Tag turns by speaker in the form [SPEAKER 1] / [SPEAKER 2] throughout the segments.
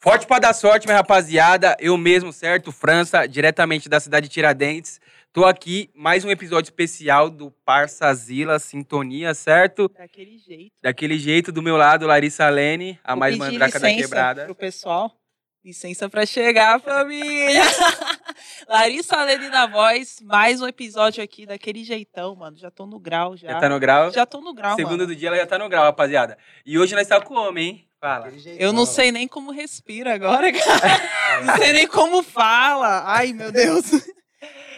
[SPEAKER 1] Forte pra dar sorte, minha rapaziada. Eu mesmo, certo? França, diretamente da cidade de Tiradentes. Tô aqui, mais um episódio especial do Parça Zila Sintonia, certo?
[SPEAKER 2] Daquele jeito.
[SPEAKER 1] Daquele jeito, do meu lado, Larissa Lene, a
[SPEAKER 2] Vou
[SPEAKER 1] mais
[SPEAKER 2] pedir
[SPEAKER 1] mandraca Ah, da
[SPEAKER 2] licença
[SPEAKER 1] quebrada.
[SPEAKER 2] Pro pessoal. Licença pra chegar, família. Larissa Lene na voz. Mais um episódio aqui daquele jeitão, mano. Já tô no grau já.
[SPEAKER 1] Já tá no grau?
[SPEAKER 2] Já tô no grau,
[SPEAKER 1] Segundo
[SPEAKER 2] mano.
[SPEAKER 1] do dia, ela já tá no grau, rapaziada. E hoje nós tá com o homem, hein? Fala.
[SPEAKER 2] Eu não sei nem como respira agora, cara. Não sei nem como fala. Ai, meu Deus.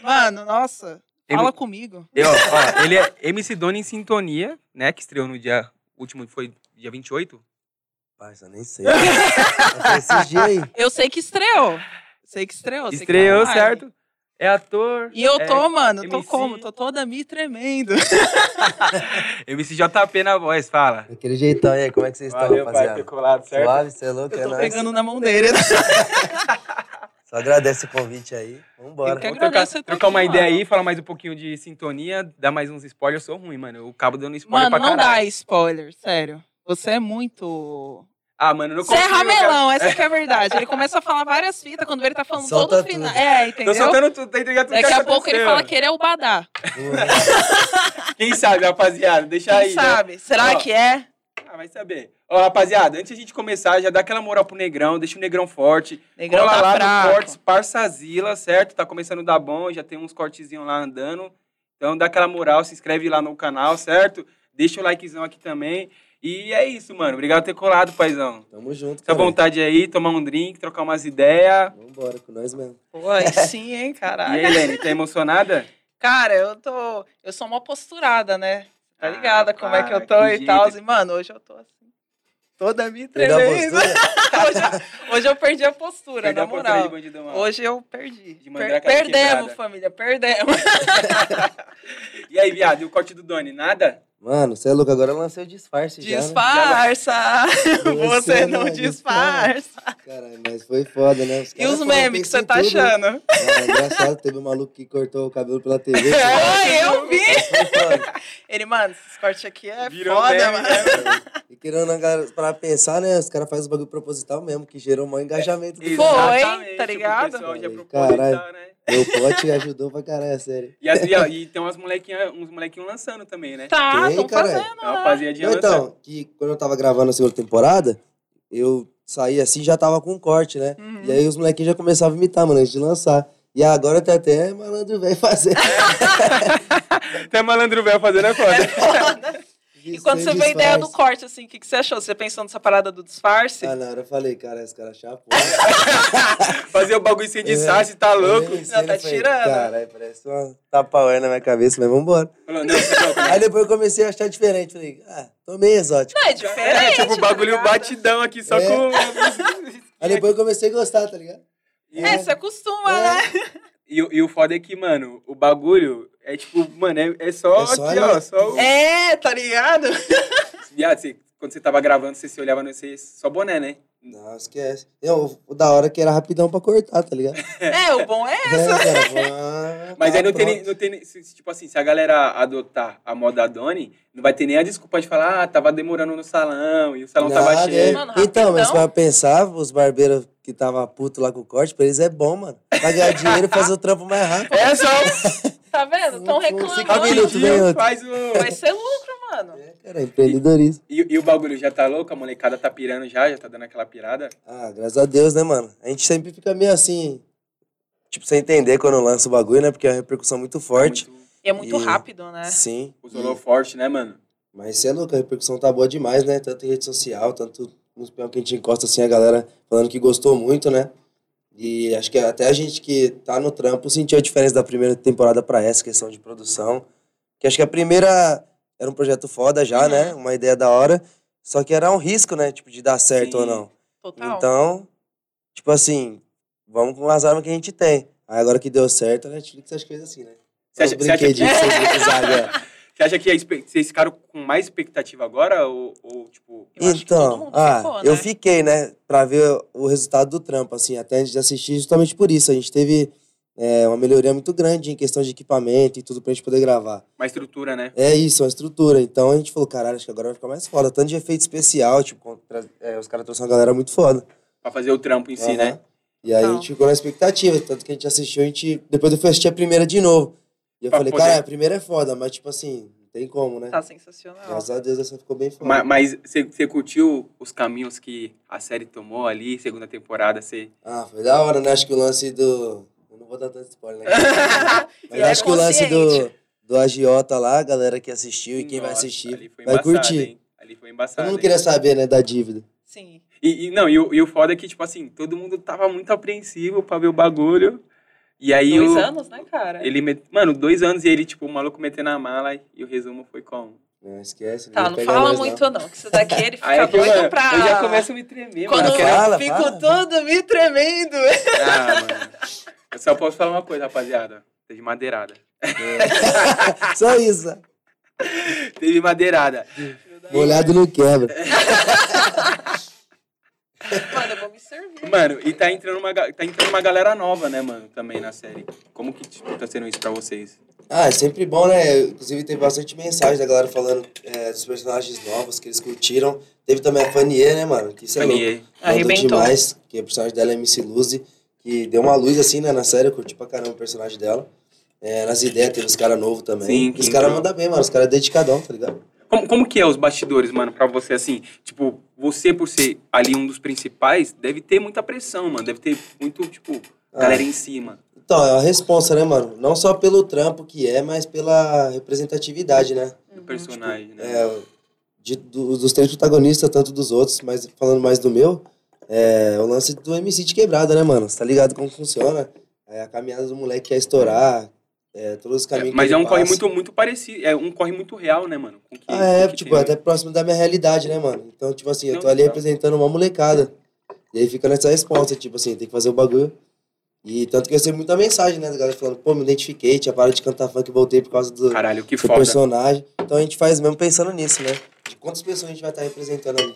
[SPEAKER 2] Mano, nossa.
[SPEAKER 1] Ele-
[SPEAKER 2] Fala comigo.
[SPEAKER 1] Eu, ó, ele é MC Dona em Sintonia, né? Que estreou no dia último, foi dia 28.
[SPEAKER 3] Parça, nem sei. Foi Esses dias aí.
[SPEAKER 2] Eu sei que estreou. Sei que estreou. sei que tá
[SPEAKER 1] Estreou,
[SPEAKER 2] online.
[SPEAKER 1] certo? É ator.
[SPEAKER 2] E eu tô, mano, tô
[SPEAKER 1] MC.
[SPEAKER 2] como? Tô toda me tremendo.
[SPEAKER 1] MC JP na voz, fala.
[SPEAKER 3] Daquele jeitão aí, como é que vocês estão, rapaziada?
[SPEAKER 1] colado,
[SPEAKER 3] Suave, você é louco, é
[SPEAKER 2] Eu tô
[SPEAKER 3] nóis.
[SPEAKER 2] pegando na mão dele.
[SPEAKER 3] Só agradece o convite aí. Vambora.
[SPEAKER 2] Eu quero-
[SPEAKER 1] Vamos trocar,
[SPEAKER 2] agradeço, eu tô
[SPEAKER 1] trocar uma
[SPEAKER 2] aqui,
[SPEAKER 1] ideia
[SPEAKER 2] mano.
[SPEAKER 1] aí, falar mais um pouquinho de sintonia, dar mais uns spoilers. Eu sou ruim, mano. Eu acabo dando spoiler
[SPEAKER 2] Mano,
[SPEAKER 1] pra
[SPEAKER 2] não
[SPEAKER 1] caralho.
[SPEAKER 2] dá spoiler, sério. Você é muito.
[SPEAKER 1] Ah, mano, eu não
[SPEAKER 2] Você é
[SPEAKER 1] consigo. eu quero-
[SPEAKER 2] ramelão, essa que é a verdade. Ele começa a falar várias fitas quando vê ele tá falando
[SPEAKER 3] Solta
[SPEAKER 2] todo final.
[SPEAKER 3] tudo.
[SPEAKER 2] É,
[SPEAKER 1] Tô
[SPEAKER 2] entendeu?
[SPEAKER 1] soltando tudo, tá entregando tudo
[SPEAKER 2] Daqui
[SPEAKER 1] que
[SPEAKER 2] a pouco ele
[SPEAKER 1] aconteceu.
[SPEAKER 2] fala que ele é o Badá.
[SPEAKER 1] Quem sabe, rapaziada, deixa
[SPEAKER 2] Quem
[SPEAKER 1] aí. né?
[SPEAKER 2] sabe? Será
[SPEAKER 1] Ó.
[SPEAKER 2] que é?
[SPEAKER 1] Ah, vai saber. Ó, rapaziada, antes de a gente começar, já dá aquela moral pro Negrão, deixa o Negrão forte.
[SPEAKER 2] Negrão
[SPEAKER 1] Cola
[SPEAKER 2] tá
[SPEAKER 1] lá no
[SPEAKER 2] fraco.
[SPEAKER 1] Cortes Parçazila, certo? Tá começando a dar bom, já tem uns cortezinhos lá andando. Então dá aquela moral, se inscreve lá no canal, certo? Deixa o likezão aqui também. E é isso, mano. Obrigado por ter colado, paizão.
[SPEAKER 3] Tamo junto,
[SPEAKER 2] Tá
[SPEAKER 1] Fica à
[SPEAKER 3] cara.
[SPEAKER 1] vontade aí, tomar um drink, trocar umas ideias.
[SPEAKER 3] Vambora, com nós mesmo.
[SPEAKER 2] Pô, aí sim, hein,
[SPEAKER 1] E
[SPEAKER 2] caralho.
[SPEAKER 1] aí, Lene, tá emocionada?
[SPEAKER 2] Cara, eu tô. Eu sou uma posturada, né? Tá
[SPEAKER 1] Ah,
[SPEAKER 2] ligada como é que eu
[SPEAKER 1] para,
[SPEAKER 2] tô
[SPEAKER 1] que
[SPEAKER 2] e
[SPEAKER 1] jeito.
[SPEAKER 2] tal. E, mano, hoje eu tô assim. Toda me
[SPEAKER 3] Perdeu a
[SPEAKER 2] tremendo.
[SPEAKER 3] postura?
[SPEAKER 2] hoje, hoje eu perdi a postura,
[SPEAKER 1] Perdeu
[SPEAKER 2] na
[SPEAKER 1] a postura
[SPEAKER 2] moral.
[SPEAKER 1] de bandido mal.
[SPEAKER 2] Hoje eu perdi.
[SPEAKER 1] De mandraca
[SPEAKER 2] Per-
[SPEAKER 1] na
[SPEAKER 2] perdemos,
[SPEAKER 1] quebrada.
[SPEAKER 2] família, perdemos.
[SPEAKER 1] E aí, viado, e o corte do Doni, nada?
[SPEAKER 3] Mano, você é louco, agora eu lancei o disfarce já, né?
[SPEAKER 2] Disfarça! Você
[SPEAKER 3] Você
[SPEAKER 2] não
[SPEAKER 3] não
[SPEAKER 2] disfarça.
[SPEAKER 3] Caralho, mas foi foda, né? Os
[SPEAKER 2] E
[SPEAKER 3] caras
[SPEAKER 2] os
[SPEAKER 3] foram,
[SPEAKER 2] memes que
[SPEAKER 3] tem
[SPEAKER 2] você tá
[SPEAKER 3] tudo.
[SPEAKER 2] achando?
[SPEAKER 3] Ah, engraçado, teve um maluco que cortou o cabelo pela TV.
[SPEAKER 2] Ai, eu vi!
[SPEAKER 3] Foi foda.
[SPEAKER 2] Ele, mano, esses cortes aqui é
[SPEAKER 1] Virou
[SPEAKER 2] foda,
[SPEAKER 1] meme,
[SPEAKER 2] mano.
[SPEAKER 1] né?
[SPEAKER 3] E querendo agora, pra pensar, né? Os caras fazem o bagulho proposital mesmo, que gerou um engajamento. do
[SPEAKER 2] Foi,
[SPEAKER 3] cara.
[SPEAKER 1] Exatamente, tipo,
[SPEAKER 2] tá ligado?
[SPEAKER 1] O pessoal já
[SPEAKER 3] Falei,
[SPEAKER 1] proposital,
[SPEAKER 3] caralho.
[SPEAKER 1] né?
[SPEAKER 3] Meu pote ajudou pra caralho, é sério.
[SPEAKER 1] E, as, e, a- e tem umas molequinha, uns molequinhos lançando também, né?
[SPEAKER 2] Tá,
[SPEAKER 3] Tem,
[SPEAKER 2] tão
[SPEAKER 3] caralho.
[SPEAKER 2] fazendo.
[SPEAKER 1] Uma
[SPEAKER 2] lá.
[SPEAKER 1] rapaziadinha
[SPEAKER 3] Não,
[SPEAKER 1] lançando.
[SPEAKER 3] então, que quando eu tava gravando a segunda temporada, eu saí assim já tava com um corte, né?
[SPEAKER 2] Uhum.
[SPEAKER 3] E aí os molequinhos já começavam a imitar, mano, antes de lançar. E agora tá até malandro velho fazer.
[SPEAKER 1] Até malandro velho fazendo a
[SPEAKER 2] É
[SPEAKER 1] foda.
[SPEAKER 2] foda. E quando
[SPEAKER 3] é
[SPEAKER 2] você vê a ideia do corte, assim, o que, que você achou? Você pensou nessa parada do disfarce?
[SPEAKER 3] Ah, na hora eu falei, cara, esse cara é chapou.
[SPEAKER 2] Tá
[SPEAKER 1] Fazer o bagulho sem
[SPEAKER 3] É.
[SPEAKER 1] disfarce, tá louco?
[SPEAKER 2] Não, tá tirando.
[SPEAKER 3] né? Caralho, parece uma tapaué na minha cabeça, mas vambora.
[SPEAKER 1] Falou, não, você não,
[SPEAKER 3] Aí depois eu comecei a achar diferente. Falei, ah, tô meio exótico.
[SPEAKER 2] Não, é diferente.
[SPEAKER 1] É, tipo, o
[SPEAKER 2] tá
[SPEAKER 1] bagulho
[SPEAKER 2] ligado?
[SPEAKER 1] batidão aqui, só
[SPEAKER 3] É.
[SPEAKER 1] com...
[SPEAKER 3] Aí depois eu comecei a gostar, tá ligado?
[SPEAKER 2] É, você acostuma,
[SPEAKER 3] É.
[SPEAKER 2] né?
[SPEAKER 1] E, o- e o foda é que, mano, o bagulho é tipo, mano, é, é só
[SPEAKER 3] É só
[SPEAKER 1] aqui,
[SPEAKER 3] ali.
[SPEAKER 1] ó. Só o...
[SPEAKER 2] É, tá ligado?
[SPEAKER 1] Viado, você- quando você tava gravando, você se olhava, no- você só boné, né?
[SPEAKER 3] Não, esquece. Eu, o da hora é que era rapidão pra cortar, tá ligado?
[SPEAKER 2] É, o bom é
[SPEAKER 3] É, cara,
[SPEAKER 1] Mas
[SPEAKER 3] tá
[SPEAKER 1] aí não tem,
[SPEAKER 3] pronto.
[SPEAKER 1] nem- não tem nem- se- se, Tipo assim, se a galera adotar a moda Doni, não vai ter nem a desculpa de falar, ah, tava demorando no salão, e o salão tava
[SPEAKER 3] Nada, é.
[SPEAKER 1] cheio.
[SPEAKER 2] Mano,
[SPEAKER 3] então, mas
[SPEAKER 2] rapidão.
[SPEAKER 3] pra pensar, os barbeiros que tava puto lá com o corte, pra eles é bom, mano. Pra ganhar dinheiro e fazer o trampo mais rápido.
[SPEAKER 1] É só
[SPEAKER 2] Tá vendo? Tão
[SPEAKER 3] Não, cinco
[SPEAKER 2] reclamando.
[SPEAKER 3] minutos. vem
[SPEAKER 1] rapidinho,
[SPEAKER 3] outro.
[SPEAKER 1] faz um- o...
[SPEAKER 2] Vai ser lucro, mano.
[SPEAKER 3] É, cara, empreendedorismo.
[SPEAKER 1] E, e o bagulho já tá louco? A molecada tá pirando já, já tá dando aquela pirada.
[SPEAKER 3] Ah, graças a Deus, né, mano? A gente sempre fica meio assim, tipo, sem entender quando lança o bagulho, né? Porque é uma repercussão muito forte.
[SPEAKER 1] Muito,
[SPEAKER 2] E é muito
[SPEAKER 3] E-
[SPEAKER 2] rápido, né?
[SPEAKER 3] Sim.
[SPEAKER 1] os holofortes, né, mano?
[SPEAKER 3] Mas você é louco, a repercussão tá boa demais, né? Tanto em rede social, tanto nos peão que a gente encosta assim, a galera falando que gostou muito, né? E acho que até a gente que tá no trampo sentiu a diferença da primeira temporada pra essa, questão de produção. Que acho que a primeira era um projeto foda já, né?
[SPEAKER 1] Uhum.
[SPEAKER 3] Uma ideia da hora. Só que era um risco, né? Tipo, de dar certo
[SPEAKER 1] Sim.
[SPEAKER 3] ou não.
[SPEAKER 2] Total.
[SPEAKER 3] Então, tipo assim, vamos com as armas que a gente tem. Aí agora que deu certo, a Netflix acho que fez assim, né?
[SPEAKER 1] Você acha-
[SPEAKER 3] Os
[SPEAKER 1] você acha que-
[SPEAKER 3] brinquedinhos que vocês usaram, né?
[SPEAKER 1] Você acha que a espe- vocês ficaram com mais expectativa agora? Ou, ou, tipo.
[SPEAKER 2] Eu acho que todo
[SPEAKER 3] Então,
[SPEAKER 2] mundo
[SPEAKER 3] ah,
[SPEAKER 2] ficou,
[SPEAKER 3] eu
[SPEAKER 2] né?
[SPEAKER 3] fiquei, né, pra ver o resultado do trampo, assim, até antes de assistir, justamente por isso. A gente teve é, uma melhoria muito grande em questão de equipamento e tudo pra gente poder gravar.
[SPEAKER 1] Uma estrutura, né?
[SPEAKER 3] É isso, é uma estrutura. Então a gente falou, caralho, acho que agora vai ficar mais foda. Tanto de efeito especial, tipo, contra- é, os caras trouxeram uma galera muito foda.
[SPEAKER 1] Pra fazer o trampo em si,
[SPEAKER 3] Aham.
[SPEAKER 1] né?
[SPEAKER 3] E aí
[SPEAKER 2] Então.
[SPEAKER 3] a gente ficou na expectativa, tanto que a gente assistiu, a gente. Depois eu fui assistir a primeira de novo. E eu
[SPEAKER 1] Pra
[SPEAKER 3] falei,
[SPEAKER 1] poder-
[SPEAKER 3] cara, a primeira é foda, mas tipo assim, não tem como, né?
[SPEAKER 2] Tá sensacional.
[SPEAKER 3] Graças a Deus essa ficou bem foda.
[SPEAKER 1] Ma- Mas você você curtiu os caminhos que a série tomou ali, segunda temporada, você...
[SPEAKER 3] Ah, foi da hora, né? Acho que o lance do. Eu não vou dar tanto spoiler, né? Mas
[SPEAKER 2] Ele é
[SPEAKER 3] acho que o lance do,
[SPEAKER 2] consciente.
[SPEAKER 3] do agiota lá, a galera que assistiu e quem vai
[SPEAKER 1] Nossa,
[SPEAKER 3] assistir
[SPEAKER 1] ali foi
[SPEAKER 3] vai
[SPEAKER 1] embaçado,
[SPEAKER 3] curtir.
[SPEAKER 1] hein? Ali foi embaçado.
[SPEAKER 3] Todo mundo
[SPEAKER 1] hein?
[SPEAKER 3] queria saber, né, da dívida.
[SPEAKER 2] Sim.
[SPEAKER 1] E, e- não, e, o- e o foda é que, tipo assim, todo mundo tava muito apreensivo pra ver o bagulho. E aí
[SPEAKER 2] Dois
[SPEAKER 1] o-
[SPEAKER 2] anos, né, cara?
[SPEAKER 1] Ele met- Mano, dois anos e ele, tipo, o maluco metendo a mala e o resumo foi como?
[SPEAKER 3] Não esquece.
[SPEAKER 2] Tá, não
[SPEAKER 3] ninguém pega né?
[SPEAKER 2] fala
[SPEAKER 3] nós,
[SPEAKER 2] muito não. que isso daqui ele
[SPEAKER 1] Aí é
[SPEAKER 2] fica
[SPEAKER 1] que eu,
[SPEAKER 2] doido então pra...
[SPEAKER 1] eu já começo a me tremer,
[SPEAKER 2] Quando
[SPEAKER 1] mano.
[SPEAKER 2] eu
[SPEAKER 1] que era-
[SPEAKER 3] Fala,
[SPEAKER 2] fico
[SPEAKER 3] fala.
[SPEAKER 2] todo me tremendo.
[SPEAKER 1] Ah, mano. Eu só posso falar uma coisa, rapaziada. Teve madeirada.
[SPEAKER 3] É. Só isso.
[SPEAKER 1] Teve madeirada.
[SPEAKER 3] Molhado não quebra.
[SPEAKER 2] Mano, eu vou me servir.
[SPEAKER 1] Mano, e tá entrando, uma, ga- tá entrando uma galera nova, né, mano, também na série. Como que tipo, tá sendo isso pra vocês?
[SPEAKER 3] Ah, é sempre bom, né? Inclusive teve bastante mensagem da galera falando é, dos personagens novos que eles curtiram. Teve também a Fanier, né, mano? Que isso é louco.
[SPEAKER 1] Daniel.
[SPEAKER 3] Mandou
[SPEAKER 2] Arrebentou.
[SPEAKER 3] demais, que a personagem dela é MC Luzi, que deu uma luz assim, né, na série, eu curti pra caramba o personagem dela. É, nas ideias teve os caras novos também.
[SPEAKER 1] Sim,
[SPEAKER 3] os
[SPEAKER 1] que
[SPEAKER 3] caras
[SPEAKER 1] entrou.
[SPEAKER 3] mandam bem, mano. Os caras é dedicadão, tá ligado?
[SPEAKER 1] Como, como que é os bastidores, mano, pra você, assim? Tipo, você, por ser ali um dos principais, deve ter muita pressão, mano. Deve ter muito, tipo,
[SPEAKER 3] Ah.
[SPEAKER 1] galera em cima.
[SPEAKER 3] Então, é uma responsa, né, mano? Não só pelo trampo que é, mas pela representatividade, né?
[SPEAKER 2] Uhum.
[SPEAKER 1] do personagem, né?
[SPEAKER 3] É, de- do- dos três protagonistas, tanto dos outros, mas falando mais do meu, é o lance do MC de quebrada, né, mano? Você tá ligado como funciona? É, a caminhada do moleque que é estourar, é, todos os caminhos
[SPEAKER 1] Mas
[SPEAKER 3] que
[SPEAKER 1] é
[SPEAKER 3] ele
[SPEAKER 1] um corre
[SPEAKER 3] passa.
[SPEAKER 1] muito, muito parecido. É um corre muito real, né, mano? Com que-
[SPEAKER 3] assim. Ah, é,
[SPEAKER 1] com que
[SPEAKER 3] tipo,
[SPEAKER 1] tem-
[SPEAKER 3] até próximo da minha realidade, né, mano? Então, tipo assim, eu
[SPEAKER 1] Não,
[SPEAKER 3] tô ali
[SPEAKER 1] tá.
[SPEAKER 3] representando uma molecada. E aí fica nessa resposta, tipo assim, tem que fazer o bagulho. E tanto que eu recebi muita mensagem, né, da galera falando, pô, me identifiquei, tinha parado de cantar funk e voltei por causa do,
[SPEAKER 1] né? Caralho, que
[SPEAKER 3] do
[SPEAKER 1] foda.
[SPEAKER 3] personagem. Então a gente faz mesmo pensando nisso, né? De quantas pessoas a gente vai estar representando ali.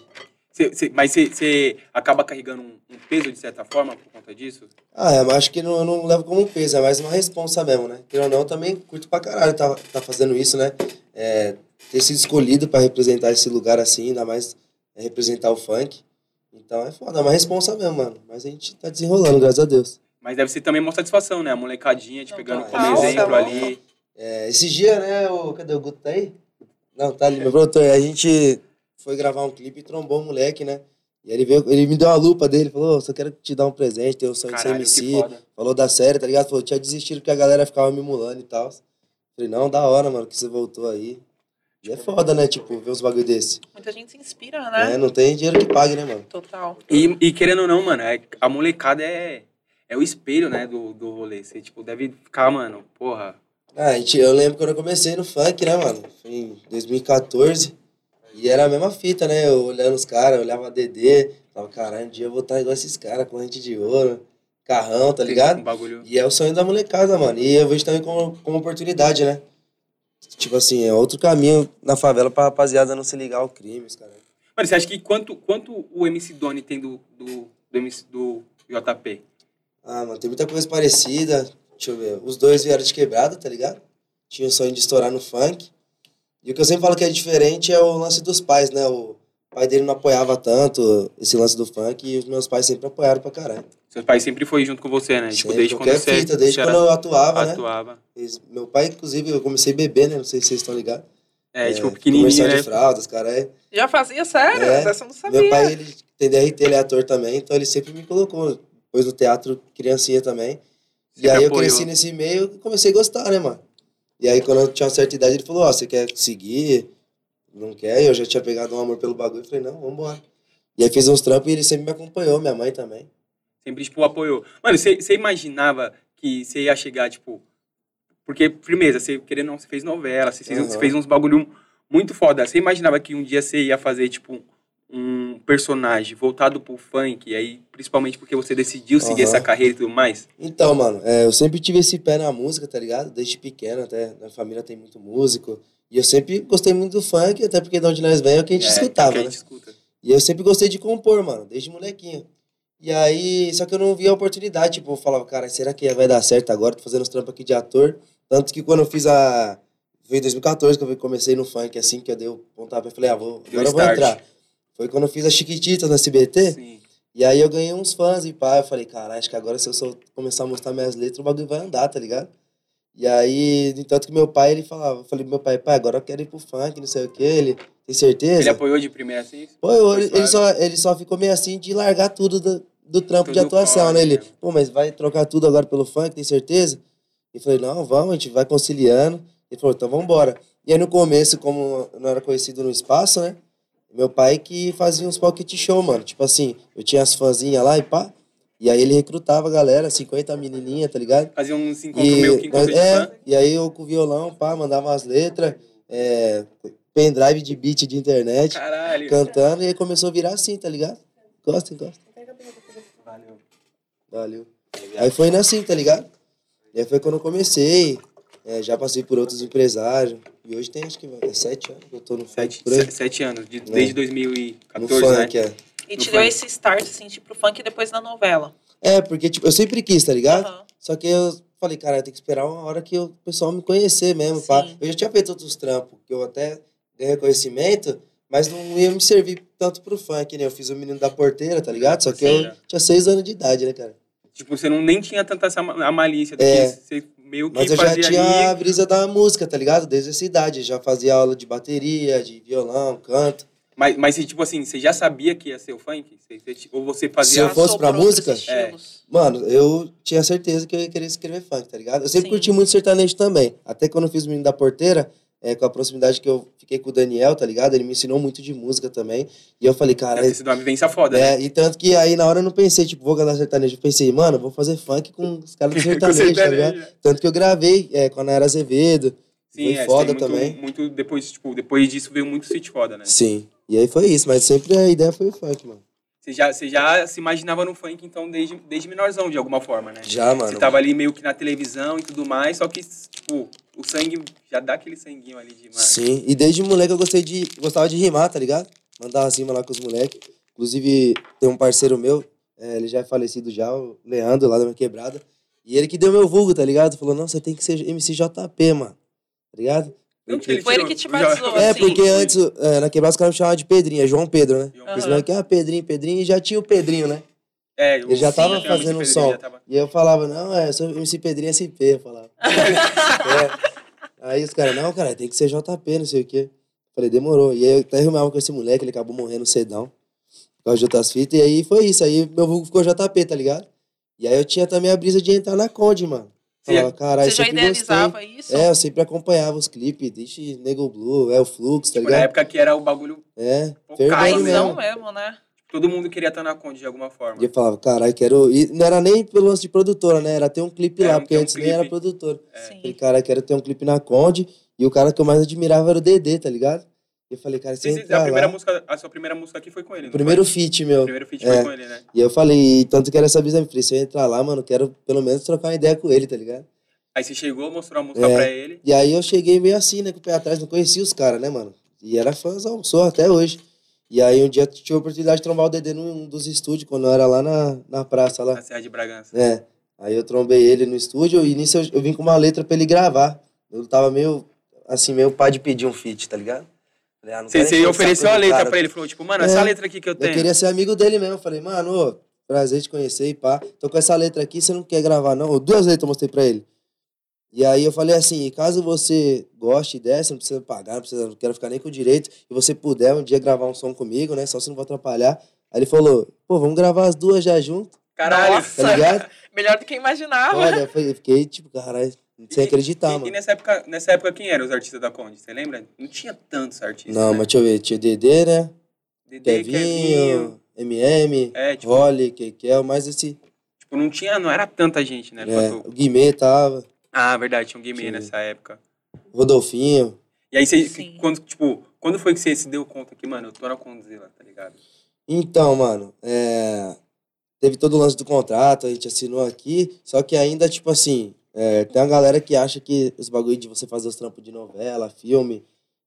[SPEAKER 1] Cê- cê- mas você acaba carregando um, um peso, de certa forma, por conta disso?
[SPEAKER 3] Ah, é, mas acho que não, eu não levo como um peso, é mais uma responsa mesmo, né? Querendo ou não, eu também curto pra caralho tá, tá fazendo isso, né? É, ter sido escolhido pra representar esse lugar assim, ainda mais é, representar o funk. Então é foda, é uma responsa mesmo, mano. Mas a gente tá desenrolando, graças a Deus.
[SPEAKER 1] Mas deve ser também uma satisfação, né? A molecadinha te
[SPEAKER 2] Não,
[SPEAKER 1] pegando
[SPEAKER 2] total,
[SPEAKER 1] como exemplo
[SPEAKER 3] tá bom.
[SPEAKER 1] ali.
[SPEAKER 3] É, esse dia, né, o, cadê o Guto tá aí? Não, tá ali, meu produtor. A gente foi gravar um clipe e trombou um moleque, né? E ele, veio, ele me deu a lupa dele, falou, "Ô, só quero te dar um presente, tem o sonho
[SPEAKER 1] Caralho,
[SPEAKER 3] de ser
[SPEAKER 1] que
[SPEAKER 3] MC.
[SPEAKER 1] foda.
[SPEAKER 3] Falou da série, tá ligado? Falou, tinha desistido porque a galera ficava me mulando e tal. Falei, não, da hora, mano, que você voltou aí. E é foda, né? Tipo, ver uns bagulho desse.
[SPEAKER 2] Muita gente se inspira, né?
[SPEAKER 3] É, não tem dinheiro que pague, né, mano?
[SPEAKER 2] Total.
[SPEAKER 1] E, e querendo ou não, mano, é- a molecada é, é o espelho, né, do, do rolê. Você, tipo, deve ficar, mano, porra.
[SPEAKER 3] Ah, a gente- eu lembro quando eu comecei no funk, né, mano? Foi em 2014. E era a mesma fita, né? Eu olhando os caras, eu olhava a DD. Falava, caralho, um dia eu vou estar igual esses caras, corrente de ouro, carrão, tá ligado?
[SPEAKER 1] Um bagulho.
[SPEAKER 3] E é o sonho da molecada, mano. E eu vejo também como, como oportunidade, né? Tipo assim, é outro caminho na favela pra rapaziada não se ligar ao crime, os caras.
[SPEAKER 1] Mano, você acha que quanto, quanto o MC Doni tem do, do, do MC do JP?
[SPEAKER 3] Ah, mano, tem muita coisa parecida. Deixa eu ver. Os dois vieram de quebrada, tá ligado? Tinha o sonho de estourar no funk. E o que eu sempre falo que é diferente é o lance dos pais, né? O pai dele não apoiava tanto esse lance do funk e os meus pais sempre apoiaram pra caralho.
[SPEAKER 1] Seus pais sempre foi junto com você, né? Tipo,
[SPEAKER 3] Sempre,
[SPEAKER 1] desde quando
[SPEAKER 3] qualquer
[SPEAKER 1] você,
[SPEAKER 3] fita, desde
[SPEAKER 1] você era-
[SPEAKER 3] quando eu atuava, né?
[SPEAKER 1] atuava.
[SPEAKER 3] Eles- Meu pai, inclusive, eu comecei a beber, né? Não sei se vocês estão ligados.
[SPEAKER 1] É, tipo,
[SPEAKER 3] Comercial
[SPEAKER 1] pequenininho, né?
[SPEAKER 3] de fraldas, cara. É...
[SPEAKER 2] Já fazia? Sério?
[SPEAKER 3] É.
[SPEAKER 2] Essa eu não sabia.
[SPEAKER 3] Meu pai, ele tem DRT, ele é ator também, então ele sempre me colocou. Pôs no teatro criancinha também.
[SPEAKER 1] Sempre
[SPEAKER 3] e aí eu
[SPEAKER 1] apoiou.
[SPEAKER 3] cresci nesse meio e comecei a gostar, né, mano? E aí quando eu tinha uma certa idade, ele falou, ó, você quer seguir? Não quer? E eu já tinha pegado um amor pelo bagulho. Eu falei, não, vambora. E aí fiz uns trampos e ele sempre me acompanhou, minha mãe também.
[SPEAKER 1] Sempre, tipo, apoiou. Mano, você você imaginava que você ia chegar, tipo. Porque, firmeza, você querendo ou não, você fez novela, você fez,
[SPEAKER 3] Aham.
[SPEAKER 1] você fez uns bagulho muito foda. Você imaginava que um dia você ia fazer, tipo, um personagem voltado pro funk, e aí, principalmente porque você decidiu seguir
[SPEAKER 3] Aham.
[SPEAKER 1] essa carreira e tudo mais?
[SPEAKER 3] Então, mano, é, eu sempre tive esse pé na música, tá ligado? Desde pequeno até, na família tem muito músico. E eu sempre gostei muito do funk, até porque de onde nós vem é o que a gente
[SPEAKER 1] É,
[SPEAKER 3] escutava,
[SPEAKER 1] que a
[SPEAKER 3] né?
[SPEAKER 1] gente escuta.
[SPEAKER 3] E eu sempre gostei de compor, mano, desde molequinho. E aí, só que eu não via a oportunidade, tipo, eu falava, cara, será que vai dar certo agora? Tô fazendo os trampos aqui de ator. Tanto que quando eu fiz a. Foi em 2014 que eu comecei no funk, assim, que eu dei o pontapé, eu falei, ah, vou,
[SPEAKER 1] Deu
[SPEAKER 3] agora eu vou
[SPEAKER 1] start.
[SPEAKER 3] entrar. Foi quando eu fiz a Chiquititas na CBT.
[SPEAKER 1] Sim.
[SPEAKER 3] E aí eu ganhei uns fãs e pá, eu falei, cara, acho que agora se eu só começar a mostrar minhas letras, o bagulho vai andar, tá ligado? E aí, de tanto que meu pai, ele falava, eu falei pro meu pai, pai, agora eu quero ir pro funk, não sei o que, ele, tem certeza?
[SPEAKER 1] Ele apoiou de primeira assim?
[SPEAKER 3] Pô, eu- ele,
[SPEAKER 1] Foi
[SPEAKER 3] ele só, ele só ficou meio assim de largar tudo do, do trampo de
[SPEAKER 1] Tudo
[SPEAKER 3] atuação,
[SPEAKER 1] pode,
[SPEAKER 3] né? Ele,
[SPEAKER 1] né?
[SPEAKER 3] pô, mas vai trocar tudo agora pelo funk, tem certeza? E falei, não, vamos, a gente vai conciliando. Ele falou, então vambora. E aí no começo, como eu não era conhecido no espaço, né? Meu pai que fazia uns pocket show, mano. Tipo assim, eu tinha as fãzinhas lá e pá. E aí ele recrutava a galera, 50 menininhas, tá ligado?
[SPEAKER 1] Fazia um encontro
[SPEAKER 3] E,
[SPEAKER 1] meio que né? encontro de
[SPEAKER 3] é,
[SPEAKER 1] fã.
[SPEAKER 3] e aí eu com o violão, pá, mandava umas letras, é, pendrive de beat de internet
[SPEAKER 1] Caralho.
[SPEAKER 3] cantando e aí começou a virar assim, tá ligado? Gosta, gosta.
[SPEAKER 1] Valeu.
[SPEAKER 3] Valeu. Aí foi indo assim, tá ligado? E aí foi quando eu comecei. é, já passei por outros empresários. E hoje tem acho que é sete anos que eu tô no funk
[SPEAKER 1] Sete,
[SPEAKER 3] por aí.
[SPEAKER 1] se- sete anos, de-
[SPEAKER 3] Né?
[SPEAKER 1] desde
[SPEAKER 3] No
[SPEAKER 1] 2014, né?
[SPEAKER 3] funk, é.
[SPEAKER 2] E
[SPEAKER 1] No
[SPEAKER 2] te deu
[SPEAKER 1] funk.
[SPEAKER 2] esse start, assim, tipo, pro funk e depois na novela.
[SPEAKER 3] É, porque tipo, eu sempre quis, tá ligado?
[SPEAKER 2] Aham.
[SPEAKER 3] Só que eu falei, cara, eu tenho que esperar uma hora que o pessoal me conhecer mesmo.
[SPEAKER 2] Sim.
[SPEAKER 3] pá. Eu já tinha feito outros trampos, que eu até ganhei reconhecimento, mas não ia me servir tanto pro funk, né? Eu fiz o menino da porteira, tá ligado? Só que
[SPEAKER 1] Sim.
[SPEAKER 3] eu tinha seis anos de idade, né, cara?
[SPEAKER 1] Tipo, você não, nem tinha tanta essa ma- a malícia do
[SPEAKER 3] É.
[SPEAKER 1] que você meio que
[SPEAKER 3] Mas eu já
[SPEAKER 1] fazia
[SPEAKER 3] tinha a
[SPEAKER 1] ali.
[SPEAKER 3] brisa da música, tá ligado? Desde essa idade. Já fazia aula de bateria, de violão, canto.
[SPEAKER 1] Mas, mas, tipo assim, você já sabia que ia ser o funk? Você- você- ou você
[SPEAKER 3] Se eu
[SPEAKER 1] fazia...
[SPEAKER 2] Passou
[SPEAKER 3] fosse pra
[SPEAKER 2] por outros
[SPEAKER 3] música? É.
[SPEAKER 2] estilos.
[SPEAKER 3] Mano, eu tinha certeza que eu ia querer escrever funk, tá ligado? Eu sempre
[SPEAKER 2] Sim.
[SPEAKER 3] curti muito sertanejo também. Até quando eu fiz o Menino da Porteira, é, com a proximidade que eu fiquei com o Daniel, tá ligado? Ele me ensinou muito de música também. E eu falei, cara,
[SPEAKER 1] Deve ter sido uma vivência foda, né?
[SPEAKER 3] É, e tanto que aí na hora eu não pensei, tipo, vou cantar sertanejo. Eu pensei, mano, vou fazer funk com os caras do
[SPEAKER 1] Com
[SPEAKER 3] sertanejo, tá ligado?
[SPEAKER 1] certeza.
[SPEAKER 3] Tanto que eu gravei é, com a Nayara Azevedo.
[SPEAKER 1] Sim,
[SPEAKER 3] Foi
[SPEAKER 1] é, tem
[SPEAKER 3] foda
[SPEAKER 1] muito,
[SPEAKER 3] também.
[SPEAKER 1] Muito depois, tipo, depois disso veio muito feat foda, né?
[SPEAKER 3] Sim. E aí foi isso, mas sempre a ideia foi o funk, mano.
[SPEAKER 1] Você já, você já se imaginava no funk, então, desde, desde menorzão, de alguma forma, né?
[SPEAKER 3] Já, mano.
[SPEAKER 1] Você tava ali meio que na televisão e tudo mais, só que, tipo, o sangue já dá aquele sanguinho ali de mano.
[SPEAKER 3] Sim, e desde moleque eu gostei de, gostava de rimar, tá ligado? Mandava rima lá com os moleques. Inclusive, tem um parceiro meu, é, ele já é falecido já, o Leandro, lá da minha quebrada. E ele que deu meu vulgo, tá ligado? Falou, não, você tem que ser MCJP, mano. Tá ligado?
[SPEAKER 1] Não que
[SPEAKER 2] Foi ele
[SPEAKER 1] tirou-
[SPEAKER 2] que te batizou,
[SPEAKER 1] um- já-
[SPEAKER 3] É,
[SPEAKER 2] assim.
[SPEAKER 3] porque antes, é, na quebrada os caras me chamavam de Pedrinho, é João Pedro, né?
[SPEAKER 1] João
[SPEAKER 2] Aham.
[SPEAKER 3] Os moleques, ah, Pedrinho, Pedrinho, e já tinha o Pedrinho, né?
[SPEAKER 1] É,
[SPEAKER 3] Ele já tava
[SPEAKER 1] Sim,
[SPEAKER 3] fazendo
[SPEAKER 1] o
[SPEAKER 3] um
[SPEAKER 1] MC
[SPEAKER 3] som.
[SPEAKER 1] já tava-
[SPEAKER 3] E eu falava, não, é, eu sou MC Pedrinho SP, eu falava. É. Aí os caras, não, cara, tem que ser JP, não sei o quê. Falei, demorou. E aí eu até arrumava com esse moleque, ele acabou morrendo cedão. Por causa de outras fitas. E aí foi isso. Aí meu vulgo ficou JP, tá ligado? E aí eu tinha também a brisa de entrar na Conde, mano.
[SPEAKER 1] Você-
[SPEAKER 3] Falava, caralho,
[SPEAKER 2] Você já
[SPEAKER 3] sempre gostei.
[SPEAKER 2] idealizava isso?
[SPEAKER 3] É, eu sempre acompanhava os clipes, deixa Nego Blue, é o Flux, tá
[SPEAKER 1] Tipo, na
[SPEAKER 3] ligado?
[SPEAKER 1] época que era o bagulho,
[SPEAKER 3] É,
[SPEAKER 1] Pô,
[SPEAKER 3] fervendo
[SPEAKER 1] caizão,
[SPEAKER 2] Paizão
[SPEAKER 3] mesmo.
[SPEAKER 2] mesmo, né?
[SPEAKER 1] todo mundo queria estar na Conde de alguma forma.
[SPEAKER 3] E eu falava, caralho, quero. E não era nem pelo lance de produtora, né? Era ter um clipe
[SPEAKER 1] Era
[SPEAKER 3] lá,
[SPEAKER 1] um-
[SPEAKER 3] porque
[SPEAKER 1] ter um
[SPEAKER 3] antes nem
[SPEAKER 1] clipe.
[SPEAKER 3] era produtora.
[SPEAKER 1] É.
[SPEAKER 3] Falei,
[SPEAKER 2] Sim.
[SPEAKER 3] cara, quero ter um clipe na Conde. E o cara que eu mais admirava era o Dedê, tá ligado? E eu falei, cara, se eu
[SPEAKER 1] Você- é a,
[SPEAKER 3] entrar
[SPEAKER 1] primeira
[SPEAKER 3] lá...
[SPEAKER 1] música, a sua primeira música aqui foi com ele, não
[SPEAKER 3] Primeiro
[SPEAKER 1] foi?
[SPEAKER 3] feat, meu.
[SPEAKER 1] O primeiro feat
[SPEAKER 3] É.
[SPEAKER 1] foi com ele, né?
[SPEAKER 3] E eu falei, tanto que era essa brisa, eu falei, se eu entrar lá, mano, eu quero pelo menos trocar uma ideia com ele, tá ligado?
[SPEAKER 1] Aí você chegou, mostrou a música
[SPEAKER 3] É.
[SPEAKER 1] pra ele.
[SPEAKER 3] E aí eu cheguei meio assim, né, com o pé atrás, não conhecia os caras, né, mano? E era fãzão, sou até hoje. E aí um dia eu tive a oportunidade de trombar o Dedê num dos estúdios, quando eu era lá na, na praça, lá.
[SPEAKER 1] Na Serra de Bragança.
[SPEAKER 3] É. Aí eu trombei ele no estúdio e nisso eu, eu vim com uma letra pra ele gravar. Eu tava meio, assim, meio pá de pedir um feat, tá ligado? Falei, ah, não
[SPEAKER 1] Você,
[SPEAKER 3] quero
[SPEAKER 1] você
[SPEAKER 3] encher o
[SPEAKER 1] ofereceu
[SPEAKER 3] saco
[SPEAKER 1] a
[SPEAKER 3] do
[SPEAKER 1] letra
[SPEAKER 3] cara.
[SPEAKER 1] pra ele, falou, tipo, mano,
[SPEAKER 3] É.
[SPEAKER 1] essa letra aqui que eu
[SPEAKER 3] Eu
[SPEAKER 1] tenho.
[SPEAKER 3] queria ser amigo dele mesmo. Falei, mano, ô, prazer te conhecer e pá. Tô com essa letra aqui, você não quer gravar, não? Duas letras eu mostrei pra ele. E aí eu falei assim, caso você goste dessa, não precisa pagar, não, precisa, não quero ficar nem com o direito, e você puder um dia gravar um som comigo, né? Só se não vou atrapalhar. Aí ele falou, pô, vamos gravar as duas já junto,
[SPEAKER 1] Caralho.
[SPEAKER 2] Nossa,
[SPEAKER 3] tá ligado?
[SPEAKER 2] Melhor do que né? eu imaginava.
[SPEAKER 3] Olha, eu falei- eu fiquei tipo, caralho, sem
[SPEAKER 1] E,
[SPEAKER 3] acreditar,
[SPEAKER 1] e
[SPEAKER 3] mano.
[SPEAKER 1] nessa, época, nessa época, quem eram os artistas da Conde? Você lembra? Não tinha tantos artistas.
[SPEAKER 3] Não,
[SPEAKER 1] né?
[SPEAKER 3] mas deixa eu ver, tinha Dedê, né?
[SPEAKER 1] Dedê, Kevinho.
[SPEAKER 3] Kevinho, MM,
[SPEAKER 1] É, tipo,
[SPEAKER 3] Rolly, Kekel, mais esse.
[SPEAKER 1] tipo, não tinha, não era tanta gente, né?
[SPEAKER 3] é,
[SPEAKER 1] quanto-
[SPEAKER 3] o Guimê tava,
[SPEAKER 1] Ah, verdade, tinha um gamer
[SPEAKER 3] Sim.
[SPEAKER 1] nessa época.
[SPEAKER 3] Rodolfinho.
[SPEAKER 1] E aí você,
[SPEAKER 2] Sim.
[SPEAKER 1] quando, tipo, quando foi que você se deu conta que, mano, eu tô na Condzilla, tá ligado?
[SPEAKER 3] Então, mano, é, teve todo o lance do contrato, a gente assinou aqui, só que ainda, tipo assim, é, tem uma galera que acha que os bagulho de você fazer os trampos de novela, filme,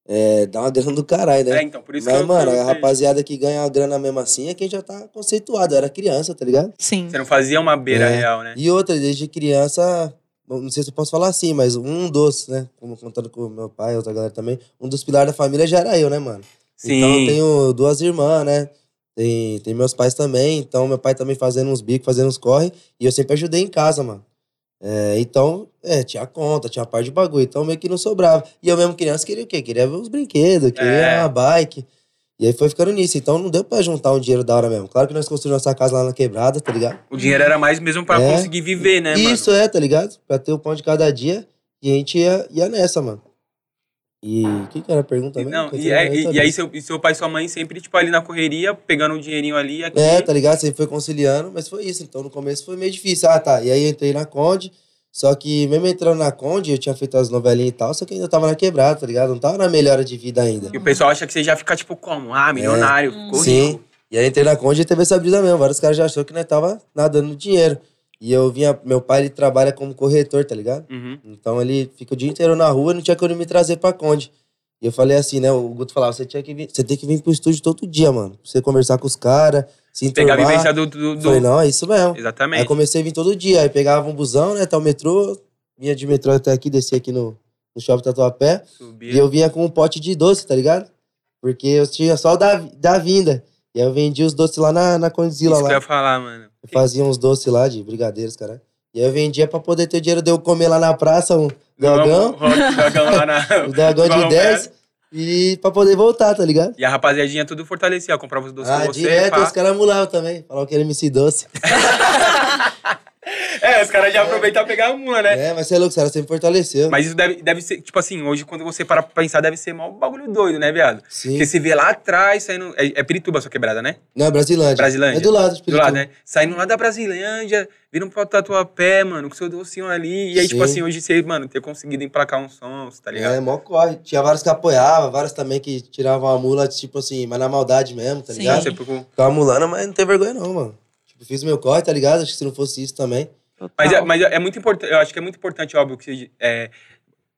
[SPEAKER 3] É, dá uma grana do caralho, né?
[SPEAKER 1] É, então, por isso que
[SPEAKER 3] Mas,
[SPEAKER 1] eu
[SPEAKER 3] mano, a
[SPEAKER 1] perguntei.
[SPEAKER 3] rapaziada que ganha uma grana mesmo assim é quem já tá conceituado. Eu era criança, tá ligado?
[SPEAKER 2] Sim.
[SPEAKER 1] Você não fazia uma beira
[SPEAKER 3] É.
[SPEAKER 1] real, né?
[SPEAKER 3] E outra, desde criança, bom, não sei se eu posso falar assim, mas um dos, né? Como contando com meu pai e outra galera também, um dos pilares da família já era eu, né, mano?
[SPEAKER 1] Sim.
[SPEAKER 3] Então eu tenho duas irmãs, né? Tem, tem meus pais também, então meu pai também fazendo uns bicos, fazendo uns corre, e eu sempre ajudei em casa, mano. É, então, é, tinha conta, tinha parte de bagulho, então meio que não sobrava. E eu mesmo criança queria o quê? Queria ver uns brinquedos, queria
[SPEAKER 1] É.
[SPEAKER 3] uma bike. E aí foi ficando nisso, então não deu pra juntar um dinheiro da hora mesmo. Claro que nós construímos nossa casa lá na quebrada, tá ligado?
[SPEAKER 1] O dinheiro era mais mesmo pra
[SPEAKER 3] É.
[SPEAKER 1] conseguir viver, né, mano?
[SPEAKER 3] Isso é, tá ligado? Pra ter o pão de cada dia. E a gente ia, ia nessa, mano. E o que, que era a pergunta
[SPEAKER 1] E
[SPEAKER 3] mesmo?
[SPEAKER 1] Não,
[SPEAKER 3] Que eu
[SPEAKER 1] e,
[SPEAKER 3] tinha
[SPEAKER 1] é-
[SPEAKER 3] na
[SPEAKER 1] e,
[SPEAKER 3] cabeça.
[SPEAKER 1] e aí seu, e seu pai e sua mãe sempre, tipo, ali na correria, pegando um dinheirinho ali, aqui.
[SPEAKER 3] É, tá ligado? Você foi conciliando, mas foi isso. Então no começo foi meio difícil. Ah, tá. E aí eu entrei na Conde. Só que mesmo entrando na Conde, eu tinha feito as novelinhas e tal, só que ainda tava na quebrada, tá ligado? Não tava na melhora de vida ainda.
[SPEAKER 1] E o pessoal acha que você já fica, tipo, como? Ah, milionário,
[SPEAKER 2] Hum.
[SPEAKER 1] ficou
[SPEAKER 3] Sim.
[SPEAKER 1] rico.
[SPEAKER 3] E aí entrei na Conde e teve essa brisa mesmo. Vários caras já achou que nós tava nadando no dinheiro. E eu vinha, meu pai ele trabalha como corretor, tá ligado?
[SPEAKER 1] Uhum.
[SPEAKER 3] Então ele fica o dia inteiro na rua, não tinha como ele me trazer pra Conde. E eu falei assim, né? O Guto falava, você tinha que vir, você tem que vir pro estúdio todo dia, mano. Pra você conversar com os caras, se
[SPEAKER 1] Pegar a
[SPEAKER 3] enturmar.
[SPEAKER 1] vivência do... do,
[SPEAKER 3] Eu
[SPEAKER 1] do-
[SPEAKER 3] Falei, não, é isso mesmo. Aí
[SPEAKER 1] Exatamente.
[SPEAKER 3] comecei a vir todo dia. Aí pegava um busão, né? Tal metrô, vinha de metrô até aqui, descia aqui no, no shopping Tatuapé.
[SPEAKER 1] Subir.
[SPEAKER 3] E eu vinha com um pote de doce, tá ligado? Porque eu tinha só o da, da vinda. E aí eu vendia os doces lá na, na Condzilla
[SPEAKER 1] Isso que eu
[SPEAKER 3] lá.
[SPEAKER 1] ia falar, mano.
[SPEAKER 3] Eu fazia uns doces lá de brigadeiros, cara. E aí eu vendia pra poder ter o dinheiro de eu comer lá na praça um
[SPEAKER 1] Vamos-
[SPEAKER 3] dogão,
[SPEAKER 1] rock, Dogão lá na...
[SPEAKER 3] um dogão de
[SPEAKER 1] Vamos,
[SPEAKER 3] 10 e pra poder voltar, tá ligado?
[SPEAKER 1] E a rapaziadinha tudo fortalecia, comprava os doces
[SPEAKER 3] Ah,
[SPEAKER 1] com você,
[SPEAKER 3] direto,
[SPEAKER 1] pá.
[SPEAKER 3] os caras mulavam também. Falavam que ele me se doce.
[SPEAKER 1] É, os caras já aproveitam e pegar uma, né?
[SPEAKER 3] É, mas você é louco, os caras sempre fortaleceu.
[SPEAKER 1] Mas isso deve, deve ser, tipo assim, hoje quando você para pra pensar, deve ser mal bagulho doido, né, viado?
[SPEAKER 3] Sim.
[SPEAKER 1] Porque se vê lá atrás, saindo. É, é Pirituba a sua quebrada, né?
[SPEAKER 3] Não, é Brasilândia.
[SPEAKER 1] Brasilândia.
[SPEAKER 3] É do lado, de
[SPEAKER 1] Do lado,
[SPEAKER 3] Pirituba.
[SPEAKER 1] né? Saindo lá da um Brasilândia, viram pro Tatuapé, mano, com seu docinho ali. E aí, tipo
[SPEAKER 3] Sim.
[SPEAKER 1] assim, hoje você, mano, ter conseguido emplacar uns sons, tá ligado?
[SPEAKER 3] É, mó corre. Tinha vários que apoiavam, vários também que tiravam a mula, tipo assim, mas na maldade mesmo, tá
[SPEAKER 2] Sim.
[SPEAKER 1] Então,
[SPEAKER 3] ligado?
[SPEAKER 1] você ficou-
[SPEAKER 3] Ficava mulando, mas não tem vergonha não, mano. Tipo, fiz meu corre, tá ligado? Acho que se não fosse isso também.
[SPEAKER 1] Mas, é,
[SPEAKER 2] Total.
[SPEAKER 1] mas é muito importante, eu acho que é muito importante, óbvio, que você, é,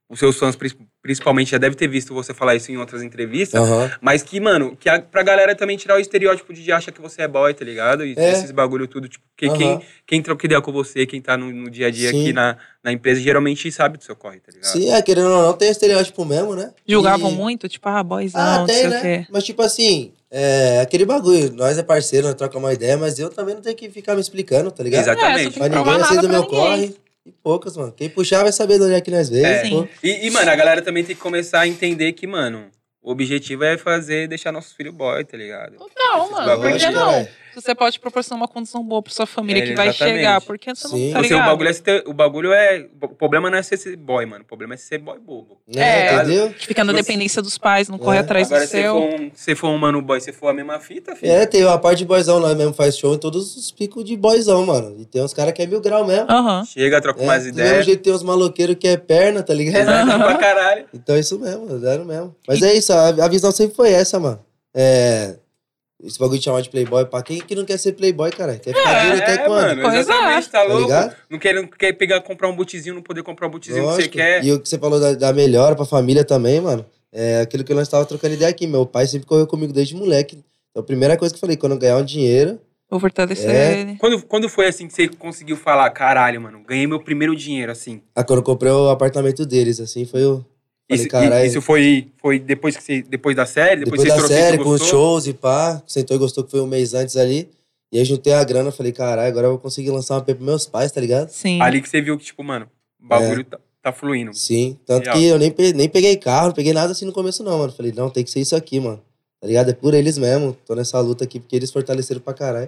[SPEAKER 1] os seus fãs, pris- principalmente, já devem ter visto você falar isso em outras entrevistas.
[SPEAKER 3] Aham.
[SPEAKER 1] Mas que, mano, que a, pra galera também tirar o estereótipo de acha que você é boy, tá ligado? E
[SPEAKER 3] É.
[SPEAKER 1] esses bagulho tudo, tipo, que quem,
[SPEAKER 3] aham.
[SPEAKER 1] quem troca ideia com você, quem tá no, no dia a dia
[SPEAKER 3] Sim.
[SPEAKER 1] aqui na, na empresa, geralmente sabe do seu corre, tá ligado?
[SPEAKER 3] Sim, é, querendo ou não, tem estereótipo mesmo, né?
[SPEAKER 2] Julgavam
[SPEAKER 3] E-
[SPEAKER 2] muito, tipo, ah, boyzão,
[SPEAKER 3] Ah,
[SPEAKER 2] não
[SPEAKER 3] tem,
[SPEAKER 2] sei
[SPEAKER 3] né?
[SPEAKER 2] o quê.
[SPEAKER 3] Mas tipo assim, é aquele bagulho. Nós é parceiro, nós trocamos uma ideia, mas eu também não tenho que ficar me explicando, tá ligado?
[SPEAKER 1] Exato. Exatamente.
[SPEAKER 2] É, só tem
[SPEAKER 3] Mas
[SPEAKER 2] que
[SPEAKER 3] ninguém
[SPEAKER 2] provar
[SPEAKER 3] vai
[SPEAKER 2] nada
[SPEAKER 3] sair do
[SPEAKER 2] pra
[SPEAKER 3] meu
[SPEAKER 2] ninguém.
[SPEAKER 3] corre. E poucas, mano. Quem puxar vai saber de onde é que nós veio.
[SPEAKER 1] É.
[SPEAKER 3] pô.
[SPEAKER 1] E, e, mano, a galera também tem que começar a entender que, mano, o objetivo é fazer, deixar nossos filhos boy, tá ligado?
[SPEAKER 2] Não, mano, por
[SPEAKER 1] bagulho,
[SPEAKER 2] que
[SPEAKER 3] Lógico,
[SPEAKER 2] não?
[SPEAKER 3] né, velho?
[SPEAKER 2] Se Você pode proporcionar uma condição boa pra sua família
[SPEAKER 1] É,
[SPEAKER 2] que vai
[SPEAKER 1] exatamente.
[SPEAKER 2] chegar. Por que você
[SPEAKER 3] Sim.
[SPEAKER 2] não tá
[SPEAKER 1] Porque
[SPEAKER 2] ligado?
[SPEAKER 1] o bagulho é se ter- o bagulho é. O problema não é ser esse boy, mano. O problema é ser boy bobo.
[SPEAKER 3] É,
[SPEAKER 2] É.
[SPEAKER 3] entendeu?
[SPEAKER 2] Que fica na
[SPEAKER 1] Você-
[SPEAKER 2] dependência dos pais, não corre
[SPEAKER 3] É.
[SPEAKER 2] atrás
[SPEAKER 1] Agora,
[SPEAKER 2] do
[SPEAKER 1] se
[SPEAKER 2] seu.
[SPEAKER 1] for, um, se for um mano boy, se for a mesma fita, filho.
[SPEAKER 3] É, tem uma parte de boyzão lá mesmo, faz show em todos os picos de boyzão, mano. E tem uns caras que é mil grau
[SPEAKER 1] Ah,
[SPEAKER 3] mesmo.
[SPEAKER 2] Aham.
[SPEAKER 1] Chega, troca
[SPEAKER 3] é,
[SPEAKER 1] umas
[SPEAKER 3] do mesmo
[SPEAKER 1] ideias.
[SPEAKER 3] jeito tem uns maloqueiros que é perna, tá ligado?
[SPEAKER 1] Exato, pra caralho.
[SPEAKER 3] Então é isso mesmo, zero mesmo. Mas é isso, a, a visão sempre foi essa, mano. É. Esse bagulho de chamar de playboy, pra quem que não quer ser playboy, cara? Quer ficar duro até
[SPEAKER 1] É,
[SPEAKER 3] quando?
[SPEAKER 1] mano,
[SPEAKER 2] Pois é.
[SPEAKER 1] exatamente, tá
[SPEAKER 3] Tá
[SPEAKER 1] louco?
[SPEAKER 3] ligado?
[SPEAKER 1] Não quer, não quer pegar, comprar um botezinho, não poder comprar o botezinho que é. você
[SPEAKER 3] Lógico.
[SPEAKER 1] quer.
[SPEAKER 3] E o que você falou da, da melhora pra família também, mano. É aquilo que nós tava trocando ideia aqui. Meu pai sempre correu comigo desde moleque. Então a primeira coisa que eu falei, quando eu ganhar um dinheiro,
[SPEAKER 2] Vou fortalecer
[SPEAKER 3] É.
[SPEAKER 2] ele.
[SPEAKER 1] Quando, quando foi assim que você conseguiu falar, caralho, mano, ganhei meu primeiro dinheiro, assim?
[SPEAKER 3] ah, quando eu comprei o apartamento deles, assim, foi o. Falei,
[SPEAKER 1] Isso, e-
[SPEAKER 3] caralho.
[SPEAKER 1] isso foi, foi depois, que você, depois da série? Depois,
[SPEAKER 3] Depois da
[SPEAKER 1] você trouxe
[SPEAKER 3] série, com os shows e pá, sentou e gostou que foi um mês antes ali. E aí juntei a grana, falei, caralho, agora eu vou conseguir lançar uma P pros meus pais, tá ligado?
[SPEAKER 2] Sim.
[SPEAKER 1] Ali que você viu que, tipo, mano, o bagulho tá, tá fluindo.
[SPEAKER 3] É. Sim. Tanto
[SPEAKER 1] Real.
[SPEAKER 3] que eu nem, pe- nem peguei carro, não peguei nada assim no começo, não, mano. Falei, não, tem que ser isso aqui, mano. Tá ligado? É por eles mesmo. Tô nessa luta aqui porque eles fortaleceram pra caralho.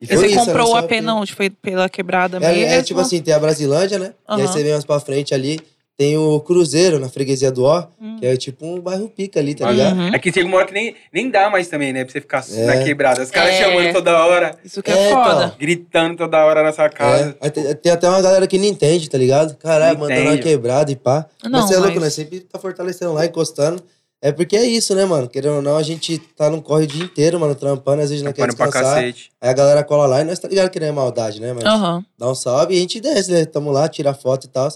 [SPEAKER 3] E
[SPEAKER 2] E
[SPEAKER 3] foi
[SPEAKER 2] você
[SPEAKER 3] isso, era
[SPEAKER 2] comprou
[SPEAKER 3] só
[SPEAKER 2] o AP,
[SPEAKER 3] ter-
[SPEAKER 2] não? Foi pela quebrada
[SPEAKER 3] É,
[SPEAKER 2] mesmo?
[SPEAKER 3] é, tipo assim, tem a Brasilândia, né? E aí
[SPEAKER 2] Aham.
[SPEAKER 3] você vem mais pra frente ali, tem o Cruzeiro na freguesia do Ó,
[SPEAKER 2] Hum.
[SPEAKER 3] que é tipo um bairro pica ali, tá
[SPEAKER 1] Uhum.
[SPEAKER 3] ligado?
[SPEAKER 1] É que chega uma hora que nem, nem dá mais também, né? Pra você ficar
[SPEAKER 3] É.
[SPEAKER 1] na quebrada. Os caras
[SPEAKER 2] É.
[SPEAKER 1] chamando toda hora,
[SPEAKER 2] Isso que é,
[SPEAKER 3] É, então.
[SPEAKER 2] foda.
[SPEAKER 1] gritando toda hora na sua casa.
[SPEAKER 3] É, aí tem, tem até uma galera que não entende, tá ligado? Caralho,
[SPEAKER 1] Não
[SPEAKER 3] mandando uma
[SPEAKER 1] entende.
[SPEAKER 3] quebrada e pá.
[SPEAKER 2] Não,
[SPEAKER 3] mas você é louco,
[SPEAKER 2] mas-
[SPEAKER 3] né? Sempre tá fortalecendo lá, encostando. É porque é isso, né, mano? Querendo ou não, a gente tá num corre o dia inteiro, mano, trampando, às vezes não quer
[SPEAKER 1] Tampando pra
[SPEAKER 3] descansar.
[SPEAKER 1] cacete.
[SPEAKER 3] Aí a galera cola lá e nós tá ligado que não é maldade, né? Mas
[SPEAKER 2] Aham.
[SPEAKER 3] dá um salve e a gente desce, né? Tamo lá, tira foto e tal.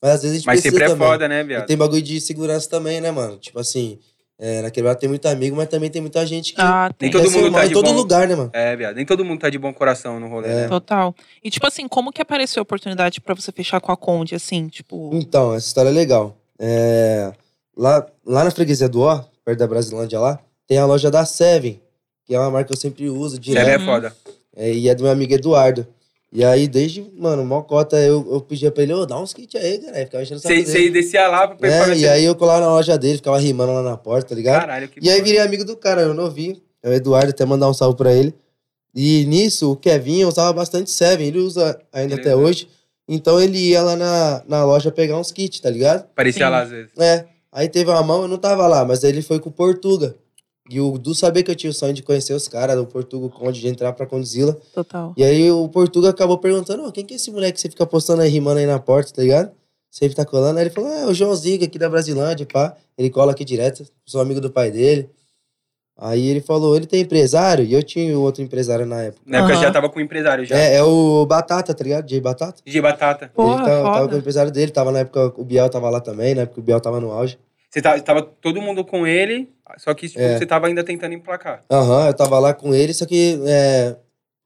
[SPEAKER 3] Mas às vezes a gente
[SPEAKER 1] Mas
[SPEAKER 3] precisa
[SPEAKER 1] sempre é
[SPEAKER 3] também.
[SPEAKER 1] foda, né,
[SPEAKER 3] E
[SPEAKER 1] viado?
[SPEAKER 3] tem bagulho de segurança também, né, mano? Tipo assim, É, na quebrada tem muito amigo, mas também tem muita gente que
[SPEAKER 2] Ah, tem.
[SPEAKER 1] Nem todo
[SPEAKER 3] é ser
[SPEAKER 1] mundo
[SPEAKER 3] humano
[SPEAKER 1] tá
[SPEAKER 3] em
[SPEAKER 1] de
[SPEAKER 3] todo
[SPEAKER 1] bom.
[SPEAKER 3] lugar, né, mano?
[SPEAKER 1] É, viado. Nem todo mundo tá de bom coração no rolê,
[SPEAKER 3] É.
[SPEAKER 1] né?
[SPEAKER 2] Total. E, tipo assim, como que apareceu a oportunidade pra você fechar com a Conde, assim? Tipo,
[SPEAKER 3] Então, essa história é legal. É, lá, lá na freguesia do Ó, perto da Brasilândia lá, tem a loja da Seven, que é uma marca que eu sempre uso direto.
[SPEAKER 1] Sério, é
[SPEAKER 2] Uhum.
[SPEAKER 1] foda.
[SPEAKER 3] É, e é do meu amigo Eduardo. E aí, desde, mano, mó cota, eu, eu pedia pra ele, ô, dá uns kits aí, cara. Aí Ficava enchendo o saco dele.
[SPEAKER 1] Você descia lá pro pessoal assim,
[SPEAKER 3] Né? E aí eu colava na loja dele, ficava rimando lá na porta, tá ligado?
[SPEAKER 1] Caralho, que
[SPEAKER 3] E aí
[SPEAKER 1] foda.
[SPEAKER 3] virei amigo do cara, eu novinho. É o Eduardo, até mandar um salve pra ele. E nisso, o Kevin usava bastante Seven, ele usa ainda
[SPEAKER 1] Ele
[SPEAKER 3] até
[SPEAKER 1] usa.
[SPEAKER 3] hoje. Então ele ia lá na, na loja pegar uns kits, tá ligado?
[SPEAKER 1] Parecia
[SPEAKER 2] Sim.
[SPEAKER 1] lá às vezes.
[SPEAKER 3] É. Aí teve uma mão, eu não tava lá, mas aí ele foi com o Portuga. E o Du sabia que eu tinha o sonho de conhecer os caras, o Portuga, o Conde, de entrar pra conduzi-la.
[SPEAKER 2] total.
[SPEAKER 3] E aí o Portuga acabou perguntando, "Ô, quem que é esse moleque que você fica postando aí, rimando aí na porta, tá ligado? Sempre tá colando. Aí ele falou, é o João Ziga aqui da Brasilândia, pá. Ele cola aqui direto, sou amigo do pai dele. Aí ele falou, ele tem empresário? E eu tinha um outro empresário na época.
[SPEAKER 1] Na época
[SPEAKER 2] Aham.
[SPEAKER 1] já tava com o empresário já.
[SPEAKER 3] É, é o Batata, tá ligado? DJ Batata.
[SPEAKER 1] DJ Batata.
[SPEAKER 2] Porra,
[SPEAKER 3] ele tava, tava com o
[SPEAKER 2] foda.
[SPEAKER 3] empresário dele, tava na época, o Biel tava lá também, na época o Biel tava no auge.
[SPEAKER 1] Você tá- tava todo mundo com ele, só que tipo,
[SPEAKER 3] É.
[SPEAKER 1] você tava ainda tentando emplacar.
[SPEAKER 3] Aham, eu tava lá com ele, só que é,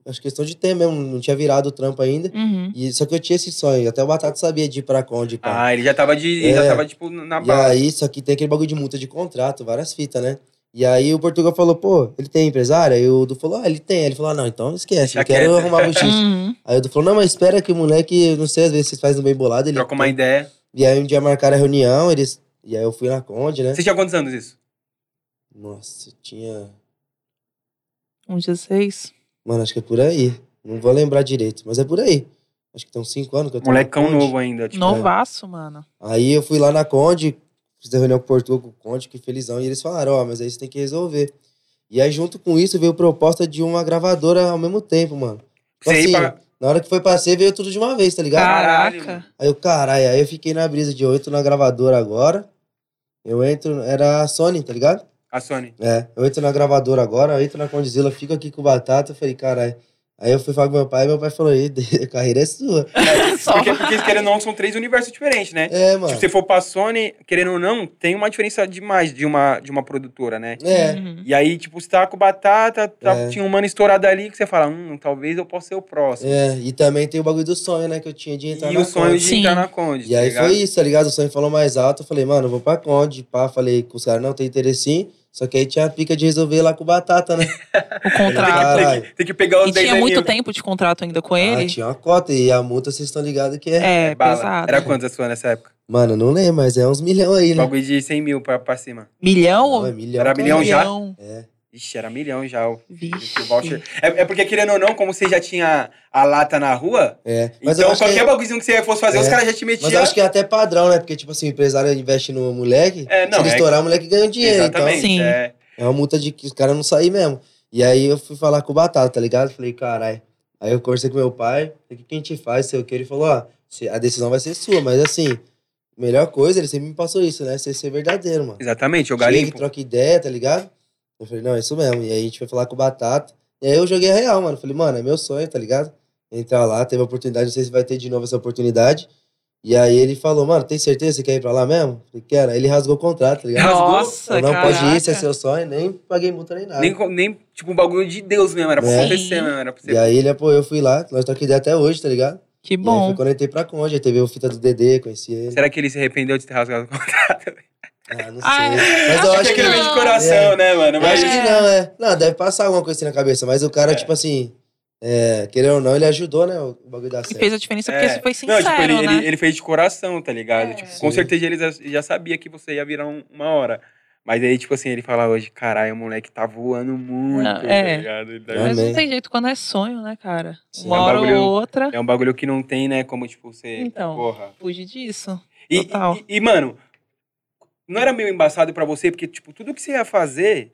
[SPEAKER 3] acho questão de tempo mesmo, não tinha virado o trampo ainda.
[SPEAKER 2] Uhum.
[SPEAKER 3] E, só que eu tinha esse sonho, até o Batata sabia de ir pra Conde, pá.
[SPEAKER 1] Ah, ele já tava de.
[SPEAKER 3] É.
[SPEAKER 1] Já tava, tipo, na
[SPEAKER 3] E
[SPEAKER 1] bala.
[SPEAKER 3] aí, só que tem aquele bagulho de multa de contrato, várias fitas, né? E aí o Portugal falou, pô, ele tem empresário? Aí o Du falou, ah, ele tem. Ele falou, ah, não, então esquece,
[SPEAKER 1] Já
[SPEAKER 3] eu quero
[SPEAKER 1] quero.
[SPEAKER 3] arrumar buchicha.
[SPEAKER 2] Uhum.
[SPEAKER 3] aí o Du falou, não, mas espera que o moleque, não sei, às vezes vocês fazem um bem bolado. Ele
[SPEAKER 1] Troca uma ideia.
[SPEAKER 3] E aí um dia marcaram a reunião, eles... E aí eu fui na Conde, né?
[SPEAKER 1] Você tinha quantos anos isso?
[SPEAKER 3] Nossa, tinha...
[SPEAKER 2] Um 16.
[SPEAKER 3] Mano, acho que é por aí. Não vou lembrar direito, mas é por aí. Acho que tem uns 5 anos que eu tô na
[SPEAKER 1] Molecão
[SPEAKER 3] Conde.
[SPEAKER 1] novo ainda. Tipo,
[SPEAKER 2] Novaço, mano.
[SPEAKER 3] Aí eu fui lá na Conde, fiz a reunião com o Portugal, com o Conde, que felizão. E eles falaram, ó, mas aí você tem que resolver. E aí, junto com isso, veio proposta de uma gravadora ao mesmo tempo, mano. Então,
[SPEAKER 1] Você
[SPEAKER 3] assim,
[SPEAKER 1] ir pra.
[SPEAKER 3] na hora que foi pra ser, veio tudo de uma vez, tá ligado?
[SPEAKER 1] Caralho,
[SPEAKER 2] Caraca.
[SPEAKER 3] Aí eu, caralho, aí eu fiquei na brisa de eu entro na gravadora agora. Eu entro, era a Sony, tá ligado?
[SPEAKER 1] A Sony.
[SPEAKER 3] É, eu entro na gravadora agora, eu entro na Condizila, fico aqui com o Batata. Eu falei, caralho. Aí eu fui falar com meu pai, meu pai falou, "Ih, a carreira é sua.
[SPEAKER 2] Só.
[SPEAKER 1] Porque, porque querendo ou não, são três universos diferentes, né?
[SPEAKER 3] É,
[SPEAKER 1] Se
[SPEAKER 3] mano.
[SPEAKER 1] você for pra Sony, querendo ou não, tem uma diferença demais de uma, de uma produtora, né?
[SPEAKER 3] É,
[SPEAKER 2] Uhum.
[SPEAKER 1] E aí, tipo, você tá com batata, tá-
[SPEAKER 3] É.
[SPEAKER 1] tinha um mano estourado ali que você fala, hum, talvez eu possa ser o próximo.
[SPEAKER 3] é. E também tem o bagulho do sonho, né, que eu tinha de entrar
[SPEAKER 1] E
[SPEAKER 3] na
[SPEAKER 1] o sonho
[SPEAKER 3] Conde.
[SPEAKER 1] de
[SPEAKER 2] Sim.
[SPEAKER 1] entrar na Conde.
[SPEAKER 3] E aí foi isso, tá ligado? O sonho falou mais alto. Eu falei, mano, eu vou pra Conde, pá. Falei com os caras, não, tem interesse sim. Só que aí tinha a pica de resolver lá com o Batata, né?
[SPEAKER 2] O contrato.
[SPEAKER 1] Tem que,
[SPEAKER 3] Caralho.
[SPEAKER 1] tem que pegar os
[SPEAKER 2] E
[SPEAKER 1] 10
[SPEAKER 2] tinha muito
[SPEAKER 1] aninhos.
[SPEAKER 2] tempo de contrato ainda com ele?
[SPEAKER 3] Ah, tinha uma cota. E a multa, vocês estão ligados que é.
[SPEAKER 2] É,
[SPEAKER 1] Bala.
[SPEAKER 2] pesado.
[SPEAKER 1] Era quantos a sua nessa época?
[SPEAKER 3] Mano, não lembro, mas é uns milhão aí, né?
[SPEAKER 1] Bagulho de 100 mil pra, pra cima.
[SPEAKER 2] Milhão?
[SPEAKER 3] Não,
[SPEAKER 2] ou
[SPEAKER 3] é milhão.
[SPEAKER 1] Era
[SPEAKER 3] cara.
[SPEAKER 1] um milhão já?
[SPEAKER 3] É.
[SPEAKER 1] Ixi, era milhão já. O,
[SPEAKER 2] Vixe.
[SPEAKER 1] o voucher. É, é porque, querendo ou não, como você já tinha a lata na rua,
[SPEAKER 3] É. Mas eu
[SPEAKER 1] então
[SPEAKER 3] acho que
[SPEAKER 1] qualquer
[SPEAKER 3] é-
[SPEAKER 1] bagulhozinho que você fosse fazer,
[SPEAKER 3] É.
[SPEAKER 1] os caras já te
[SPEAKER 3] mas eu
[SPEAKER 1] metiam.
[SPEAKER 3] acho que é até padrão, né? Porque, tipo assim, o empresário investe no moleque,
[SPEAKER 1] É, não,
[SPEAKER 3] se ele
[SPEAKER 1] é-
[SPEAKER 3] estourar, o moleque ganha um dinheiro.
[SPEAKER 1] Exatamente.
[SPEAKER 2] Sim.
[SPEAKER 1] é.
[SPEAKER 3] Então, é uma multa de que os caras não saem mesmo. E aí eu fui falar com o Batata, tá ligado? Falei, caralho. Aí eu conversei com meu pai, falei, o que que a gente faz, sei o que. Ele falou, ó, se- a decisão vai ser sua, mas assim, melhor coisa, ele sempre me passou isso, né? Você ser verdadeiro, mano.
[SPEAKER 1] Exatamente, jogar
[SPEAKER 3] Chega,
[SPEAKER 1] limpo.
[SPEAKER 3] troca ideia, tá ligado? Eu falei, não, é isso mesmo. E aí a gente foi falar com o Batata. E aí eu joguei a real, mano. Falei, mano, é meu sonho, tá ligado? Entrar lá, teve a oportunidade, não sei se vai ter de novo essa oportunidade. E aí ele falou, mano, tem certeza que você quer ir pra lá mesmo? Falei, quero. Aí ele rasgou o contrato, tá ligado?
[SPEAKER 2] Nossa,
[SPEAKER 3] Falou, não,
[SPEAKER 2] caraca.
[SPEAKER 3] pode ir, esse é seu sonho. Nem paguei multa nem nada.
[SPEAKER 1] Nem, co- nem, tipo, um bagulho de Deus mesmo. Era pra
[SPEAKER 3] É.
[SPEAKER 1] acontecer
[SPEAKER 2] Sim.
[SPEAKER 1] mesmo. Era pra você.
[SPEAKER 3] E aí ele apoiou, eu fui lá. Nós trocamos ideia até hoje, tá ligado?
[SPEAKER 2] Que
[SPEAKER 3] E aí
[SPEAKER 2] bom.
[SPEAKER 3] foi quando eu entrei pra Conde. Aí teve o Fita do Dedê, conheci ele.
[SPEAKER 1] Será que ele se arrependeu de ter rasgado o contrato?
[SPEAKER 3] Ah, não sei.
[SPEAKER 2] Ah,
[SPEAKER 3] Mas eu
[SPEAKER 2] acho
[SPEAKER 3] acho
[SPEAKER 1] Porque
[SPEAKER 3] que...
[SPEAKER 1] aquele
[SPEAKER 2] não.
[SPEAKER 1] meio de coração, né, mano?
[SPEAKER 3] Eu
[SPEAKER 1] Mas,
[SPEAKER 3] acho que
[SPEAKER 2] É.
[SPEAKER 3] não, é. Não, deve passar alguma coisa assim na cabeça, mas o cara,
[SPEAKER 1] É.
[SPEAKER 3] tipo assim, é, querendo ou não, ele ajudou, né? O bagulho da
[SPEAKER 2] E
[SPEAKER 3] série.
[SPEAKER 2] fez a diferença porque
[SPEAKER 1] É.
[SPEAKER 2] isso foi
[SPEAKER 1] não,
[SPEAKER 2] sincero,
[SPEAKER 1] tipo, ele,
[SPEAKER 2] né?
[SPEAKER 1] ele, ele fez de coração, tá ligado?
[SPEAKER 2] É.
[SPEAKER 1] Tipo, com
[SPEAKER 3] Sim.
[SPEAKER 1] certeza ele já, já sabia que você ia virar um- uma hora. Mas aí, tipo assim, ele fala hoje, caralho, o moleque tá voando muito,
[SPEAKER 2] Não,
[SPEAKER 1] tá
[SPEAKER 2] é.
[SPEAKER 1] ligado? Ele tá-
[SPEAKER 3] É.
[SPEAKER 2] Mas não
[SPEAKER 3] Amém.
[SPEAKER 2] tem jeito quando é sonho, né, cara?
[SPEAKER 3] Sim.
[SPEAKER 2] Uma
[SPEAKER 1] É um
[SPEAKER 2] hora
[SPEAKER 1] bagulho-
[SPEAKER 2] ou outra,
[SPEAKER 1] É um bagulho que não tem, né, como, tipo, você...
[SPEAKER 2] Então.
[SPEAKER 1] Porra.
[SPEAKER 2] fuge disso.
[SPEAKER 1] E,
[SPEAKER 2] Total.
[SPEAKER 1] e- e, mano, não era meio embaçado pra você, porque, tipo, tudo que você ia fazer,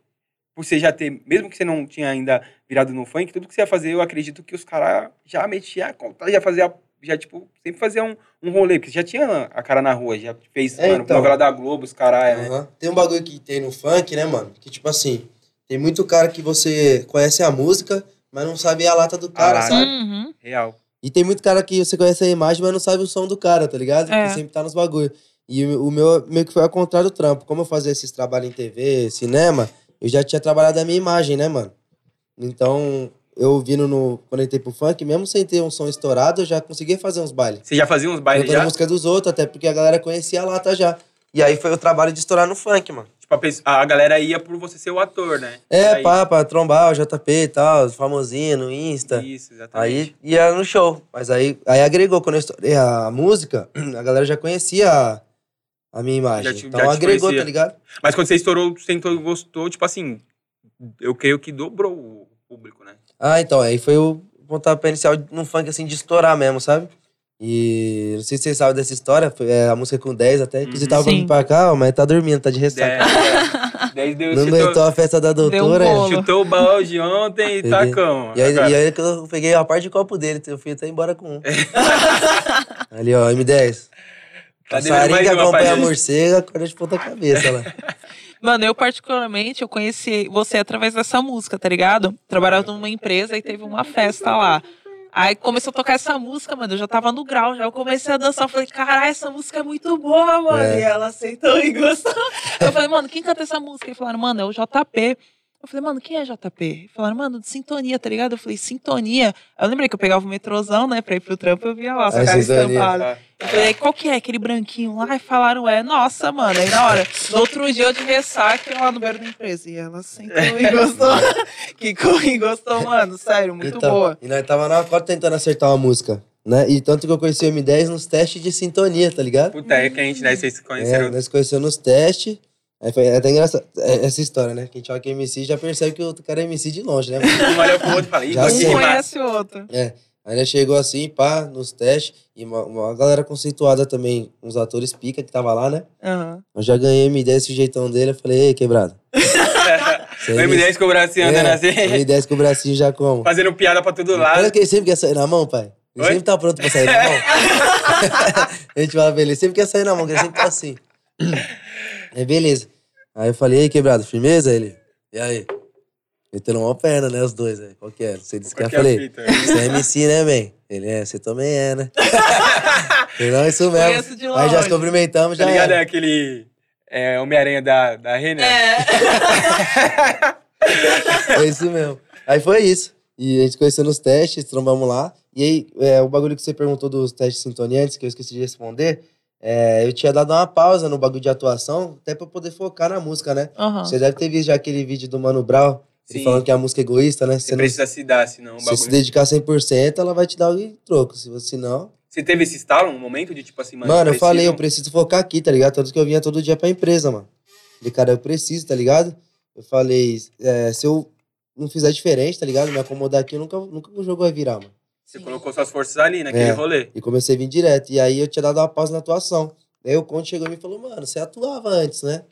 [SPEAKER 1] por você já ter, mesmo que você não tinha ainda virado no funk, tudo que você ia fazer, eu acredito que os caras já metiam a conta, já fazia, já, tipo, sempre fazia um, um rolê, porque você já tinha a cara na rua, já fez,
[SPEAKER 3] É,
[SPEAKER 1] mano,
[SPEAKER 3] então.
[SPEAKER 1] novela da Globo, os caralho, né?
[SPEAKER 3] Aham. Tem um bagulho que tem no funk, né, mano? Que tipo assim, tem muito cara que você conhece a música, mas não sabe a lata do cara,
[SPEAKER 1] lata.
[SPEAKER 3] sabe?
[SPEAKER 2] Uhum.
[SPEAKER 1] Real.
[SPEAKER 3] E tem muito cara que você conhece a imagem, mas não sabe o som do cara, tá ligado?
[SPEAKER 2] É.
[SPEAKER 3] Que sempre tá nos bagulhos. E o o meu meio que foi ao contrário do trampo. Como eu fazia esses trabalhos em TV, cinema, eu já tinha trabalhado a minha imagem, né, mano? Então, eu vindo no. Quando eu entrei pro funk, mesmo sem ter um som estourado, eu já conseguia fazer uns bailes.
[SPEAKER 4] Você já fazia uns bailes
[SPEAKER 3] Cantando
[SPEAKER 4] já?
[SPEAKER 3] a música dos outros, até porque a galera conhecia a lata já. E aí foi o trabalho de estourar no funk, mano.
[SPEAKER 4] Tipo, a, pessoa- a galera ia por você ser o ator, né?
[SPEAKER 3] É,
[SPEAKER 4] Aí-
[SPEAKER 3] pá, pra trombar o JP e tal, os famosinhos no Insta.
[SPEAKER 4] Isso, exatamente.
[SPEAKER 3] Aí ia no show. Mas aí, aí agregou. Quando eu estourei a música, a galera já conhecia a, a minha imagem.
[SPEAKER 4] Já te-
[SPEAKER 3] então
[SPEAKER 4] já te
[SPEAKER 3] agregou,
[SPEAKER 4] conhecia.
[SPEAKER 3] tá ligado?
[SPEAKER 4] Mas quando você estourou, tentou, gostou, tipo assim, eu creio que dobrou o público, né?
[SPEAKER 3] Ah, então, aí foi o pontapé inicial num funk assim de estourar mesmo, sabe? E não sei se vocês sabem dessa história, foi é, a música com 10 até. Inclusive,
[SPEAKER 4] Uhum.
[SPEAKER 3] tava
[SPEAKER 2] Sim.
[SPEAKER 3] vindo pra cá, ó, mas tá dormindo, tá de ressaca.
[SPEAKER 4] 10 É, deu,
[SPEAKER 3] Não
[SPEAKER 4] chutou,
[SPEAKER 3] aguentou a festa da
[SPEAKER 2] Deu um
[SPEAKER 3] doutora.
[SPEAKER 2] bolo.
[SPEAKER 4] chutou o balde ontem e
[SPEAKER 3] Peguei.
[SPEAKER 4] tacão.
[SPEAKER 3] E aí,
[SPEAKER 4] Agora- É.
[SPEAKER 3] e aí que eu peguei a parte de copo dele, eu fui até embora com um. Ali, ó, M10.
[SPEAKER 4] Tá
[SPEAKER 3] Tá
[SPEAKER 4] devendo mais uma
[SPEAKER 3] que
[SPEAKER 4] pra
[SPEAKER 3] acompanha a
[SPEAKER 4] gente.
[SPEAKER 3] morcega, acorda de ponta cabeça lá.
[SPEAKER 2] Mano, eu particularmente, eu conheci você através dessa música, tá ligado? Trabalhava numa empresa e teve uma festa lá. Aí começou a tocar essa música, mano. Eu já tava no grau, já eu comecei a dançar. Eu falei, caralho, essa música é muito boa, mano.
[SPEAKER 3] É.
[SPEAKER 2] E ela aceitou e gostou. Eu falei, mano, quem canta essa música? E falaram, mano, é o JP. Eu falei, mano, quem é JP? E falaram, mano, de sintonia, tá ligado? Eu falei, sintonia. Eu lembrei que eu pegava o metrozão, né, pra ir pro trampo, eu via lá, os
[SPEAKER 3] É,
[SPEAKER 2] caras
[SPEAKER 3] Sintonia.
[SPEAKER 2] estampados.
[SPEAKER 4] Ah,
[SPEAKER 2] Eu falei, qual que é aquele branquinho lá? E falaram, é, nossa, mano. Aí na hora, no outro dia eu de ressaca eu lá no beiro da empresa. E ela sentou e
[SPEAKER 1] É.
[SPEAKER 2] gostou. Ficou e gostou, mano. Sério, muito
[SPEAKER 3] Então,
[SPEAKER 2] boa.
[SPEAKER 3] E nós tava na cota tentando acertar uma música, né? E tanto que eu conheci o M10 nos testes de sintonia, tá ligado?
[SPEAKER 4] Puta, é que a gente, né? Vocês se
[SPEAKER 3] É,
[SPEAKER 4] conheceram.
[SPEAKER 3] nós conhecemos nos testes. Aí foi até engraçado é, essa história, né? Quem toca MC já percebe que o cara é MC de longe, né? mano?
[SPEAKER 4] Um olhou pro outro e fala, Ih,
[SPEAKER 3] Já
[SPEAKER 4] vou
[SPEAKER 2] Um
[SPEAKER 4] te
[SPEAKER 3] sei.
[SPEAKER 4] queimar."
[SPEAKER 2] conhece o outro.
[SPEAKER 3] Aí nós chegou assim, pá, nos testes. E uma, uma galera conceituada também, uns atores pica que tava lá, né?
[SPEAKER 2] Aham.
[SPEAKER 3] Eu já ganhei M10 esse jeitão dele. Eu falei, ei, quebrado.
[SPEAKER 4] O M10 com o bracinho andando
[SPEAKER 3] É,
[SPEAKER 4] assim,
[SPEAKER 3] M10 com o bracinho já como.
[SPEAKER 4] fazendo piada pra todo
[SPEAKER 3] Olha
[SPEAKER 4] lado.
[SPEAKER 3] que ele sempre quer sair na mão, pai.
[SPEAKER 4] Oi?
[SPEAKER 3] Ele sempre tá pronto pra sair na mão. a gente fala pra ele, ele sempre quer sair na mão, que ele sempre tá assim. Aí beleza. Aí eu falei, ei, quebrado, firmeza? Ele, e aí? Metendo uma perna, né, os dois. Aí. Qual que é? Não sei desse que
[SPEAKER 4] Qual
[SPEAKER 3] eu
[SPEAKER 4] que é a
[SPEAKER 3] falei.
[SPEAKER 4] fita?
[SPEAKER 3] Você é MC, né, man? Ele é, você também é, né? Ele não, isso mesmo.
[SPEAKER 2] Conheço de
[SPEAKER 3] Aí já
[SPEAKER 2] longe.
[SPEAKER 3] se cumprimentamos,
[SPEAKER 4] Tá
[SPEAKER 3] já
[SPEAKER 4] ligado? É
[SPEAKER 3] era.
[SPEAKER 4] aquele é, Homem-Aranha da, da Renner.
[SPEAKER 2] É.
[SPEAKER 3] É isso mesmo. Aí foi isso. E a gente conheceu nos testes, trombamos lá. E aí, é, o bagulho que você perguntou dos testes sintoniantes, que eu esqueci de responder, é, eu tinha dado uma pausa no bagulho de atuação, até pra poder focar na música, né?
[SPEAKER 2] Aham.
[SPEAKER 3] Você deve ter visto já aquele vídeo do Mano Brown, ele
[SPEAKER 4] Sim.
[SPEAKER 3] falando que a música é egoísta, né?
[SPEAKER 4] Você
[SPEAKER 3] Você não,
[SPEAKER 4] precisa se dar, senão o
[SPEAKER 3] se você se
[SPEAKER 4] bagulho.
[SPEAKER 3] dedicar 100%, ela vai te dar o troco. Se você não,
[SPEAKER 4] Você teve esse estalo, um momento de tipo assim, mano.
[SPEAKER 3] Mano, eu falei, eu
[SPEAKER 4] preciso-
[SPEAKER 3] preciso focar aqui, tá ligado? Tanto que eu vinha todo dia pra empresa, mano. Falei, cara, eu preciso, tá ligado? Eu falei, é, se eu não fizer diferente, tá ligado? Me acomodar aqui, nunca, nunca o jogo vai virar, mano.
[SPEAKER 4] Você colocou suas forças ali, naquele
[SPEAKER 3] É.
[SPEAKER 4] rolê.
[SPEAKER 3] E comecei a vir direto. E aí eu tinha dado uma pausa na atuação. Daí o Conte chegou e me falou, mano, você atuava antes, né?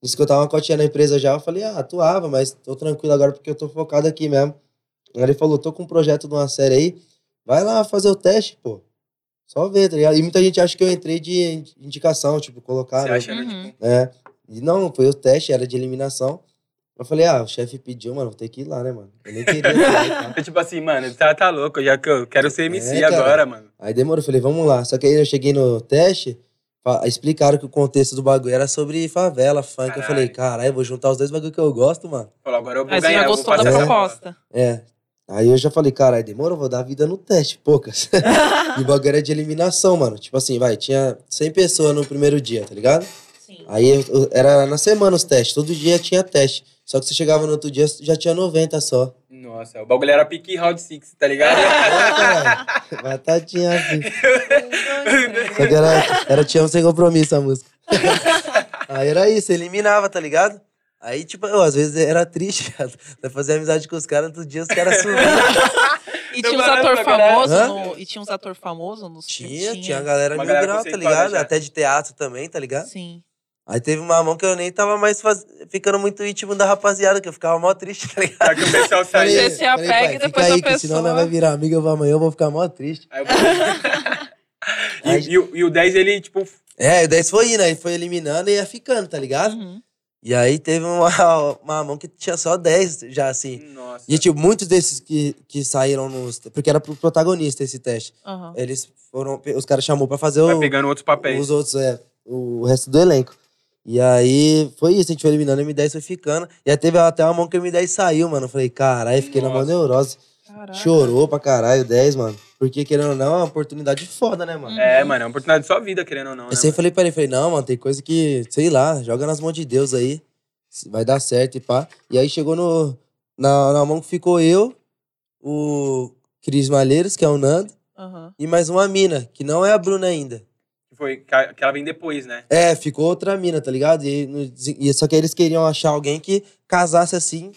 [SPEAKER 3] Isso que eu tava uma cotinha na empresa já, eu falei, ah, atuava, mas tô tranquilo agora porque eu tô focado aqui mesmo. Aí ele falou, tô com um projeto de uma série aí, vai lá fazer o teste, pô. Só ver, tá ligado? E muita gente acha que eu entrei de in- indicação, tipo, colocar.
[SPEAKER 4] você
[SPEAKER 3] né?
[SPEAKER 4] achando,
[SPEAKER 2] Uhum.
[SPEAKER 4] tipo,
[SPEAKER 3] É. E não, foi o teste, era de eliminação. Eu falei, ah, o chefe pediu, mano, vou ter que ir lá, né, mano? Eu nem queria. tá?
[SPEAKER 4] é tipo assim, mano, tá, tá louco, já que eu quero ser MC
[SPEAKER 3] É, cara.
[SPEAKER 4] agora, mano.
[SPEAKER 3] Aí demorou, eu falei, vamos lá. Só que aí eu cheguei no teste, fa- explicaram que o contexto do bagulho era sobre favela, funk. Eu falei, caralho, vou juntar os dois bagulhos que eu gosto, mano.
[SPEAKER 4] Falou, agora eu vou
[SPEAKER 2] Aí você
[SPEAKER 4] ganhar.
[SPEAKER 2] já
[SPEAKER 4] eu vou
[SPEAKER 2] gostou da
[SPEAKER 4] passar
[SPEAKER 1] um-
[SPEAKER 4] essa
[SPEAKER 2] proposta.
[SPEAKER 3] É. Aí eu já falei, caralho, demorou, vou dar vida no teste, poucas. e o bagulho era de eliminação, mano. Tipo assim, vai, tinha 100 pessoas no primeiro dia, tá ligado?
[SPEAKER 2] Sim.
[SPEAKER 3] Aí eu- eu- era na semana os testes, todo dia tinha teste. Só que você chegava no outro dia, já tinha 90 só.
[SPEAKER 4] Nossa, o bagulho era pique round six, tá ligado?
[SPEAKER 3] É, caralho. Batatinha aqui.
[SPEAKER 2] Um, dois, três.
[SPEAKER 3] Só que era, era Te Amo Sem Compromisso a música. Aí era isso, eliminava, tá ligado? Aí, tipo, eu, às vezes era triste, cara. Vai fazer amizade com os caras, outro dia os caras sumiam.
[SPEAKER 2] E tinha uns
[SPEAKER 4] Demorou
[SPEAKER 2] ator
[SPEAKER 4] pra caralho.
[SPEAKER 2] famoso
[SPEAKER 3] Hã?
[SPEAKER 2] no, E tinha uns ator famoso nos
[SPEAKER 3] Tinha, tinha a galera
[SPEAKER 4] Uma
[SPEAKER 3] mil
[SPEAKER 4] galera
[SPEAKER 3] grau, tá
[SPEAKER 4] conceituada
[SPEAKER 3] ligado?
[SPEAKER 4] já.
[SPEAKER 3] Até de teatro também, tá ligado?
[SPEAKER 2] Sim.
[SPEAKER 3] Aí teve uma mão que eu nem tava mais faz... ficando muito íntimo da rapaziada, que eu ficava mó triste, tá ligado?
[SPEAKER 4] Pra que o pessoal saia.
[SPEAKER 2] Você se apega e
[SPEAKER 3] fica
[SPEAKER 2] depois
[SPEAKER 3] aí,
[SPEAKER 2] é a
[SPEAKER 3] que senão ela
[SPEAKER 2] pessoa-
[SPEAKER 3] vai virar amiga, eu vou amanhã eu vou ficar mó triste.
[SPEAKER 4] Aí eu- E, e o- e o 10, ele, tipo,
[SPEAKER 3] É, e daí isso foi indo, aí foi eliminando e ia ficando, tá ligado?
[SPEAKER 2] Uhum.
[SPEAKER 3] E aí teve uma, uma mão que tinha só 10 já, assim.
[SPEAKER 4] nossa.
[SPEAKER 3] E, tipo, muitos desses que, que saíram nos. Porque era pro protagonista esse teste.
[SPEAKER 2] Aham.
[SPEAKER 3] Eles foram. Os caras chamou pra fazer
[SPEAKER 4] Vai
[SPEAKER 3] o-
[SPEAKER 4] pegando outros papéis.
[SPEAKER 3] os outros. É, o resto do elenco. E aí foi isso, a gente foi eliminando, o M10 foi ficando. E aí teve até uma mão que o M10 saiu, mano. Eu falei, caralho, fiquei na mão
[SPEAKER 1] Nossa.
[SPEAKER 3] neurose.
[SPEAKER 2] Caraca.
[SPEAKER 3] Chorou pra caralho o 10, mano. Porque, querendo ou não, é uma oportunidade foda, né, mano?
[SPEAKER 1] É, mano, é uma oportunidade de sua vida, querendo ou não.
[SPEAKER 3] Eu
[SPEAKER 1] né,
[SPEAKER 3] sempre falei pra ele, falei, não, mano, tem coisa que, sei lá, joga nas mãos de Deus aí, vai dar certo e pá. E aí chegou no, na, na mão que ficou eu, o Cris Malheiros, que é o Nando,
[SPEAKER 2] Aham.
[SPEAKER 3] e mais uma mina, que não é a Bruna ainda.
[SPEAKER 1] mano? Foi ca- que ela vem depois, né?
[SPEAKER 3] É, ficou outra mina, tá ligado? E, no- e só que eles queriam achar alguém que casasse assim,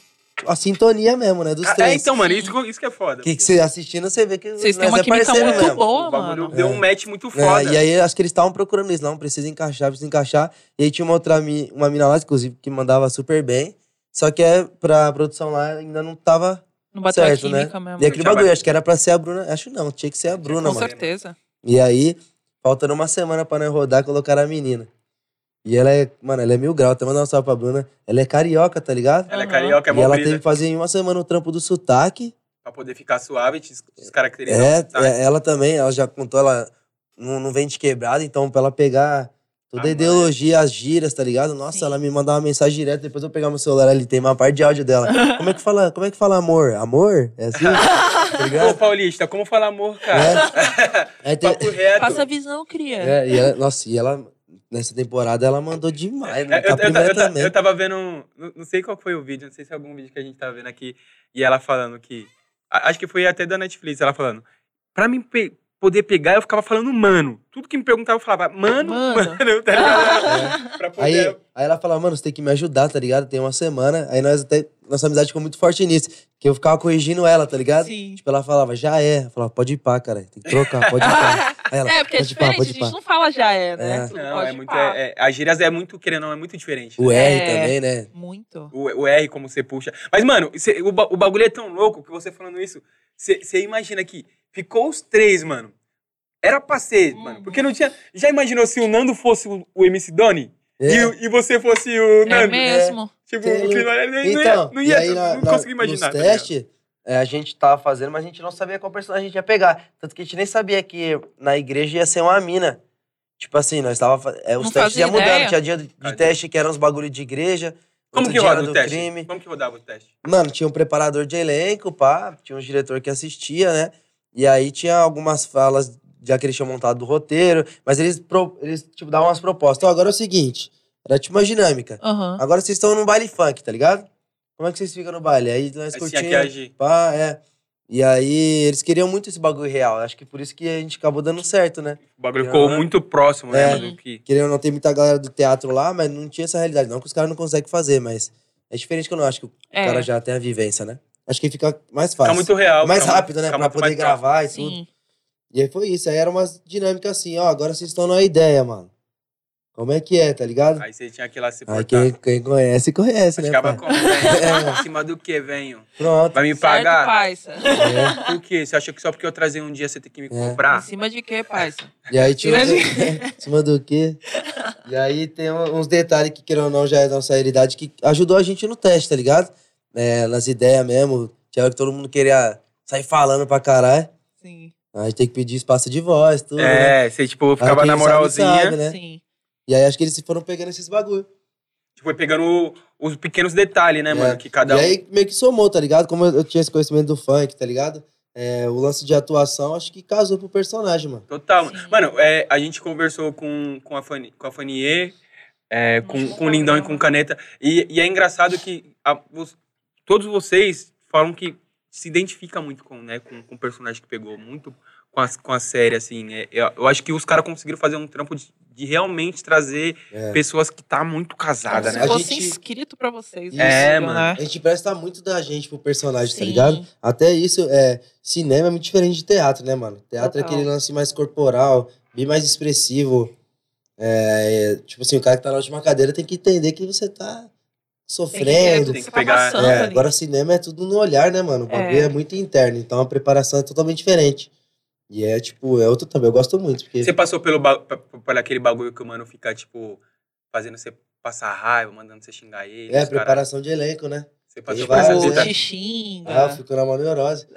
[SPEAKER 3] a sintonia mesmo, né, dos
[SPEAKER 1] Ah,
[SPEAKER 3] três.
[SPEAKER 1] É, então, mano, isso, que- isso que é foda.
[SPEAKER 3] Que que você assistindo, você vê que
[SPEAKER 2] Vocês têm
[SPEAKER 3] nós
[SPEAKER 2] uma
[SPEAKER 3] é
[SPEAKER 2] química
[SPEAKER 3] parceiro
[SPEAKER 2] muito
[SPEAKER 3] mesmo.
[SPEAKER 1] o
[SPEAKER 2] boa,
[SPEAKER 1] bagulho
[SPEAKER 2] mano.
[SPEAKER 1] deu
[SPEAKER 3] É.
[SPEAKER 1] um match muito
[SPEAKER 3] É,
[SPEAKER 1] foda.
[SPEAKER 3] e aí acho que eles estavam procurando isso, não, precisa encaixar, precisa encaixar. E aí tinha uma outra mi- uma mina lá, inclusive, que mandava super bem. Só que é, pra produção lá ainda não tava.
[SPEAKER 2] Não bateu
[SPEAKER 3] certo,
[SPEAKER 2] a
[SPEAKER 3] né?
[SPEAKER 2] química mesmo.
[SPEAKER 3] E é aquele
[SPEAKER 1] tinha
[SPEAKER 3] bagulho,
[SPEAKER 1] ba-
[SPEAKER 3] acho que era pra ser a Bruna. Acho não, tinha que ser a Bruna,
[SPEAKER 2] Com
[SPEAKER 3] mano.
[SPEAKER 2] certeza.
[SPEAKER 3] E aí, faltando uma semana pra nós rodar, colocaram a menina. E ela é, mano, ela é mil grau, até mandar um salve pra Bruna. Ela é carioca, tá ligado?
[SPEAKER 1] Ela é
[SPEAKER 2] Aham.
[SPEAKER 1] carioca, é
[SPEAKER 3] e
[SPEAKER 1] mó
[SPEAKER 3] ela
[SPEAKER 1] brisa,
[SPEAKER 3] teve que fazer em uma semana o trampo do sotaque.
[SPEAKER 1] pra poder ficar suave e te des- descaracterizar.
[SPEAKER 3] É,
[SPEAKER 1] tá?
[SPEAKER 3] é, ela também, ela já contou, ela não, não vem de quebrada, então pra ela pegar toda a
[SPEAKER 1] Ah,
[SPEAKER 3] ideologia, as gírias, tá ligado? Nossa,
[SPEAKER 2] Sim.
[SPEAKER 3] ela me mandava uma mensagem direto, depois eu pegar meu celular ali, tem uma parte de áudio dela. Como é que fala, como é que fala amor? Amor? É assim? tá
[SPEAKER 1] Ô,
[SPEAKER 3] ligado? É.
[SPEAKER 1] Paulista, como falar amor, cara?
[SPEAKER 3] Aí tem-
[SPEAKER 1] Papo reto.
[SPEAKER 2] Passa a visão, cria.
[SPEAKER 3] é, e ela- nossa, e ela, nessa temporada, ela mandou demais, né?
[SPEAKER 1] É, Eu,
[SPEAKER 3] A
[SPEAKER 1] eu,
[SPEAKER 3] primeira
[SPEAKER 1] eu, eu,
[SPEAKER 3] também.
[SPEAKER 1] eu tava vendo. um- Não, não sei qual foi o vídeo, não sei se é algum vídeo que a gente tá vendo aqui. E ela falando que. a- Acho que foi até da Netflix, ela falando. Pra mim pe- poder pegar, eu ficava falando, mano. Tudo que me perguntava, eu falava, mano,
[SPEAKER 2] Mano.
[SPEAKER 1] mano. tá ligado? Pra
[SPEAKER 3] É. Aí,
[SPEAKER 1] poder.
[SPEAKER 3] aí ela falava, mano, você tem que me ajudar, tá ligado? Tem uma semana. Aí nós até. Nossa amizade ficou muito forte nisso. Que eu ficava corrigindo ela, tá ligado?
[SPEAKER 2] Sim.
[SPEAKER 3] Tipo, ela falava, já é. Eu falava, pode ir pá, cara. Tem que trocar, pode ir pá. Aí ela,
[SPEAKER 2] É, porque é
[SPEAKER 3] pode ir pá,
[SPEAKER 2] diferente, a
[SPEAKER 3] pode ir
[SPEAKER 2] gente
[SPEAKER 3] pá.
[SPEAKER 2] não fala já é, né?
[SPEAKER 3] É.
[SPEAKER 2] Tu
[SPEAKER 1] Não,
[SPEAKER 2] pode
[SPEAKER 1] é muito.
[SPEAKER 2] pá.
[SPEAKER 1] É, é, as gírias é muito, querendo ou não, é muito diferente. né?
[SPEAKER 3] O R
[SPEAKER 2] É.
[SPEAKER 3] também, né?
[SPEAKER 2] Muito.
[SPEAKER 1] O, o R, como você puxa. Mas, mano, cê- o, ba- o bagulho é tão louco que você falando isso, você imagina que ficou os três, mano. Era pra ser, mano. Porque não tinha. Já imaginou se o Nando fosse o, o MC Doni?
[SPEAKER 3] É.
[SPEAKER 1] E, e você fosse o
[SPEAKER 2] É
[SPEAKER 1] Nando?
[SPEAKER 2] mesmo.
[SPEAKER 1] Tipo,
[SPEAKER 3] Tem-
[SPEAKER 1] o que não, era- não ia,
[SPEAKER 3] Então,
[SPEAKER 1] não
[SPEAKER 3] e
[SPEAKER 1] ia,
[SPEAKER 3] aí na,
[SPEAKER 1] não
[SPEAKER 3] na-
[SPEAKER 1] consegui imaginar. tá
[SPEAKER 3] nos
[SPEAKER 1] ligado?
[SPEAKER 3] testes, é, a gente tava fazendo, mas a gente não sabia qual personagem a gente ia pegar. Tanto que a gente nem sabia que na igreja ia ser uma mina. Tipo assim, nós tava. fa- É, os
[SPEAKER 2] Não
[SPEAKER 3] testes
[SPEAKER 2] fazia
[SPEAKER 3] iam mudando.
[SPEAKER 2] ideia.
[SPEAKER 3] Tinha dia de, de
[SPEAKER 1] Cadê?
[SPEAKER 3] teste que eram os bagulho de igreja.
[SPEAKER 1] Como
[SPEAKER 3] outro
[SPEAKER 1] que
[SPEAKER 3] dia era
[SPEAKER 1] roda o
[SPEAKER 3] do
[SPEAKER 1] teste?
[SPEAKER 3] crime.
[SPEAKER 1] Como que rodava o teste?
[SPEAKER 3] Mano, tinha um preparador de elenco, pá, tinha um diretor que assistia, né? E aí tinha algumas falas já que eles tinham montado do roteiro, mas eles, pro- eles tipo, davam umas propostas. Ó, agora é o seguinte, era tipo uma dinâmica.
[SPEAKER 2] Aham.
[SPEAKER 3] Agora vocês estão num baile funk, tá ligado? Como é que vocês ficam no baile? Aí nós
[SPEAKER 1] Assim,
[SPEAKER 3] curtimos,
[SPEAKER 1] aqui agir.
[SPEAKER 3] pá, é. E aí eles queriam muito esse bagulho real, acho que por isso que a gente acabou dando certo, né?
[SPEAKER 1] O bagulho
[SPEAKER 3] Ah.
[SPEAKER 1] ficou muito próximo,
[SPEAKER 3] É.
[SPEAKER 1] né, mano? do Que...
[SPEAKER 3] Querendo ou não, tem muita galera do teatro lá, mas não tinha essa realidade. Não que os caras não conseguem fazer, mas é diferente que eu não acho que o
[SPEAKER 2] É.
[SPEAKER 3] cara já tem a vivência, né? Acho que fica mais
[SPEAKER 1] Fica
[SPEAKER 3] fácil.
[SPEAKER 1] muito real.
[SPEAKER 3] mais
[SPEAKER 1] fica
[SPEAKER 3] rápido, né?
[SPEAKER 1] fica
[SPEAKER 3] Pra
[SPEAKER 1] muito
[SPEAKER 3] poder
[SPEAKER 1] mais próximo.
[SPEAKER 3] gravar e tudo.
[SPEAKER 2] Sim.
[SPEAKER 3] E aí foi isso. Aí era umas dinâmicas assim, ó, agora vocês estão na ideia, mano. Como é que é, tá ligado?
[SPEAKER 1] Aí você tinha que ir lá se
[SPEAKER 3] Aí
[SPEAKER 1] portar.
[SPEAKER 3] quem, quem conhece, conhece, né?
[SPEAKER 1] Acaba
[SPEAKER 3] Pai?
[SPEAKER 1] como, velho? Em
[SPEAKER 3] né?
[SPEAKER 1] cima do que, venho?
[SPEAKER 3] Pronto.
[SPEAKER 1] Vai me
[SPEAKER 2] Certo,
[SPEAKER 1] pagar?
[SPEAKER 2] paisa.
[SPEAKER 3] É.
[SPEAKER 1] Por quê? Você acha que só porque eu trazer um dia você tem que me
[SPEAKER 3] É.
[SPEAKER 2] Em
[SPEAKER 1] comprar?
[SPEAKER 2] cima de quê, paisa?
[SPEAKER 3] E aí tinha uns...
[SPEAKER 2] Imagina.
[SPEAKER 3] em cima do quê? E aí tem um- uns detalhes que, querendo ou não, já é nossa realidade, que ajudou a gente no teste, tá ligado? É, nas ideias mesmo. Tinha hora que todo mundo queria sair falando pra caralho.
[SPEAKER 2] Sim.
[SPEAKER 3] Aí tem que pedir espaço de voz, tudo. né?
[SPEAKER 1] É, você, tipo, ficava
[SPEAKER 3] Aí
[SPEAKER 1] na
[SPEAKER 3] quem
[SPEAKER 1] moralzinha.
[SPEAKER 3] sabe, sabe, né?
[SPEAKER 2] Sim.
[SPEAKER 3] E aí acho que eles foram pegando esses bagulho.
[SPEAKER 1] Tipo, pegando o- os pequenos detalhes, né, mano? Que cada um.
[SPEAKER 3] né? É. E aí meio que somou, tá ligado? Como eu eu tinha esse conhecimento do funk, tá ligado? É, o lance de atuação acho que casou pro personagem, mano.
[SPEAKER 1] Total. mano.
[SPEAKER 2] Sim.
[SPEAKER 1] Mano, é, a gente conversou com, com a Fani- com a Fanier, é,
[SPEAKER 2] No
[SPEAKER 1] com,
[SPEAKER 2] último
[SPEAKER 1] com o Lindão e com o Caneta. E, e é engraçado que a- os- todos vocês falam que se identifica muito com, né, com, com o personagem que pegou, muito com a, com a série, assim. É, eu, eu acho que os caras conseguiram fazer um trampo de, de realmente trazer
[SPEAKER 3] É.
[SPEAKER 1] pessoas que tá muito casada,
[SPEAKER 2] É, Se
[SPEAKER 1] né? É,
[SPEAKER 3] A
[SPEAKER 2] fosse
[SPEAKER 3] gente-
[SPEAKER 2] inscrito pra vocês.
[SPEAKER 3] Isso,
[SPEAKER 2] né?
[SPEAKER 1] mano.
[SPEAKER 3] A gente presta muito da gente pro personagem, tá
[SPEAKER 2] Sim.
[SPEAKER 3] ligado? Até isso, é, cinema é muito diferente de teatro, né, mano? Teatro é
[SPEAKER 2] Total.
[SPEAKER 3] aquele lance mais corporal, bem mais expressivo. É, é, tipo assim, o cara que tá na última cadeira tem que entender que você tá
[SPEAKER 2] Tem que ver
[SPEAKER 3] sofrendo.
[SPEAKER 2] o que
[SPEAKER 1] Tem
[SPEAKER 2] você
[SPEAKER 1] que
[SPEAKER 2] tá
[SPEAKER 1] pegar-
[SPEAKER 2] passando
[SPEAKER 3] É,
[SPEAKER 2] ali.
[SPEAKER 3] agora cinema é tudo no olhar, né, mano? O bagulho é.
[SPEAKER 2] É.
[SPEAKER 3] muito interno, então a preparação é totalmente diferente. E é, tipo, é outro também. Eu gosto muito, porque... é,
[SPEAKER 1] Você passou pelo ba- p- p- por aquele bagulho que o mano fica, tipo, fazendo você passar raiva, mandando você xingar ele.
[SPEAKER 3] É,
[SPEAKER 1] os cara-
[SPEAKER 3] preparação de elenco, né?
[SPEAKER 1] Você passou
[SPEAKER 3] Ele
[SPEAKER 1] por
[SPEAKER 3] vai-
[SPEAKER 1] essa
[SPEAKER 3] você
[SPEAKER 2] Tipo,
[SPEAKER 3] tá-
[SPEAKER 2] te
[SPEAKER 3] Ah, eu
[SPEAKER 2] xinga.
[SPEAKER 3] fico na mão neurose.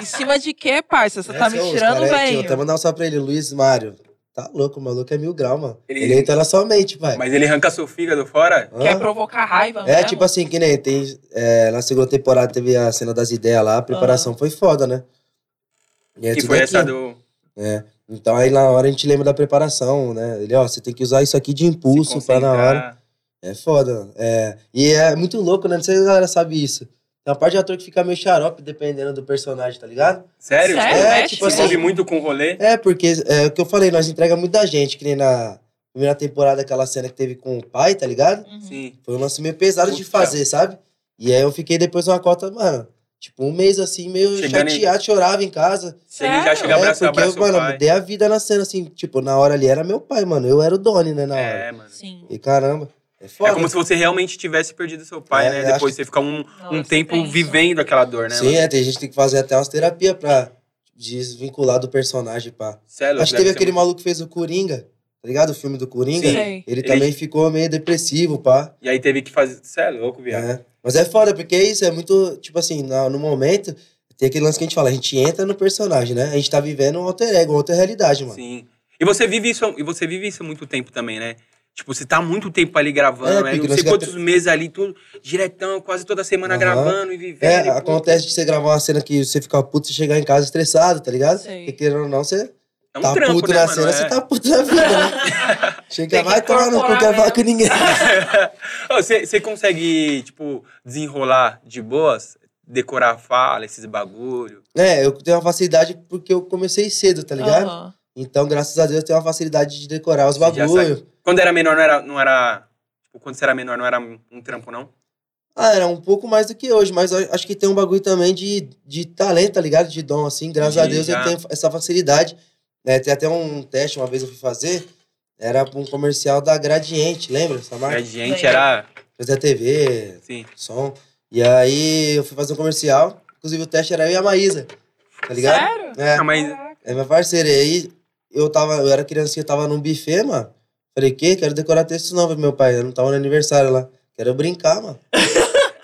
[SPEAKER 2] Em cima de quê, parça? Você tá
[SPEAKER 3] É,
[SPEAKER 2] me
[SPEAKER 3] só os
[SPEAKER 2] tirando,
[SPEAKER 3] cara é, tio,
[SPEAKER 2] velho?
[SPEAKER 3] Até mandar um salve pra ele, Luiz Mário. Tá louco, o maluco é mil grau, mano.
[SPEAKER 1] Ele-
[SPEAKER 3] Ele, entra na sua mente, pai.
[SPEAKER 1] Mas ele arranca seu fígado fora?
[SPEAKER 3] Hã?
[SPEAKER 2] Quer provocar raiva
[SPEAKER 3] É,
[SPEAKER 2] mesmo?
[SPEAKER 3] tipo assim, que nem tem. é, na segunda temporada teve a cena das ideias lá, a preparação foi foda, né? E é
[SPEAKER 1] que
[SPEAKER 3] tudo
[SPEAKER 1] foi essa
[SPEAKER 3] aquilo.
[SPEAKER 1] do.
[SPEAKER 3] É. Então aí na hora a gente lembra da preparação, né? Ele, ó, você tem que usar isso aqui de
[SPEAKER 1] se
[SPEAKER 3] impulso pra na
[SPEAKER 1] concentrar?
[SPEAKER 3] hora. É foda. É. E é muito louco, né? Não sei se a galera sabe isso. Tem uma parte de ator que fica meio xarope dependendo do personagem, tá ligado?
[SPEAKER 1] Sério?
[SPEAKER 2] Sério?
[SPEAKER 1] Tipo,
[SPEAKER 2] É,
[SPEAKER 3] É,
[SPEAKER 2] mexe?
[SPEAKER 3] tipo
[SPEAKER 1] se
[SPEAKER 3] assim.
[SPEAKER 1] envolve muito com o rolê?
[SPEAKER 3] É, porque é o que eu falei, nós entrega muita gente, que nem na primeira temporada, aquela cena que teve com o pai, tá ligado?
[SPEAKER 2] Uhum.
[SPEAKER 1] Sim.
[SPEAKER 3] Foi um lance meio pesado de
[SPEAKER 1] Puta.
[SPEAKER 3] fazer, sabe? E aí eu fiquei depois uma cota, mano, tipo um mês assim, meio
[SPEAKER 1] Chegando em-
[SPEAKER 3] chateado, chorava em casa.
[SPEAKER 1] Cheguei já,
[SPEAKER 2] Sério?
[SPEAKER 1] cheguei, abraço,
[SPEAKER 3] é, porque
[SPEAKER 1] abraço
[SPEAKER 3] eu,
[SPEAKER 1] seu
[SPEAKER 3] mano,
[SPEAKER 1] pai.
[SPEAKER 3] dei a vida na cena, assim, tipo, na hora ali era meu pai, mano. Eu era o Doni, né, na hora.
[SPEAKER 1] É, mano.
[SPEAKER 2] Sim.
[SPEAKER 3] E caramba, é foda.
[SPEAKER 1] É como se você realmente tivesse perdido seu pai,
[SPEAKER 3] É,
[SPEAKER 1] né?
[SPEAKER 3] eu
[SPEAKER 1] Depois
[SPEAKER 3] acho-
[SPEAKER 1] você ficar um, um
[SPEAKER 2] Nossa, é
[SPEAKER 1] tempo
[SPEAKER 2] tenso.
[SPEAKER 1] vivendo aquela dor, né?
[SPEAKER 3] Sim, é, tem gente que tem que fazer até umas terapias pra desvincular do personagem, pá.
[SPEAKER 1] Sério,
[SPEAKER 3] Acho que teve aquele maluco que fez o Coringa, tá ligado? O filme do Coringa.
[SPEAKER 1] Sim.
[SPEAKER 2] Sei.
[SPEAKER 3] Ele
[SPEAKER 1] Ele-
[SPEAKER 3] também ficou meio depressivo, pá.
[SPEAKER 1] E aí teve que fazer. Você é louco, viado.
[SPEAKER 3] né? Mas é foda, porque é isso, é muito, tipo assim, na- no momento, tem aquele lance que a gente fala, a gente entra no personagem, né? A gente tá vivendo um alter ego, uma outra realidade, mano.
[SPEAKER 1] Sim. E você vive isso, e você vive isso há muito tempo também, né? Tipo, você tá há muito tempo ali
[SPEAKER 3] É,
[SPEAKER 1] gravando, né?
[SPEAKER 3] Pique,
[SPEAKER 1] Não
[SPEAKER 3] nós
[SPEAKER 1] sei
[SPEAKER 3] já
[SPEAKER 1] quantos meses ali, tudo diretão, quase toda semana
[SPEAKER 3] Aham.
[SPEAKER 1] gravando e vivendo.
[SPEAKER 3] É,
[SPEAKER 1] e tudo.
[SPEAKER 3] acontece de você gravar uma cena que você fica puto e chegar em casa estressado, tá ligado?
[SPEAKER 2] Sei.
[SPEAKER 3] Porque querendo ou não, você
[SPEAKER 1] É um
[SPEAKER 3] tá
[SPEAKER 1] trampo,
[SPEAKER 3] puto
[SPEAKER 1] né,
[SPEAKER 3] na
[SPEAKER 1] mano?
[SPEAKER 3] cena,
[SPEAKER 1] É.
[SPEAKER 3] você tá puto na vida, né?
[SPEAKER 2] Tem
[SPEAKER 3] Chega,
[SPEAKER 2] que
[SPEAKER 3] vai tomar no cu,
[SPEAKER 2] incorporar
[SPEAKER 3] quer falar
[SPEAKER 2] mesmo.
[SPEAKER 3] com ninguém.
[SPEAKER 1] Ô, Você você consegue, tipo, desenrolar de boas? Decorar a fala, esses bagulho?
[SPEAKER 3] É, eu tenho uma facilidade porque eu comecei cedo, tá ligado?
[SPEAKER 2] Aham.
[SPEAKER 3] Então, graças a Deus, eu tenho uma facilidade de decorar os
[SPEAKER 1] Você já
[SPEAKER 3] bagulho.
[SPEAKER 1] Quando era menor, não era. Não era tipo, quando você era menor, não era um trampo, não?
[SPEAKER 3] Ah, era um pouco mais do que hoje, mas eu acho que tem um bagulho também de, de talento, tá ligado? De dom, assim. Graças
[SPEAKER 1] Sim,
[SPEAKER 3] a Deus
[SPEAKER 1] já.
[SPEAKER 3] eu tenho essa facilidade. né? Tem até um teste, uma vez eu fui fazer, era pra um comercial da Gradiente, lembra? Essa
[SPEAKER 1] A
[SPEAKER 3] marca?
[SPEAKER 1] gente
[SPEAKER 2] Sim.
[SPEAKER 1] era.
[SPEAKER 3] Fazia TV,
[SPEAKER 1] Assim,
[SPEAKER 3] som. E aí eu fui fazer um comercial, inclusive o teste era eu e a Maísa, tá ligado?
[SPEAKER 2] Sério?
[SPEAKER 3] É.
[SPEAKER 1] Ah, mas.
[SPEAKER 2] Caraca.
[SPEAKER 3] É minha parceira. E aí eu tava, eu era criancinha, eu tava num buffet, mano. Falei, que? Quero decorar texto não, meu pai. Eu não tava no aniversário lá. Quero brincar, mano.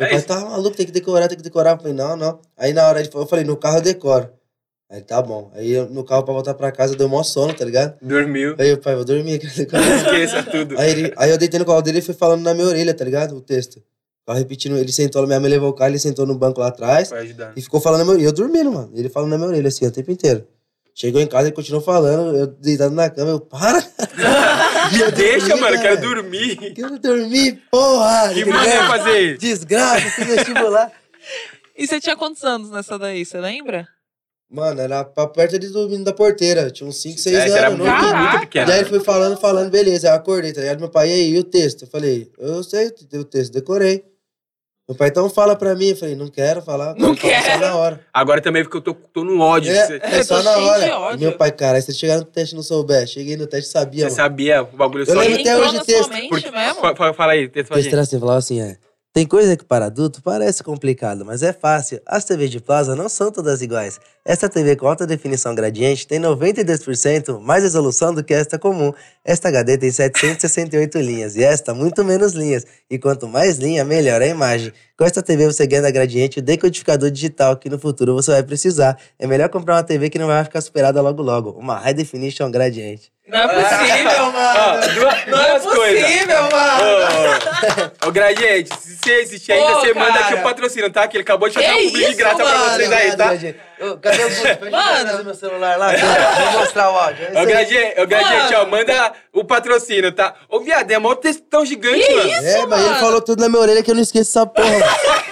[SPEAKER 3] meu pai
[SPEAKER 1] isso.
[SPEAKER 3] tá maluco, tem que decorar, tem que decorar. Eu falei, não, não. Aí na hora ele falou, eu falei, no carro eu decoro. Aí tá bom. Aí eu- no carro pra voltar pra casa deu mó sono, tá ligado?
[SPEAKER 1] Dormiu.
[SPEAKER 3] Aí o pai, vou dormir, quero decorar.
[SPEAKER 1] Esqueça tudo.
[SPEAKER 3] É. aí, ele- aí eu deitei no colo dele e foi falando na minha orelha, tá ligado? O texto. Tava repetindo, ele sentou, minha mãe levou o carro, ele sentou no banco lá atrás.
[SPEAKER 1] Foi ajudando.
[SPEAKER 3] E ficou falando na minha orelha. Eu dormindo, mano. Ele falando na minha orelha, assim, o tempo inteiro. Chegou em casa, ele continuou falando, eu deitado na cama, eu, para!
[SPEAKER 1] Me deixa,
[SPEAKER 3] dormir,
[SPEAKER 1] mano, eu quero
[SPEAKER 3] cara.
[SPEAKER 1] dormir.
[SPEAKER 3] Quero dormir, porra!
[SPEAKER 1] Que
[SPEAKER 3] tá
[SPEAKER 1] maneiro
[SPEAKER 3] ligado?
[SPEAKER 1] fazer isso.
[SPEAKER 3] Desgraça, fiz vestibular.
[SPEAKER 2] E você tinha quantos anos nessa daí, você lembra?
[SPEAKER 3] Mano, era pra perto ali do menino da porteira. Tinha uns 5, 6
[SPEAKER 1] É,
[SPEAKER 3] anos. né?
[SPEAKER 1] você era
[SPEAKER 3] não
[SPEAKER 1] muito,
[SPEAKER 3] entendi.
[SPEAKER 2] Caraca.
[SPEAKER 1] muito
[SPEAKER 3] E
[SPEAKER 1] pequeno.
[SPEAKER 3] aí ele foi falando, falando, beleza. Aí eu acordei, tá ligado? Meu pai, e aí, e o texto? Eu falei, eu sei o texto, decorei. Meu pai, então fala pra mim. Eu falei, não quero falar.
[SPEAKER 2] Não
[SPEAKER 3] eu falo só
[SPEAKER 2] quero.
[SPEAKER 3] na hora.
[SPEAKER 1] Agora também fica eu tô, tô no ódio.
[SPEAKER 3] É,
[SPEAKER 1] Você,
[SPEAKER 3] é
[SPEAKER 2] Eu
[SPEAKER 3] só
[SPEAKER 2] tô
[SPEAKER 3] na
[SPEAKER 2] cheio de
[SPEAKER 3] hora.
[SPEAKER 2] ódio.
[SPEAKER 3] E meu pai, cara, aí você chegar no teste e não souber. Cheguei no teste e sabia,
[SPEAKER 1] você
[SPEAKER 3] mano.
[SPEAKER 1] sabia o bagulho
[SPEAKER 3] Eu
[SPEAKER 1] só.
[SPEAKER 3] lembro
[SPEAKER 1] aí.
[SPEAKER 3] até
[SPEAKER 2] entrou
[SPEAKER 3] hoje
[SPEAKER 2] na
[SPEAKER 3] o texto.
[SPEAKER 2] sua mente
[SPEAKER 1] Porque-
[SPEAKER 2] mesmo?
[SPEAKER 1] fa- fa- Fala aí, texto
[SPEAKER 3] O texto era assim, falava assim, é. Tem coisa que para adulto parece complicado, mas é fácil. As TVs de plaza não são todas iguais. Esta TV com alta definição gradiente tem 92% mais resolução do que esta comum. Esta HD tem 768 linhas e esta muito menos linhas. E quanto mais linha, melhor a imagem. Com esta TV você ganha na gradiente o decodificador digital que no futuro você vai precisar. É melhor comprar uma TV que não vai ficar superada logo logo. Uma High Definition gradiente.
[SPEAKER 2] Não é possível,
[SPEAKER 1] Ó,
[SPEAKER 2] mano.
[SPEAKER 1] duas,
[SPEAKER 2] Não é
[SPEAKER 1] duas coisas.
[SPEAKER 2] possível, mano.
[SPEAKER 1] Ô, ô, Gradiente, se você existe ainda,
[SPEAKER 2] Ô,
[SPEAKER 1] você manda que
[SPEAKER 2] cara.
[SPEAKER 1] eu patrocino, tá? Que ele acabou de fazer
[SPEAKER 2] Que
[SPEAKER 1] um publi de
[SPEAKER 2] isso,
[SPEAKER 1] graça pra
[SPEAKER 2] mano?
[SPEAKER 1] vocês aí, tá?
[SPEAKER 3] Cadê o Guto?
[SPEAKER 2] Mano. trazer
[SPEAKER 3] meu celular lá, vou mostrar o áudio. É
[SPEAKER 1] Ô, Gradiente, ô, Gradiente, ó,
[SPEAKER 2] Mano.
[SPEAKER 1] manda o patrocínio, tá? Ô, viado, é mó textão gigante,
[SPEAKER 2] Que
[SPEAKER 1] mano.
[SPEAKER 2] isso?
[SPEAKER 3] É, mas ele
[SPEAKER 2] mano.
[SPEAKER 3] falou tudo na minha orelha que eu não esqueço essa porra.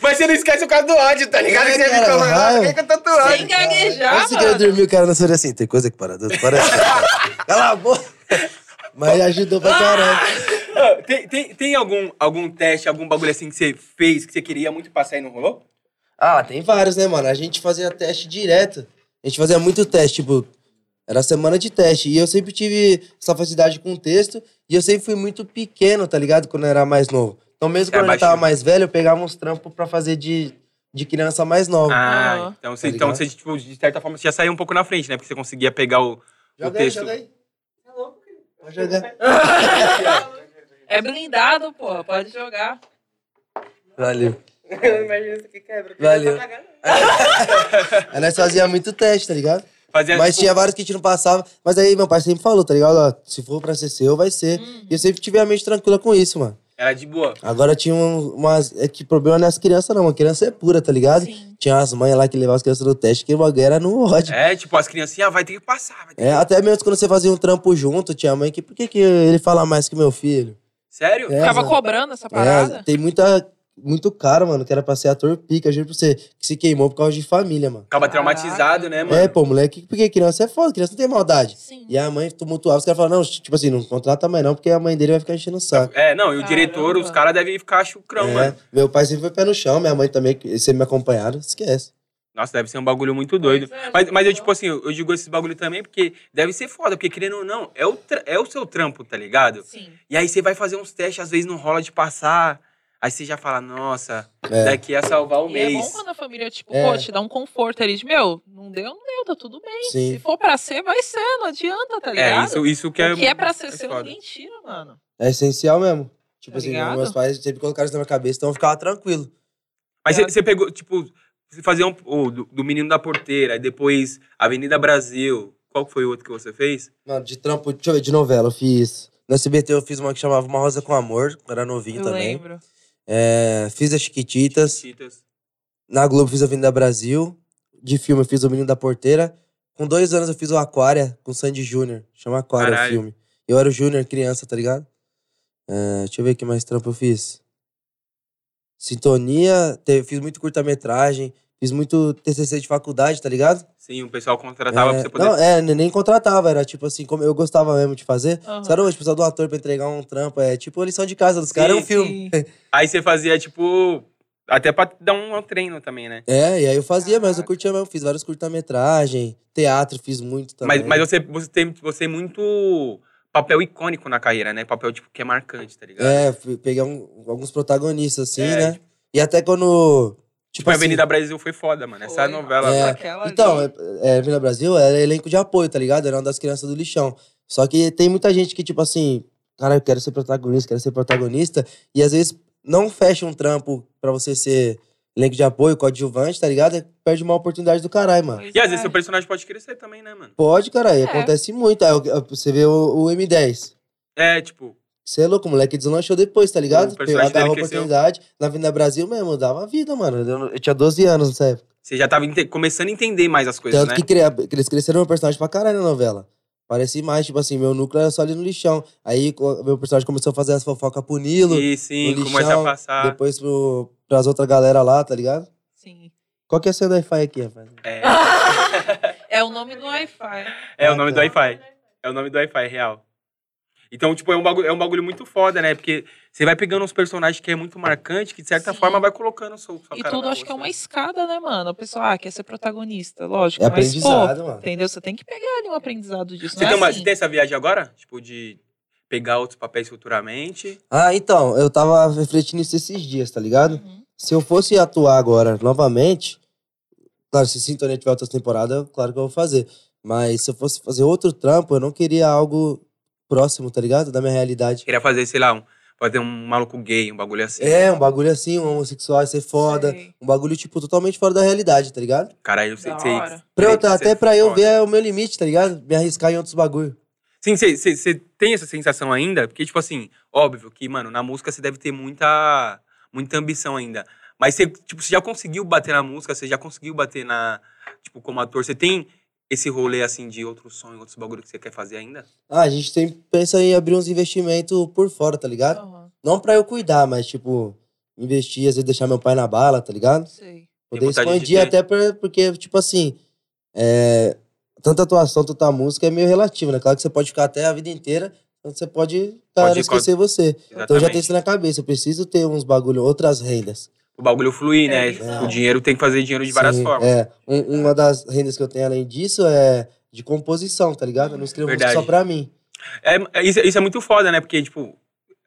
[SPEAKER 1] Mas você não esquece o caso do ódio, tá ligado?
[SPEAKER 3] É,
[SPEAKER 1] Que você
[SPEAKER 3] cara,
[SPEAKER 1] ficou falando,
[SPEAKER 3] raiva.
[SPEAKER 1] por que que eu tô tatuado?
[SPEAKER 2] Sem gaguejar,
[SPEAKER 3] Antes que eu
[SPEAKER 2] mano.
[SPEAKER 3] dormir, o cara na sua orelha assim, tem coisa que para Deus, parece. Cala a boca. Mas ajudou
[SPEAKER 2] Ah!
[SPEAKER 3] pra caralho.
[SPEAKER 1] Ô, Tem, tem, tem algum, algum teste, algum bagulho assim que você fez, que você queria muito passar e não rolou?
[SPEAKER 3] Ah, tem vários, né, mano? A gente fazia teste direto. A gente fazia muito teste, tipo, era semana de teste. E eu sempre tive essa facilidade com o texto. E eu sempre fui muito pequeno, tá ligado? Quando eu era mais novo. Então, mesmo
[SPEAKER 1] Era
[SPEAKER 3] quando eu
[SPEAKER 1] É,
[SPEAKER 3] tava
[SPEAKER 1] baixinho.
[SPEAKER 3] mais velho, eu pegava uns trampos pra fazer de, de criança mais nova.
[SPEAKER 1] Ah,
[SPEAKER 2] Não.
[SPEAKER 1] então você,
[SPEAKER 3] Tá
[SPEAKER 1] então
[SPEAKER 3] ligado?
[SPEAKER 1] você tipo, de certa forma, você já saiu um pouco na frente, né? Porque você conseguia pegar o, o
[SPEAKER 3] joga aí,
[SPEAKER 1] texto.
[SPEAKER 3] joga aí.
[SPEAKER 5] Tá
[SPEAKER 3] Pode jogar.
[SPEAKER 2] É blindado, pô. Pode jogar.
[SPEAKER 3] Valeu.
[SPEAKER 5] Eu imagino isso que quebra. porque
[SPEAKER 3] Valeu.
[SPEAKER 5] não tá pagando.
[SPEAKER 3] Aí nós fazia muito teste, tá ligado?
[SPEAKER 1] Fazia,
[SPEAKER 3] Mas
[SPEAKER 1] tipo,
[SPEAKER 3] tinha vários que a gente não passava. Mas aí meu pai sempre falou, tá ligado? Ó, se for pra ser seu, vai ser. E eu sempre tive a mente tranquila com isso, mano.
[SPEAKER 1] Era de boa.
[SPEAKER 3] Agora tinha um- umas. É que problema não é as crianças, não. A criança é pura, tá ligado?
[SPEAKER 2] Sim.
[SPEAKER 3] Tinha umas mães lá que levavam as crianças no teste, que o bagulho era no ódio.
[SPEAKER 1] É, tipo, as criancinhas, ah, vai ter que passar. Vai ter
[SPEAKER 3] É, até mesmo quando você fazia um trampo junto, tinha mãe que. Por que, que ele fala mais que meu filho?
[SPEAKER 1] que-" Sério?
[SPEAKER 3] É,
[SPEAKER 2] Ficava
[SPEAKER 3] mano.
[SPEAKER 2] cobrando essa
[SPEAKER 3] É,
[SPEAKER 2] parada.
[SPEAKER 3] tem muita. Muito cara, mano, que era pra ser ator pica, juro pra você, que se queimou por causa de família, mano.
[SPEAKER 1] Acaba
[SPEAKER 2] Caraca.
[SPEAKER 1] traumatizado, né, mano?
[SPEAKER 3] É, pô, moleque, porque criança é foda, criança não tem maldade.
[SPEAKER 2] Sim.
[SPEAKER 3] E é a mãe tumultuava, os caras falavam, não, tipo assim, não contrata mais não, porque a mãe dele vai ficar enchendo o saco.
[SPEAKER 1] É, não, e o
[SPEAKER 2] Caramba.
[SPEAKER 1] diretor, os caras devem ficar chucrão,
[SPEAKER 3] É,
[SPEAKER 1] mano.
[SPEAKER 3] Meu pai sempre foi pé no chão, minha mãe também, que sempre me acompanharam, esquece.
[SPEAKER 1] Nossa, deve ser um bagulho muito doido.
[SPEAKER 2] Pois é,
[SPEAKER 1] Mas, mas eu,
[SPEAKER 2] então.
[SPEAKER 1] tipo assim, eu eu digo esses bagulho também porque deve ser foda, porque querendo ou não, é o, tra- é o seu trampo, tá ligado?
[SPEAKER 2] Sim.
[SPEAKER 1] E aí você vai fazer uns testes, às vezes não rola de passar. Aí você já fala, nossa,
[SPEAKER 3] É.
[SPEAKER 1] daqui é salvar o
[SPEAKER 2] E é bom
[SPEAKER 1] mês.
[SPEAKER 2] quando a família, tipo,
[SPEAKER 3] É.
[SPEAKER 2] pô, te dá um conforto ali de, meu, não deu, não deu, tá tudo bem. Se
[SPEAKER 3] Sim.
[SPEAKER 2] for pra ser, vai ser, não adianta, tá
[SPEAKER 1] é,
[SPEAKER 2] ligado?
[SPEAKER 1] isso, isso que é.
[SPEAKER 2] O que é pra ser
[SPEAKER 1] é
[SPEAKER 2] seu,
[SPEAKER 1] foda.
[SPEAKER 2] ninguém tira, mano.
[SPEAKER 3] É essencial mesmo. Tipo
[SPEAKER 2] Tá
[SPEAKER 3] assim,
[SPEAKER 2] ligado?
[SPEAKER 3] meus pais sempre colocaram isso na minha cabeça, então eu ficava tranquilo.
[SPEAKER 2] tá
[SPEAKER 1] Mas você você pegou, tipo, você fazia um, o do, do Menino da Porteira, aí depois Avenida Brasil. Qual que foi o outro que você fez?
[SPEAKER 3] Mano, de trampo, deixa eu ver, de novela, eu fiz. No SBT eu fiz uma que chamava Uma Rosa com Amor, quando era novinho
[SPEAKER 2] Eu
[SPEAKER 3] também.
[SPEAKER 2] lembro.
[SPEAKER 3] É, fiz as Chiquititas.
[SPEAKER 1] Chiquititas.
[SPEAKER 3] Na Globo fiz a Vinda Brasil. De filme eu fiz O Menino da Porteira. Com dois anos eu fiz o Aquária com o Sandy Júnior. Chama Aquária
[SPEAKER 1] Caralho.
[SPEAKER 3] o filme. Eu era o Júnior, criança, tá ligado? É, deixa eu ver que mais trampo eu fiz. Sintonia, te- fiz muito curta-metragem, fiz muito TCC de faculdade, tá ligado?
[SPEAKER 1] Sim, o pessoal contratava
[SPEAKER 3] É,
[SPEAKER 1] pra você poder.
[SPEAKER 3] Não, é, nem contratava, era tipo assim, como eu gostava mesmo de fazer.
[SPEAKER 2] Aham.
[SPEAKER 3] Sabe, hoje, precisava do ator pra entregar um trampo, é tipo a lição de casa dos caras, é um
[SPEAKER 1] Sim,
[SPEAKER 3] filme.
[SPEAKER 2] Sim.
[SPEAKER 1] Aí você fazia, tipo. Até pra dar um treino também, né?
[SPEAKER 3] É, e aí eu fazia, mas eu
[SPEAKER 2] Caraca.
[SPEAKER 3] curtia mesmo, fiz vários curta-metragem, teatro fiz muito também.
[SPEAKER 1] Mas, mas você, você tem você tem muito papel icônico na carreira, né? Papel tipo, que é marcante, tá ligado?
[SPEAKER 3] É, fui pegar um- alguns protagonistas, assim,
[SPEAKER 1] É,
[SPEAKER 3] né? E até quando.
[SPEAKER 1] Tipo,
[SPEAKER 3] Tipo,
[SPEAKER 1] a
[SPEAKER 3] assim,
[SPEAKER 1] Avenida Brasil foi foda, mano. Essa
[SPEAKER 2] Foi.
[SPEAKER 1] novela.
[SPEAKER 3] É.
[SPEAKER 1] mano.
[SPEAKER 2] Aquela
[SPEAKER 3] Então,
[SPEAKER 2] ali.
[SPEAKER 3] é, é, Avenida Brasil era elenco de apoio, tá ligado? Era uma das crianças do lixão. Só que tem muita gente que, tipo assim, cara, eu quero ser protagonista, quero ser protagonista. E às vezes não fecha um trampo pra você ser elenco de apoio, coadjuvante, tá ligado? Perde uma oportunidade do caralho, mano.
[SPEAKER 2] Pois
[SPEAKER 1] E às
[SPEAKER 2] é.
[SPEAKER 1] vezes seu personagem pode crescer também, né, mano?
[SPEAKER 3] Pode, caralho,
[SPEAKER 2] É.
[SPEAKER 3] acontece muito. Aí, eu- você vê o, o M10.
[SPEAKER 1] É, tipo,
[SPEAKER 3] Você é louco, o moleque deslanchou depois, tá ligado?
[SPEAKER 1] O personagem
[SPEAKER 3] Agarrou
[SPEAKER 1] dele
[SPEAKER 3] a
[SPEAKER 1] cresceu.
[SPEAKER 3] oportunidade. Na Vinda Brasil mesmo, dava a vida, mano. Eu, eu tinha 12 anos nessa época.
[SPEAKER 1] você já tava ente- começando a entender mais as coisas,
[SPEAKER 3] Tanto
[SPEAKER 1] né?
[SPEAKER 3] que cria- que eles cresceram meu personagem pra caralho na novela. Parecia mais, tipo assim, meu núcleo era só ali no lixão. Aí co- meu personagem começou a fazer as fofocas pro Nilo,
[SPEAKER 1] E sim,
[SPEAKER 3] no
[SPEAKER 1] começa a
[SPEAKER 3] lixão,
[SPEAKER 1] passar.
[SPEAKER 3] depois pro, pras outras galera lá, tá ligado?
[SPEAKER 2] Sim.
[SPEAKER 3] Qual que é o seu Wi-Fi aqui, rapaz?
[SPEAKER 1] É,
[SPEAKER 2] É o nome do Wi-Fi.
[SPEAKER 1] é o nome do
[SPEAKER 3] Ah,
[SPEAKER 1] Wi-Fi. É o nome do Wi-Fi, real. Então, tipo, é um, bagulho, é um bagulho muito foda, né? Porque você vai pegando uns personagens que é muito marcante, que de certa
[SPEAKER 2] Sim.
[SPEAKER 1] forma vai colocando sua, sua
[SPEAKER 2] E
[SPEAKER 1] cara
[SPEAKER 2] tudo
[SPEAKER 1] na
[SPEAKER 2] acho que é
[SPEAKER 1] outra,
[SPEAKER 2] uma
[SPEAKER 1] né?
[SPEAKER 2] escada, né, mano? A pessoa, ah, quer ser protagonista, lógico.
[SPEAKER 3] É
[SPEAKER 2] mas, pô,
[SPEAKER 3] aprendizado, mano.
[SPEAKER 2] entendeu? Você tem que pegar ali um aprendizado disso.
[SPEAKER 1] Você,
[SPEAKER 2] não
[SPEAKER 1] tem
[SPEAKER 2] é
[SPEAKER 1] uma-
[SPEAKER 2] assim.
[SPEAKER 1] você tem essa viagem agora? Tipo, de pegar outros papéis futuramente?
[SPEAKER 3] Ah, então, eu tava refletindo isso esses dias, tá ligado?
[SPEAKER 2] Uhum.
[SPEAKER 3] Se eu fosse atuar agora novamente, claro, se Sintonia tiver outra temporada, claro que eu vou fazer. Mas se eu fosse fazer outro trampo, eu não queria algo próximo, tá ligado? Da minha realidade.
[SPEAKER 1] Queria fazer, sei lá, um, fazer um maluco gay, um bagulho assim.
[SPEAKER 3] É, um bagulho assim, um homossexual ia ser foda.
[SPEAKER 2] Sei.
[SPEAKER 3] Um bagulho, tipo, totalmente fora da realidade, tá ligado?
[SPEAKER 1] Cara, eu sei
[SPEAKER 2] Da
[SPEAKER 1] que você.
[SPEAKER 2] hora.
[SPEAKER 3] Pra eu- tá,
[SPEAKER 1] sei que
[SPEAKER 3] até
[SPEAKER 1] você
[SPEAKER 3] pra eu
[SPEAKER 1] foda.
[SPEAKER 3] ver o meu limite, tá ligado? Me arriscar em outros bagulho.
[SPEAKER 1] Sim, você- você você tem essa sensação ainda? Porque, tipo assim, óbvio que, mano, na música você deve ter muita, muita ambição ainda. Mas você, tipo, você já conseguiu bater na música, você já conseguiu bater na. Tipo, como ator, você tem esse rolê assim de outro sonho, outros bagulho que você quer fazer ainda?
[SPEAKER 3] Ah, a gente sempre pensa em abrir uns investimentos por fora, tá ligado?
[SPEAKER 2] Aham,
[SPEAKER 3] Não pra eu cuidar, mas, tipo, investir, às vezes deixar meu pai na bala, tá ligado?
[SPEAKER 2] sei.
[SPEAKER 1] Tem
[SPEAKER 3] Poder
[SPEAKER 1] vontade de
[SPEAKER 3] expandir
[SPEAKER 1] ter.
[SPEAKER 3] até pra, porque, tipo assim, é, tanta atuação, tanta música é meio relativo, né? Claro que você pode ficar até a vida inteira, então você pode, cara,
[SPEAKER 1] Pode ir com a-
[SPEAKER 3] esquecer você. Então eu já
[SPEAKER 1] Exatamente.
[SPEAKER 3] tenho isso na cabeça, eu preciso ter uns bagulho, outras rendas.
[SPEAKER 1] O bagulho fluir, né?
[SPEAKER 2] É isso.
[SPEAKER 1] O dinheiro tem que fazer dinheiro de várias
[SPEAKER 3] Sim,
[SPEAKER 1] formas.
[SPEAKER 3] É, Um- uma das rendas que eu tenho além disso é de composição, tá ligado? Eu não escrevo música
[SPEAKER 1] Verdade.
[SPEAKER 3] só pra mim.
[SPEAKER 1] É, é- isso, isso é muito foda, né? Porque, tipo,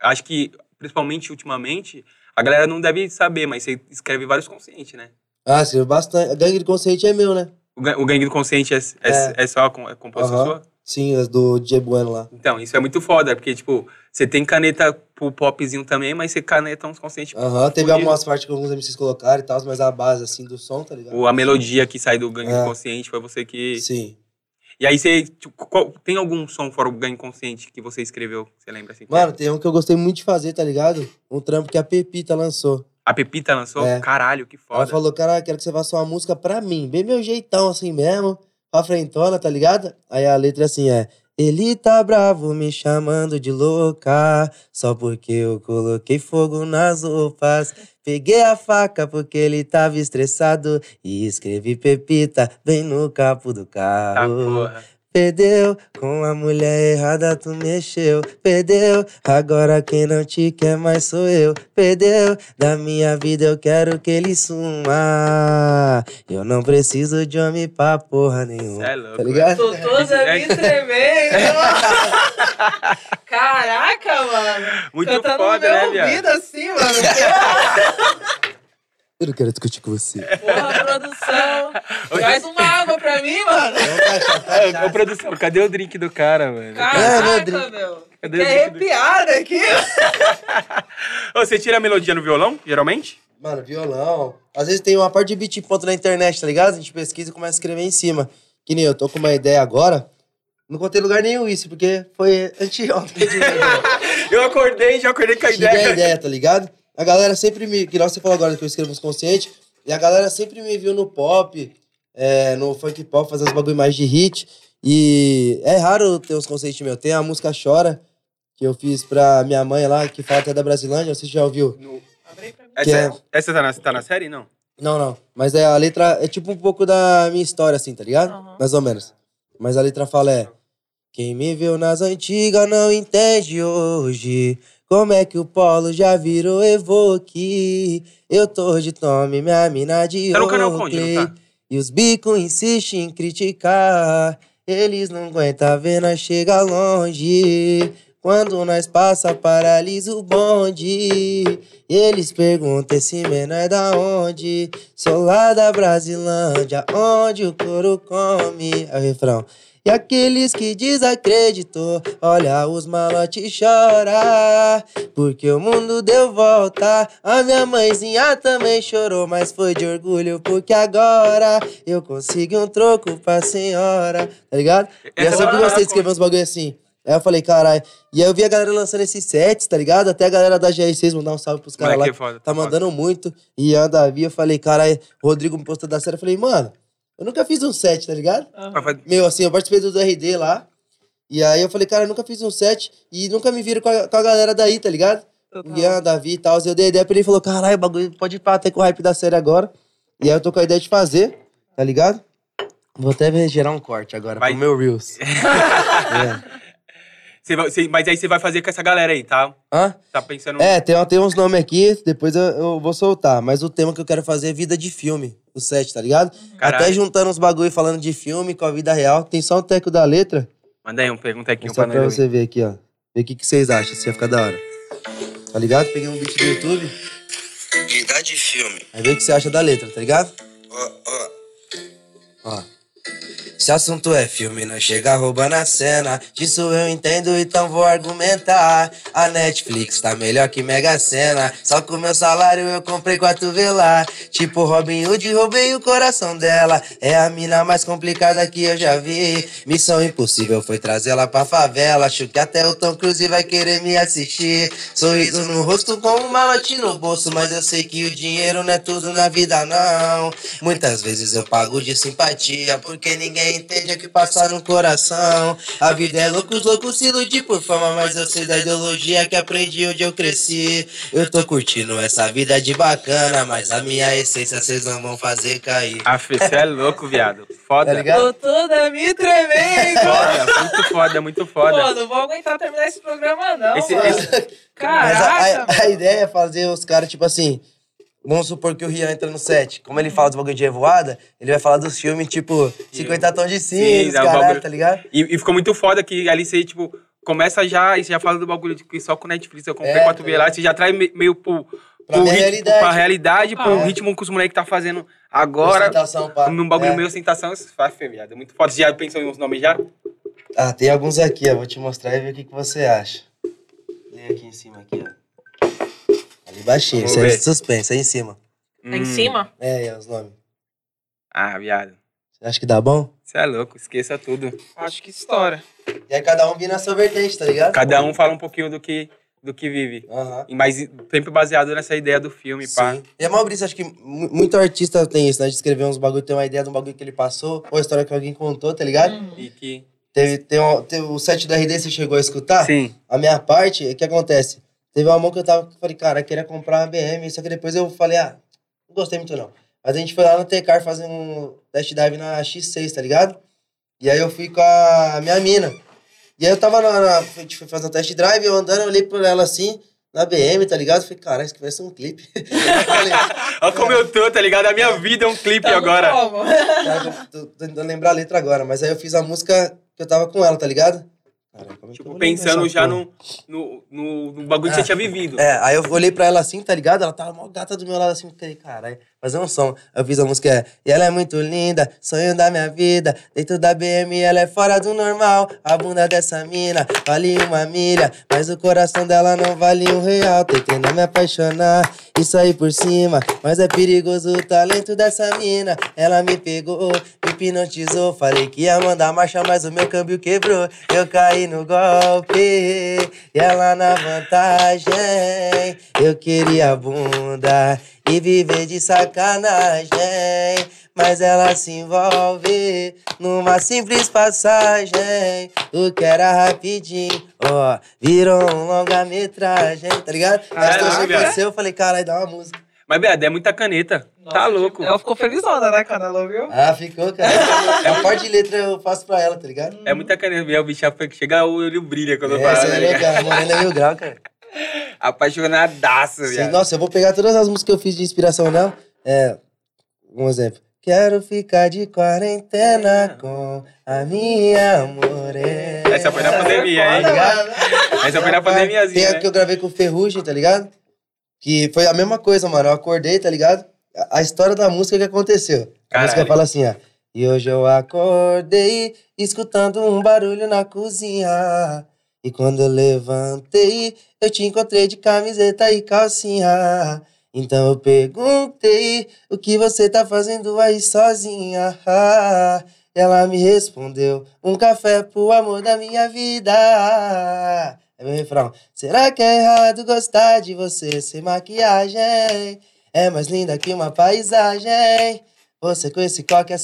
[SPEAKER 1] acho que, principalmente ultimamente, a galera não deve saber, mas você escreve vários conscientes, né?
[SPEAKER 3] Ah, escrevo bastante. A Gangue do Consciente é meu, né?
[SPEAKER 1] O, ga- o Gangue do Consciente é, é, é só a com- a composição
[SPEAKER 3] Aham.
[SPEAKER 1] sua?
[SPEAKER 3] Sim, as do DJ Bueno lá.
[SPEAKER 1] Então, isso é muito foda, porque, tipo, você tem caneta pro popzinho também, mas você caneta é um uns conscientes.
[SPEAKER 3] Aham, teve
[SPEAKER 1] Fudido.
[SPEAKER 3] algumas partes que alguns MCs colocaram e tal, mas a base, assim, do som, tá ligado?
[SPEAKER 1] Ou a melodia que sai do Gangue
[SPEAKER 3] É.
[SPEAKER 1] do Consciente foi você que,
[SPEAKER 3] Sim.
[SPEAKER 1] E aí você. tipo, qual- tem algum som fora o ganho consciente que você escreveu? que Você lembra assim? que
[SPEAKER 3] Mano, tem um que eu gostei muito de fazer, tá ligado? Um trampo que a Pepita lançou.
[SPEAKER 1] A Pepita lançou?
[SPEAKER 3] É.
[SPEAKER 1] Caralho, que foda.
[SPEAKER 3] Ela falou, cara, quero que você faça uma música pra mim, bem meu jeitão, assim mesmo, pra frentona, tá ligado? Aí a letra é assim é. Ele tá bravo me chamando de louca, só porque eu coloquei fogo nas roupas. Peguei a faca porque ele tava estressado e escrevi Pepita bem no capo do
[SPEAKER 1] Tá,
[SPEAKER 3] carro.
[SPEAKER 1] porra.
[SPEAKER 3] Perdeu, com a mulher errada tu mexeu. Perdeu, agora quem não te quer mais sou eu. Perdeu, da minha vida eu quero que ele suma. Eu não preciso de homem pra porra
[SPEAKER 1] Cê
[SPEAKER 3] nenhuma.
[SPEAKER 1] é louco.
[SPEAKER 3] Tá ligado?
[SPEAKER 2] Tô toda me tremendo. Caraca, mano.
[SPEAKER 1] velho. Muito
[SPEAKER 2] Cantando no
[SPEAKER 1] foda,
[SPEAKER 2] meu
[SPEAKER 1] né, viado?
[SPEAKER 2] ouvido assim, mano.
[SPEAKER 3] Eu não quero discutir com você.
[SPEAKER 2] Porra, produção. Traz uma água pra mim, mano.
[SPEAKER 1] É, Ô, ô, produção, cadê o drink do cara, mano?
[SPEAKER 3] É,
[SPEAKER 2] Caraca,
[SPEAKER 3] Rodrigo.
[SPEAKER 2] meu.
[SPEAKER 1] Cadê o drink
[SPEAKER 2] Fiquei
[SPEAKER 1] do-
[SPEAKER 2] arrepiado aqui.
[SPEAKER 1] Ô, você tira a melodia no violão, geralmente?
[SPEAKER 3] Mano, violão. Às vezes tem uma parte de beat ponto na internet, tá ligado? A gente pesquisa e começa a escrever em cima. Que nem eu tô com uma ideia agora. Não contei em lugar nenhum isso, porque foi anteontem. que eu tive a ideia.
[SPEAKER 1] Eu acordei, já acordei com a
[SPEAKER 3] Tive a
[SPEAKER 1] ideia.
[SPEAKER 3] ideia, tá ligado? A galera sempre me. Que nós você falou agora que eu escrevo os conscientes. E a galera sempre me viu no pop, é, no funk pop, fazendo os bagulho mais de hit. E é raro ter uns conceitos meus. Tem a música Chora, que eu fiz pra minha mãe lá, que fala até da Brasilândia, você já ouviu?
[SPEAKER 1] No-
[SPEAKER 3] Que
[SPEAKER 1] Essa, essa tá, na, tá na série, não?
[SPEAKER 3] Não, não. Mas é, a letra é tipo um pouco da minha história, assim, tá ligado?
[SPEAKER 2] Aham.
[SPEAKER 3] Mais ou menos. Mas a letra fala é. Quem me viu nas antigas não entende hoje. Como é que o polo já virou evoque? Eu tô de tome, minha mina de
[SPEAKER 1] Tá no canal Conde,
[SPEAKER 3] Oakley.
[SPEAKER 1] não tá?
[SPEAKER 3] E os bicos insistem em criticar. Eles não aguentam ver nós chegar longe. Quando nós passa, paralisa o bonde. Eles perguntam esse menor é da onde? Sou lá da Brasilândia, onde o couro come. Aí o refrão. E aqueles que desacreditou, olha os malotes chorar. Porque o mundo deu volta, a minha mãezinha também chorou, mas foi de orgulho, porque agora eu consigo um troco pra senhora, tá ligado? E eu
[SPEAKER 1] Essa
[SPEAKER 3] sempre
[SPEAKER 1] é
[SPEAKER 3] gostei
[SPEAKER 1] barato.
[SPEAKER 3] de escrever uns bagulho assim. Aí eu falei, caralho. E aí eu vi a galera lançando esses sets, tá ligado? Até a galera da GR6 mandar um salve pros caras lá.
[SPEAKER 1] Moleque é foda.
[SPEAKER 3] Tá
[SPEAKER 1] foda.
[SPEAKER 3] mandando muito. E a Davi, eu falei, caralho, Rodrigo me postou da série. Eu falei, mano, eu nunca fiz um set, tá ligado?
[SPEAKER 1] Vai fazer-
[SPEAKER 3] Meu, assim, eu participei do RD lá. E aí eu falei, cara, eu nunca fiz um set e nunca me viram com a, com a galera daí, tá ligado? O Ian, Davi e tal. Eu dei a ideia pra ele e falou, caralho, o bagulho pode ir pra até com o hype da série agora. E aí eu tô com a ideia de fazer, tá ligado? Vou até ver- gerar um corte agora
[SPEAKER 1] Vai.
[SPEAKER 3] pro meu Reels. é.
[SPEAKER 1] Você vai- você- mas aí você vai fazer com essa galera aí, tá?
[SPEAKER 3] Hã?
[SPEAKER 1] Tá pensando.
[SPEAKER 3] É, tem, tem uns nomes aqui, depois eu, eu vou soltar. Mas o tema que eu quero fazer é vida de filme, o set, tá ligado?
[SPEAKER 1] Caralho.
[SPEAKER 3] Até juntando uns bagulho falando de filme com a vida real. Tem só um teco da letra.
[SPEAKER 1] Manda aí um perguntequinho
[SPEAKER 3] Vou
[SPEAKER 1] pra
[SPEAKER 3] só
[SPEAKER 1] nós.
[SPEAKER 3] pra
[SPEAKER 1] aí.
[SPEAKER 3] você ver aqui, ó. Ver o que, que vocês acham, se ia ficar da hora. Tá ligado? Peguei um beat do YouTube.
[SPEAKER 6] Vida de filme.
[SPEAKER 3] Aí vê o que você acha da letra, tá ligado?
[SPEAKER 6] Ó, ó.
[SPEAKER 3] Ó. Se assunto é filme, não chega roubando a cena. Disso eu entendo, então vou argumentar. A Netflix tá melhor que Mega Sena. Só com meu salário eu comprei quatro velar. Tipo Robin Hood, roubei o coração dela. É a mina mais complicada que eu já vi. Missão impossível foi trazê-la pra favela. Acho que até o Tom Cruise vai querer me assistir. Sorriso no rosto com um malote no bolso. Mas eu sei que o dinheiro não é tudo na vida, não. Muitas vezes eu pago de simpatia, porque ninguém entende o que passa no coração. A vida é loucos, loucos se iludir por fama, mas eu sei da ideologia que aprendi onde eu cresci. Eu tô curtindo essa vida de bacana, mas a minha essência vocês não vão fazer cair.
[SPEAKER 1] Aff, você é louco, viado. Foda.
[SPEAKER 3] Tá ligado?
[SPEAKER 2] Tô toda me tremendo.
[SPEAKER 1] Foda, muito foda, muito
[SPEAKER 2] Pô,
[SPEAKER 1] foda.
[SPEAKER 2] não vou aguentar terminar esse programa, não.
[SPEAKER 1] Esse-
[SPEAKER 2] mano.
[SPEAKER 1] esse-
[SPEAKER 3] Mas
[SPEAKER 2] Caraca,
[SPEAKER 3] a,
[SPEAKER 2] mano.
[SPEAKER 3] a- a ideia é fazer os caras, tipo assim. Vamos supor que o Rian entra no set. Como ele fala dos bagulho de revoada, ele vai falar dos filmes, tipo, 50 tons de cinza,
[SPEAKER 1] dá um
[SPEAKER 3] caralho,
[SPEAKER 1] bagulho-
[SPEAKER 3] tá ligado?
[SPEAKER 1] E, e ficou muito foda que ali você, tipo, começa já e você já fala do bagulho de que só com Netflix eu comprei
[SPEAKER 3] É,
[SPEAKER 1] 4 é, lá, você já traz me- meio pro.
[SPEAKER 3] Pra
[SPEAKER 1] pro
[SPEAKER 3] minha
[SPEAKER 1] ritmo,
[SPEAKER 3] realidade.
[SPEAKER 1] Pra realidade, pro
[SPEAKER 2] Ah.
[SPEAKER 1] ritmo que os moleques tá fazendo agora.
[SPEAKER 3] Ostentação, pá.
[SPEAKER 1] Um bagulho
[SPEAKER 3] É.
[SPEAKER 1] meio ostentação, isso faz feio, viado. É muito foda. Você já pensou em uns nomes já?
[SPEAKER 3] Ah, tem alguns aqui, ó. Vou te mostrar e ver o que, que você acha. Lê aqui em cima, aqui, ó. Ali baixinho,
[SPEAKER 1] Vamos
[SPEAKER 3] isso aí é
[SPEAKER 1] ver.
[SPEAKER 3] de suspense, aí em cima.
[SPEAKER 2] Tá em cima?
[SPEAKER 3] É, é os nomes.
[SPEAKER 1] Hum. Ah, viado.
[SPEAKER 3] Você acha que dá bom?
[SPEAKER 1] Você é louco, esqueça tudo.
[SPEAKER 2] Acho que estoura.
[SPEAKER 3] E aí cada um vira na sua vertente, tá ligado?
[SPEAKER 1] Cada um fala um pouquinho do que, do que vive.
[SPEAKER 3] Aham.
[SPEAKER 1] E- Mas sempre baseado nessa ideia do filme, pá.
[SPEAKER 3] Sim. E é mal brisa, acho que mu- muito artista tem isso, né? De escrever uns bagulho, ter uma ideia de um bagulho que ele passou, ou a história que alguém contou, tá ligado?
[SPEAKER 1] E que.
[SPEAKER 3] Teve, tem um- teve o set do RD, você chegou a escutar?
[SPEAKER 1] Sim.
[SPEAKER 3] A minha parte, o que acontece? Teve uma mão que eu tava, que eu falei, cara, eu queria comprar uma BM, só que depois eu falei, ah, não gostei muito não. Mas a gente foi lá no T-Car fazer um test dive na X6, tá ligado? E aí eu fui com a minha mina. E aí eu tava na, na- a gente foi fazer um test drive, eu andando, eu olhei por ela assim, na BM, tá ligado? Eu Falei, cara, isso aqui vai ser um clipe. falei,
[SPEAKER 1] Olha como eu tô, tá ligado? A minha vida é um clipe
[SPEAKER 2] Tá
[SPEAKER 1] agora.
[SPEAKER 2] Como?
[SPEAKER 3] cara, Tá, tô, tô tentando lembrar a letra agora, mas aí eu fiz a música que eu tava com ela, tá ligado? Cara, como é que eu
[SPEAKER 1] Tipo,
[SPEAKER 3] vou lembrar
[SPEAKER 1] pensando
[SPEAKER 3] essa
[SPEAKER 1] já
[SPEAKER 3] porra?
[SPEAKER 1] no, no, no, no bagulho que
[SPEAKER 3] Ah.
[SPEAKER 1] você tinha vivido.
[SPEAKER 3] É, aí eu olhei pra ela assim, tá ligado? Ela tava mó gata do meu lado assim, eu falei, caralho, fazer um som. Aí Eu fiz a música, é, e ela é muito linda, sonho da minha vida. Dentro da BM, ela é fora do normal. A bunda dessa mina vale uma milha, mas o coração dela não vale um real. Tentei não me apaixonar e sair por cima, mas é perigoso o talento dessa mina. Ela me pegou, me hipnotizou. Falei que ia mandar marcha, mas o meu câmbio quebrou. Eu caí no golpe e ela na vantagem. Eu queria a bunda e viver de sacanagem. Mas ela se envolve numa simples passagem. O que era rapidinho, ó, virou um longa-metragem, tá ligado? Aí
[SPEAKER 1] Caraca.
[SPEAKER 3] eu achei que aconteceu, eu falei, caralho, dá uma música.
[SPEAKER 1] Mas, Beada, é muita caneta. tá louco.
[SPEAKER 2] Ela ficou felizona, né, Canelo, viu?
[SPEAKER 3] Ah, ficou, cara. É um par de letra eu faço pra ela, tá ligado?
[SPEAKER 1] É muita caneta. Meu, o bicho já foi que chega, o olho brilha quando eu
[SPEAKER 3] Essa
[SPEAKER 1] falo.
[SPEAKER 3] é
[SPEAKER 1] né, cara?
[SPEAKER 3] legal, a Morena é mil grau, cara.
[SPEAKER 1] Apaixonadaço,
[SPEAKER 3] Sim,
[SPEAKER 1] viado.
[SPEAKER 3] nossa, eu vou pegar todas as músicas que eu fiz de inspiração não É, um exemplo. Quero ficar de quarentena com a minha morena.
[SPEAKER 1] Essa foi na
[SPEAKER 2] é
[SPEAKER 1] pandemia, hein?
[SPEAKER 3] Tá ligado?
[SPEAKER 1] Essa foi na
[SPEAKER 3] Tem
[SPEAKER 1] pandemiazinha,
[SPEAKER 3] a que
[SPEAKER 1] né?
[SPEAKER 3] eu gravei com o Ferrugem, tá ligado? Que foi a mesma coisa, mano. Eu acordei, tá ligado? A- A história da música que aconteceu. A
[SPEAKER 1] Caralho.
[SPEAKER 3] música fala assim, ó. E hoje eu acordei escutando um barulho na cozinha. E quando eu levantei, eu te encontrei de camiseta e calcinha. Então eu perguntei o que você tá fazendo aí sozinha. Ela me respondeu: um café pro amor da minha vida. É meu refrão. Será que é errado gostar de você sem maquiagem? É mais linda que uma paisagem. Você com esse coque é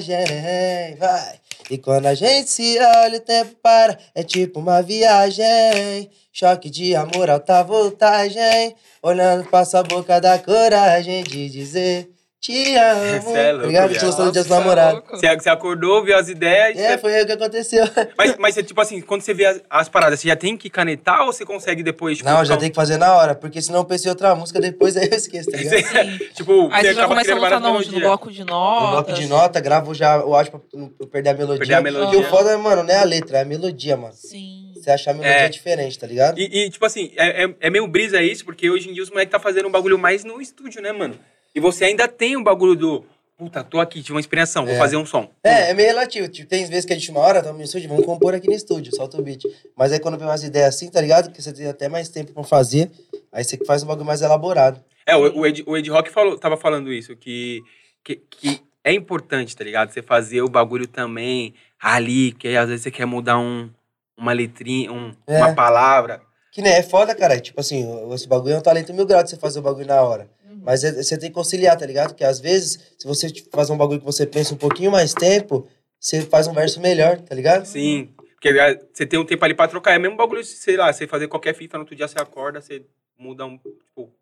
[SPEAKER 3] sacanagem. Vai. E quando a gente se olha, o tempo para. É tipo uma viagem. Choque de amor, alta voltagem. Olhando pra sua boca, dá coragem de dizer: Te amo.
[SPEAKER 1] Cê é louco,
[SPEAKER 3] Obrigado,
[SPEAKER 1] viado.
[SPEAKER 3] te mostrando o dia dos
[SPEAKER 2] Nossa,
[SPEAKER 3] namorados.
[SPEAKER 2] louco.
[SPEAKER 1] Você, você acordou, viu as ideias.
[SPEAKER 3] É,
[SPEAKER 1] você-
[SPEAKER 3] foi aí o que aconteceu.
[SPEAKER 1] Mas, mas você, tipo assim, quando você vê as, as paradas, você já tem que canetar ou você consegue depois? Tipo,
[SPEAKER 3] Não, já
[SPEAKER 1] calma-
[SPEAKER 3] tem que fazer na hora, porque senão eu pensei em outra música, depois aí eu esqueço, tá ligado?
[SPEAKER 1] tipo,
[SPEAKER 2] Aí você já
[SPEAKER 1] acaba
[SPEAKER 2] começa
[SPEAKER 1] criando
[SPEAKER 2] a montar
[SPEAKER 1] várias
[SPEAKER 2] não, no
[SPEAKER 1] melodias.
[SPEAKER 2] bloco de
[SPEAKER 3] No
[SPEAKER 2] notas.
[SPEAKER 3] bloco de nota, gravo já o áudio pra não perder a melodia.
[SPEAKER 1] Perder a melodia.
[SPEAKER 3] Porque o foda, mano, não é a letra, é a melodia, mano.
[SPEAKER 2] Sim.
[SPEAKER 3] Você achar a melodia
[SPEAKER 1] É.
[SPEAKER 3] diferente, tá ligado?
[SPEAKER 1] E, e, tipo assim, é, é, é meio brisa isso, porque hoje em dia os moleques tá fazendo um bagulho mais no estúdio, né, mano? E você ainda tem o bagulho do. Puta, tô aqui, tive uma inspiração, vou
[SPEAKER 3] É.
[SPEAKER 1] fazer um som.
[SPEAKER 3] É, é meio relativo. Tipo, tem vezes que a gente uma hora, toma no estúdio, vamos compor aqui no estúdio, solta o beat. Mas aí quando vem umas ideias assim, tá ligado? Que você tem até mais tempo pra fazer, aí você que faz um bagulho mais elaborado.
[SPEAKER 1] É, o, o Ed, o Ed Rock falou, tava falando isso, que, que, que é importante, tá ligado? Você fazer o bagulho também ali, que aí às vezes você quer mudar um, uma letrinha, um-
[SPEAKER 3] É.
[SPEAKER 1] uma palavra.
[SPEAKER 3] Que nem é foda, cara. Tipo assim, o- esse bagulho é um talento mil graus de você fazer o bagulho na hora. Mas é- você tem que conciliar, tá ligado? Porque às vezes, se você tipo, faz um bagulho que você pensa um pouquinho mais tempo, você faz um verso melhor, tá ligado?
[SPEAKER 1] Sim. Porque ah, você tem um tempo ali pra trocar. É o mesmo bagulho, sei lá, você fazer qualquer fita, no outro dia você acorda, você muda um. Tipo,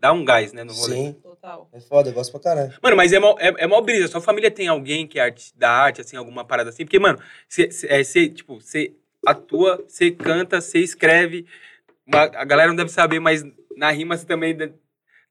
[SPEAKER 1] dá um gás, né, no rolê.
[SPEAKER 3] Sim.
[SPEAKER 2] Total.
[SPEAKER 3] É foda, eu gosto pra caralho.
[SPEAKER 1] Mano, mas é mó, é, é mó brisa. Sua família tem alguém que é arte, da arte, assim, alguma parada assim? Porque, mano, você, é, cê, tipo, você atua, você canta, você escreve. Uma- a galera não deve saber, mas na rima você também dá-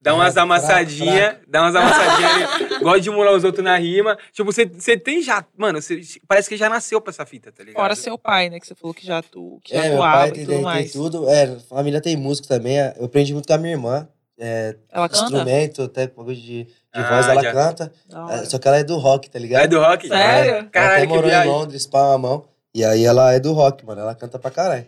[SPEAKER 1] dá
[SPEAKER 3] Ah,
[SPEAKER 1] umas
[SPEAKER 3] fraco,
[SPEAKER 1] amassadinhas. Dá umas amassadinhas. né? gosta de emular os outros na rima. Tipo, você tem já... Mano, cê- parece que já nasceu pra essa fita, tá ligado?
[SPEAKER 2] Fora seu pai, né? Que você falou que já, tu, que já
[SPEAKER 3] é, meu pai
[SPEAKER 2] atuava e
[SPEAKER 3] tem,
[SPEAKER 2] tudo
[SPEAKER 3] tem, tem
[SPEAKER 2] mais.
[SPEAKER 3] tudo. É, família tem música também. é, Eu aprendi muito com a minha irmã. É,
[SPEAKER 2] Ela canta?
[SPEAKER 3] instrumento, até bagulho de, de
[SPEAKER 1] Ah,
[SPEAKER 3] voz, ela
[SPEAKER 1] já.
[SPEAKER 3] canta.
[SPEAKER 2] Da
[SPEAKER 3] é,
[SPEAKER 2] hora.
[SPEAKER 3] Só que ela é do rock, tá ligado?
[SPEAKER 1] É do rock?
[SPEAKER 2] Sério?
[SPEAKER 3] ela até
[SPEAKER 1] Caralho, que
[SPEAKER 3] morou em
[SPEAKER 1] viagem.
[SPEAKER 3] Londres, pá, a mão. E aí ela é do rock, mano. Ela canta pra caralho.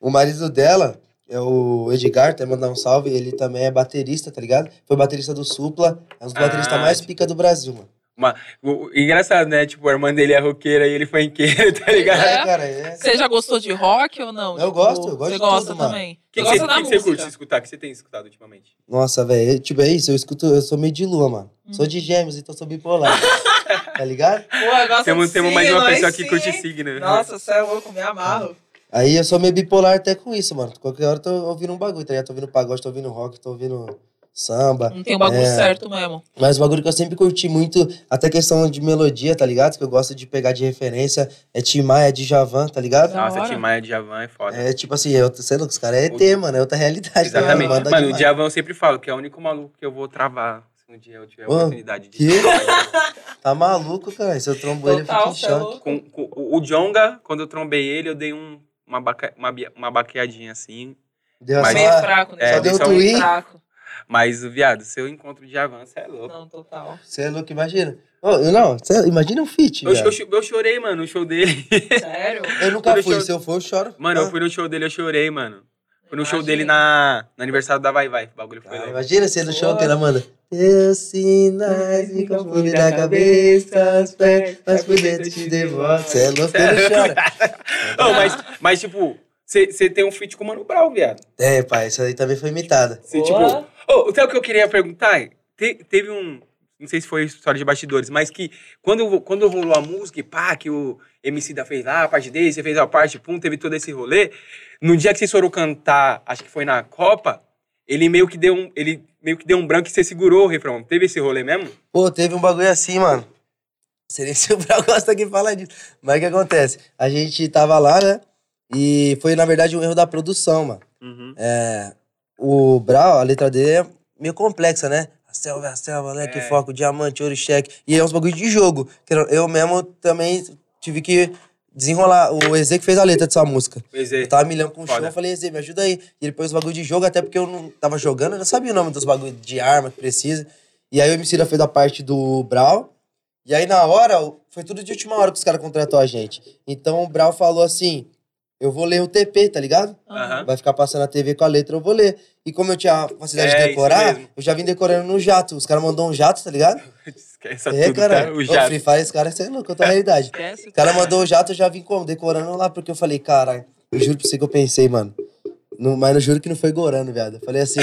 [SPEAKER 3] O marido dela é o Edgar, até mandar um salve. Ele também é baterista, tá ligado? Foi baterista do Supla. É um dos
[SPEAKER 1] Ah,
[SPEAKER 3] bateristas mais
[SPEAKER 1] sim.
[SPEAKER 3] pica do Brasil, mano.
[SPEAKER 1] Uma, o- o- engraçado, né? Tipo, a irmã dele é roqueira e ele foi funkeira, tá ligado?
[SPEAKER 2] É?
[SPEAKER 3] cara, é.
[SPEAKER 2] Você já gostou de rock ou não? Tipo,
[SPEAKER 3] Eu gosto, eu gosto
[SPEAKER 2] Você
[SPEAKER 3] de
[SPEAKER 2] gosta
[SPEAKER 3] tudo, mano.
[SPEAKER 2] também.
[SPEAKER 1] O que, que,
[SPEAKER 2] gosta
[SPEAKER 1] você, o
[SPEAKER 2] da
[SPEAKER 1] que que você
[SPEAKER 2] música.
[SPEAKER 1] curte escutar? O que você tem escutado ultimamente?
[SPEAKER 3] Nossa, velho, tipo, é isso, eu escuto, eu sou meio de lua, mano.
[SPEAKER 2] Hum.
[SPEAKER 3] Sou de gêmeos, então sou bipolar. tá ligado?
[SPEAKER 2] Pô, gosta
[SPEAKER 1] Temos,
[SPEAKER 2] de
[SPEAKER 1] temos mais
[SPEAKER 2] signo,
[SPEAKER 1] uma
[SPEAKER 2] aí
[SPEAKER 1] pessoa que
[SPEAKER 2] sim,
[SPEAKER 1] curte
[SPEAKER 2] hein?
[SPEAKER 1] signo.
[SPEAKER 2] Nossa, você é louco, me amarro.
[SPEAKER 3] Aí eu sou meio bipolar até com isso, mano. Qualquer hora eu tô ouvindo um bagulho, tá ligado? Tô ouvindo pagode, tô ouvindo rock, tô ouvindo samba.
[SPEAKER 2] Não tem um bagulho
[SPEAKER 3] É.
[SPEAKER 2] certo mesmo.
[SPEAKER 3] Mas o bagulho que eu sempre curti muito, até questão de melodia, tá ligado? Que eu gosto de pegar de referência, é Tim Maia, Djavan, tá ligado?
[SPEAKER 2] Da
[SPEAKER 1] Nossa,
[SPEAKER 2] hora.
[SPEAKER 1] Tim Maia de Javan é foda.
[SPEAKER 3] É tipo assim, eu, sei lá, os caras é ET, mano, é outra realidade. tá ligado?
[SPEAKER 1] Exatamente.
[SPEAKER 3] Manda
[SPEAKER 1] Mano, o
[SPEAKER 3] demais.
[SPEAKER 1] Djavan eu sempre falo que é o único maluco que eu vou travar se um dia eu tiver a
[SPEAKER 3] Mano,
[SPEAKER 1] oportunidade de.
[SPEAKER 3] que? Tá maluco, cara? Se eu trombo ele, eu fico
[SPEAKER 2] Total,
[SPEAKER 3] em
[SPEAKER 2] você é
[SPEAKER 3] choque.
[SPEAKER 2] louco.
[SPEAKER 1] Com, com- o o Jonga, quando eu trombei ele, eu dei um, uma, baca, uma, bia- uma baqueadinha assim.
[SPEAKER 3] Deu
[SPEAKER 1] Mas-
[SPEAKER 2] Meio
[SPEAKER 3] essa...
[SPEAKER 2] fraco, né?
[SPEAKER 1] É,
[SPEAKER 3] só deu
[SPEAKER 2] Meio
[SPEAKER 3] tweet.
[SPEAKER 2] fraco.
[SPEAKER 1] Mas, viado, se eu encontro o Djavan, você é louco.
[SPEAKER 2] Não, total.
[SPEAKER 3] Você é louco, imagina. Ô, eu não, cê- imagina um feat,
[SPEAKER 1] Eu,
[SPEAKER 3] velho.
[SPEAKER 1] eu, eu chorei, mano, no show dele.
[SPEAKER 2] Sério?
[SPEAKER 3] Eu nunca
[SPEAKER 1] eu
[SPEAKER 3] fui,
[SPEAKER 1] choro.
[SPEAKER 3] se eu for, eu choro.
[SPEAKER 1] Mano, eu
[SPEAKER 3] Ah.
[SPEAKER 1] fui no show dele, eu chorei, mano. Fui no show
[SPEAKER 2] Imagina.
[SPEAKER 1] dele na, no aniversário da Vai Vai. O bagulho foi
[SPEAKER 3] Ah,
[SPEAKER 1] louco.
[SPEAKER 3] imagina você no show
[SPEAKER 2] Pô.
[SPEAKER 3] que ela manda. Teus sinais me confundem da cabeça, os pés, mas por dentro te devora. Você é louco, ele chora.
[SPEAKER 1] Não, mas, mas, tipo, você tem um feat com o Mano Brown, viado.
[SPEAKER 3] É, pai, isso aí também foi imitada.
[SPEAKER 1] Você, tipo.
[SPEAKER 2] Boa.
[SPEAKER 1] Ô, sabe o que eu queria perguntar? Te- teve um. Não sei se foi história de bastidores, mas que quando, quando rolou a música, e pá, que o MC da fez lá a parte dele, você fez a parte, pum, teve todo esse rolê. No dia que vocês foram cantar, acho que foi na Copa, ele meio que deu um. Ele meio que deu um branco e você segurou o refrão. Teve esse rolê mesmo?
[SPEAKER 3] Pô, teve um bagulho assim, mano. Seria se o Brau gosta que fala disso. Mas o que acontece? A gente tava lá, né? E foi, na verdade, um erro da produção, mano.
[SPEAKER 1] Uhum.
[SPEAKER 3] É, o Brau, a letra dele é meio complexa, né? A selva, a selva, né? Que
[SPEAKER 1] É.
[SPEAKER 3] foco, diamante, ouro, e cheque. E é uns bagulho de jogo. que Eu eu mesmo também tive que desenrolar. O Eze que fez a letra dessa música.
[SPEAKER 1] Pois
[SPEAKER 3] Eu
[SPEAKER 1] é.
[SPEAKER 3] tava milhão com o show,
[SPEAKER 1] Foda.
[SPEAKER 3] eu falei, Eze, me ajuda aí. E ele pôs os bagulho de jogo, até porque eu não tava jogando, eu não sabia o nome dos bagulho de arma que precisa. E aí o MC da fez a parte do Brau. E aí na hora, o- foi tudo de última hora que os caras contratou a gente. Então o Brau falou assim: eu vou ler o TP, tá ligado?
[SPEAKER 2] Ah,
[SPEAKER 1] Aham.
[SPEAKER 3] Vai ficar passando a TV com a letra, eu vou ler. E como eu tinha facilidade
[SPEAKER 1] É,
[SPEAKER 3] de
[SPEAKER 1] isso
[SPEAKER 3] decorar,
[SPEAKER 1] mesmo.
[SPEAKER 3] eu já vim decorando no jato. Os caras mandou um jato, tá ligado?
[SPEAKER 1] Esqueça
[SPEAKER 3] é,
[SPEAKER 1] tudo,
[SPEAKER 3] cara.
[SPEAKER 1] tá?
[SPEAKER 3] Ô,
[SPEAKER 1] O jato.
[SPEAKER 3] Free Fire, esse cara é louco, outra realidade.
[SPEAKER 2] Esquece.
[SPEAKER 3] O cara mandou o jato, eu já vim como? Decorando lá, porque eu falei, caralho, eu juro pra você que eu pensei, mano. Não- mas eu juro que não foi gorando, viado. Eu falei assim,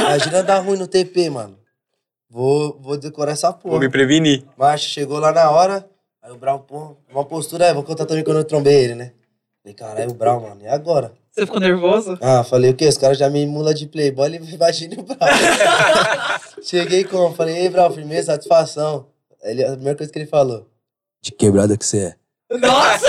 [SPEAKER 3] imagina dar ruim no TP, mano. Vou, vou decorar essa porra.
[SPEAKER 1] Vou me prevenir.
[SPEAKER 3] Mas chegou lá na hora, aí o Brau, pô, uma postura, é, vou contar também quando eu trombei ele, né? Falei, caralho, o Brau, mano, e agora?
[SPEAKER 2] Você ficou nervoso?
[SPEAKER 3] Ah, falei o quê? Os caras já me mula de playboy, ele imagina o Brau. Cheguei como? Falei, ei, Brau, firmeza, satisfação. Ele, a primeira coisa que ele falou, de quebrada que você é.
[SPEAKER 2] Nossa!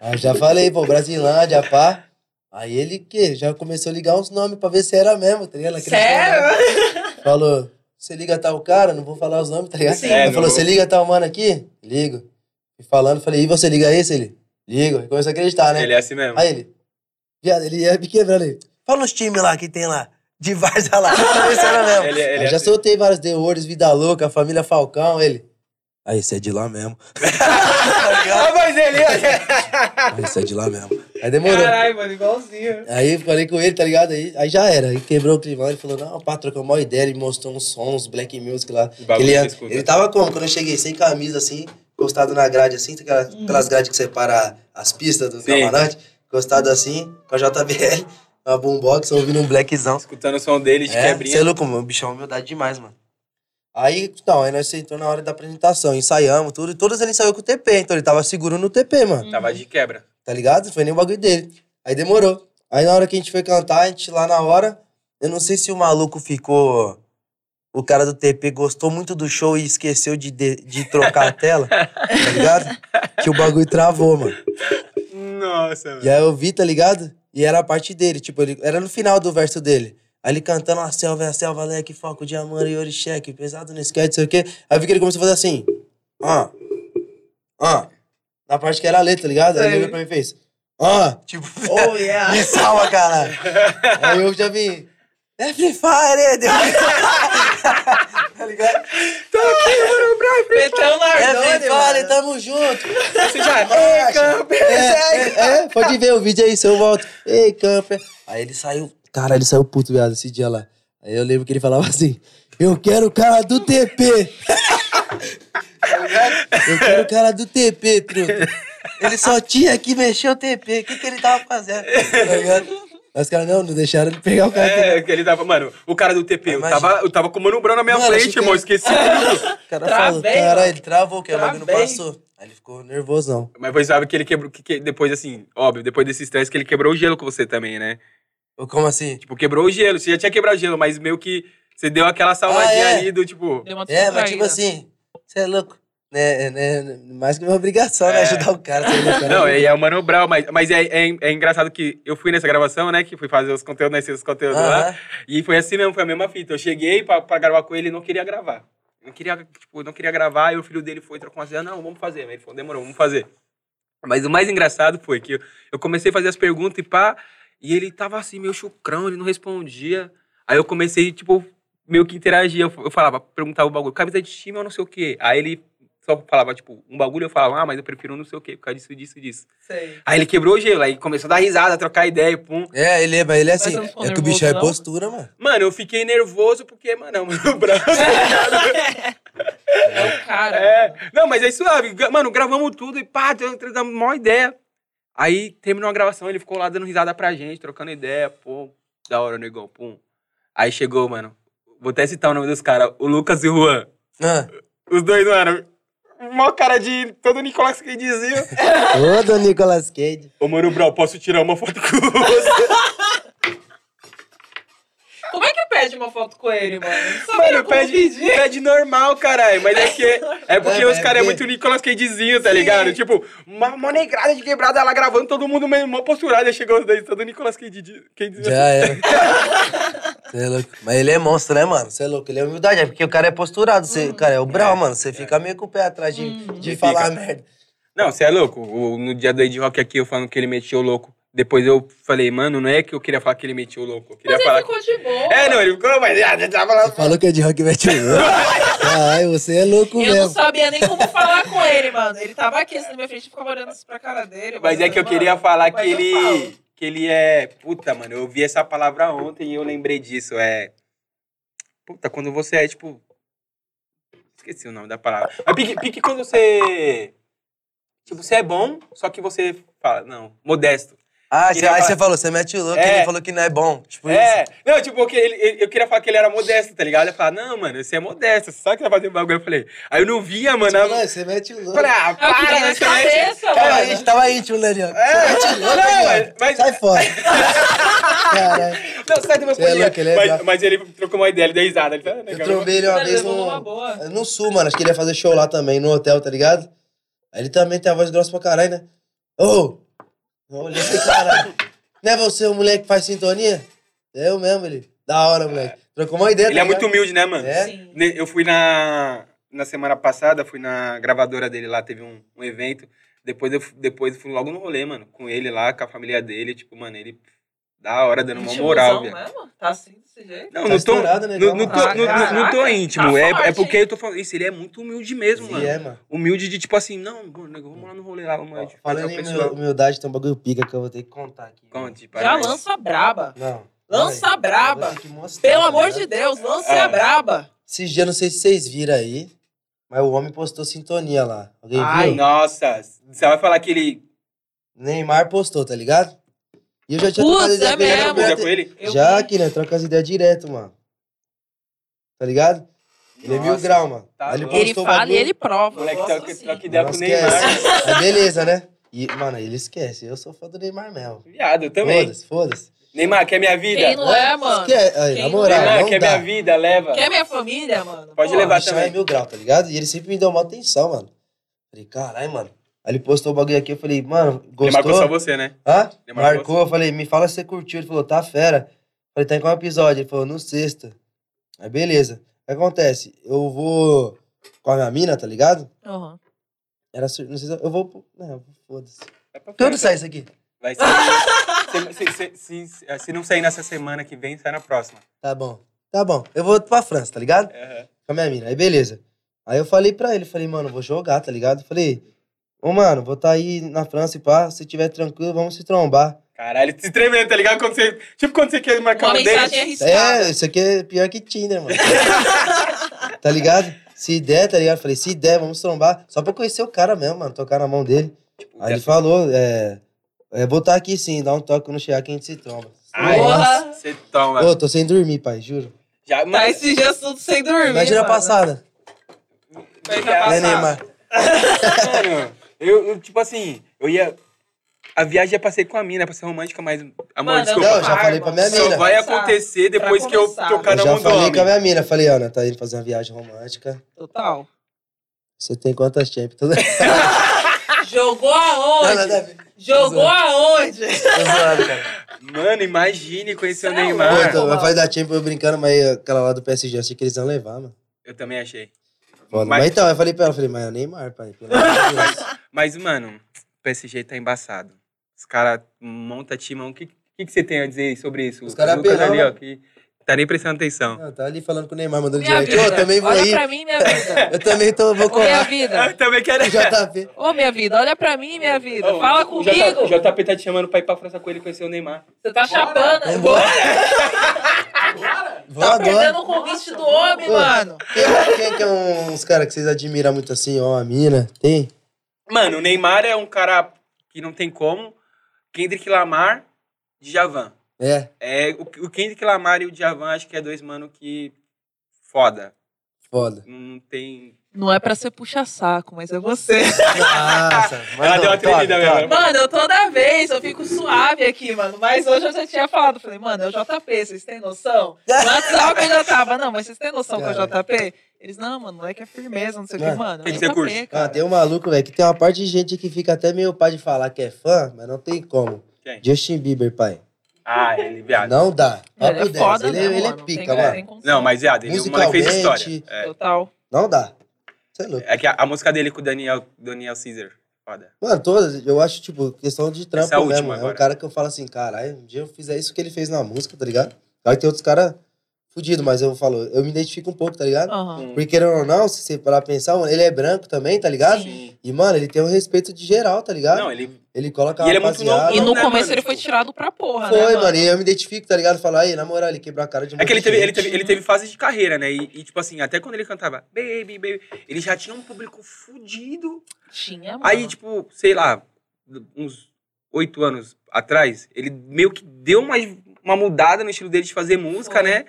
[SPEAKER 3] Aí eu "Ah, já falei, pô, Brasilândia, pá. Aí ele que já começou a ligar uns nomes pra ver se era mesmo, tá ligado? Naquele
[SPEAKER 2] Sério?
[SPEAKER 3] momento. Falou, você liga tal cara, não vou falar os nomes, tá ligado?
[SPEAKER 2] Sim.
[SPEAKER 1] É,
[SPEAKER 3] Ele
[SPEAKER 1] não
[SPEAKER 3] falou,
[SPEAKER 1] vou.
[SPEAKER 3] você liga tal mano aqui? Ligo. E falando, falei, e você liga esse? Ele, ligo. Ele começou a acreditar, né?
[SPEAKER 1] Ele é assim mesmo.
[SPEAKER 3] Aí ele, viado, ele ia me quebrando aí. Fala os times lá que tem lá. De Varza lá. Pra ver se era mesmo.
[SPEAKER 1] Ele- ele
[SPEAKER 3] Aí
[SPEAKER 1] é
[SPEAKER 3] já
[SPEAKER 1] assim.
[SPEAKER 3] soltei vários The Words, Vida Louca, Família Falcão, ele. Aí, você é de lá mesmo. Tá
[SPEAKER 1] Ah, mas ele
[SPEAKER 3] Aí, você é de lá mesmo. Aí demorou.
[SPEAKER 2] Caralho, mano, igualzinho.
[SPEAKER 3] Aí eu falei com ele, tá ligado? Aí, aí já era. Aí quebrou o clima. Ele falou, não, pá, trocou uma ideia. Ele mostrou uns sons, black music lá.
[SPEAKER 1] O bagulho
[SPEAKER 3] Ele, ia-
[SPEAKER 1] que você escuta.
[SPEAKER 3] ele tá- tava como? Quando eu cheguei, sem camisa, assim, encostado na grade, assim, tem aquela- aquelas grades que separa as pistas do
[SPEAKER 1] Sim.
[SPEAKER 3] camarote. Encostado assim, com a JBL, uma boombox, ouvindo um blackzão.
[SPEAKER 1] Escutando o som dele de
[SPEAKER 3] É,
[SPEAKER 1] quebrinha.
[SPEAKER 3] você é louco, mano. O bichão é humildade demais, mano. Aí, então, aí nós sentou na hora da apresentação, ensaiamos tudo, e todas ele ensaiou com o TP, então ele tava seguro no TP, mano
[SPEAKER 1] Tava de quebra.
[SPEAKER 3] tá ligado? Foi nem o bagulho dele. Aí demorou. Aí na hora que a gente foi cantar, a gente lá na hora, eu não sei se o maluco ficou. O cara do TP gostou muito do show e esqueceu de, de, de trocar a tela, tá ligado? Que o bagulho travou, mano.
[SPEAKER 1] Nossa,
[SPEAKER 3] E aí eu vi, tá ligado? E era a parte dele, tipo, ele, era no final do verso dele. Aí ele cantando a selva, é a selva, leque, foco, diamante e orixeque, pesado, não esquece, não sei o quê. Aí eu vi que ele começou a fazer assim, ó, ó, na parte que era a letra, tá ligado? Aí ele
[SPEAKER 2] Sei.
[SPEAKER 3] olhou pra mim e fez, ó, tipo,
[SPEAKER 2] Oh, yeah.
[SPEAKER 3] me salva, caralho. Aí eu já vim. É Free Fire, deu. tá ligado?
[SPEAKER 2] Petão
[SPEAKER 3] É Free
[SPEAKER 2] Nardone,
[SPEAKER 3] Fire,
[SPEAKER 2] né, mano.
[SPEAKER 3] tamo junto.
[SPEAKER 1] Você já.
[SPEAKER 3] Ei, camper, é, é, pode ver o vídeo aí, se eu volto. Ei, camper. Aí ele saiu. Cara, ele saiu puto, viado, esse dia lá. Aí eu lembro que ele falava assim: Eu quero o cara do TP. tá ligado? Eu quero o cara do TP, truta. Ele só tinha que mexer o TP. O que, que ele tava fazendo? Tá ligado? Mas os caras não, não deixaram ele pegar o cara.
[SPEAKER 1] É, que ele tava, mano, o cara do TP, eu
[SPEAKER 3] Imagina.
[SPEAKER 1] tava, eu tava com o Mano Brown na minha
[SPEAKER 3] Mano, achei
[SPEAKER 1] frente,
[SPEAKER 3] que
[SPEAKER 1] irmão,
[SPEAKER 3] era-
[SPEAKER 1] esqueci tudo.
[SPEAKER 3] O cara falou,
[SPEAKER 2] Travei, mano.
[SPEAKER 3] caralho, ele travou, que o bagulho não
[SPEAKER 1] Travei.
[SPEAKER 3] passou. Aí ele ficou nervosão.
[SPEAKER 1] Mas você sabe que ele quebrou, que, que- depois assim, óbvio, depois desse estresse que ele quebrou o gelo com você também, né?
[SPEAKER 3] Eu, como assim?
[SPEAKER 1] Tipo, quebrou o gelo, você já tinha quebrado o gelo, mas meio que você deu aquela salvadinha
[SPEAKER 3] Ah, é.
[SPEAKER 1] ali do tipo...
[SPEAKER 2] Deu uma
[SPEAKER 3] É, mas tipo
[SPEAKER 2] descontraída.
[SPEAKER 3] assim, você é louco. Né, né, mais que minha obrigação, né?
[SPEAKER 1] É.
[SPEAKER 3] Ajudar o cara. tá ligado?
[SPEAKER 1] Não, é, é o Mano Brown, mas, mas é, é, é engraçado que eu fui nessa gravação, né, que fui fazer os conteúdos, nesses conteúdos lá,
[SPEAKER 3] Aham.
[SPEAKER 1] E foi assim mesmo, foi a mesma fita. Eu cheguei pra, pra gravar com ele e não queria gravar. Não queria, tipo, não queria gravar, e o filho dele foi trocou uma ideia, não, vamos fazer. Aí ele falou, demorou, vamos fazer. Mas o mais engraçado foi que eu, eu comecei a fazer as perguntas e pá, e ele tava assim, meio chucrão, ele não respondia. Aí eu comecei, tipo, meio que interagir. Eu, f- eu falava, perguntava o bagulho, camisa de time ou não sei o quê. Aí ele só falava, tipo, um bagulho, eu falava, ah, mas eu prefiro não sei o quê, por causa disso, disso, disso.
[SPEAKER 2] Sei.
[SPEAKER 1] Aí ele quebrou o gelo, aí começou a dar risada, trocar ideia, pum.
[SPEAKER 3] É, ele é, mas ele é
[SPEAKER 2] Mas
[SPEAKER 3] assim.
[SPEAKER 2] eu não fico
[SPEAKER 3] É que o bicho é
[SPEAKER 2] nervoso, não?
[SPEAKER 3] postura, mano.
[SPEAKER 1] Mano, eu fiquei nervoso porque, mano, é o Mano Brown.
[SPEAKER 2] É o cara.
[SPEAKER 1] É. Não, mas é suave. Gra- Mano, gravamos tudo e pá, deu- deu- deu uma maior ideia. Aí terminou a gravação, ele ficou lá dando risada pra gente, trocando ideia, pô, da hora, negão, pum. Aí chegou, mano, vou até citar o nome dos caras, o Lucas e o Juan.
[SPEAKER 3] Ah.
[SPEAKER 1] Os dois, mano, mó cara de todo Nicolas que dizia.
[SPEAKER 3] Ô, do Nicolas Cage.
[SPEAKER 1] Ô, mano, Brau, posso tirar uma foto com você?
[SPEAKER 2] Como é que pede uma foto com ele, é mano? Só
[SPEAKER 1] mano, pede, pede normal, caralho, mas é que... É porque
[SPEAKER 3] É,
[SPEAKER 1] os
[SPEAKER 3] é
[SPEAKER 1] caras é
[SPEAKER 3] bem-
[SPEAKER 1] muito Nicolas Cagezinho, tá ligado? Tipo, uma, uma negrada de quebrada lá gravando, todo mundo meio mó posturado. Aí chegou os dois, todo Nicolas Cage, Cagezinho.
[SPEAKER 3] Ah. Já era. Cê é louco. Mas ele é monstro, né, mano? Você é louco, ele é humildade, é porque o cara é posturado, cê,
[SPEAKER 2] Uhum.
[SPEAKER 3] o cara é o brau, mano. Você fica meio com o pé atrás de, de falar merda.
[SPEAKER 1] Não, você é louco. O- no dia do Ed Rock aqui, eu falando que ele metia o louco. Depois eu falei, mano, não é que eu queria falar que ele metia o louco. Eu queria
[SPEAKER 2] Mas ele
[SPEAKER 1] falar
[SPEAKER 2] ficou de boa.
[SPEAKER 1] que... É, não, ele ficou, mas... Ah, já tava lá...
[SPEAKER 3] Você falou que é de rock mete o louco. Caralho, você é louco
[SPEAKER 2] Eu não
[SPEAKER 3] mesmo.
[SPEAKER 2] sabia nem como falar com ele, mano. Ele tava aqui assim, na minha frente, eu ficava olhando assim pra cara dele.
[SPEAKER 1] Mas é que eu
[SPEAKER 2] mano,
[SPEAKER 1] queria falar que
[SPEAKER 2] mas eu
[SPEAKER 1] ele.
[SPEAKER 2] falo.
[SPEAKER 1] Que ele é. Puta, mano, eu vi essa palavra ontem e eu lembrei disso. É. Puta, quando você é tipo. Esqueci o nome da palavra. Mas pique, pique quando você. Tipo, você é bom, só que você fala, não, modesto.
[SPEAKER 3] Ah, cê,
[SPEAKER 1] Queria
[SPEAKER 3] aí
[SPEAKER 1] falar-
[SPEAKER 3] você falou, você mete o louco
[SPEAKER 1] É.
[SPEAKER 3] e ele falou que não é bom. Tipo
[SPEAKER 1] é, não, tipo, porque ele- ele- eu queria falar que ele era modesto, tá ligado? Eu falava, não, mano, você é modesto, você sabe que tá fazendo bagulho. Eu falei, aí eu não via, mano.
[SPEAKER 3] isso.
[SPEAKER 1] Eu
[SPEAKER 3] Mano, você mete o louco.
[SPEAKER 1] falei, ah,
[SPEAKER 2] É o que
[SPEAKER 1] para,
[SPEAKER 2] tem na
[SPEAKER 1] né, você mete-
[SPEAKER 2] cabeça, Tá
[SPEAKER 3] Tava
[SPEAKER 2] mano.
[SPEAKER 3] íntimo, tava íntimo, né, Leandro?
[SPEAKER 1] É.
[SPEAKER 3] Você mete o
[SPEAKER 1] Não,
[SPEAKER 3] louco, Leandro.
[SPEAKER 1] mas-
[SPEAKER 2] Tá
[SPEAKER 3] Sai fora. Caralho.
[SPEAKER 1] Não, sai do meu
[SPEAKER 3] Você é louco, ele é
[SPEAKER 1] mas,
[SPEAKER 3] brabo.
[SPEAKER 1] mas ele trocou uma ideia, ele deu risada. Ele, falou, ah,
[SPEAKER 3] Eu
[SPEAKER 1] negão,
[SPEAKER 3] trombei ele uma
[SPEAKER 2] Mano, ele
[SPEAKER 3] vez
[SPEAKER 2] levou numa
[SPEAKER 3] no,
[SPEAKER 2] boa.
[SPEAKER 3] no sul, mano. Acho que ele ia fazer show lá também, no hotel, tá ligado? Aí ele também tem a voz grossa pra caralho, né? Ô! Eu olhei e falei, caralho. Não é você o moleque que faz sintonia? É eu mesmo, ele. Da hora, moleque. Trocou uma ideia, tá
[SPEAKER 1] Ele é muito humilde, né, mano?
[SPEAKER 3] É?
[SPEAKER 2] Sim.
[SPEAKER 1] Ne- Eu fui na. Na semana passada, fui na gravadora dele lá, teve um, um evento. Depois eu, fu- depois eu fui logo no rolê, mano, com ele lá, com a família dele. Tipo, mano, ele. Da hora, dando uma
[SPEAKER 2] Intimozão
[SPEAKER 1] moral, velho.
[SPEAKER 2] mesmo? Tá assim desse jeito?
[SPEAKER 1] Não, não
[SPEAKER 3] Tá
[SPEAKER 1] tô,
[SPEAKER 3] estourado, né,
[SPEAKER 1] não, não
[SPEAKER 3] calma.
[SPEAKER 1] tô, não- não- não tô
[SPEAKER 2] Caraca,
[SPEAKER 1] íntimo.
[SPEAKER 2] tá
[SPEAKER 1] é,
[SPEAKER 2] forte,
[SPEAKER 1] é porque
[SPEAKER 2] hein?
[SPEAKER 1] eu tô falando. Isso, ele é muito humilde mesmo,
[SPEAKER 3] E
[SPEAKER 1] mano.
[SPEAKER 3] é, mano.
[SPEAKER 1] Humilde de tipo assim, não, mano, nego, vamos lá no rolê lá, vamos lá. de fazer
[SPEAKER 3] Falando
[SPEAKER 1] o
[SPEAKER 3] em
[SPEAKER 1] pessoal.
[SPEAKER 3] humildade, tem um bagulho pica que eu vou ter que contar aqui.
[SPEAKER 1] Conte,
[SPEAKER 2] Já
[SPEAKER 1] parabéns.
[SPEAKER 2] lança a braba.
[SPEAKER 3] Não.
[SPEAKER 2] Lança a braba.
[SPEAKER 3] Vou ter que mostrar,
[SPEAKER 2] Pelo
[SPEAKER 3] tá
[SPEAKER 2] amor
[SPEAKER 3] ligado?
[SPEAKER 2] de Deus, lance
[SPEAKER 1] É.
[SPEAKER 2] a braba.
[SPEAKER 3] Esses dias, não sei se vocês viram aí, mas o homem postou sintonia lá. Alguém
[SPEAKER 1] Ai,
[SPEAKER 3] viu?
[SPEAKER 1] nossa. Você vai falar que ele.
[SPEAKER 3] Neymar postou, tá ligado? E eu já tinha
[SPEAKER 2] Putz,
[SPEAKER 3] trocado ideia
[SPEAKER 2] é
[SPEAKER 3] com ele
[SPEAKER 2] mesmo.
[SPEAKER 3] na
[SPEAKER 1] Já
[SPEAKER 3] primeira
[SPEAKER 2] Obrigado.
[SPEAKER 1] com ele?
[SPEAKER 2] Eu
[SPEAKER 3] Já
[SPEAKER 2] vi.
[SPEAKER 3] aqui, né? Troca as ideias direto, mano. Tá ligado? Ele é mil
[SPEAKER 1] Nossa,
[SPEAKER 3] grau, mano.
[SPEAKER 1] tá
[SPEAKER 3] Aí ele
[SPEAKER 1] bom.
[SPEAKER 2] Ele
[SPEAKER 3] postou o
[SPEAKER 2] fala
[SPEAKER 3] bagulho.
[SPEAKER 2] e ele prova.
[SPEAKER 1] Moleque, tá
[SPEAKER 2] Eu
[SPEAKER 1] troca,
[SPEAKER 2] gosto assim.
[SPEAKER 1] troca ideia
[SPEAKER 3] Não
[SPEAKER 1] com o
[SPEAKER 3] esquece.
[SPEAKER 1] Neymar.
[SPEAKER 3] Mas beleza, né? E, mano, ele esquece. Eu sou fã do Neymar mesmo.
[SPEAKER 1] Viado, eu também.
[SPEAKER 3] Foda-se, foda-se.
[SPEAKER 1] Neymar, quer minha vida?
[SPEAKER 2] Quem não é, mano?
[SPEAKER 3] Esquece. Aí,
[SPEAKER 2] Quem
[SPEAKER 3] na
[SPEAKER 2] não
[SPEAKER 3] moral,
[SPEAKER 1] Neymar,
[SPEAKER 3] não
[SPEAKER 1] quer
[SPEAKER 3] dá.
[SPEAKER 1] minha vida? Leva.
[SPEAKER 2] Quer minha família, mano?
[SPEAKER 1] Pode
[SPEAKER 2] Pô,
[SPEAKER 1] levar.
[SPEAKER 3] O bichão
[SPEAKER 1] também.
[SPEAKER 3] é mil grau, tá ligado? E ele sempre me deu uma atenção, mano. Falei, caralho, mano. Aí ele postou o bagulho aqui, eu falei, mano, gostou?
[SPEAKER 1] Neymar marcou só você, né?
[SPEAKER 3] Hã?
[SPEAKER 1] Ele marcou
[SPEAKER 3] Marcou, eu falei, me fala se você curtiu. Ele falou, tá fera. Eu falei, tá em qual episódio? Ele falou, no sexta. Aí beleza. O que acontece? Eu vou com a minha mina, tá ligado?
[SPEAKER 2] Aham.
[SPEAKER 3] Era sur... Não sei se eu eu vou. pro- Não, foda-se.
[SPEAKER 1] Vai pra frente.
[SPEAKER 3] Quando sai isso aqui?
[SPEAKER 1] Vai ser. se, se- se- se- se não sair nessa semana que vem, sai na próxima.
[SPEAKER 3] Tá bom. Tá bom. Eu vou pra França, tá ligado?
[SPEAKER 1] Aham.
[SPEAKER 3] com a minha mina. Aí beleza. Aí eu falei pra ele, falei, mano, vou jogar, tá ligado? Falei, ô mano, vou tá aí na França e pá, se tiver tranquilo, vamos se trombar.
[SPEAKER 1] Caralho, se tremendo, tá ligado? Quando você, tipo quando você quer marcar
[SPEAKER 2] Uma
[SPEAKER 1] um date.
[SPEAKER 2] mensagem arriscada.
[SPEAKER 3] É, isso aqui é pior que Tinder, mano. tá ligado? Se der, tá ligado? Falei, se der, vamos trombar. Só pra eu conhecer o cara mesmo, mano. Tocar na mão dele.
[SPEAKER 1] Tipo,
[SPEAKER 3] Aí ele
[SPEAKER 1] dessa-
[SPEAKER 3] falou, é. É botar aqui sim, dá um toque quando chegar que a gente se toma.
[SPEAKER 1] Ai,
[SPEAKER 2] Porra!
[SPEAKER 1] Você toma.
[SPEAKER 3] Ô, tô sem dormir, pai, juro.
[SPEAKER 1] Já,
[SPEAKER 2] Tá
[SPEAKER 1] mas,
[SPEAKER 2] esses dias tudo sem dormir.
[SPEAKER 3] Imagina a
[SPEAKER 2] mano.
[SPEAKER 3] passada.
[SPEAKER 1] Passada.
[SPEAKER 3] Né, Neymar?
[SPEAKER 1] mano, eu, eu, tipo assim, eu ia... A viagem ia passei com a mina, pra ser romântica, mas... Amor,
[SPEAKER 2] Mano,
[SPEAKER 1] desculpa.
[SPEAKER 3] Não, eu já falei pra minha
[SPEAKER 1] Só
[SPEAKER 3] mina.
[SPEAKER 1] vai acontecer depois que eu
[SPEAKER 2] começar.
[SPEAKER 1] tocar
[SPEAKER 3] Eu
[SPEAKER 1] na
[SPEAKER 3] já
[SPEAKER 1] mão do
[SPEAKER 3] falei
[SPEAKER 1] homem.
[SPEAKER 3] com a minha mina. Falei, Ana, tá indo fazer uma viagem romântica.
[SPEAKER 2] Total.
[SPEAKER 3] Você tem quantas Champions?
[SPEAKER 2] Jogou aonde? Jogou aonde?
[SPEAKER 1] Mano, imagine conhecer o
[SPEAKER 2] Cê é
[SPEAKER 1] Neymar.
[SPEAKER 2] louco.
[SPEAKER 3] Pô, mas vai dar Champions eu brincando, mas aquela lá do PSG, eu achei que eles iam levar, mano.
[SPEAKER 1] Eu também achei.
[SPEAKER 3] Foda.
[SPEAKER 1] Mas-
[SPEAKER 3] Mas então, eu falei pra ela, falei, mas é o Neymar, pai. Pelo amor de Deus.
[SPEAKER 1] Mas, mano, o PSG tá embaçado. Os caras montam timão. O que, que, que você tem a dizer sobre isso?
[SPEAKER 3] Os cara
[SPEAKER 1] O Lucas
[SPEAKER 3] apelão. né?
[SPEAKER 1] ali, ó, que tá nem prestando atenção.
[SPEAKER 3] Não, tá ali falando com o Neymar, mandando
[SPEAKER 2] Minha
[SPEAKER 3] direto. Ô, eu
[SPEAKER 2] vida.
[SPEAKER 3] também vou
[SPEAKER 2] Olha
[SPEAKER 3] ir.
[SPEAKER 2] pra mim, minha vida.
[SPEAKER 3] Eu também tô, vou
[SPEAKER 2] Ô, minha
[SPEAKER 3] colar.
[SPEAKER 2] vida.
[SPEAKER 1] também quero...
[SPEAKER 3] O JP.
[SPEAKER 2] Ô, minha vida, olha pra mim, minha vida.
[SPEAKER 1] Ô,
[SPEAKER 2] Fala
[SPEAKER 1] o J-
[SPEAKER 2] comigo.
[SPEAKER 1] O JP tá te chamando pra ir pra França com ele e conhecer o Neymar.
[SPEAKER 2] Você tá chapando.
[SPEAKER 3] Vambora. Vou
[SPEAKER 2] Tá
[SPEAKER 3] agora.
[SPEAKER 2] perdendo o convite do homem,
[SPEAKER 3] Ô,
[SPEAKER 2] mano.
[SPEAKER 3] Quem, quem que é uns caras que vocês admiram muito assim, ó, a mina? Tem?
[SPEAKER 1] Mano, o Neymar é um cara que não tem como. Kendrick Lamar, Djavan.
[SPEAKER 3] É.
[SPEAKER 1] É, o, o Kendrick Lamar e o Djavan acho que é dois mano que... Foda.
[SPEAKER 3] Foda.
[SPEAKER 1] Não tem...
[SPEAKER 2] Não é pra ser puxa-saco, mas é você.
[SPEAKER 3] Nossa, mas
[SPEAKER 1] Ela deu uma tremida mesmo.
[SPEAKER 2] Mano, eu toda vez eu fico suave aqui, mano. Mas hoje eu já tinha falado. Falei, mano, é o JP, vocês têm noção? No WhatsApp eu já tava. Não, mas vocês têm noção que é o JP? Eles, não, mano, não é que é firmeza, não sei o que,
[SPEAKER 3] Mano,
[SPEAKER 2] mano.
[SPEAKER 1] tem
[SPEAKER 2] é
[SPEAKER 1] que ser
[SPEAKER 2] JP,
[SPEAKER 1] curso.
[SPEAKER 3] Ah,
[SPEAKER 2] cara.
[SPEAKER 3] tem um maluco, velho, que tem uma parte de gente que fica até meio pai de falar que é fã, mas não tem como.
[SPEAKER 1] Quem?
[SPEAKER 3] Justin Bieber, pai.
[SPEAKER 1] Ah, ele, viado. Não,
[SPEAKER 3] Não dá.
[SPEAKER 2] Ele
[SPEAKER 3] Papo
[SPEAKER 2] é
[SPEAKER 3] 10.
[SPEAKER 2] foda,
[SPEAKER 3] ele,
[SPEAKER 2] né,
[SPEAKER 3] ele
[SPEAKER 2] mano?
[SPEAKER 3] é
[SPEAKER 2] Não
[SPEAKER 3] pica,
[SPEAKER 2] tem-
[SPEAKER 3] mano.
[SPEAKER 2] tem condição.
[SPEAKER 1] mas viado, ele, o moleque fez história.
[SPEAKER 3] Musicalmente.
[SPEAKER 1] É.
[SPEAKER 2] Total.
[SPEAKER 3] Não dá. Você é louco.
[SPEAKER 1] É que a, a música dele com o Daniel, Daniel Caesar. Foda.
[SPEAKER 3] Mano, todas, eu acho, tipo, questão de trampo
[SPEAKER 1] Essa é a última
[SPEAKER 3] mesmo. É
[SPEAKER 1] agora.
[SPEAKER 3] um cara que eu falo assim, caralho, um dia eu fizer isso que ele fez na música, tá ligado? Claro que tem outros caras fudidos, mas eu falo, eu me identifico um pouco, tá ligado?
[SPEAKER 2] Aham.
[SPEAKER 3] Porque querendo ou não, se você parar pra pensar, mano, ele é branco também, tá ligado?
[SPEAKER 1] Sim.
[SPEAKER 3] E, mano, ele tem um respeito de geral, tá ligado?
[SPEAKER 1] Não, ele.
[SPEAKER 3] Ele coloca
[SPEAKER 1] E ele é
[SPEAKER 3] uma
[SPEAKER 1] muito novo,
[SPEAKER 3] rapaziada.
[SPEAKER 2] E no
[SPEAKER 1] né,
[SPEAKER 2] começo
[SPEAKER 1] mano?
[SPEAKER 2] ele foi
[SPEAKER 1] Tipo,
[SPEAKER 2] tirado pra porra,
[SPEAKER 3] Foi,
[SPEAKER 2] né?
[SPEAKER 3] mano, e eu me identifico, tá ligado? Falar, aí, na moral, ele quebrar a cara de um
[SPEAKER 1] É que ele
[SPEAKER 3] monte de
[SPEAKER 1] teve, ele,
[SPEAKER 3] gente."
[SPEAKER 1] teve, ele teve fase de carreira, né? E, e, tipo assim, até quando ele cantava Baby, Baby, ele já tinha um público fudido.
[SPEAKER 2] Tinha, mano.
[SPEAKER 1] Aí, tipo, sei lá, uns oito anos atrás, ele meio que deu uma, uma mudada no estilo dele de fazer música,
[SPEAKER 2] Foi.
[SPEAKER 1] né?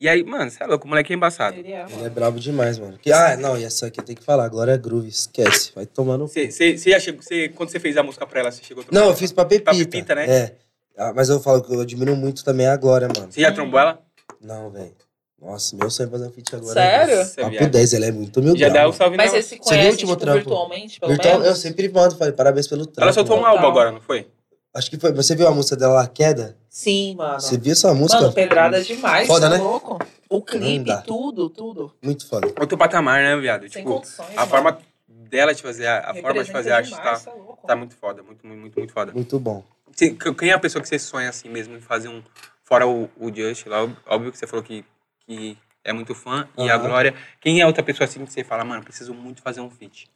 [SPEAKER 1] E aí, mano, sei lá, o moleque é embaçado.
[SPEAKER 2] Ele é, mano.
[SPEAKER 3] Ele é brabo demais, mano. Que, ah, não, e essa aqui tem que falar, agora é groove, esquece. Vai tomar no
[SPEAKER 1] Você você- você já chegou. Você, quando você fez a música pra ela, você chegou a trocar?
[SPEAKER 3] Não, eu fiz pra Pepita.
[SPEAKER 1] Pra Pepita, né?
[SPEAKER 3] É. Ah, mas eu falo que eu admiro muito também a Glória, mano.
[SPEAKER 1] Você já trombou ela?
[SPEAKER 3] Não, velho. Nossa, meu sonho é fazer um feat agora.
[SPEAKER 2] Sério?
[SPEAKER 3] velho.
[SPEAKER 1] Nossa,
[SPEAKER 3] Papo
[SPEAKER 1] viado.
[SPEAKER 3] 10, ela é muito meu
[SPEAKER 1] Já dá o salve
[SPEAKER 2] Mas
[SPEAKER 1] nela.
[SPEAKER 2] vocês se
[SPEAKER 3] Você viu o
[SPEAKER 2] conhecem,
[SPEAKER 3] último
[SPEAKER 2] tipo,
[SPEAKER 3] trampo?
[SPEAKER 2] virtualmente, pelo
[SPEAKER 3] Virtual, eu
[SPEAKER 2] menos?
[SPEAKER 3] sempre mando, falei, parabéns pelo trampo.
[SPEAKER 1] Ela soltou um
[SPEAKER 3] mano.
[SPEAKER 1] álbum agora, não foi?
[SPEAKER 3] Acho que foi. Você viu a música dela, lá, Queda?
[SPEAKER 2] Sim, mano.
[SPEAKER 3] Você viu essa música?
[SPEAKER 2] Ah, Mano, pedrada demais,
[SPEAKER 3] Foda,
[SPEAKER 2] tá
[SPEAKER 3] né?
[SPEAKER 2] louco? O clipe,
[SPEAKER 3] Não dá.
[SPEAKER 2] tudo, tudo.
[SPEAKER 3] Muito foda.
[SPEAKER 1] Outro patamar, né, viado?
[SPEAKER 2] Sem
[SPEAKER 1] tipo,
[SPEAKER 2] condições,
[SPEAKER 1] a
[SPEAKER 2] mano.
[SPEAKER 1] forma dela de fazer, a, a forma de
[SPEAKER 2] Representa
[SPEAKER 1] fazer arte
[SPEAKER 2] demais,
[SPEAKER 1] tá,
[SPEAKER 2] tá louco.
[SPEAKER 1] tá muito foda, muito, muito, muito, muito foda.
[SPEAKER 3] Muito bom.
[SPEAKER 1] Você- qu- quem é a pessoa que você sonha assim mesmo em fazer um. Fora o, o Just lá, ó- óbvio que você falou que, que é muito fã, e a
[SPEAKER 3] Aham.
[SPEAKER 1] Glória. Quem é outra pessoa assim que você fala, mano, preciso muito fazer um feat?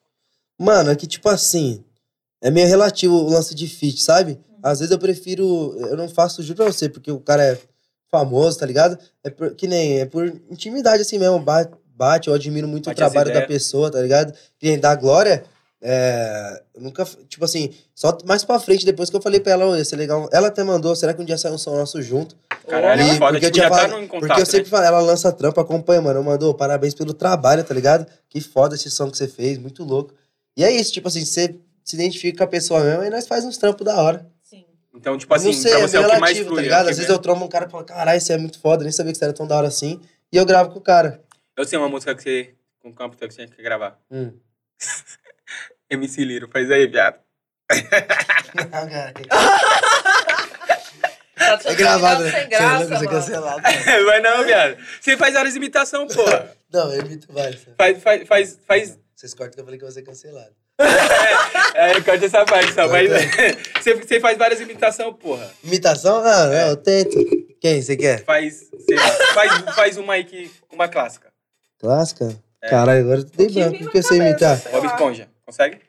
[SPEAKER 3] Mano, é que tipo assim, é meio relativo o lance de feat, sabe? Às vezes eu prefiro, eu não faço juro pra você, porque o cara é famoso, tá ligado? É por- que nem, é por intimidade assim mesmo, ba- bate, eu admiro muito
[SPEAKER 1] Bate
[SPEAKER 3] o
[SPEAKER 1] as
[SPEAKER 3] trabalho da
[SPEAKER 1] ideias.
[SPEAKER 3] pessoa, tá ligado? Que nem da Glória, é, eu nunca, f- tipo assim, só mais pra frente, depois que eu falei pra ela, "Ô, ia ser legal, ela até mandou, será que um dia sai um som nosso junto?
[SPEAKER 1] Caralho,
[SPEAKER 3] E
[SPEAKER 1] é foda,
[SPEAKER 3] porque eu
[SPEAKER 1] tipo,
[SPEAKER 3] tinha
[SPEAKER 1] já tá
[SPEAKER 3] falado-
[SPEAKER 1] no em
[SPEAKER 3] Porque eu
[SPEAKER 1] contato.
[SPEAKER 3] sempre
[SPEAKER 1] Né?
[SPEAKER 3] falo, ela lança trampa, acompanha, mano. Eu mando, "Ô, parabéns pelo trabalho, tá ligado? Que foda esse som que você fez, muito louco. E é isso, tipo assim, você se identifica com a pessoa mesmo e nós faz uns trampos da hora.
[SPEAKER 2] Sim.
[SPEAKER 1] Então, tipo assim,
[SPEAKER 3] não sei,
[SPEAKER 1] pra
[SPEAKER 3] é
[SPEAKER 1] você
[SPEAKER 3] meio
[SPEAKER 1] é o que mais
[SPEAKER 3] relativo,
[SPEAKER 1] flui.
[SPEAKER 3] tá
[SPEAKER 1] é o
[SPEAKER 3] ligado?
[SPEAKER 1] que
[SPEAKER 3] Às vezes
[SPEAKER 1] vem.
[SPEAKER 3] eu trombo um cara e falo, caralho, você é muito foda, nem sabia que você era tão da hora assim. E eu gravo com o cara.
[SPEAKER 1] eu sei uma música que você. Com um campo que você tinha que gravar.
[SPEAKER 3] Hum.
[SPEAKER 1] MC Liro, faz aí, viado.
[SPEAKER 3] Não, cara,
[SPEAKER 2] Tá
[SPEAKER 3] é gravado, né?
[SPEAKER 2] sem
[SPEAKER 3] Você é
[SPEAKER 2] graça,
[SPEAKER 3] louco, você é
[SPEAKER 2] mano.
[SPEAKER 3] cancelado.
[SPEAKER 1] Vai não, viado. Você faz várias imitações, pô.
[SPEAKER 3] Não, eu imito vários.
[SPEAKER 1] Faz, faz, faz, faz
[SPEAKER 3] Vocês cortam que eu falei que eu vou ser cancelado.
[SPEAKER 1] É, corta essa parte, só. Mas
[SPEAKER 3] Corta.
[SPEAKER 1] você, você faz várias imitações, porra.
[SPEAKER 3] Imitação? Ah, não, eu tento. Quem, você quer?
[SPEAKER 1] Faz, sei lá, faz, faz uma aí que. Uma clássica.
[SPEAKER 3] Clássica?
[SPEAKER 1] É.
[SPEAKER 3] Caralho, agora tu tem
[SPEAKER 2] Que
[SPEAKER 3] branco.
[SPEAKER 2] vem
[SPEAKER 3] O
[SPEAKER 2] na
[SPEAKER 3] que eu sei
[SPEAKER 2] cabeça,
[SPEAKER 3] imitar?
[SPEAKER 2] sei
[SPEAKER 1] Bob
[SPEAKER 2] lá.
[SPEAKER 1] Esponja. Consegue?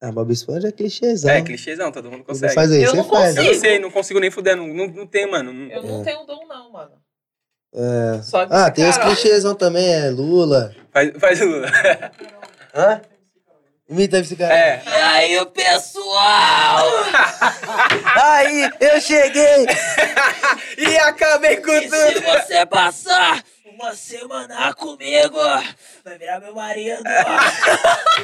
[SPEAKER 3] Ah, Bob Esponja é clichêzão.
[SPEAKER 1] É, clichêzão, todo mundo consegue.
[SPEAKER 3] Faz aí,
[SPEAKER 2] Eu
[SPEAKER 3] você
[SPEAKER 2] não
[SPEAKER 3] faz.
[SPEAKER 1] Eu
[SPEAKER 2] consigo.
[SPEAKER 1] não sei, não consigo nem fuder, não, não, não tem, mano. não-
[SPEAKER 2] Eu não
[SPEAKER 3] É.
[SPEAKER 2] tenho dom, não, mano.
[SPEAKER 3] É.
[SPEAKER 2] Só que,
[SPEAKER 3] Ah, tem os
[SPEAKER 2] cara,
[SPEAKER 3] clichêzão também, é Lula,
[SPEAKER 1] Faz, faz o Lula.
[SPEAKER 3] Hã? Imita esse cara.
[SPEAKER 1] É.
[SPEAKER 2] E aí, o pessoal?
[SPEAKER 3] Aí, eu cheguei!
[SPEAKER 1] E acabei com
[SPEAKER 2] E se
[SPEAKER 1] tudo.
[SPEAKER 2] você passar uma semana comigo, vai virar meu marido.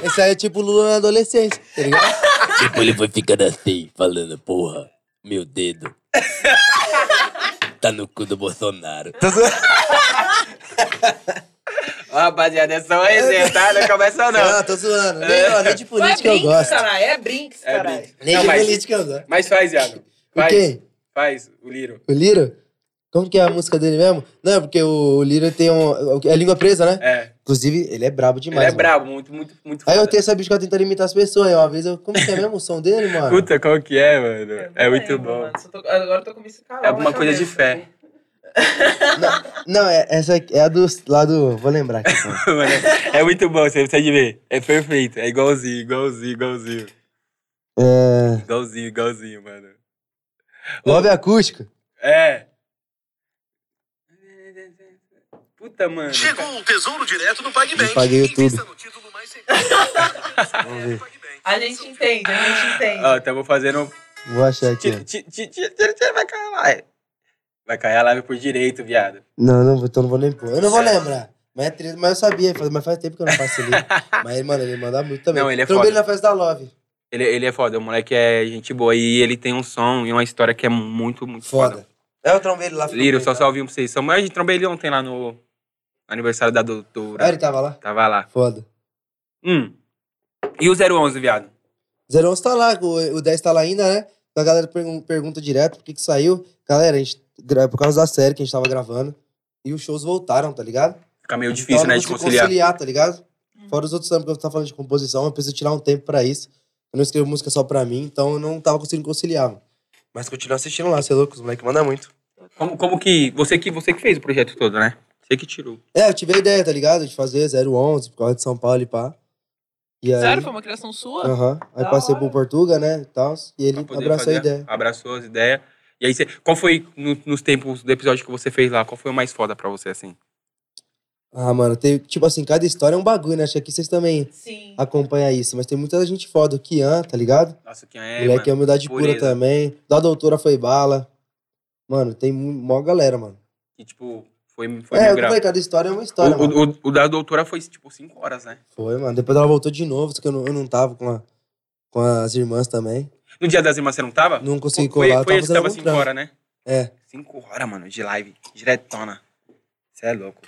[SPEAKER 3] Esse aí é tipo Lula na adolescência, tá ligado?
[SPEAKER 7] Tipo, ele foi ficando assim, falando, porra, meu dedo. Tá no cu do Bolsonaro.
[SPEAKER 1] Ó, Rapaziada, é só resenha, tá? Não começa
[SPEAKER 3] Não,
[SPEAKER 1] não.
[SPEAKER 3] Ah, tô zoando. Nem, ó, nem de política eu gosto.
[SPEAKER 2] caralho. É brinks,
[SPEAKER 1] É brinco.
[SPEAKER 3] Nem
[SPEAKER 1] Não,
[SPEAKER 3] de
[SPEAKER 1] mas-
[SPEAKER 3] política eu gosto.
[SPEAKER 1] Mas faz, Iago.
[SPEAKER 3] O
[SPEAKER 1] Faz.
[SPEAKER 3] quê?
[SPEAKER 1] Faz, o Liro.
[SPEAKER 3] O Liro? Como que é a música dele mesmo? Não, é porque o Liro tem um. É a língua presa, né?
[SPEAKER 1] É.
[SPEAKER 3] Inclusive, ele é brabo
[SPEAKER 1] Ele
[SPEAKER 3] demais.
[SPEAKER 1] é
[SPEAKER 3] mano.
[SPEAKER 1] brabo, muito, muito, muito
[SPEAKER 3] Aí eu
[SPEAKER 1] foda.
[SPEAKER 3] tenho essa bicha que ela tentando imitar as pessoas. Aí uma vez eu. Como que é mesmo o som dele, mano?
[SPEAKER 1] Puta, qual que é, mano? É muito bom.
[SPEAKER 2] agora eu tô com esse caralho.
[SPEAKER 1] É alguma coisa de fé.
[SPEAKER 3] Não, é, essa aqui é a do. Lá do. Vou lembrar aqui. Então.
[SPEAKER 1] Mano, é muito bom, você precisa de ver. É perfeito. É igualzinho, igualzinho, igualzinho.
[SPEAKER 3] É.
[SPEAKER 1] Igualzinho, igualzinho, mano.
[SPEAKER 3] Love acústico.
[SPEAKER 1] É. Puta, mano.
[SPEAKER 8] Chegou o tesouro direto do PagBank.
[SPEAKER 3] Eu paguei o
[SPEAKER 8] Invista no título mais seguro.
[SPEAKER 3] Vamos ver.
[SPEAKER 8] PagBank.
[SPEAKER 2] A gente entende, a
[SPEAKER 1] Ah.
[SPEAKER 2] gente entende.
[SPEAKER 1] Ó, tamo fazendo. um-
[SPEAKER 3] Vou achar aqui.
[SPEAKER 1] Ti-
[SPEAKER 3] ó.
[SPEAKER 1] ti- ti- ti- ti- ti- Vai cair a live. Vai cair a live por direito, viado.
[SPEAKER 3] Não, não, vou- então não vou nem pôr. Eu não vou lembrar. Mas é triste, mas eu sabia, faz- mas faz tempo que eu não faço ele. Mas, mano, ele manda muito também.
[SPEAKER 1] Não, ele é
[SPEAKER 3] Trombei
[SPEAKER 1] foda.
[SPEAKER 3] na festa da Love.
[SPEAKER 1] Ele, ele é foda, o moleque é gente boa e ele tem um som e uma história que é muito, muito foda.
[SPEAKER 3] Foda. É o trombei ele lá.
[SPEAKER 1] Liro, só salvinho pra vocês. Samuel, a gente trombei ele ontem lá no aniversário da doutora.
[SPEAKER 3] Ah, ele tava lá?
[SPEAKER 1] Tava lá.
[SPEAKER 3] Foda.
[SPEAKER 1] Hum. E o 011, viado?
[SPEAKER 3] 011 tá lá, o, o 10 tá lá ainda, né? Então a galera pergun- pergunta direto por que que saiu. Galera, a gente, gra- por causa da série que a gente tava gravando. E os shows voltaram, tá ligado?
[SPEAKER 1] Fica meio difícil,
[SPEAKER 3] Então, eu
[SPEAKER 1] né,
[SPEAKER 3] não
[SPEAKER 1] de
[SPEAKER 3] consigo
[SPEAKER 1] conciliar.
[SPEAKER 3] tá ligado?
[SPEAKER 2] É.
[SPEAKER 3] Fora os outros anos que eu tava falando de composição, eu preciso tirar um tempo pra isso. Eu não escrevo música só pra mim, então eu não tava conseguindo conciliar. mano. Mas continua assistindo lá, você é louco, os moleques mandam muito.
[SPEAKER 1] Como, como que você, que... você que fez o projeto todo, né? Você que tirou.
[SPEAKER 3] É, eu tive a ideia, tá ligado? De fazer 011 por causa de São Paulo e pá. E aí,
[SPEAKER 2] Sério, foi uma criação sua?
[SPEAKER 3] Aham. Aí
[SPEAKER 2] Da
[SPEAKER 3] passei
[SPEAKER 2] hora.
[SPEAKER 3] pro Portuga, né, e tal, e
[SPEAKER 1] Pra
[SPEAKER 3] ele
[SPEAKER 1] poder
[SPEAKER 3] abraçou
[SPEAKER 1] fazer-
[SPEAKER 3] a ideia.
[SPEAKER 1] Abraçou as ideias. E aí, você... qual foi, no- nos tempos do episódio que você fez lá, qual foi o mais foda pra você, assim?
[SPEAKER 3] Ah, mano, tem, tipo assim, cada história é um bagulho, né? Acho que aqui vocês também
[SPEAKER 2] Sim.
[SPEAKER 3] acompanham isso. Mas tem muita gente foda, o Kian, tá ligado?
[SPEAKER 1] Nossa, que é,
[SPEAKER 3] Moleque é
[SPEAKER 1] mano.
[SPEAKER 3] humildade pura
[SPEAKER 1] pureza.
[SPEAKER 3] também. Da doutora foi bala. Mano, tem mu- mó galera, mano.
[SPEAKER 1] E, tipo, foi, foi
[SPEAKER 3] é,
[SPEAKER 1] mil
[SPEAKER 3] eu
[SPEAKER 1] graus.
[SPEAKER 3] falei, cada história é uma história, mano.
[SPEAKER 1] O, o, o- o da doutora foi, tipo, cinco horas, né?
[SPEAKER 3] Foi, mano. Depois ela voltou de novo, só que eu não, eu não tava com, a- com as irmãs também.
[SPEAKER 1] No dia das irmãs você não tava?
[SPEAKER 3] Não consegui
[SPEAKER 1] foi,
[SPEAKER 3] colar,
[SPEAKER 1] foi
[SPEAKER 3] eu
[SPEAKER 1] esse que
[SPEAKER 3] tava
[SPEAKER 1] tava
[SPEAKER 3] fazendo
[SPEAKER 1] cinco
[SPEAKER 3] algum trampo.
[SPEAKER 1] horas, né?
[SPEAKER 3] É.
[SPEAKER 1] Cinco horas, mano, de live. Diretona. Você é louco.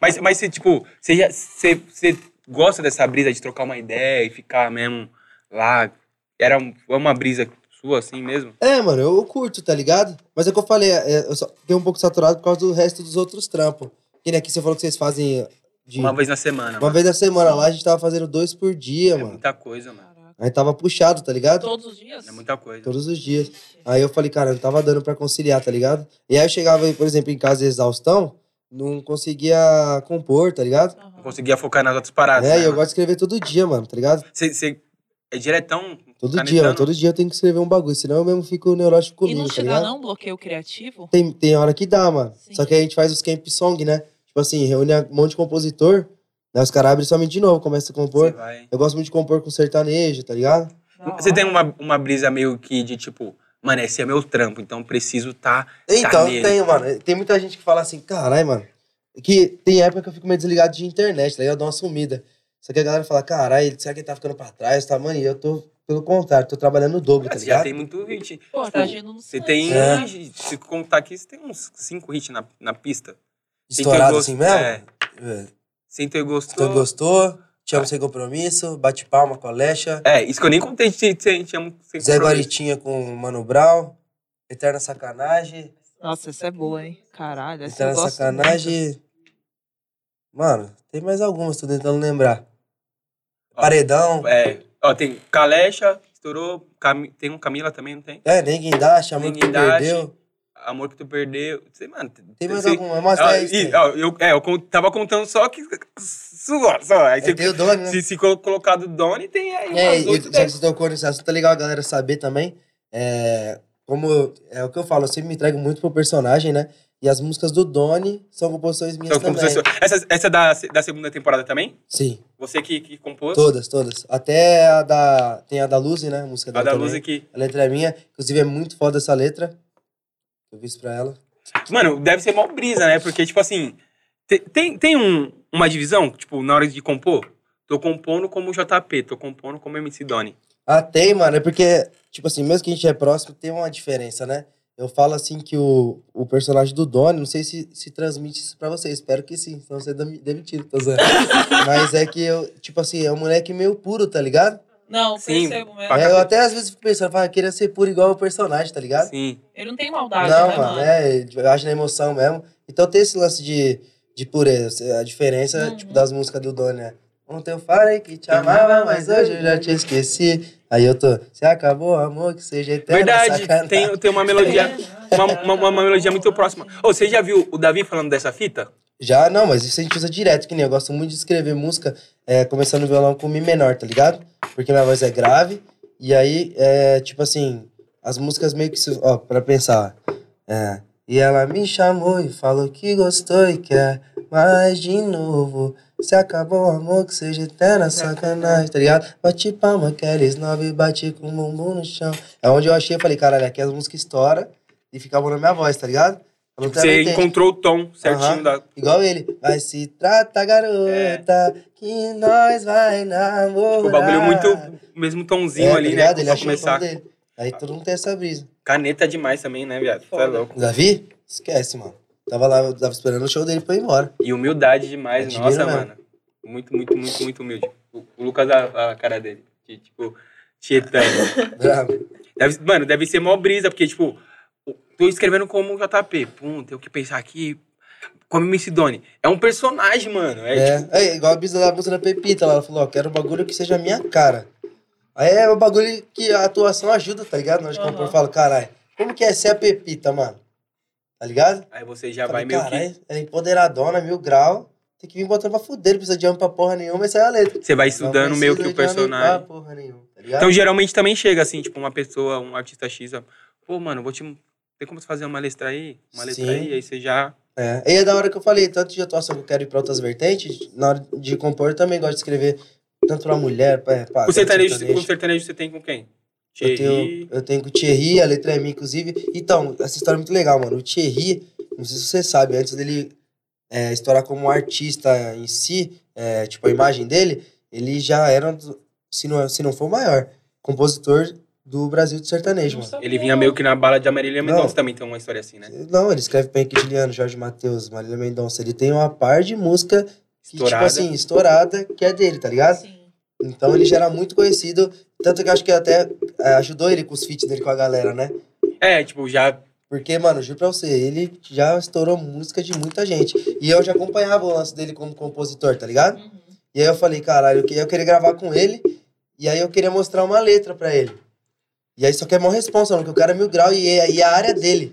[SPEAKER 1] Mas, mas você, tipo, você, já, você, você gosta dessa brisa de trocar uma ideia e ficar mesmo lá? Era um- foi uma brisa sua, assim mesmo?
[SPEAKER 3] É, mano, eu curto, tá ligado? Mas é o que eu falei, é, eu só fiquei um pouco saturado por causa do resto dos outros trampos. Que nem aqui você falou que vocês fazem eh, de...
[SPEAKER 1] Uma vez na semana,
[SPEAKER 3] uma
[SPEAKER 1] mano.
[SPEAKER 3] vez na semana lá, a gente tava fazendo dois por dia,
[SPEAKER 1] É
[SPEAKER 3] mano.
[SPEAKER 1] muita coisa, mano.
[SPEAKER 3] Aí tava puxado, tá ligado?
[SPEAKER 2] Todos os dias?
[SPEAKER 1] É muita coisa.
[SPEAKER 3] Todos os dias. Aí eu falei, cara, não tava dando pra conciliar, tá ligado? E aí eu chegava, por exemplo, em casa exaustão, não conseguia compor, tá ligado?
[SPEAKER 1] Não conseguia focar nas outras paradas.
[SPEAKER 3] é,
[SPEAKER 1] né,
[SPEAKER 3] e eu
[SPEAKER 1] mano?
[SPEAKER 3] gosto de escrever todo dia, mano, tá ligado?
[SPEAKER 1] Você, você é diretão?
[SPEAKER 3] Todo dia,
[SPEAKER 1] canetando?
[SPEAKER 3] mano, todo dia eu tenho que escrever um bagulho, senão eu mesmo fico neurótico
[SPEAKER 2] E
[SPEAKER 3] comigo,
[SPEAKER 2] não
[SPEAKER 3] tá
[SPEAKER 2] te dá
[SPEAKER 1] né?
[SPEAKER 3] ligado?
[SPEAKER 2] não bloqueio criativo?
[SPEAKER 3] Tem, tem hora que dá, mano.
[SPEAKER 2] Sim.
[SPEAKER 3] Só que aí a gente faz os camp song, né? Tipo assim, reúne um monte de compositor, né? Os caras abrem somente de novo, começa a
[SPEAKER 1] Você
[SPEAKER 3] compor.
[SPEAKER 1] vai.
[SPEAKER 3] Eu gosto muito de compor com sertanejo, tá ligado?
[SPEAKER 1] Você
[SPEAKER 2] um
[SPEAKER 1] tem uma, uma brisa meio que de tipo, mano, esse é meu trampo, então preciso tá.
[SPEAKER 3] Então,
[SPEAKER 1] nele.
[SPEAKER 3] tem, mano. Tem muita gente que fala assim, caralho, mano. Que tem época que eu fico meio desligado de internet, tá ligado? Eu dou uma sumida. Só que a galera fala, caralho, será que ele tá ficando pra trás? Tá, mano, e eu tô, pelo contrário, tô trabalhando no dobro, tá
[SPEAKER 1] Você já
[SPEAKER 3] ligado?
[SPEAKER 1] tem muito hit.
[SPEAKER 2] Pô,
[SPEAKER 1] Tipo,
[SPEAKER 2] tá agindo no
[SPEAKER 1] Você tem.
[SPEAKER 3] É.
[SPEAKER 1] Se contar aqui, você tem uns cinco hits na, na pista. Sem Teu
[SPEAKER 3] Estourado
[SPEAKER 1] Gosto-
[SPEAKER 3] assim mesmo?
[SPEAKER 1] É.
[SPEAKER 3] É.
[SPEAKER 1] Sem teu gosto.
[SPEAKER 3] Então gostou? Te amo sem compromisso, bate palma com a Lecha.
[SPEAKER 1] Ah. É, isso que eu nem contei. Te, te, te amo sem
[SPEAKER 3] Zé
[SPEAKER 1] compromisso.
[SPEAKER 3] Guaritinha com o Mano Brown. Eterna Sacanagem.
[SPEAKER 1] um
[SPEAKER 2] Nossa, essa é boa, hein? Caralho, essa
[SPEAKER 1] tá
[SPEAKER 2] eu
[SPEAKER 3] Eterna
[SPEAKER 2] gosto muito.
[SPEAKER 3] Sacanagem. Mano, tem mais algumas, tô tentando lembrar.
[SPEAKER 1] Ó,
[SPEAKER 3] Paredão.
[SPEAKER 1] É. Ó, tem Calecha, estourou. Cam- Tem um Camila também, não tem?
[SPEAKER 3] É, ninguém dá, chamou que
[SPEAKER 1] Ninguém dá,
[SPEAKER 3] perdeu.
[SPEAKER 1] Amor que tu perdeu. Sei, mano.
[SPEAKER 3] Tem mais
[SPEAKER 1] sei-
[SPEAKER 3] alguma, mas
[SPEAKER 1] Ah,
[SPEAKER 3] é isso.
[SPEAKER 1] e,
[SPEAKER 3] né?
[SPEAKER 1] ó, eu, é, eu con- tava contando só que. Só, só. Aí
[SPEAKER 3] É,
[SPEAKER 1] você-
[SPEAKER 3] tem o Doni, né?
[SPEAKER 1] se, se colo- colocar do Doni, tem aí
[SPEAKER 3] É,
[SPEAKER 1] umas
[SPEAKER 3] e
[SPEAKER 1] oito,
[SPEAKER 3] já que
[SPEAKER 1] dez.
[SPEAKER 3] você tocou nesse assunto, é legal a galera saber também. É, como eu- é o que eu falo, eu sempre me entrego muito pro personagem, né? E as músicas do Doni são composições minhas
[SPEAKER 1] Então, como
[SPEAKER 3] também.
[SPEAKER 1] você- Essa, essa é da, da segunda temporada também?
[SPEAKER 3] Sim,
[SPEAKER 1] Você que, que compôs?
[SPEAKER 3] todas, todas. Até a da... Tem a da Luzi, né? A música
[SPEAKER 1] A
[SPEAKER 3] dela
[SPEAKER 1] da
[SPEAKER 3] também.
[SPEAKER 1] Luz aqui.
[SPEAKER 3] A letra é minha. Inclusive, é muito foda essa letra. Eu vi isso pra ela.
[SPEAKER 1] Mano, deve ser mó brisa, né? Porque, tipo assim, te- tem, tem um, uma divisão, tipo, na hora de compor? Tô compondo como JP, tô compondo como MC Doni.
[SPEAKER 3] Ah, tem, mano. É porque, tipo assim, mesmo que a gente é próximo, tem uma diferença, né? Eu falo assim que o, o personagem do Doni, não sei se se transmite isso pra vocês. Espero que sim, senão você é demi- demitido, tô zoando. Mas é que eu, tipo assim, é um moleque meio puro, tá ligado?
[SPEAKER 2] Não,
[SPEAKER 1] Sim,
[SPEAKER 2] percebo mesmo.
[SPEAKER 1] pra
[SPEAKER 3] É, eu
[SPEAKER 1] cacete.
[SPEAKER 3] até às vezes fico pensando, fala, eu queria ser puro igual o personagem, tá ligado?
[SPEAKER 1] Sim.
[SPEAKER 2] Ele não tem maldade,
[SPEAKER 3] não,
[SPEAKER 2] né,
[SPEAKER 3] mano, é, eu acho na emoção mesmo. Então tem esse lance de, de pureza, a diferença
[SPEAKER 2] Uhum.
[SPEAKER 3] tipo, das músicas do Doni, né? Ontem eu falei que te amava, mas hoje eu já te esqueci. Aí eu tô, se acabou, amor, que seja eterno.
[SPEAKER 1] Verdade,
[SPEAKER 3] sacanagem."
[SPEAKER 1] tem, tem uma
[SPEAKER 2] é
[SPEAKER 1] melodia. Uma, uma, uma- uma melodia muito próxima. Ô, você já viu o Davi falando dessa fita?
[SPEAKER 3] Já, não, mas isso a gente usa direto, que nem eu gosto muito de escrever música é, começando o violão com Mi menor, tá ligado? Porque minha voz é grave. E aí, é, tipo assim, as músicas meio que. se- Ó, pra pensar. É. E ela me chamou e falou que gostou e quer mais de novo. Se acabou o amor, que seja eterna sacanagem, tá ligado? Bate palma, queres nove, bate com o bumbum no chão. É onde eu achei, eu falei, caralho, aqui as músicas estoura e ficavam na minha voz, tá ligado? Eu não
[SPEAKER 1] Tipo, Você
[SPEAKER 3] tenho-
[SPEAKER 1] encontrou o tom certinho
[SPEAKER 3] Aham.
[SPEAKER 1] da.
[SPEAKER 3] Igual ele. Mas se trata, garota, que nós vai namorar.
[SPEAKER 1] É. Tipo, O bagulho muito. O mesmo
[SPEAKER 3] É,
[SPEAKER 1] tomzinho
[SPEAKER 3] tá
[SPEAKER 1] ali, né?
[SPEAKER 3] ligado? Ele
[SPEAKER 1] Pra
[SPEAKER 3] achou
[SPEAKER 1] começar.
[SPEAKER 3] o tom dele. Aí todo mundo tem essa brisa.
[SPEAKER 1] Caneta demais também, né, viado? Tá
[SPEAKER 2] Foda.
[SPEAKER 1] louco.
[SPEAKER 3] O Davi? Esquece, mano. Tava lá, eu tava esperando o show dele pra eu ir embora.
[SPEAKER 1] E humildade demais,
[SPEAKER 3] Admiro
[SPEAKER 1] nossa,
[SPEAKER 3] mesmo.
[SPEAKER 1] mano. Muito, muito, muito, muito humilde. O, o Lucas, a, a cara dele. de, tipo, tietano.
[SPEAKER 3] Bravo.
[SPEAKER 1] Deve- mano, deve ser mó brisa, porque, tipo, o- tô escrevendo como um JP. Pum, tenho que pensar aqui. Como MC Doni. É um personagem, mano. É,
[SPEAKER 3] É,
[SPEAKER 1] tipo,
[SPEAKER 3] Aí, igual a brisa da música da Pepita lá. Ela falou, ó, quero um bagulho que seja a minha cara. Aí é o bagulho que a atuação ajuda, tá ligado? Na hora de
[SPEAKER 2] Aham.
[SPEAKER 3] compor, eu falo, caralho, como que é ser a Pepita, mano? Tá ligado?
[SPEAKER 1] Aí você já vai
[SPEAKER 3] Falei,
[SPEAKER 1] meio que.
[SPEAKER 3] caralho, ela é empoderadona, mil grau. Tem que vir botando pra fuder, não precisa de amo pra porra nenhuma, essa é a letra.
[SPEAKER 1] Você vai estudando
[SPEAKER 3] Não
[SPEAKER 1] meio que o
[SPEAKER 3] precisa de
[SPEAKER 1] personagem.
[SPEAKER 3] anotar porra nenhuma, tá ligado?
[SPEAKER 1] Então, geralmente também chega assim, tipo, uma pessoa, um artista X, ó, pô, mano, vou te. Tem como você fazer uma letra aí? Uma letra
[SPEAKER 3] Sim.
[SPEAKER 1] aí, aí você já.
[SPEAKER 3] É. E é da hora que eu falei, tanto de atuação que eu quero ir pra outras vertentes, na hora de compor eu também gosto de escrever tanto pra mulher, pra... pra
[SPEAKER 1] O sertanejo, o
[SPEAKER 3] sertanejo.
[SPEAKER 1] sertanejo você tem com quem?
[SPEAKER 3] Eu tenho, eu tenho com o Thierry, a letra é minha, inclusive. Então, essa história é muito legal, mano. O Thierry, não sei se você sabe, antes dele é, estourar como artista em si, é, tipo, a imagem dele, ele já era, um dos- se não, se não for o maior, compositor do Brasil do sertanejo, mano.
[SPEAKER 1] Ele
[SPEAKER 2] é
[SPEAKER 1] vinha meio que na bala de Amarília
[SPEAKER 3] Não.
[SPEAKER 1] Mendonça também tem uma história assim, né?
[SPEAKER 3] Não, ele escreve Penk Juliano, Jorge Matheus, Marília Mendonça. Ele tem uma par de música que,
[SPEAKER 1] Estourada.
[SPEAKER 3] tipo assim, estourada, que é dele, tá ligado?
[SPEAKER 2] Sim.
[SPEAKER 3] Então ele já era muito conhecido. Tanto que eu acho que até eh, ajudou ele com os feats dele com a galera, né?
[SPEAKER 1] É, tipo, já.
[SPEAKER 3] Porque, mano, juro pra você, ele já estourou música de muita gente. E eu já acompanhava o lance dele como compositor, tá ligado?
[SPEAKER 2] Uhum.
[SPEAKER 3] E aí eu falei, caralho, eu que- eu queria gravar com ele. E aí eu queria mostrar uma letra pra ele. E aí só que é mó responsa, mano, que o cara é mil grau e, é- e a área dele.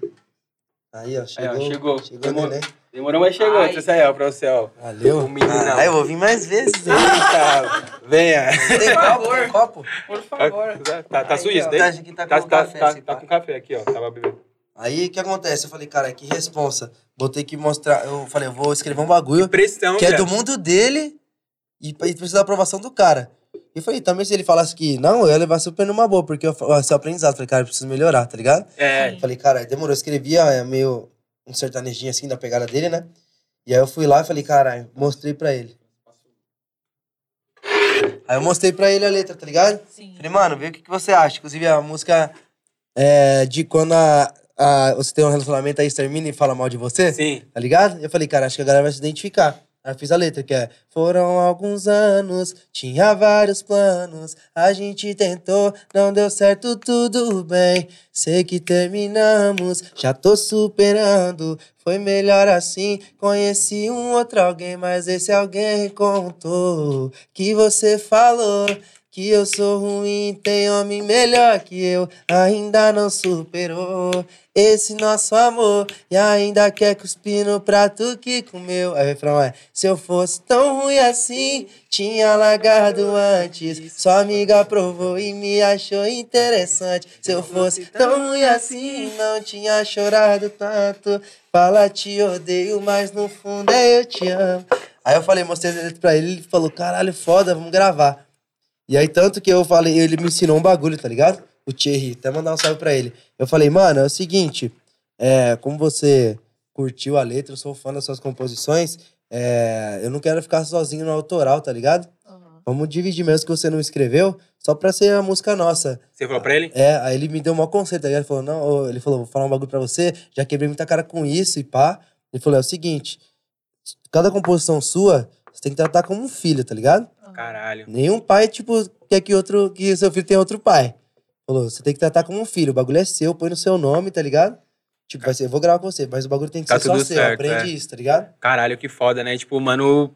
[SPEAKER 3] Aí, ó, chegou.
[SPEAKER 1] chegou.
[SPEAKER 3] Chegou,
[SPEAKER 1] Demorou.
[SPEAKER 3] né?
[SPEAKER 1] Demorou, mas chegou.
[SPEAKER 2] Ai.
[SPEAKER 1] Então, Isso aí, ó, pra você, ó.
[SPEAKER 3] Valeu.
[SPEAKER 1] O menino não.
[SPEAKER 3] Ah, eu vou vir mais vezes. hein?
[SPEAKER 1] Eita, venha.
[SPEAKER 3] Tem copo? Tem copo?
[SPEAKER 2] Por favor.
[SPEAKER 1] Tá, tá
[SPEAKER 2] Aí,
[SPEAKER 1] sujo isso
[SPEAKER 2] ó.
[SPEAKER 1] daí?
[SPEAKER 3] Tá, aqui tá com café,
[SPEAKER 1] tá,
[SPEAKER 3] assim,
[SPEAKER 1] tá
[SPEAKER 3] pá.
[SPEAKER 1] com café aqui, ó. Tava bebendo.
[SPEAKER 3] Aí o que acontece? Eu falei, cara, que responsa. Vou ter que mostrar. Eu falei, eu vou escrever um bagulho
[SPEAKER 1] Pressão,
[SPEAKER 3] que é
[SPEAKER 1] viado.
[SPEAKER 3] do mundo dele e pa- e precisa da aprovação do cara. E eu falei, também se ele falasse que não, eu ia levar super numa boa, porque eu, fa- ó, esse é o aprendizado. Falei, cara, eu preciso melhorar, tá ligado?
[SPEAKER 1] É.
[SPEAKER 3] Eu Falei, cara, demorou. Eu escrevi ah, é meio um sertanejinho assim da pegada dele, né? E aí eu fui lá e falei, caralho, mostrei pra ele. Aí eu mostrei pra ele a letra, tá ligado?
[SPEAKER 2] Sim.
[SPEAKER 1] é
[SPEAKER 3] Falei, mano, vê o que, que você acha. Inclusive, a música é de quando a, a- você tem um relacionamento aí, termina e fala mal de você.
[SPEAKER 1] Sim.
[SPEAKER 3] Tá ligado? Eu falei, cara, acho que a galera vai se identificar. Aí eu fiz a letra, que é Foram alguns anos, tinha vários planos. A gente tentou, não deu certo, tudo bem. Sei que terminamos, já tô superando. Foi melhor assim, conheci um outro alguém, mas esse alguém contou que você falou. que eu sou ruim, tem homem melhor que eu, ainda não superou esse nosso amor e ainda quer cuspir no prato que comeu. Aí o refrão é: Se eu fosse tão ruim assim, tinha largado antes. Sua amiga provou e me achou interessante. Se eu fosse tão ruim assim, não tinha chorado tanto. Fala, te odeio, mas no fundo é eu te amo. Aí eu falei, mostrei as letras pra ele, ele falou: Caralho, foda, vamos gravar. E aí, tanto que eu falei, ele me ensinou um bagulho, tá ligado? O Thierry, até mandar um salve pra ele. Eu falei, mano, é o seguinte, é, como você curtiu a letra, eu sou fã das suas composições, é, eu não quero ficar sozinho no autoral, tá ligado? Vamos dividir mesmo que você não escreveu, só pra ser a música nossa.
[SPEAKER 1] Você falou pra ele?
[SPEAKER 3] É, aí ele me deu um maior conselho, tá ligado? Ele falou, não, ô, ele falou, vou falar um bagulho pra você, já quebrei muita cara com isso e pá. Ele falou, é o seguinte, cada composição sua, você tem que tratar como um filho, tá ligado?
[SPEAKER 1] Caralho.
[SPEAKER 3] Nenhum pai, tipo, quer que outro. Que seu filho tenha outro pai. Falou, você tem que tratar como um filho. O bagulho é seu, põe no seu nome, tá ligado? Tipo, vai ser, eu vou gravar com você, mas o bagulho tem que
[SPEAKER 1] Tá
[SPEAKER 3] ser só
[SPEAKER 1] tudo
[SPEAKER 3] seu.
[SPEAKER 1] certo,
[SPEAKER 3] Aprende
[SPEAKER 1] é.
[SPEAKER 3] isso, tá ligado?
[SPEAKER 1] Caralho, que foda, né? Tipo, mano,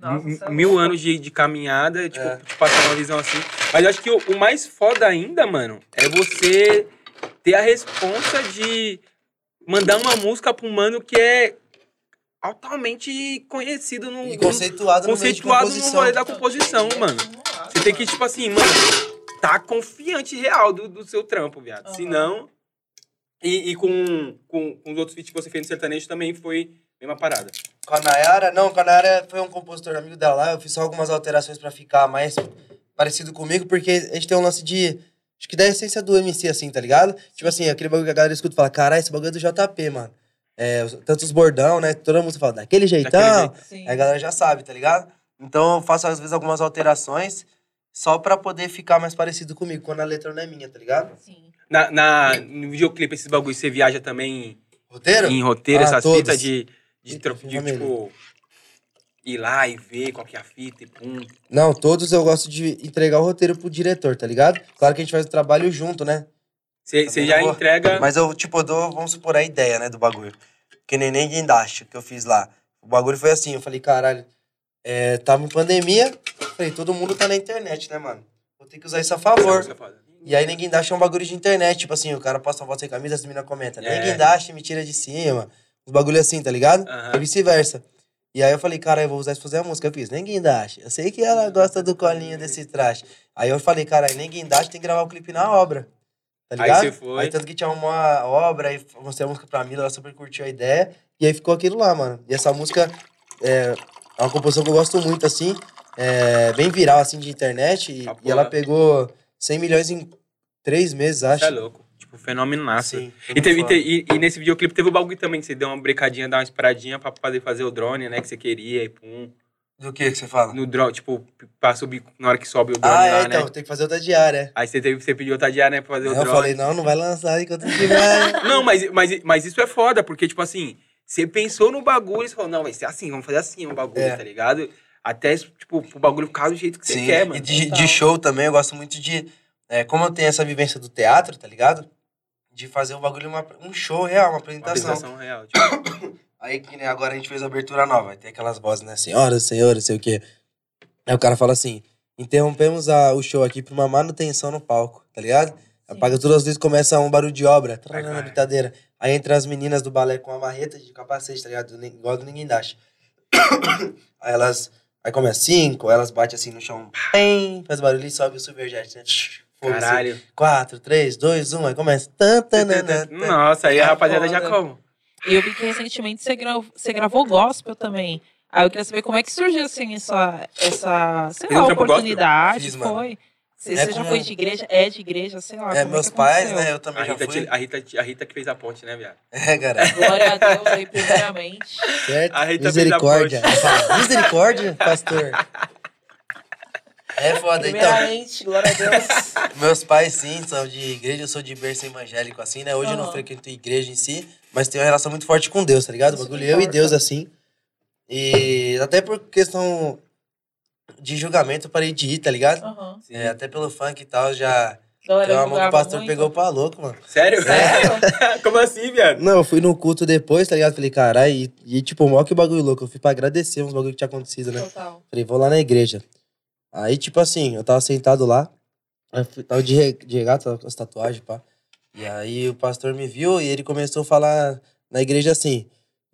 [SPEAKER 2] Nossa,
[SPEAKER 1] m-
[SPEAKER 2] isso é
[SPEAKER 1] mil
[SPEAKER 2] louco.
[SPEAKER 1] anos de, de caminhada, tipo,
[SPEAKER 3] É.
[SPEAKER 1] te passar uma visão assim. Mas eu acho que o, o mais foda ainda, mano, é você ter a responsa de mandar uma música pra um mano que é altamente conhecido no,
[SPEAKER 3] E
[SPEAKER 1] no-
[SPEAKER 3] conceituado, no meio de
[SPEAKER 1] Uhum. conceituado no
[SPEAKER 3] composição.
[SPEAKER 1] rolê da composição, mano. Você tem que, tipo assim, mano, tá confiante real do, do seu trampo, viado.
[SPEAKER 2] Aham.
[SPEAKER 1] Se não. E, e com, com, com os outros feats que você fez no sertanejo também foi a mesma parada.
[SPEAKER 3] Com a Nayara, não, com a Nayara foi um compositor amigo dela lá, eu fiz só algumas alterações pra ficar mais parecido comigo, porque a gente tem um lance de. Acho que da essência do MC, assim, tá ligado? Tipo assim, aquele bagulho que a galera escuta e fala: caralho, esse bagulho é do JP, mano. É, os- tanto os bordão, né? Toda música fala daquele jeitão.
[SPEAKER 1] jeito.
[SPEAKER 2] Sim.
[SPEAKER 3] Aí a galera já sabe, tá ligado? Então eu faço às vezes algumas alterações só pra poder ficar mais parecido comigo, quando a letra não é minha, tá ligado?
[SPEAKER 2] Sim.
[SPEAKER 1] Na, na- no videoclipe, esses bagulhos, você viaja também
[SPEAKER 3] Roteiro?
[SPEAKER 1] em roteiro,
[SPEAKER 3] Ah,
[SPEAKER 1] essas
[SPEAKER 3] todos. é
[SPEAKER 1] fitas de, de, tro-
[SPEAKER 3] Fica
[SPEAKER 1] de, tipo. Ir lá e ver qual que é a fita e pum.
[SPEAKER 3] Não, todos eu gosto de entregar o roteiro pro diretor, tá ligado? Claro que a gente faz o trabalho junto, né?
[SPEAKER 1] Você
[SPEAKER 3] Tá
[SPEAKER 1] você
[SPEAKER 3] bom,
[SPEAKER 1] já
[SPEAKER 3] amor?
[SPEAKER 1] entrega.
[SPEAKER 3] Mas eu, tipo, eu dou, vamos supor, a ideia, né, do bagulho. Que nem nem guindaste que eu fiz lá. O bagulho foi assim, eu falei, caralho, é, tava em pandemia, falei, todo mundo tá na internet, né, mano? Vou ter que usar isso a
[SPEAKER 1] Essa
[SPEAKER 3] favor.
[SPEAKER 1] música é foda.
[SPEAKER 3] E aí ninguém dash é um bagulho de internet, tipo assim, o cara posta uma foto sem camisa, as meninas comentam,
[SPEAKER 1] É.
[SPEAKER 3] ninguém dash, me tira de cima. Os bagulho assim, tá ligado?
[SPEAKER 1] Aham.
[SPEAKER 3] E vice-versa. E aí eu falei, cara, eu vou usar isso pra fazer a música. Eu fiz, ninguém dash. Eu sei que ela gosta do colinho desse traje. Aí eu falei, cara, ninguém dash tem que gravar o clipe na obra. Tá
[SPEAKER 1] Aí
[SPEAKER 3] ligado?
[SPEAKER 1] você foi.
[SPEAKER 3] Aí tanto que tinha uma obra, aí mostrei a música pra Mila, ela super curtiu a ideia. E aí ficou aquilo lá, mano. E essa música é, é uma composição que eu gosto muito, assim. É, bem viral, assim, de internet. E,
[SPEAKER 1] Ah,
[SPEAKER 3] e ela
[SPEAKER 1] porra.
[SPEAKER 3] pegou 100 milhões em três meses, acho.
[SPEAKER 1] Você é louco. Tipo, fenomenaço.
[SPEAKER 3] Sim,
[SPEAKER 1] E,
[SPEAKER 3] foi muito
[SPEAKER 1] teve- e
[SPEAKER 3] foda.
[SPEAKER 1] te- e- e nesse videoclipe teve o bagulho também, que você deu uma brincadinha, dar uma esperadinha pra poder fazer o drone, né? Que você queria e pum.
[SPEAKER 3] Do que que você fala?
[SPEAKER 1] No drone, tipo, pra subir na hora que sobe o drone
[SPEAKER 3] Ah,
[SPEAKER 1] lá,
[SPEAKER 3] é, então,
[SPEAKER 1] né?
[SPEAKER 3] tem que fazer outra diária.
[SPEAKER 1] Aí você, teve, você pediu outra diária, né, pra fazer
[SPEAKER 3] Aí
[SPEAKER 1] o
[SPEAKER 3] eu
[SPEAKER 1] drone.
[SPEAKER 3] falei, não, não vai lançar enquanto tiver.
[SPEAKER 1] Não, mas, mas, mas isso é foda, porque, tipo assim, você pensou no bagulho e você falou, não, vai ser assim, vamos fazer assim o bagulho,
[SPEAKER 3] É.
[SPEAKER 1] tá ligado? Até, tipo, o bagulho ficar do jeito que você quer, mano.
[SPEAKER 3] E de, de show também, eu gosto muito de. é, como eu tenho essa vivência do teatro, tá ligado? De fazer um bagulho, uma- um show real, uma
[SPEAKER 1] Uma
[SPEAKER 3] apresentação.
[SPEAKER 1] apresentação real. Tipo,
[SPEAKER 3] Aí que nem agora a gente fez a abertura nova, tem aquelas vozes, né? Senhoras, senhores, sei o quê. Aí o cara fala assim: interrompemos a- o show aqui pra uma manutenção no palco, tá ligado? Apaga todas as vezes começa um barulho de obra,
[SPEAKER 1] Ai,
[SPEAKER 3] trará na
[SPEAKER 1] caralho.
[SPEAKER 3] brincadeira. Aí entra as meninas do balé com a marreta de capacete, tá ligado? Ni- Igual do Ninguém Dash. Aí elas. Aí começa cinco, elas batem assim no chão, pem, faz barulho e sobe o Silverjet, né? Fogo, assim.
[SPEAKER 1] caralho.
[SPEAKER 3] Quatro, três, dois, um, aí começa. Tan, tan, tan, tan, tan.
[SPEAKER 1] Nossa, aí a rapaziada já
[SPEAKER 3] Foda.
[SPEAKER 1] como?
[SPEAKER 2] E eu vi que recentemente você, gra- você gravou gospel também. Aí eu queria saber como é que surgiu assim essa, essa sei
[SPEAKER 1] Fez um trampo
[SPEAKER 2] lá,
[SPEAKER 1] gospel?
[SPEAKER 2] oportunidade.
[SPEAKER 3] Fiz, mano.
[SPEAKER 2] foi. Você,
[SPEAKER 3] É
[SPEAKER 2] você já
[SPEAKER 3] como-
[SPEAKER 2] foi de igreja? É de igreja, sei lá.
[SPEAKER 3] É,
[SPEAKER 2] como
[SPEAKER 3] meus
[SPEAKER 2] que
[SPEAKER 3] pais,
[SPEAKER 2] aconteceu?
[SPEAKER 3] né? Eu também
[SPEAKER 1] A
[SPEAKER 3] já
[SPEAKER 1] Rita,
[SPEAKER 3] fui.
[SPEAKER 1] te- a, Rita, te- a Rita que fez a ponte, né, viado?
[SPEAKER 3] É, cara.
[SPEAKER 2] Glória a Deus aí, primeiramente.
[SPEAKER 3] Certo?
[SPEAKER 1] A Rita
[SPEAKER 3] Misericórdia. Misericórdia, pastor. É foda, então.
[SPEAKER 2] Primeiramente, glória a Deus.
[SPEAKER 3] Meus pais, sim, são de igreja, eu sou de berço evangélico, assim, né? Hoje eu não
[SPEAKER 2] Aham.
[SPEAKER 3] frequento igreja em si, mas tenho uma relação muito forte com Deus, tá ligado? O
[SPEAKER 2] Isso que
[SPEAKER 3] bagulho eu e
[SPEAKER 2] importa.
[SPEAKER 3] Deus, assim. E até por questão de julgamento, eu parei de ir, tá ligado?
[SPEAKER 2] Uhum.
[SPEAKER 3] É, até pelo funk e tal, já.
[SPEAKER 2] Glória,
[SPEAKER 3] Tem
[SPEAKER 2] eu
[SPEAKER 3] uma mão que o
[SPEAKER 2] jogava
[SPEAKER 3] pastor
[SPEAKER 2] muito.
[SPEAKER 3] pegou pra louco, mano.
[SPEAKER 1] Sério?
[SPEAKER 3] É.
[SPEAKER 2] Sério?
[SPEAKER 1] como assim, viado?
[SPEAKER 3] Não, eu fui no culto depois, tá ligado? Falei, caralho, e, e tipo, mó que bagulho louco. Eu fui pra agradecer uns bagulho que tinha acontecido, né?
[SPEAKER 2] Total.
[SPEAKER 3] Falei, vou lá na igreja. Aí, tipo assim, eu tava sentado lá, eu fui- tava de, re- de regata, tava com as tatuagens, pá. E aí o pastor me viu e ele começou a falar na igreja assim: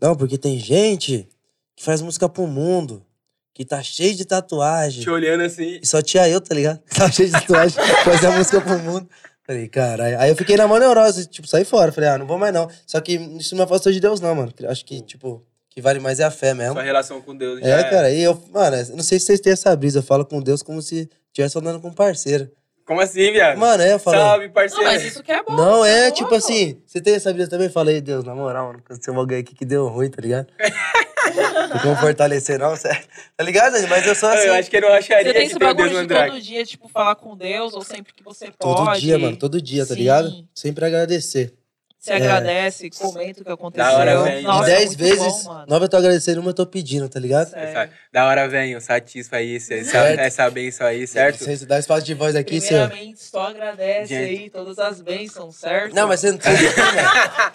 [SPEAKER 3] Não, porque tem gente que faz música pro mundo, que tá cheio de tatuagem.
[SPEAKER 1] Te olhando assim.
[SPEAKER 3] E só tinha eu, tá ligado? Tava cheio de tatuagem, fazia música pro mundo. Falei, caralho. Aí eu fiquei na maior neurose, tipo, saí fora. Falei, ah, não vou mais não. Só que isso não me afastou de Deus, não, mano. Acho que, tipo, que vale mais é a fé mesmo.
[SPEAKER 1] Sua relação com Deus já
[SPEAKER 3] É, cara, e eu, mano, eu não sei se vocês têm essa brisa, eu falo com Deus como se estivesse andando com um parceiro.
[SPEAKER 1] Como assim, viado?
[SPEAKER 3] Mano, é, eu falo.
[SPEAKER 1] Salve,
[SPEAKER 2] Não,
[SPEAKER 1] parceiro.
[SPEAKER 2] mas isso que é bom.
[SPEAKER 3] Não,
[SPEAKER 2] isso
[SPEAKER 3] é,
[SPEAKER 2] bom,
[SPEAKER 3] tipo
[SPEAKER 2] pô.
[SPEAKER 3] assim, você tem essa brisa também? Falei, Deus, na moral, mano, aconteceu uma ganha aqui que deu ruim, tá ligado? Não vou fortalecer, não, sério. Tá ligado? Mas eu sou assim.
[SPEAKER 1] Eu acho que era uma
[SPEAKER 2] Você
[SPEAKER 1] racharia
[SPEAKER 2] tem
[SPEAKER 1] que
[SPEAKER 3] tipo
[SPEAKER 1] tem o
[SPEAKER 2] esse
[SPEAKER 1] Deus
[SPEAKER 2] bagulho
[SPEAKER 1] no
[SPEAKER 2] de
[SPEAKER 1] Andrade.
[SPEAKER 2] todo dia, tipo, falar com Deus, ou sempre que você
[SPEAKER 3] Todo
[SPEAKER 2] pode.
[SPEAKER 3] dia, mano, todo dia, tá
[SPEAKER 2] Sim.
[SPEAKER 3] ligado? Sempre agradecer.
[SPEAKER 2] Se agradece, comenta o que aconteceu.
[SPEAKER 1] Da hora,
[SPEAKER 2] Nossa,
[SPEAKER 1] velho.
[SPEAKER 2] é
[SPEAKER 3] Dez
[SPEAKER 2] muito
[SPEAKER 3] vezes,
[SPEAKER 2] bom, mano.
[SPEAKER 3] nove eu tô agradecendo, uma eu tô pedindo, tá ligado?
[SPEAKER 2] Sério.
[SPEAKER 1] Essa- Da hora, venho, satisfa isso, essa,
[SPEAKER 3] Certo.
[SPEAKER 1] essa benção aí, certo?
[SPEAKER 3] Você dá espaço de voz aqui, senhor.
[SPEAKER 2] Primeiramente, só agradece
[SPEAKER 1] Gente.
[SPEAKER 2] aí todas as bênçãos, certo?
[SPEAKER 3] Não, mas você não precisa. né?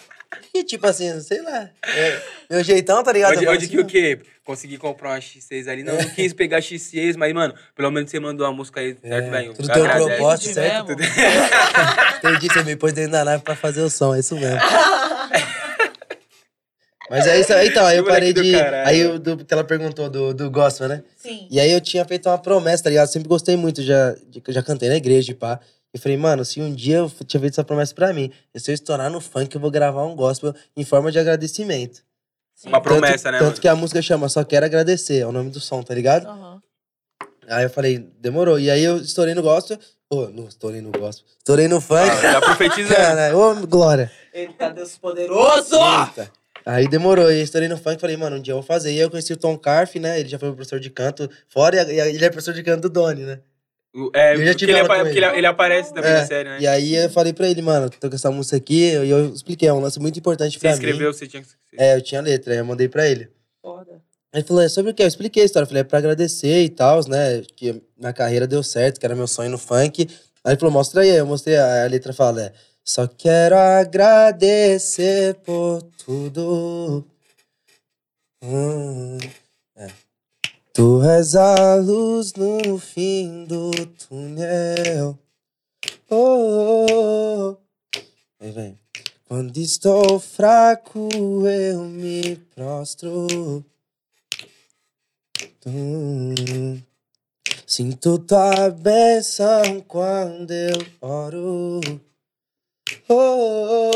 [SPEAKER 3] E tipo assim, sei lá. é, meu jeitão, tá ligado? Eu
[SPEAKER 1] Onde,
[SPEAKER 3] falo
[SPEAKER 1] onde
[SPEAKER 3] assim, É.
[SPEAKER 1] que o quê? Consegui comprar uma X6 ali. Não, não quis pegar X6, mas, mano, pelo menos você mandou uma música aí, certo, velho?
[SPEAKER 3] tudo
[SPEAKER 1] Já
[SPEAKER 3] tem um
[SPEAKER 1] agradece.
[SPEAKER 3] propósito. gosto,
[SPEAKER 2] Isso
[SPEAKER 3] certo?
[SPEAKER 2] mesmo.
[SPEAKER 3] Entendi, você me pôs dentro da nave pra fazer o som, é isso mesmo. Mas é isso aí, então, aí eu
[SPEAKER 1] Que moleque
[SPEAKER 3] parei
[SPEAKER 1] do
[SPEAKER 3] de.
[SPEAKER 1] caralho.
[SPEAKER 3] Aí eu- do, que ela perguntou do, do gospel, né?
[SPEAKER 2] Sim.
[SPEAKER 3] E aí eu tinha feito uma promessa, tá ligado? Sempre gostei muito, já, de- já cantei na igreja e pá. E falei, mano, se um dia eu tinha feito essa promessa pra mim, e se eu estourar no funk, eu vou gravar um gospel em forma de agradecimento.
[SPEAKER 2] sim.
[SPEAKER 1] Uma promessa,
[SPEAKER 3] tanto,
[SPEAKER 1] né,
[SPEAKER 3] Tanto
[SPEAKER 1] mano?
[SPEAKER 3] que a música chama Só Quero Agradecer, é o nome do som, tá ligado?
[SPEAKER 2] Aham.
[SPEAKER 3] Aí eu falei, demorou. E aí eu estourei no gospel. Ô, não estourei no gospel. Estourei no funk.
[SPEAKER 1] Ah, já profetizando.
[SPEAKER 3] Cara, ô, Glória.
[SPEAKER 2] Eita, tá Deus poderoso!
[SPEAKER 3] Eita. Aí demorou, e eu estourei no funk, falei, mano, um dia eu vou fazer. E aí eu conheci o Tom Carf, né? Ele já foi meu professor de canto fora, e a- e ele é professor de canto do Doni, né?
[SPEAKER 1] O- É,
[SPEAKER 3] Eu já
[SPEAKER 1] porque
[SPEAKER 3] tive
[SPEAKER 1] ele,
[SPEAKER 3] aula
[SPEAKER 1] apa-
[SPEAKER 3] com
[SPEAKER 1] porque ele-
[SPEAKER 3] ele.
[SPEAKER 1] ele aparece também
[SPEAKER 3] É,
[SPEAKER 1] na série, né?
[SPEAKER 3] E aí eu falei pra ele, mano, tô com essa música aqui, e eu, eu expliquei, é um lance muito importante
[SPEAKER 1] Você
[SPEAKER 3] pra mim.
[SPEAKER 1] escreveu, você tinha que.
[SPEAKER 3] É, eu tinha letra, aí eu mandei pra ele.
[SPEAKER 2] Foda.
[SPEAKER 3] Aí Ele falou, é sobre o quê? Eu expliquei a história. Eu falei, é pra agradecer e tal, né? Que minha carreira deu certo, que era meu sonho no funk. Aí ele falou, mostra aí. Eu mostrei, aí a letra fala, é... Só quero agradecer por tudo. Hum, é. Tu és a luz no fim do túnel. Oh, oh, oh. Aí vem. Quando estou fraco, eu me prostro. Tum. Sinto tua bênção quando eu oro. Oh, oh,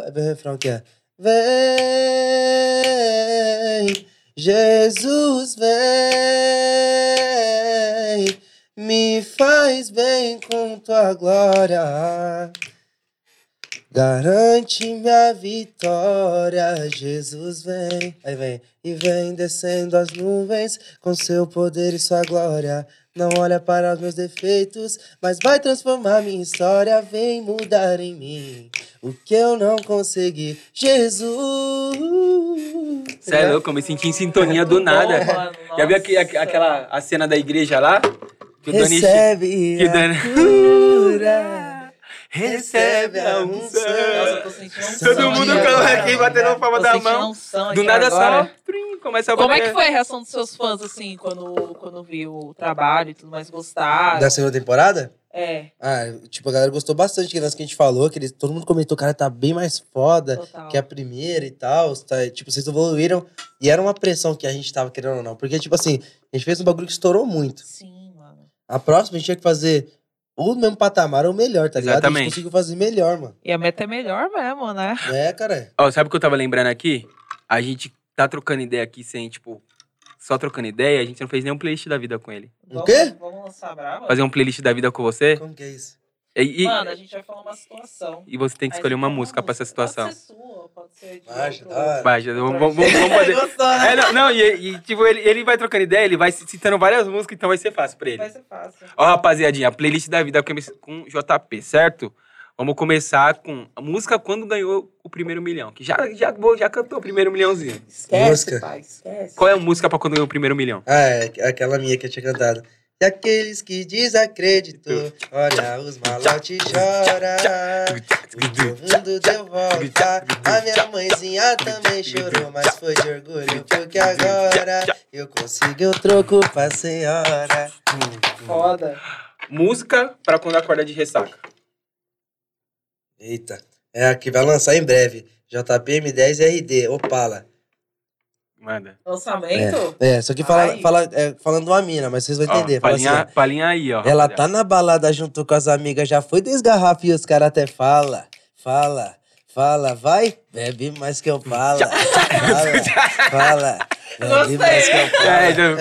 [SPEAKER 3] oh. É bem o refrão que é. Vem, Jesus, vem, me faz bem com tua glória. Garante minha vitória, Jesus vem, aí vem, e vem descendo as nuvens com seu poder e sua glória. Não olha para os meus defeitos, mas vai transformar minha história, vem mudar em mim o que eu não consegui. Jesus.
[SPEAKER 1] Você é louco, eu me senti em sintonia do
[SPEAKER 2] Muito bom,
[SPEAKER 1] nada.
[SPEAKER 2] mano,
[SPEAKER 1] Já viu
[SPEAKER 2] nossa.
[SPEAKER 1] aque- aque- aquela a cena da igreja lá? Que o Dani.
[SPEAKER 3] Recebe
[SPEAKER 1] Que o
[SPEAKER 3] a
[SPEAKER 1] Dani-
[SPEAKER 3] cura.
[SPEAKER 1] Recebe a
[SPEAKER 2] Nossa,
[SPEAKER 1] unção.
[SPEAKER 2] eu tô sentindo um
[SPEAKER 1] Todo
[SPEAKER 2] som
[SPEAKER 1] mundo
[SPEAKER 2] aqui
[SPEAKER 1] coloca
[SPEAKER 2] agora,
[SPEAKER 1] aqui,
[SPEAKER 2] mano.
[SPEAKER 1] batendo palma
[SPEAKER 2] Tô
[SPEAKER 1] da
[SPEAKER 2] sentindo
[SPEAKER 1] mão.
[SPEAKER 2] um som
[SPEAKER 1] Do
[SPEAKER 2] aqui
[SPEAKER 1] nada
[SPEAKER 2] agora.
[SPEAKER 1] só. trim, Começa a
[SPEAKER 2] Como é
[SPEAKER 1] bater.
[SPEAKER 2] que foi a reação dos seus fãs, assim, quando, quando viu o trabalho e tudo mais, gostaram?
[SPEAKER 3] Da segunda temporada?
[SPEAKER 2] É,
[SPEAKER 3] Ah, tipo, a galera gostou bastante que lance que a gente falou, que eles, todo mundo comentou, cara, tá bem mais foda
[SPEAKER 2] total.
[SPEAKER 3] que é- a primeira e tal. Tá, tipo, vocês evoluíram. E era uma pressão que a gente tava querendo ou não. Porque, tipo assim, a gente fez um bagulho que estourou muito.
[SPEAKER 2] Sim, mano.
[SPEAKER 3] A próxima a gente tinha que fazer o mesmo patamar ou melhor, tá ligado? A
[SPEAKER 1] Exatamente.
[SPEAKER 3] gente conseguiu fazer melhor, mano.
[SPEAKER 2] E a meta é melhor mesmo, né?
[SPEAKER 3] É, cara.
[SPEAKER 1] Ó, sabe o que eu tava lembrando aqui? A gente tá trocando ideia aqui sem, tipo, só trocando ideia, a gente não fez nenhum playlist da vida com ele.
[SPEAKER 3] O quê?
[SPEAKER 2] Vamos lançar a brava?
[SPEAKER 1] Fazer um playlist da vida com você
[SPEAKER 3] Como que é isso?
[SPEAKER 1] e, e,
[SPEAKER 2] Mano, a gente vai falar uma situação.
[SPEAKER 1] e você tem que
[SPEAKER 2] Aí
[SPEAKER 1] escolher
[SPEAKER 2] a gente
[SPEAKER 1] uma
[SPEAKER 2] fala
[SPEAKER 1] música pra essa situação.
[SPEAKER 2] Pode ser sua, pode ser de
[SPEAKER 3] Marcha,
[SPEAKER 2] outro-
[SPEAKER 3] da hora.
[SPEAKER 1] Vai, já- vamos, vamos, vamos- vamos fazer.
[SPEAKER 2] Gostou, né?
[SPEAKER 1] É, não, não, e, e, tipo, ele, ele vai trocando ideia, ele vai citando várias músicas, então vai ser fácil pra ele.
[SPEAKER 2] Vai ser fácil.
[SPEAKER 1] Ó, rapaziadinha, a playlist da vida com MC com JP, certo? Vamos começar com a música quando ganhou o primeiro milhão. Que já, já, já cantou o primeiro milhãozinho.
[SPEAKER 2] Esquece,
[SPEAKER 3] Música.
[SPEAKER 2] pai, esquece.
[SPEAKER 1] Qual é a música pra quando ganhou o primeiro milhão?
[SPEAKER 3] Ah, é aqu- aquela minha que eu tinha cantado. E aqueles que desacreditou, olha os malotes chora. O mundo deu volta, a minha mãezinha também chorou, mas foi de orgulho porque agora eu consegui o troco pra senhora.
[SPEAKER 1] é?
[SPEAKER 4] Foda. Música pra quando acorda de ressaca.
[SPEAKER 3] Eita, é a que vai lançar em breve. JPM 10RD, Opala.
[SPEAKER 1] Manda.
[SPEAKER 2] Lançamento?
[SPEAKER 3] É, só que fala, fala, é, falando uma mina, mas vocês vão entender.
[SPEAKER 1] Ó,
[SPEAKER 3] Fala assim,
[SPEAKER 1] palinha, palinha aí, ó.
[SPEAKER 3] ó, ela
[SPEAKER 1] rapaziada.
[SPEAKER 3] tá na balada junto com as amigas, já foi desgarrafa e os caras até fala, fala, fala, vai, bebe mais que eu fala, fala, fala, bebe
[SPEAKER 2] Gostei.
[SPEAKER 3] mais que eu fala.
[SPEAKER 1] É, então,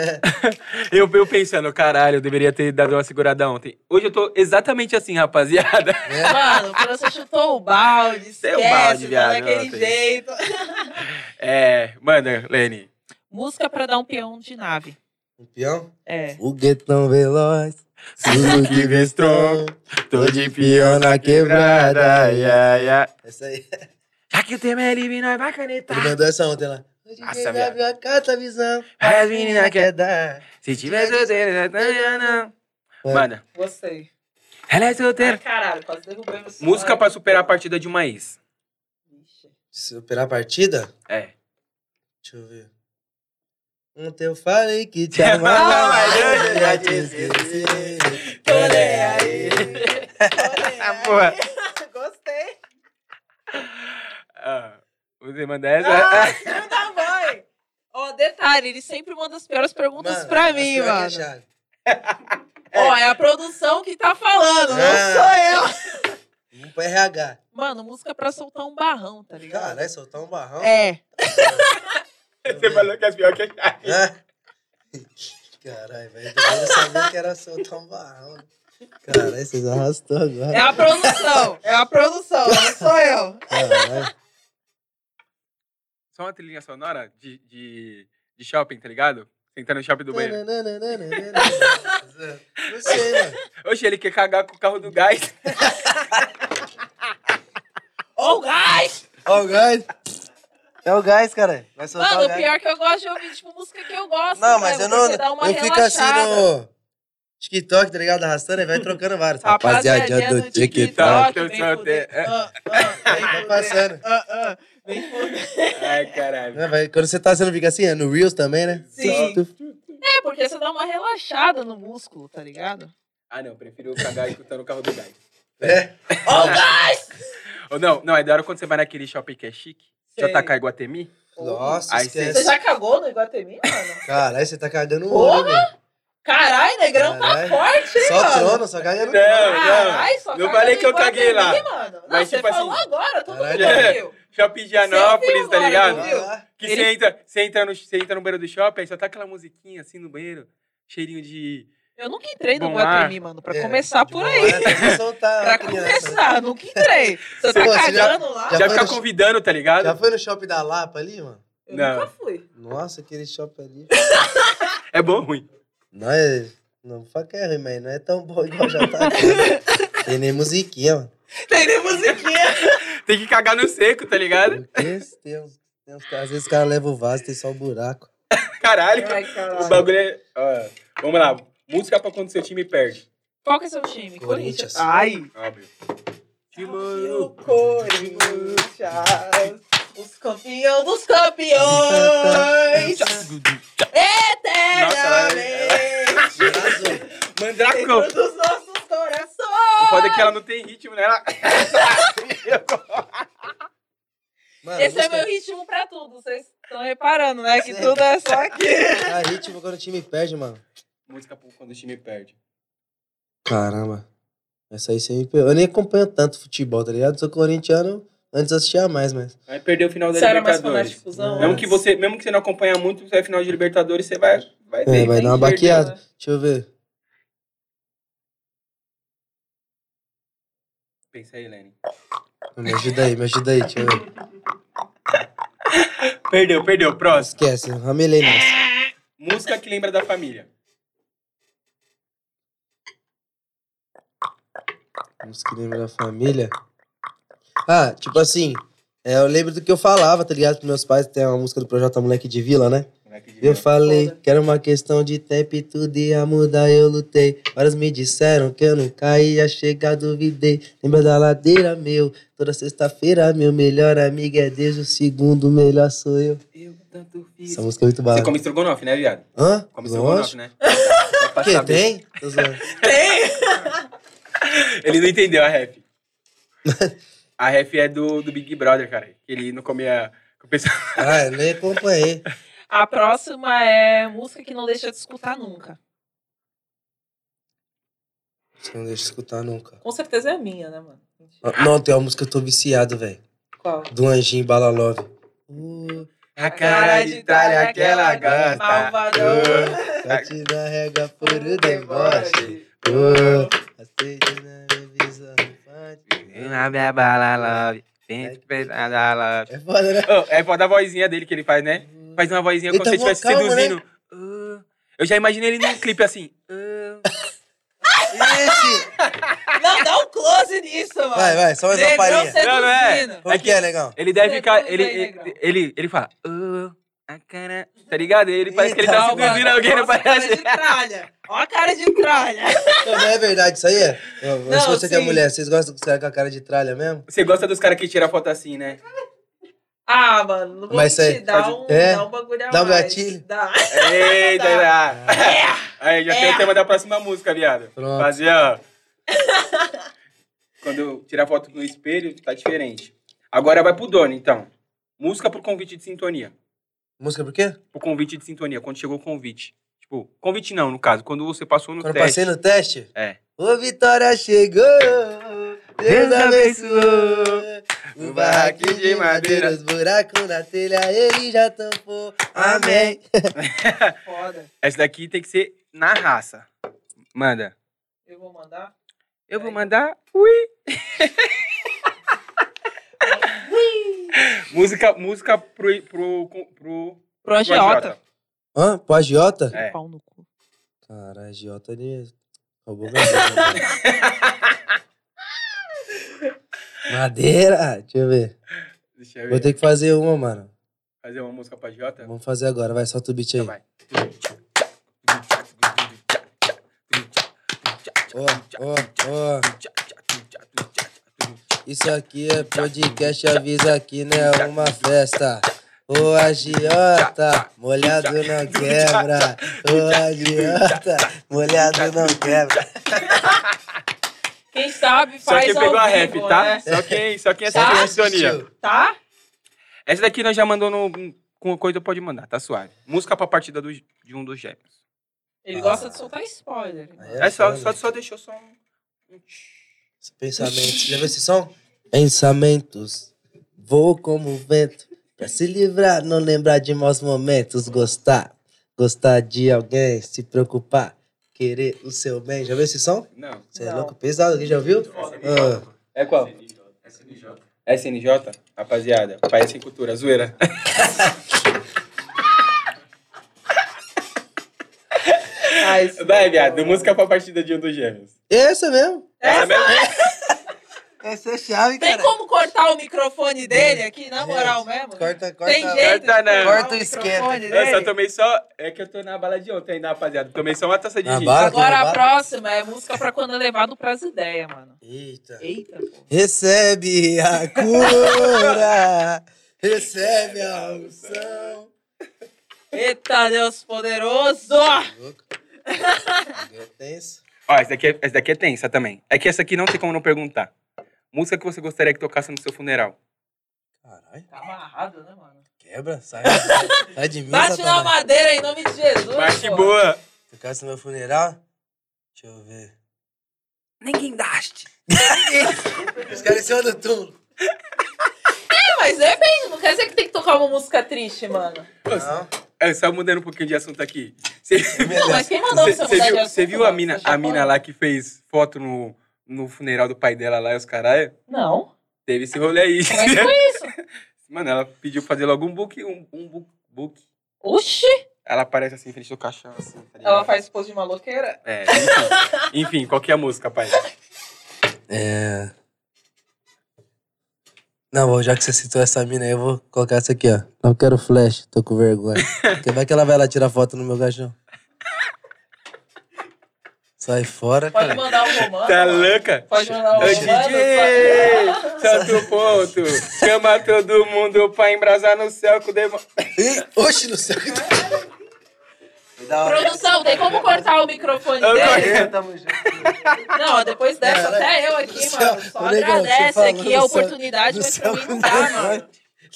[SPEAKER 1] eu, eu pensando, caralho, eu deveria ter dado uma segurada ontem. Hoje eu tô exatamente assim, rapaziada.
[SPEAKER 2] Mano, quando você chutou o balde,
[SPEAKER 1] Deu
[SPEAKER 2] esquece,
[SPEAKER 1] É. balde, viado,
[SPEAKER 2] tá daquele
[SPEAKER 1] ontem.
[SPEAKER 2] jeito.
[SPEAKER 1] É, manda, Lene.
[SPEAKER 2] Música pra dar um peão de nave.
[SPEAKER 3] O peão?
[SPEAKER 2] É.
[SPEAKER 3] Foguetão veloz, tudo que
[SPEAKER 1] Vestron,
[SPEAKER 3] tô de peão na quebrada, ia, Essa aí,
[SPEAKER 1] Já que o tema é livre, nós vai canetar.
[SPEAKER 3] ele mandou essa ontem lá.
[SPEAKER 1] Nossa,
[SPEAKER 3] Nossa,
[SPEAKER 1] viado.
[SPEAKER 3] abriu a carta, visão,
[SPEAKER 1] Mas as meninas quer...
[SPEAKER 3] dar.
[SPEAKER 1] Se tiver solteira, não, não,
[SPEAKER 3] É.
[SPEAKER 1] não. Manda.
[SPEAKER 2] Gostei.
[SPEAKER 1] Ela é solteira.
[SPEAKER 2] Caralho, quase derrubei meu celular.
[SPEAKER 1] Música pra superar a partida de uma ex.
[SPEAKER 2] Ixi.
[SPEAKER 3] Superar a partida?
[SPEAKER 1] É.
[SPEAKER 3] Deixa eu ver. Ontem eu falei que te amava, mas hoje eu já te esqueci.
[SPEAKER 2] Tô
[SPEAKER 3] Olha
[SPEAKER 2] nem aí. Tô nem
[SPEAKER 1] É. porra.
[SPEAKER 2] aí. Gostei.
[SPEAKER 1] Ah, você manda essa?
[SPEAKER 2] Ah, filho da mãe. Ó, detalhe, ele sempre manda as piores perguntas
[SPEAKER 3] Mano,
[SPEAKER 2] pra
[SPEAKER 3] mas
[SPEAKER 2] mim,
[SPEAKER 3] pior que é
[SPEAKER 2] mano.
[SPEAKER 3] chave.
[SPEAKER 2] Ó, é a produção que tá falando,
[SPEAKER 3] Ah.
[SPEAKER 2] não sou eu.
[SPEAKER 3] Vamos pro RH.
[SPEAKER 2] Mano, música pra soltar um barrão, tá ligado?
[SPEAKER 3] Caralho, soltar um barrão.
[SPEAKER 2] É.
[SPEAKER 1] Você falou que é as pior que a
[SPEAKER 3] Hã? Caralho, velho. Eu quero saber que era soltar um barrão. Caralho, vocês arrastou
[SPEAKER 2] É
[SPEAKER 3] agora.
[SPEAKER 2] a produção. É a produção, não sou eu.
[SPEAKER 3] Caralho.
[SPEAKER 1] Só uma trilhinha sonora de, de, de shopping, tá ligado? Você entra no shopping do banheiro.
[SPEAKER 3] Não sei, mano.
[SPEAKER 1] Oxe, ele quer cagar com o carro do gás.
[SPEAKER 2] Ô, gás!
[SPEAKER 3] Ó o gás. É o gás, caralho. Vai soltar
[SPEAKER 2] Mano,
[SPEAKER 3] o
[SPEAKER 2] o
[SPEAKER 3] gás.
[SPEAKER 2] pior que eu gosto de ouvir, tipo, música que eu gosto.
[SPEAKER 3] Não,
[SPEAKER 2] né?
[SPEAKER 3] mas eu não.
[SPEAKER 2] Porque dá uma
[SPEAKER 3] Eu fico assim
[SPEAKER 2] relaxada.
[SPEAKER 3] no TikTok, tá ligado? Arrastando e vai trocando vários.
[SPEAKER 2] Rapaziada do
[SPEAKER 1] TikTok,
[SPEAKER 2] TikTok, vem
[SPEAKER 1] eu sou
[SPEAKER 2] fuder.
[SPEAKER 1] até-
[SPEAKER 2] Ah, ah, vem
[SPEAKER 3] Vai
[SPEAKER 2] fuder.
[SPEAKER 3] passando.
[SPEAKER 2] Ah, ah, vem fuder.
[SPEAKER 1] Ai, caralho.
[SPEAKER 3] Né, vai- Quando você tá sendo fica assim, é no Reels também, né?
[SPEAKER 2] Sim.
[SPEAKER 3] Tu-
[SPEAKER 2] É, porque você dá uma relaxada no músculo, tá ligado?
[SPEAKER 1] Ah, não, prefiro cagar escutando o carro do gás.
[SPEAKER 3] É.
[SPEAKER 2] Ô, gás!
[SPEAKER 1] Ou não, não, é da hora quando você vai naquele shopping que é chique.
[SPEAKER 2] Sei.
[SPEAKER 1] JK Iguatemi.
[SPEAKER 3] Nossa,
[SPEAKER 1] Aí
[SPEAKER 2] Você
[SPEAKER 3] esquece.
[SPEAKER 2] já cagou no Iguatemi, mano?
[SPEAKER 3] Caralho, você tá cagando o
[SPEAKER 2] Porra!
[SPEAKER 3] ouro, velho.
[SPEAKER 2] Caralho, negrão tá
[SPEAKER 3] Caralho.
[SPEAKER 2] forte, hein,
[SPEAKER 3] Só
[SPEAKER 2] mano?
[SPEAKER 3] trono, só cagando
[SPEAKER 1] Não.
[SPEAKER 3] ouro.
[SPEAKER 2] Caralho, só
[SPEAKER 1] Não
[SPEAKER 2] caga
[SPEAKER 1] falei
[SPEAKER 2] no
[SPEAKER 1] que eu caguei lá.
[SPEAKER 2] Iguatemi, Mano. Não,
[SPEAKER 1] Mas,
[SPEAKER 2] você
[SPEAKER 1] tipo assim,
[SPEAKER 2] falou agora, todo mundo
[SPEAKER 3] caralho. é.
[SPEAKER 2] viu.
[SPEAKER 1] Shopping de
[SPEAKER 2] viu
[SPEAKER 1] Anópolis, tá
[SPEAKER 2] agora,
[SPEAKER 1] ligado?
[SPEAKER 2] não
[SPEAKER 3] Vai
[SPEAKER 2] viu?
[SPEAKER 3] lá.
[SPEAKER 1] Que
[SPEAKER 2] Ele-
[SPEAKER 1] você entra, você entra no, você entra no banheiro do shopping, aí só tá aquela musiquinha assim no banheiro, cheirinho de.
[SPEAKER 2] Eu nunca entrei no
[SPEAKER 1] Bom ar.
[SPEAKER 2] Iguatemi, mano, pra
[SPEAKER 3] É,
[SPEAKER 2] começar
[SPEAKER 3] de
[SPEAKER 2] por
[SPEAKER 3] uma
[SPEAKER 2] aí.
[SPEAKER 3] hora tem que soltar a
[SPEAKER 2] Pra
[SPEAKER 3] criança.
[SPEAKER 2] começar, nunca entrei. Você tá
[SPEAKER 3] Pô, você já-
[SPEAKER 2] cagando lá?
[SPEAKER 3] Já
[SPEAKER 1] Já
[SPEAKER 3] foi
[SPEAKER 1] fica
[SPEAKER 3] no-
[SPEAKER 1] convidando, tá ligado?
[SPEAKER 3] Já foi no shopping da Lapa ali, mano?
[SPEAKER 2] Eu
[SPEAKER 1] Não.
[SPEAKER 2] nunca fui.
[SPEAKER 3] Nossa, aquele shopping ali.
[SPEAKER 1] É bom ou ruim?
[SPEAKER 3] Não é. Não fala que é ruim, mas não é tão bom igual já tá. aqui. Tem nem musiquinha, mano.
[SPEAKER 2] Tem musiquinha.
[SPEAKER 1] Tem que cagar no seco, tá ligado?
[SPEAKER 3] Porque tem uns, tem uns, caras- às vezes os caras levam o vaso, tem só um buraco.
[SPEAKER 1] Caralho.
[SPEAKER 2] Ai,
[SPEAKER 1] O
[SPEAKER 2] caralho.
[SPEAKER 1] bagulho é. ó, vamos lá. Música pra quando seu time perde.
[SPEAKER 2] Qual que é seu time?
[SPEAKER 3] Corinthians.
[SPEAKER 2] Ai.
[SPEAKER 1] Óbvio.
[SPEAKER 2] E o Corinthians, os campeões dos campeões, É
[SPEAKER 1] Nossa, é- ela- é-
[SPEAKER 2] eternamente
[SPEAKER 3] Arrasou.
[SPEAKER 1] Mandracão.
[SPEAKER 2] dentro dos nossos corações.
[SPEAKER 1] O foda é que ela não tem ritmo, né? Ela...
[SPEAKER 3] Mano,
[SPEAKER 2] Esse é
[SPEAKER 3] música-
[SPEAKER 2] meu ritmo pra tudo, vocês estão reparando, né? Que
[SPEAKER 3] Sim.
[SPEAKER 2] tudo é só aqui.
[SPEAKER 3] Ah, ritmo quando o time perde, mano.
[SPEAKER 1] Música pra quando o time perde.
[SPEAKER 3] Caramba. Essa aí você me pegou. Eu nem acompanho tanto futebol, tá ligado? Sou corintiano, antes eu assistia mais, mas.
[SPEAKER 1] Aí perdeu o final da
[SPEAKER 2] Você era mais
[SPEAKER 1] Libertadores.
[SPEAKER 2] fanáticozão?
[SPEAKER 1] Mesmo que, você, mesmo que você não acompanha muito, você é final de Libertadores, você vai, vai ver.
[SPEAKER 3] É, vai
[SPEAKER 1] tem
[SPEAKER 3] dar uma
[SPEAKER 1] que perder.
[SPEAKER 3] baqueada. Deixa eu ver.
[SPEAKER 1] Pensa aí, Lenny.
[SPEAKER 3] Me ajuda aí, me ajuda aí, deixa eu ver.
[SPEAKER 1] Perdeu, perdeu. Próximo.
[SPEAKER 3] Esquece, ramelei nessa.
[SPEAKER 1] Música que lembra da família.
[SPEAKER 3] Música que lembra da família. Ah, tipo assim, é, eu lembro do que eu falava, tá ligado? Pros meus pais, tem uma música do Projota Moleque de Vila, né?
[SPEAKER 1] Moleque de
[SPEAKER 3] Eu falei que era uma questão de tempo e tudo ia mudar, eu lutei. Vários me disseram que eu nunca ia chegar, duvidei. Lembra da ladeira, meu? Toda sexta-feira, meu melhor amigo é Deus, o segundo melhor sou eu.
[SPEAKER 1] Eu tanto fiz.
[SPEAKER 3] Essa música é muito
[SPEAKER 1] Você
[SPEAKER 3] bala.
[SPEAKER 1] come estrogonofe, né, viado?
[SPEAKER 3] Hã?
[SPEAKER 1] Come estrogonofe,
[SPEAKER 3] Lógico.
[SPEAKER 1] né?
[SPEAKER 3] O
[SPEAKER 1] Pra
[SPEAKER 3] que
[SPEAKER 1] saber.
[SPEAKER 3] tem? Tô zoando.
[SPEAKER 1] Ele não entendeu a rap. A rap é do, do Big Brother, cara. que Ele não comia. que o pessoal-
[SPEAKER 3] Ah, eu nem acompanhei.
[SPEAKER 9] A próxima é música que não deixa de escutar nunca.
[SPEAKER 3] Você não deixa eu escutar nunca.
[SPEAKER 2] Com certeza é a minha, né, mano?
[SPEAKER 3] Não, tem uma música que eu tô viciado, velho.
[SPEAKER 2] Qual?
[SPEAKER 3] Do Anjinho Bala Love. Uh,
[SPEAKER 1] A cara de talha que ela gosta.
[SPEAKER 9] Malvadão.
[SPEAKER 3] bate na rega por o deboche. Uh, aceite na minha visão.
[SPEAKER 10] Na minha bala, love. Vem te pegar da love.
[SPEAKER 3] É foda, né?
[SPEAKER 1] Ô, é foda a vozinha dele que ele faz, né? Faz uma vozinha como
[SPEAKER 3] Então,
[SPEAKER 1] se ele estivesse
[SPEAKER 3] calma,
[SPEAKER 1] seduzindo. Ah, eu já imaginei ele num clipe assim. ah,
[SPEAKER 3] Esse!
[SPEAKER 2] Não, dá um close nisso, mano.
[SPEAKER 3] Vai, vai, só mais uma
[SPEAKER 2] Negrão
[SPEAKER 3] palhinha.
[SPEAKER 2] seduzindo.
[SPEAKER 1] Não, não é.
[SPEAKER 3] Como que é, negão?
[SPEAKER 1] ele deve
[SPEAKER 2] Você
[SPEAKER 1] ficar.
[SPEAKER 2] cruza
[SPEAKER 1] Ele,
[SPEAKER 2] aí,
[SPEAKER 1] ele,
[SPEAKER 2] negrão.
[SPEAKER 1] ele, ele fala. ah, a cara. Tá ligado? Ele parece que ele tá
[SPEAKER 3] Eita,
[SPEAKER 1] seduzindo alguém, não assim.
[SPEAKER 2] Nossa, cara
[SPEAKER 1] parece?
[SPEAKER 2] de tralha. Ó a cara de tralha.
[SPEAKER 3] Não, não é verdade isso aí? É? Não, mas
[SPEAKER 2] Não,
[SPEAKER 3] se você que é
[SPEAKER 2] sim.
[SPEAKER 3] mulher, vocês gostam de sair com a cara de tralha mesmo?
[SPEAKER 1] Você gosta dos caras que tiram foto assim, né?
[SPEAKER 2] Ah, mano, não vou
[SPEAKER 3] Mas
[SPEAKER 2] mentir,
[SPEAKER 3] cê-
[SPEAKER 2] dá, um,
[SPEAKER 3] é?
[SPEAKER 2] dá um bagulho a
[SPEAKER 3] Dá um
[SPEAKER 2] mais.
[SPEAKER 3] gatilho?
[SPEAKER 2] Dá.
[SPEAKER 1] Eita, lá. Aí, já tem
[SPEAKER 2] É.
[SPEAKER 1] o tema da próxima música, viado.
[SPEAKER 3] Pronto.
[SPEAKER 1] Fazer, ó. Quando eu tirar foto no espelho, tá diferente. Agora vai pro dono, então. Música pro convite de sintonia.
[SPEAKER 3] Música por quê?
[SPEAKER 1] Pro convite de sintonia, quando chegou o convite. Tipo, convite não, no caso. Quando você passou no
[SPEAKER 3] Quando eu
[SPEAKER 1] teste.
[SPEAKER 3] passei no teste?
[SPEAKER 1] É.
[SPEAKER 3] Ô, Vitória chegou! Deus
[SPEAKER 1] Deus
[SPEAKER 3] abençoou! O
[SPEAKER 1] o
[SPEAKER 3] barraquinho de
[SPEAKER 1] barraquinho de madeira.
[SPEAKER 3] madeira, os buracos na telha, ele já tampou. Amém!
[SPEAKER 2] Foda.
[SPEAKER 1] Essa daqui tem que ser na raça. Manda.
[SPEAKER 2] Eu vou mandar.
[SPEAKER 1] Eu vou mandar. Ui! música música pro, pro, pro
[SPEAKER 9] Pro agiota.
[SPEAKER 3] Hã? Pro agiota?
[SPEAKER 1] É.
[SPEAKER 9] Pau no cu.
[SPEAKER 3] Cara, agiota ali. Roubou minha vida. Madeira! Deixa eu ver.
[SPEAKER 1] Deixa eu
[SPEAKER 3] Vou
[SPEAKER 1] ver.
[SPEAKER 3] ter que fazer uma, mano.
[SPEAKER 1] Fazer uma música pra Jota?
[SPEAKER 3] Vamos fazer agora, vai, solta o beat aí.
[SPEAKER 1] Então Vai.
[SPEAKER 3] Ó, ó, ó. Isso aqui é podcast, avisa aqui, não é uma festa. Ô agiota, molhado não quebra. Ô agiota, molhado não quebra.
[SPEAKER 2] Quem sabe
[SPEAKER 1] Só
[SPEAKER 2] faz
[SPEAKER 1] quem
[SPEAKER 2] ao
[SPEAKER 1] pegou a rap,
[SPEAKER 2] vivo,
[SPEAKER 1] tá?
[SPEAKER 2] né?
[SPEAKER 1] Só quem, só quem é
[SPEAKER 3] Só quem
[SPEAKER 1] tá?
[SPEAKER 3] assistiu.
[SPEAKER 2] Tá?
[SPEAKER 1] Essa daqui nós já mandou no. um, Com coisa pode mandar, tá suave. Música pra partida do- de um dos gêmeos.
[SPEAKER 2] Ele
[SPEAKER 3] Ah.
[SPEAKER 1] Tá.
[SPEAKER 2] gosta de soltar spoiler.
[SPEAKER 3] Aí
[SPEAKER 1] É, só,
[SPEAKER 3] foda.
[SPEAKER 1] só, só deixou só um.
[SPEAKER 3] Esse Pensamento. Já viu esse som? Pensamentos. Voo como o vento. Pra se livrar, não lembrar de maus momentos. Gostar. Gostar de alguém. Se preocupar. Querer o seu bem. Já viu esse som?
[SPEAKER 1] Não.
[SPEAKER 3] Você é
[SPEAKER 2] Não.
[SPEAKER 3] louco, pesado. Alguém já ouviu? Ah.
[SPEAKER 1] É qual? SNJ? Rapaziada, país sem cultura, zoeira.
[SPEAKER 2] Ah, isso
[SPEAKER 1] Vai, viado, música pra partida de um dos gêmeos.
[SPEAKER 3] Essa mesmo?
[SPEAKER 1] Essa mesmo?
[SPEAKER 3] Essa é chave,
[SPEAKER 2] Tem como cortar o microfone dele aqui, na moral mesmo?
[SPEAKER 3] Corta, corta.
[SPEAKER 2] Tem jeito? de
[SPEAKER 1] Corta, não.
[SPEAKER 2] cortar
[SPEAKER 3] Corta o esquenta.
[SPEAKER 2] microfone
[SPEAKER 1] Eu só
[SPEAKER 2] dele?
[SPEAKER 1] tomei só. É que eu tô na bala de ontem ainda, rapaziada. Tomei só uma taça de
[SPEAKER 3] Na
[SPEAKER 1] gin.
[SPEAKER 3] bala?
[SPEAKER 2] Agora
[SPEAKER 3] Tá
[SPEAKER 2] a próxima é música pra quando é levado pras ideias, mano.
[SPEAKER 3] Eita.
[SPEAKER 2] Eita, pô.
[SPEAKER 3] Recebe a cura. recebe a unção.
[SPEAKER 2] Eita, Deus poderoso!
[SPEAKER 3] Tá Louco. Tenso.
[SPEAKER 1] Ó, essa daqui, é, essa daqui é tensa também. É que essa aqui não tem como não perguntar. Música que você gostaria que tocasse no seu funeral.
[SPEAKER 3] Caralho.
[SPEAKER 2] Tá amarrado, né, mano?
[SPEAKER 3] Quebra, sai, sai de mim,
[SPEAKER 2] Bate na
[SPEAKER 3] Satanás.
[SPEAKER 2] madeira em nome de Jesus.
[SPEAKER 1] Parte
[SPEAKER 2] pô.
[SPEAKER 1] boa.
[SPEAKER 3] Tocasse no meu funeral? Deixa eu ver.
[SPEAKER 1] Ninguém daste.
[SPEAKER 3] Os caras em cima do túmulo.
[SPEAKER 2] É, mas depende, não quer dizer que tem que tocar uma música triste, mano.
[SPEAKER 3] Não. é
[SPEAKER 1] É, só mudando um pouquinho de assunto aqui. Você
[SPEAKER 2] Não, mas quem mandou você mudar de
[SPEAKER 1] viu,
[SPEAKER 2] assunto,
[SPEAKER 1] cê viu a
[SPEAKER 2] mano?
[SPEAKER 1] mina,
[SPEAKER 2] Você já
[SPEAKER 1] a mina
[SPEAKER 2] falou?
[SPEAKER 1] lá que fez foto no, no funeral do pai dela lá e os caralho?
[SPEAKER 2] Não.
[SPEAKER 1] Teve esse rolê aí.
[SPEAKER 2] Como é que foi isso?
[SPEAKER 1] Mano, ela pediu pra fazer logo um book, um, um book, book.
[SPEAKER 2] Oxi!
[SPEAKER 1] Ela aparece assim em frente do caixão, assim, tá ligado?
[SPEAKER 2] Ela faz pose de maloqueira?
[SPEAKER 1] É, enfim. enfim, qual que é a música, pai?
[SPEAKER 3] É. Não, bom, já que você citou essa mina aí, eu vou colocar essa aqui, ó. Não quero flash, tô com vergonha. Porque vai que ela vai lá tirar foto no meu caixão. Sai fora.
[SPEAKER 2] Pode mandar um romano.
[SPEAKER 1] Tá louca?
[SPEAKER 2] Pode mandar
[SPEAKER 1] Ô,
[SPEAKER 2] um romano.
[SPEAKER 1] DJ! Santo ponto! Chama todo mundo pra embrasar no céu com o demônio.
[SPEAKER 3] Ih, Oxe, no céu. Me dá uma...
[SPEAKER 2] Produção, tem como cortar o microfone
[SPEAKER 1] Eu
[SPEAKER 2] dele?
[SPEAKER 3] Valeu, tamo junto.
[SPEAKER 2] Não, depois dessa,
[SPEAKER 3] Cara,
[SPEAKER 2] até eu
[SPEAKER 3] né? do
[SPEAKER 2] aqui,
[SPEAKER 3] céu,
[SPEAKER 2] mano. Só
[SPEAKER 3] o negão, você
[SPEAKER 2] agradece
[SPEAKER 3] falou
[SPEAKER 2] aqui a
[SPEAKER 3] do céu-
[SPEAKER 2] oportunidade,
[SPEAKER 3] do
[SPEAKER 2] mas pra
[SPEAKER 3] céu né?
[SPEAKER 2] mim
[SPEAKER 3] com
[SPEAKER 2] não dá,
[SPEAKER 3] vergonha.
[SPEAKER 2] mano.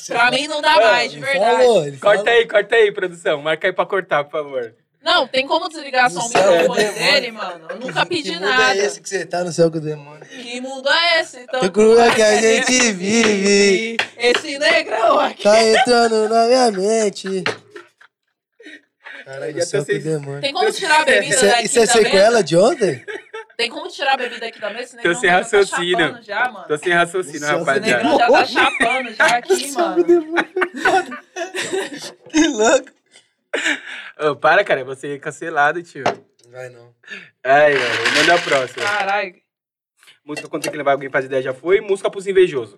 [SPEAKER 2] Pra mim não dá mais, é de
[SPEAKER 3] Ele
[SPEAKER 2] verdade.
[SPEAKER 3] falou, ele
[SPEAKER 1] Corta
[SPEAKER 3] falou.
[SPEAKER 1] aí, corta aí, produção. Marca aí pra cortar, por favor.
[SPEAKER 2] Não, tem como desligar só o
[SPEAKER 3] Do céu com
[SPEAKER 2] microfone
[SPEAKER 3] demônio.
[SPEAKER 2] dele, mano? Eu nunca pedi
[SPEAKER 3] que mundo
[SPEAKER 2] nada.
[SPEAKER 3] é esse que você tá no céu com o demônio?
[SPEAKER 2] Que mundo é esse? Então,
[SPEAKER 3] Que crua que a gente vive.
[SPEAKER 2] Esse negrão aqui.
[SPEAKER 3] Tá entrando na minha mente.
[SPEAKER 1] Já
[SPEAKER 3] Caralho, do
[SPEAKER 1] tô
[SPEAKER 3] céu com
[SPEAKER 1] sem-
[SPEAKER 3] o demônio.
[SPEAKER 2] Tem como tirar a bebida
[SPEAKER 3] Isso é,
[SPEAKER 2] daqui
[SPEAKER 3] isso é
[SPEAKER 2] da mesa?
[SPEAKER 3] sequela de ontem?
[SPEAKER 2] Tem como tirar a bebida aqui da mesa? Esse
[SPEAKER 1] Tô
[SPEAKER 2] negrão
[SPEAKER 1] sem
[SPEAKER 2] já
[SPEAKER 1] raciocínio.
[SPEAKER 2] Tá chapando já, mano.
[SPEAKER 1] Tô sem raciocínio,
[SPEAKER 3] Nossa,
[SPEAKER 2] Esse
[SPEAKER 3] cara.
[SPEAKER 2] negrão
[SPEAKER 1] rapaziada.
[SPEAKER 2] já tá chapando já aqui, mano.
[SPEAKER 3] Que louco.
[SPEAKER 1] Ô, para, cara, você é cancelado, tio.
[SPEAKER 3] Vai não.
[SPEAKER 1] Ai, mano, manda a próxima.
[SPEAKER 11] Caralho.
[SPEAKER 1] Música quando tem que levar alguém pra ideia já foi. Música pros invejosos.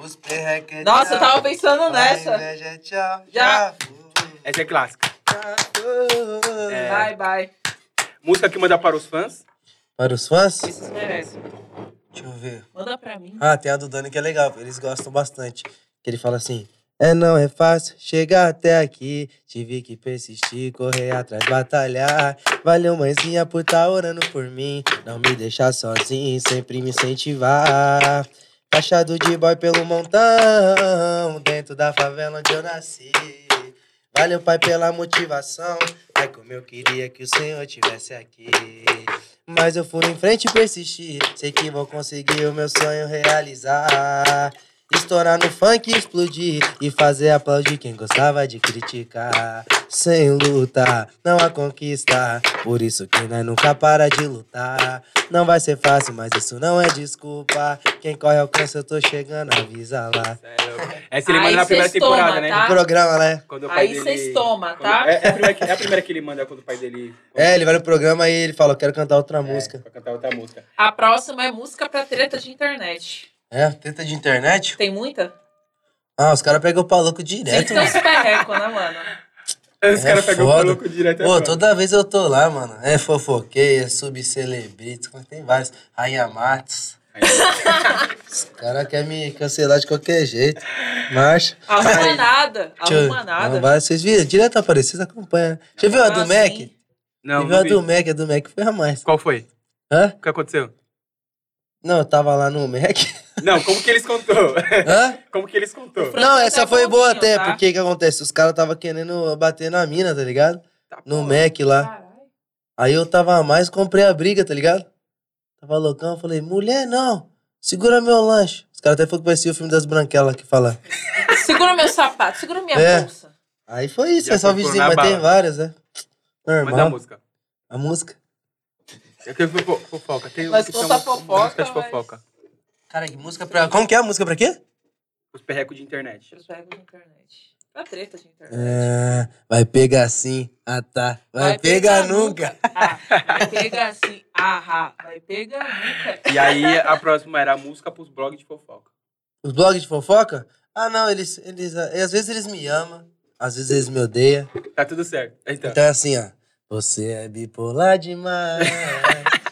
[SPEAKER 3] Os perreques.
[SPEAKER 2] Nossa, eu tava pensando nessa.
[SPEAKER 3] tchau,
[SPEAKER 2] Já.
[SPEAKER 1] Essa é clássica.
[SPEAKER 3] né?
[SPEAKER 1] É.
[SPEAKER 2] Bye, bye.
[SPEAKER 1] Música que manda para os fãs.
[SPEAKER 3] Para os fãs?
[SPEAKER 2] Esses merecem.
[SPEAKER 3] Deixa eu ver.
[SPEAKER 2] Manda pra mim.
[SPEAKER 3] Ah, tem a do Dani que é legal, eles gostam bastante. Que ele fala assim: É, não é fácil chegar até aqui. Tive que persistir, correr atrás, batalhar. Valeu, mãezinha, por tá orando por mim. Não me deixar sozinho, sempre me incentivar. Achado de boy pelo montão, dentro da favela onde eu nasci. Valeu, pai, pela motivação. É como eu queria que o senhor tivesse aqui. Mas eu fui em frente e persisti. Sei que vou conseguir o meu sonho realizar. Estourar no funk e explodir. E fazer aplaudir quem gostava de criticar. Sem luta, não há conquista. Por isso que nós nunca para de lutar. Não vai ser fácil, mas isso não é desculpa. Quem corre alcança, eu tô chegando, avisa lá.
[SPEAKER 1] É, Essa ele
[SPEAKER 2] Aí
[SPEAKER 1] manda na
[SPEAKER 2] cê
[SPEAKER 1] primeira
[SPEAKER 2] estoma,
[SPEAKER 1] temporada, né?
[SPEAKER 2] tá?
[SPEAKER 3] O programa, né?
[SPEAKER 1] Quando o pai
[SPEAKER 2] Aí
[SPEAKER 1] dele-
[SPEAKER 2] você estoma,
[SPEAKER 1] quando-
[SPEAKER 2] tá?
[SPEAKER 1] É, é a primeira que, é a primeira que ele manda quando o pai dele.
[SPEAKER 3] É, ele vai no programa e ele fala: Eu quero cantar outra música.
[SPEAKER 1] Pra cantar outra música.
[SPEAKER 2] A próxima é música pra treta de internet.
[SPEAKER 3] É, tenta de internet?
[SPEAKER 2] Tem muita?
[SPEAKER 3] Ah, os caras pegam o paluco
[SPEAKER 2] Tem
[SPEAKER 3] direto.
[SPEAKER 2] que ter uns perreco, né, mano?
[SPEAKER 1] Os
[SPEAKER 3] É
[SPEAKER 1] caras pegam o
[SPEAKER 3] foda.
[SPEAKER 1] maluco direto. é
[SPEAKER 3] Pô,
[SPEAKER 1] agora.
[SPEAKER 3] toda vez eu tô lá, mano. É fofoqueia, subcelebrito, tem vários. Rainha Matos.
[SPEAKER 1] tá
[SPEAKER 3] Os caras querem me cancelar de qualquer jeito. Marcha.
[SPEAKER 2] Arruma nada.
[SPEAKER 3] Deixa eu-
[SPEAKER 2] Arruma
[SPEAKER 3] Não,
[SPEAKER 2] nada.
[SPEAKER 3] vai, vocês viram? Direto aparece, vocês acompanham. né? Já viu a do
[SPEAKER 2] Ah,
[SPEAKER 3] Mac?
[SPEAKER 2] sim.
[SPEAKER 1] Não,
[SPEAKER 3] Já viu a
[SPEAKER 1] não vi.
[SPEAKER 3] do Mac? A do Mac foi a mais.
[SPEAKER 1] Qual foi?
[SPEAKER 3] Hã?
[SPEAKER 1] O que aconteceu?
[SPEAKER 3] Não, eu tava lá no Mac.
[SPEAKER 1] Não, como que eles contou?
[SPEAKER 3] Hã?
[SPEAKER 1] Como que eles contou?
[SPEAKER 2] Frango
[SPEAKER 3] Não,
[SPEAKER 2] tá
[SPEAKER 3] essa foi boa
[SPEAKER 2] bonzinho,
[SPEAKER 3] até,
[SPEAKER 2] tá?
[SPEAKER 3] porque o que acontece? Os caras tava querendo bater na mina, tá ligado? No Mac lá.
[SPEAKER 2] Caralho.
[SPEAKER 3] Aí eu tava a mais, comprei a briga, tá ligado? Tava loucão, eu falei, mulher não, segura meu lanche. Os caras até falaram que parecia o filme das branquelas que fala.
[SPEAKER 2] Segura meu sapato, segura minha
[SPEAKER 3] É.
[SPEAKER 2] bolsa.
[SPEAKER 3] Aí foi isso,
[SPEAKER 1] Já
[SPEAKER 3] é só o
[SPEAKER 1] foi por
[SPEAKER 3] vizinho,
[SPEAKER 1] na
[SPEAKER 3] mas tem
[SPEAKER 1] bala.
[SPEAKER 3] várias, né?
[SPEAKER 1] Manda a
[SPEAKER 3] Normal.
[SPEAKER 1] música.
[SPEAKER 3] A música.
[SPEAKER 1] Eu quero fofo- fofoca. Tem
[SPEAKER 2] Mas
[SPEAKER 1] que são
[SPEAKER 2] conta fofoca,
[SPEAKER 1] música de
[SPEAKER 2] mas-
[SPEAKER 1] fofoca.
[SPEAKER 3] Cara, que música pra. Como que é a música pra quê?
[SPEAKER 1] Os perrecos de internet.
[SPEAKER 2] Os perrecos de internet. Pra treta de internet.
[SPEAKER 3] É, vai pegar sim, ah tá. Vai, pegar, nunca.
[SPEAKER 2] Ah, vai pegar assim. Ah, ah, vai pegar nunca.
[SPEAKER 1] E aí a próxima era a música pros blogs de fofoca.
[SPEAKER 3] Os blogs de fofoca? Ah não, eles, eles. Às vezes eles me amam, às vezes eles me odeiam.
[SPEAKER 1] Tá tudo certo. Então,
[SPEAKER 3] Então é assim, ó. Você é bipolar demais,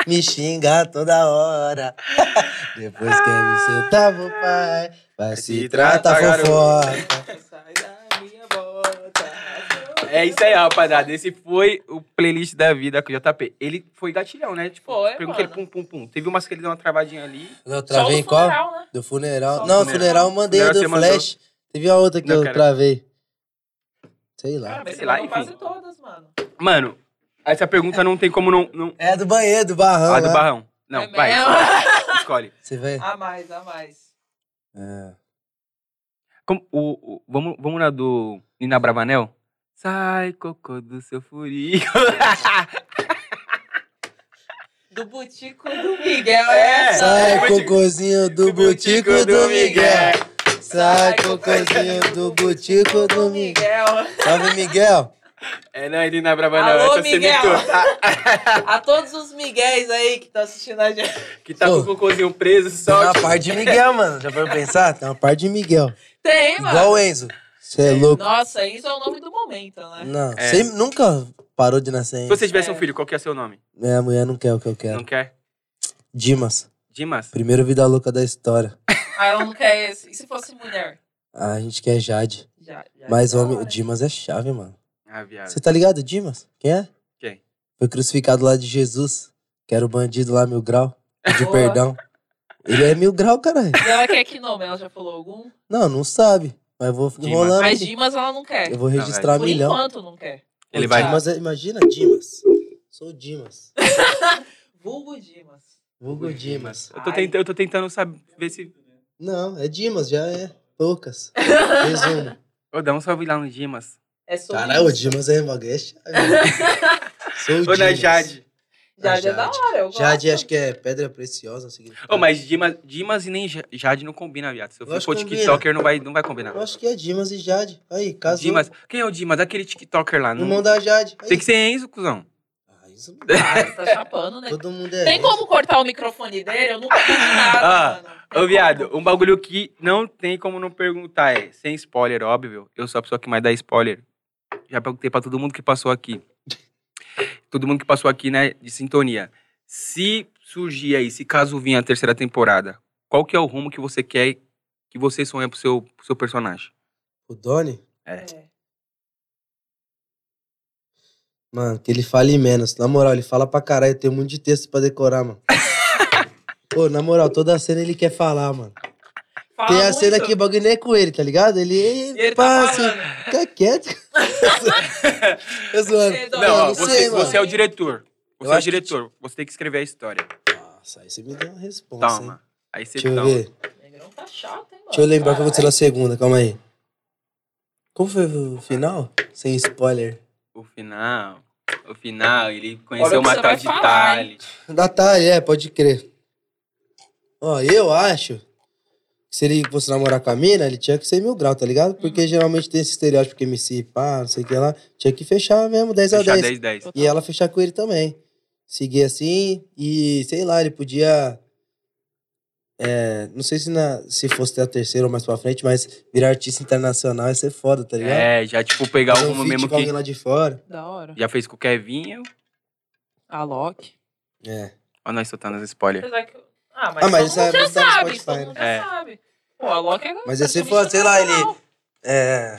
[SPEAKER 3] me xinga toda hora. Depois que me sentar pro pai, vai se
[SPEAKER 1] Se
[SPEAKER 3] tratar
[SPEAKER 1] trata,
[SPEAKER 3] fofoca.
[SPEAKER 2] Sai da minha bota.
[SPEAKER 1] é isso aí, rapaziada. Esse foi o playlist da vida com o JP. Ele foi gatilhão, né? Tipo,
[SPEAKER 2] Foi,
[SPEAKER 1] pergunta ele
[SPEAKER 2] mano.
[SPEAKER 1] pum, pum, pum. Teve umas que ele deu uma travadinha ali.
[SPEAKER 3] Eu
[SPEAKER 2] Só
[SPEAKER 3] travei
[SPEAKER 2] no
[SPEAKER 3] em qual?
[SPEAKER 2] funeral, né?
[SPEAKER 3] Do funeral.
[SPEAKER 2] Só no
[SPEAKER 3] não,
[SPEAKER 1] funeral.
[SPEAKER 3] funeral eu mandei
[SPEAKER 1] Funeral
[SPEAKER 3] do
[SPEAKER 1] você mandou.
[SPEAKER 3] Flash. Teve a outra que
[SPEAKER 1] Não,
[SPEAKER 3] eu
[SPEAKER 1] cara.
[SPEAKER 3] travei. Sei lá.
[SPEAKER 2] Cara, mas
[SPEAKER 1] Ah, Sei
[SPEAKER 2] você
[SPEAKER 1] lá,
[SPEAKER 2] mandou quase
[SPEAKER 1] enfim.
[SPEAKER 2] todas, mano.
[SPEAKER 1] Mano, essa pergunta não tem como não. não...
[SPEAKER 3] É a do banheiro, do barrão.
[SPEAKER 1] A Ah, do Ah.
[SPEAKER 3] lá.
[SPEAKER 1] Barrão. Não,
[SPEAKER 2] É
[SPEAKER 1] vai.
[SPEAKER 2] mesmo?
[SPEAKER 1] Escolhe.
[SPEAKER 3] Você vê?
[SPEAKER 2] A mais, a mais.
[SPEAKER 3] É.
[SPEAKER 1] Como- o, o- vamos, vamos na do Nina Bravanel? Sai, cocô do seu furico.
[SPEAKER 2] Do Butico do Miguel. É.
[SPEAKER 1] É.
[SPEAKER 2] essa.
[SPEAKER 3] Sai,
[SPEAKER 1] Botico-
[SPEAKER 3] cocôzinho do botico do Miguel. Sai, cocôzinho do botico do Miguel. Salve, Miguel.
[SPEAKER 1] É, não, ele não é braba, não.
[SPEAKER 2] Alô,
[SPEAKER 1] Essa você
[SPEAKER 2] Miguel.
[SPEAKER 1] imitou.
[SPEAKER 2] A todos os miguéis aí que estão assistindo a gente.
[SPEAKER 1] que tá com o
[SPEAKER 3] Ô.
[SPEAKER 1] cocôzinho preso,
[SPEAKER 3] Tem
[SPEAKER 1] só.
[SPEAKER 3] uma parte de Miguel, mano. Já foi pensar? Tem uma parte de Miguel.
[SPEAKER 2] Tem, mano.
[SPEAKER 3] Igual o Enzo. Você é louco.
[SPEAKER 2] Nossa, isso é o nome do momento, né?
[SPEAKER 3] Não,
[SPEAKER 1] É.
[SPEAKER 3] você nunca parou de nascer,
[SPEAKER 1] Se
[SPEAKER 3] hein?
[SPEAKER 1] você tivesse um
[SPEAKER 2] É.
[SPEAKER 1] filho, qual que é o seu nome?
[SPEAKER 3] Minha mulher não quer o que eu quero.
[SPEAKER 1] Não quer?
[SPEAKER 3] Dimas,
[SPEAKER 1] Dimas?
[SPEAKER 3] primeiro vida louca da história.
[SPEAKER 2] Ah, eu não quero esse. E se fosse mulher?
[SPEAKER 3] A gente quer Jade.
[SPEAKER 2] Já. já
[SPEAKER 3] Mas
[SPEAKER 2] é da
[SPEAKER 3] homem, o
[SPEAKER 2] hora.
[SPEAKER 3] Dimas é chave, mano.
[SPEAKER 1] Ah, viado.
[SPEAKER 3] Você tá ligado, Dimas? Quem é?
[SPEAKER 1] Quem?
[SPEAKER 3] Foi crucificado lá de Jesus. Que era o bandido lá, mil grau. De
[SPEAKER 2] Boa.
[SPEAKER 3] perdão. Ele é mil grau, caralho.
[SPEAKER 2] E ela quer que nome? Ela já falou algum?
[SPEAKER 3] Não, não sabe. Mas vou ficar
[SPEAKER 1] Dimas.
[SPEAKER 3] enrolando.
[SPEAKER 2] Mas
[SPEAKER 3] ele.
[SPEAKER 2] Dimas ela não quer.
[SPEAKER 3] Eu vou registrar
[SPEAKER 2] Por
[SPEAKER 3] milhão.
[SPEAKER 2] enquanto não quer.
[SPEAKER 1] Ele
[SPEAKER 3] O
[SPEAKER 1] vai.
[SPEAKER 3] Dimas é- imagina, Dimas. Sou o Dimas.
[SPEAKER 2] Vulgo Dimas.
[SPEAKER 3] Vulgo Dimas.
[SPEAKER 1] Eu tô,
[SPEAKER 2] Ai.
[SPEAKER 1] tenta- eu tô tentando saber ver se.
[SPEAKER 3] Não, é Dimas, já é. Poucas. Resumo.
[SPEAKER 1] Ô, dá um salve lá no Dimas.
[SPEAKER 2] É sobre
[SPEAKER 3] Caralho, o
[SPEAKER 2] isso.
[SPEAKER 3] Dimas é uma gueixa. Sou o
[SPEAKER 1] Ô,
[SPEAKER 3] Dimas.
[SPEAKER 1] na Jade.
[SPEAKER 2] Jade, é da hora, eu gosto.
[SPEAKER 3] Jade, acho que é pedra preciosa. significa.
[SPEAKER 1] Ô, mas Dimas, Dimas e nem Ja- Jade não combina, viado. Se eu
[SPEAKER 3] Lógico
[SPEAKER 1] for
[SPEAKER 3] que combina.
[SPEAKER 1] TikToker, não vai, não vai combinar.
[SPEAKER 3] Eu acho que é Dimas e Jade. Aí, casou.
[SPEAKER 1] Dimas. Quem é o Dimas? Aquele TikToker lá.
[SPEAKER 3] Irmão da Jade. Aí.
[SPEAKER 1] Tem que ser Enzo, cuzão.
[SPEAKER 3] Ah, isso não dá.
[SPEAKER 2] Ah, você tá chapando, né?
[SPEAKER 3] Todo mundo é.
[SPEAKER 2] Tem como cortar o microfone dele? Eu nunca fiz nada,
[SPEAKER 1] Ah,
[SPEAKER 2] mano. Tem
[SPEAKER 1] Ô, viado,
[SPEAKER 2] como.
[SPEAKER 1] um bagulho que não tem como não perguntar é, sem spoiler, óbvio, eu sou a pessoa que mais dá spoiler. Já perguntei pra todo mundo que passou aqui. todo mundo que passou aqui, né, de sintonia. Se surgir aí, se caso vir a terceira temporada, qual que é o rumo que você quer que você sonha pro seu, pro seu personagem?
[SPEAKER 3] O Doni?
[SPEAKER 2] É.
[SPEAKER 3] Mano, que ele fale menos. Na moral, ele fala pra caralho. Eu tenho muito de texto pra decorar, mano. Pô, na moral, toda cena ele quer falar, mano.
[SPEAKER 2] Fala
[SPEAKER 3] Tem a
[SPEAKER 2] muito.
[SPEAKER 3] cena que o bagulho nem é com ele, tá ligado? Ele,
[SPEAKER 2] E ele
[SPEAKER 3] ele
[SPEAKER 2] tá
[SPEAKER 3] passa,
[SPEAKER 2] falando.
[SPEAKER 3] fica quieto. Eu zoando.
[SPEAKER 2] Você, Doni,
[SPEAKER 3] Não, eu
[SPEAKER 1] Não, ó,
[SPEAKER 3] não
[SPEAKER 1] você,
[SPEAKER 3] sei, mano.
[SPEAKER 1] você é o diretor. Você
[SPEAKER 3] Eu
[SPEAKER 1] é o
[SPEAKER 3] acho que-
[SPEAKER 1] diretor. Você tem que escrever a história.
[SPEAKER 3] Nossa, aí você me deu uma resposta. hein?
[SPEAKER 1] Toma. Aí você
[SPEAKER 3] Deixa eu
[SPEAKER 1] toma.
[SPEAKER 3] ver.
[SPEAKER 2] Negrão tá chato, hein, mano.
[SPEAKER 3] Deixa eu lembrar que eu vou tirar a segunda, calma aí. Como foi o final? Sem spoiler.
[SPEAKER 1] O final. O final, ele conheceu
[SPEAKER 2] o que
[SPEAKER 1] uma
[SPEAKER 2] você
[SPEAKER 1] tal
[SPEAKER 2] vai
[SPEAKER 1] de
[SPEAKER 2] falar,
[SPEAKER 1] Tali.
[SPEAKER 3] Natália, é, pode crer. Ó, eu acho que se ele fosse namorar com a mina, ele tinha que ser mil grau, tá ligado? Porque geralmente tem esse estereótipo que MC, pá, não sei o que lá. Tinha que fechar mesmo, 10 a
[SPEAKER 1] Fechar
[SPEAKER 3] 10.
[SPEAKER 1] 10, 10.
[SPEAKER 3] E ela fechar com ele também. Seguir assim e, sei lá, ele podia. é, não sei se, na, se fosse ter a terceira ou mais pra frente, mas virar artista internacional ia ser foda, tá ligado?
[SPEAKER 1] É, já, tipo, pegar
[SPEAKER 3] Fazer um
[SPEAKER 1] alguma
[SPEAKER 3] feat
[SPEAKER 1] mesmo
[SPEAKER 3] com alguém
[SPEAKER 1] que
[SPEAKER 3] lá de fora.
[SPEAKER 2] É, Da hora.
[SPEAKER 1] já fez com o Kevinho.
[SPEAKER 2] A Loki.
[SPEAKER 3] É.
[SPEAKER 1] Ó, nós soltando os spoilers.
[SPEAKER 2] Apesar que... eu- Ah, mas,
[SPEAKER 3] Ah, mas isso
[SPEAKER 2] todo
[SPEAKER 3] é-
[SPEAKER 2] mundo já
[SPEAKER 3] mas tá no
[SPEAKER 2] sabe,
[SPEAKER 3] Spotify,
[SPEAKER 2] todo mundo já
[SPEAKER 1] né? É.
[SPEAKER 2] sabe. Pô, a Loki é...
[SPEAKER 3] Mas ia ser
[SPEAKER 2] praticamente
[SPEAKER 3] foda, sei lá, ele-
[SPEAKER 2] nacional.
[SPEAKER 3] É.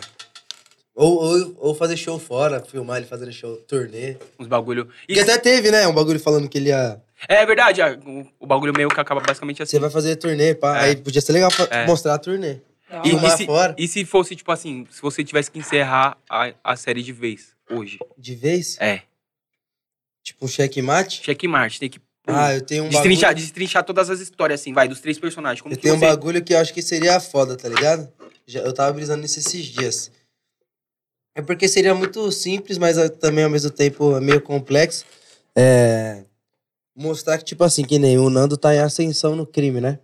[SPEAKER 3] Ou, ou, ou fazer show fora, filmar ele fazendo show, turnê.
[SPEAKER 1] Uns bagulho.
[SPEAKER 3] E
[SPEAKER 1] Isso-
[SPEAKER 3] até teve, né? Um bagulho falando que ele ia.
[SPEAKER 1] É verdade, ah, o- o bagulho meio que acaba basicamente assim.
[SPEAKER 3] Você vai fazer turnê, pá.
[SPEAKER 1] É.
[SPEAKER 3] Aí podia ser legal fa-
[SPEAKER 1] É.
[SPEAKER 3] mostrar a turnê.
[SPEAKER 1] E,
[SPEAKER 2] Da hora.
[SPEAKER 3] filmar
[SPEAKER 1] e, se,
[SPEAKER 3] fora.
[SPEAKER 1] e se fosse, tipo assim, se você tivesse que encerrar a, a série de vez, hoje?
[SPEAKER 3] De vez?
[SPEAKER 1] É.
[SPEAKER 3] Tipo um checkmate.
[SPEAKER 1] Checkmate, tem que
[SPEAKER 3] Ah, eu tenho um
[SPEAKER 1] destrinchar,
[SPEAKER 3] bagulho.
[SPEAKER 1] destrinchar todas as histórias, assim, vai, dos três personagens. Como
[SPEAKER 3] Eu
[SPEAKER 1] que
[SPEAKER 3] tenho um
[SPEAKER 1] você-
[SPEAKER 3] bagulho que eu acho que seria foda, tá ligado? Já- eu tava brisando nisso esses dias. É porque seria muito simples, mas ah, também ao mesmo tempo é meio complexo. É, Mostrar que, tipo assim, que nem o Nando tá em ascensão no crime, né?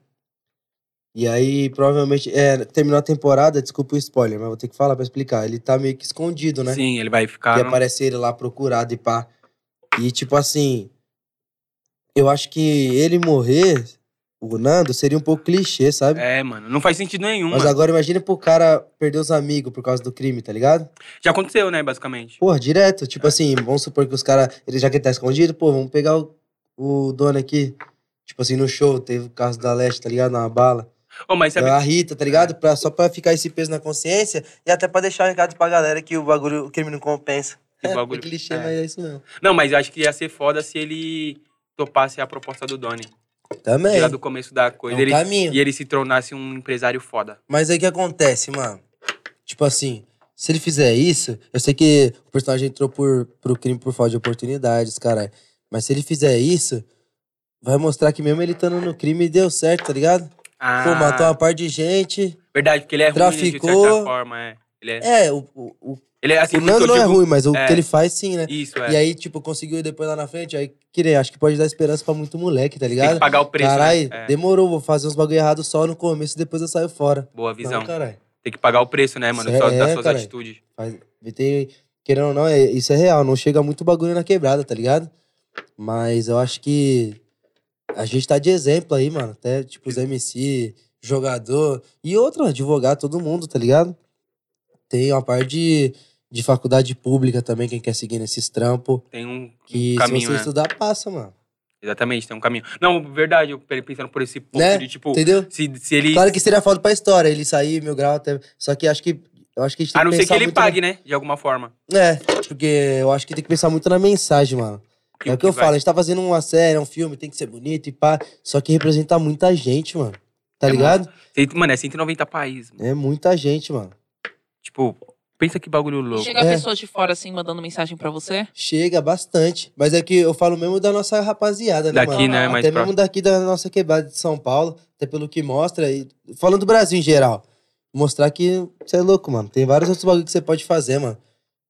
[SPEAKER 3] E aí, provavelmente, é, terminou a temporada, desculpa o spoiler, mas vou ter que falar pra explicar. Ele tá meio que escondido, né?
[SPEAKER 1] Sim, ele vai ficar...
[SPEAKER 3] E
[SPEAKER 1] no-
[SPEAKER 3] aparece ele lá procurado e pá. E tipo assim. Eu acho que ele morrer, o Nando, seria um pouco clichê, sabe?
[SPEAKER 1] É, mano, não faz sentido nenhum,
[SPEAKER 3] Mas
[SPEAKER 1] mano.
[SPEAKER 3] agora imagina pro cara perder os amigos por causa do crime, tá ligado?
[SPEAKER 1] Já aconteceu, né, basicamente.
[SPEAKER 3] Porra, direto.
[SPEAKER 1] É.
[SPEAKER 3] Tipo assim, vamos supor que os caras. Ele já que ele tá escondido, pô, vamos pegar o, o dono aqui. Tipo assim, no show, teve o caso da Leste, tá ligado? Uma bala.
[SPEAKER 1] Ô, mas sabe...
[SPEAKER 3] A Rita, tá ligado? Pra, só pra ficar esse peso na consciência e até pra deixar o recado pra galera que o bagulho, o crime não compensa.
[SPEAKER 1] Que bagulho.
[SPEAKER 3] É, clichê,
[SPEAKER 1] É.
[SPEAKER 3] mas é isso mesmo.
[SPEAKER 1] Não, mas eu acho que ia ser foda se ele topasse a proposta do Doni.
[SPEAKER 3] Também.
[SPEAKER 1] Lá do começo da
[SPEAKER 3] É
[SPEAKER 1] coisa.
[SPEAKER 3] um
[SPEAKER 1] ele-
[SPEAKER 3] caminho.
[SPEAKER 1] e ele se tornasse um empresário foda.
[SPEAKER 3] Mas aí o que acontece, mano? Tipo assim, se ele fizer isso, eu sei que o personagem entrou por, pro crime por falta de oportunidades, caralho. Mas se ele fizer isso, vai mostrar que mesmo ele estando no crime deu certo, tá ligado?
[SPEAKER 1] Ah,
[SPEAKER 3] Pô, matou uma par de gente.
[SPEAKER 1] verdade, porque ele é ruim de
[SPEAKER 3] tá traficou.
[SPEAKER 1] certa forma, é. Ele é,
[SPEAKER 3] É, o, o, o,
[SPEAKER 1] ele é assim,
[SPEAKER 3] o Nando
[SPEAKER 1] muito-
[SPEAKER 3] não é
[SPEAKER 1] digo-
[SPEAKER 3] ruim, mas o
[SPEAKER 1] é.
[SPEAKER 3] que ele faz sim, né?
[SPEAKER 1] Isso, é.
[SPEAKER 3] E aí, tipo, conseguiu ir depois lá na frente, aí, querer, acho que pode dar esperança pra muito moleque, tá
[SPEAKER 1] Tem que
[SPEAKER 3] ligado?
[SPEAKER 1] pagar o preço,
[SPEAKER 3] Caralho,
[SPEAKER 1] né? É,
[SPEAKER 3] demorou, vou fazer uns bagulho errado só no começo e depois eu saio fora.
[SPEAKER 1] boa
[SPEAKER 3] Não,
[SPEAKER 1] visão.
[SPEAKER 3] caralho.
[SPEAKER 1] Tem que pagar o preço, né, mano,
[SPEAKER 3] Cê-
[SPEAKER 1] só- das
[SPEAKER 3] é,
[SPEAKER 1] suas
[SPEAKER 3] caralho.
[SPEAKER 1] atitudes.
[SPEAKER 3] Faz, tem, querendo ou não, é- isso é real. Não chega muito bagulho na quebrada, tá ligado? Mas eu acho que a gente tá de exemplo aí, mano. Até, tipo, os MC, jogador e outro, advogado, todo mundo, tá ligado? Tem uma parte de, de faculdade pública também, quem quer seguir nesses trampos.
[SPEAKER 1] Tem um
[SPEAKER 3] Que se
[SPEAKER 1] caminho,
[SPEAKER 3] você
[SPEAKER 1] né?
[SPEAKER 3] estudar, passa, mano.
[SPEAKER 1] Exatamente, tem um caminho. Não, verdade, eu pe- pensando por esse ponto
[SPEAKER 3] Né?
[SPEAKER 1] de, tipo,
[SPEAKER 3] Entendeu?
[SPEAKER 1] se, se ele...
[SPEAKER 3] Claro que seria foda pra história, ele sair mil graus até. Só que acho que. Eu acho que a gente tem
[SPEAKER 1] A não
[SPEAKER 3] que
[SPEAKER 1] ser que
[SPEAKER 3] pensar
[SPEAKER 1] ele
[SPEAKER 3] muito
[SPEAKER 1] pague, né? De alguma forma.
[SPEAKER 3] na- É, porque eu acho que tem que pensar muito na mensagem, mano.
[SPEAKER 1] Que-
[SPEAKER 3] é o que,
[SPEAKER 1] que
[SPEAKER 3] eu
[SPEAKER 1] vai-
[SPEAKER 3] falo, a gente tá fazendo uma série, um filme, tem que ser bonito e pá. Só que representar muita gente, mano. Tá
[SPEAKER 1] É
[SPEAKER 3] ligado?
[SPEAKER 1] Cento- Mano, é 190 países. mano.
[SPEAKER 3] É muita gente, mano.
[SPEAKER 1] Tipo, pensa que bagulho louco.
[SPEAKER 2] Chega a
[SPEAKER 3] É.
[SPEAKER 2] pessoa de fora assim mandando mensagem pra você.
[SPEAKER 3] Chega bastante. Mas é que eu falo mesmo da nossa rapaziada, né,
[SPEAKER 1] Daqui,
[SPEAKER 3] mano?
[SPEAKER 1] né, mais
[SPEAKER 3] Até mesmo
[SPEAKER 1] próximo.
[SPEAKER 3] daqui da nossa quebrada de São Paulo, até pelo que mostra. E... Falando do Brasil em geral. Mostrar que você é louco, mano. Tem vários outros bagulhos que você pode fazer, mano.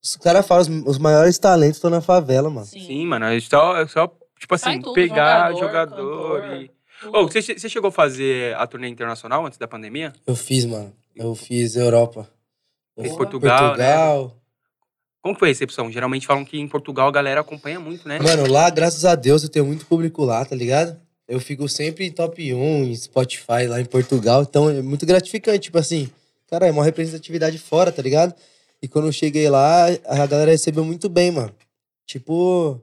[SPEAKER 3] Os caras falam, os, os maiores talentos estão na favela, mano.
[SPEAKER 1] Sim, mano, é só, é só tipo
[SPEAKER 2] Sai
[SPEAKER 1] assim,
[SPEAKER 2] tudo,
[SPEAKER 1] pegar
[SPEAKER 12] jogador,
[SPEAKER 1] jogador,
[SPEAKER 12] cantor,
[SPEAKER 1] e... Ô, você che- você chegou a fazer a turnê internacional antes da pandemia?
[SPEAKER 3] Eu fiz, mano. Eu fiz Europa. Eu
[SPEAKER 1] Fez
[SPEAKER 3] fui
[SPEAKER 1] Portugal, né?
[SPEAKER 3] Portugal.
[SPEAKER 1] Como que foi a recepção? Geralmente falam que em Portugal a galera acompanha muito, né?
[SPEAKER 3] Mano, lá, graças a Deus, eu tenho muito público lá, tá ligado? Eu fico sempre em top 1, em Spotify, lá em Portugal. Então é muito gratificante, tipo assim. Cara, é uma representatividade fora, tá ligado? E quando eu cheguei lá, a galera recebeu muito bem, mano. Tipo.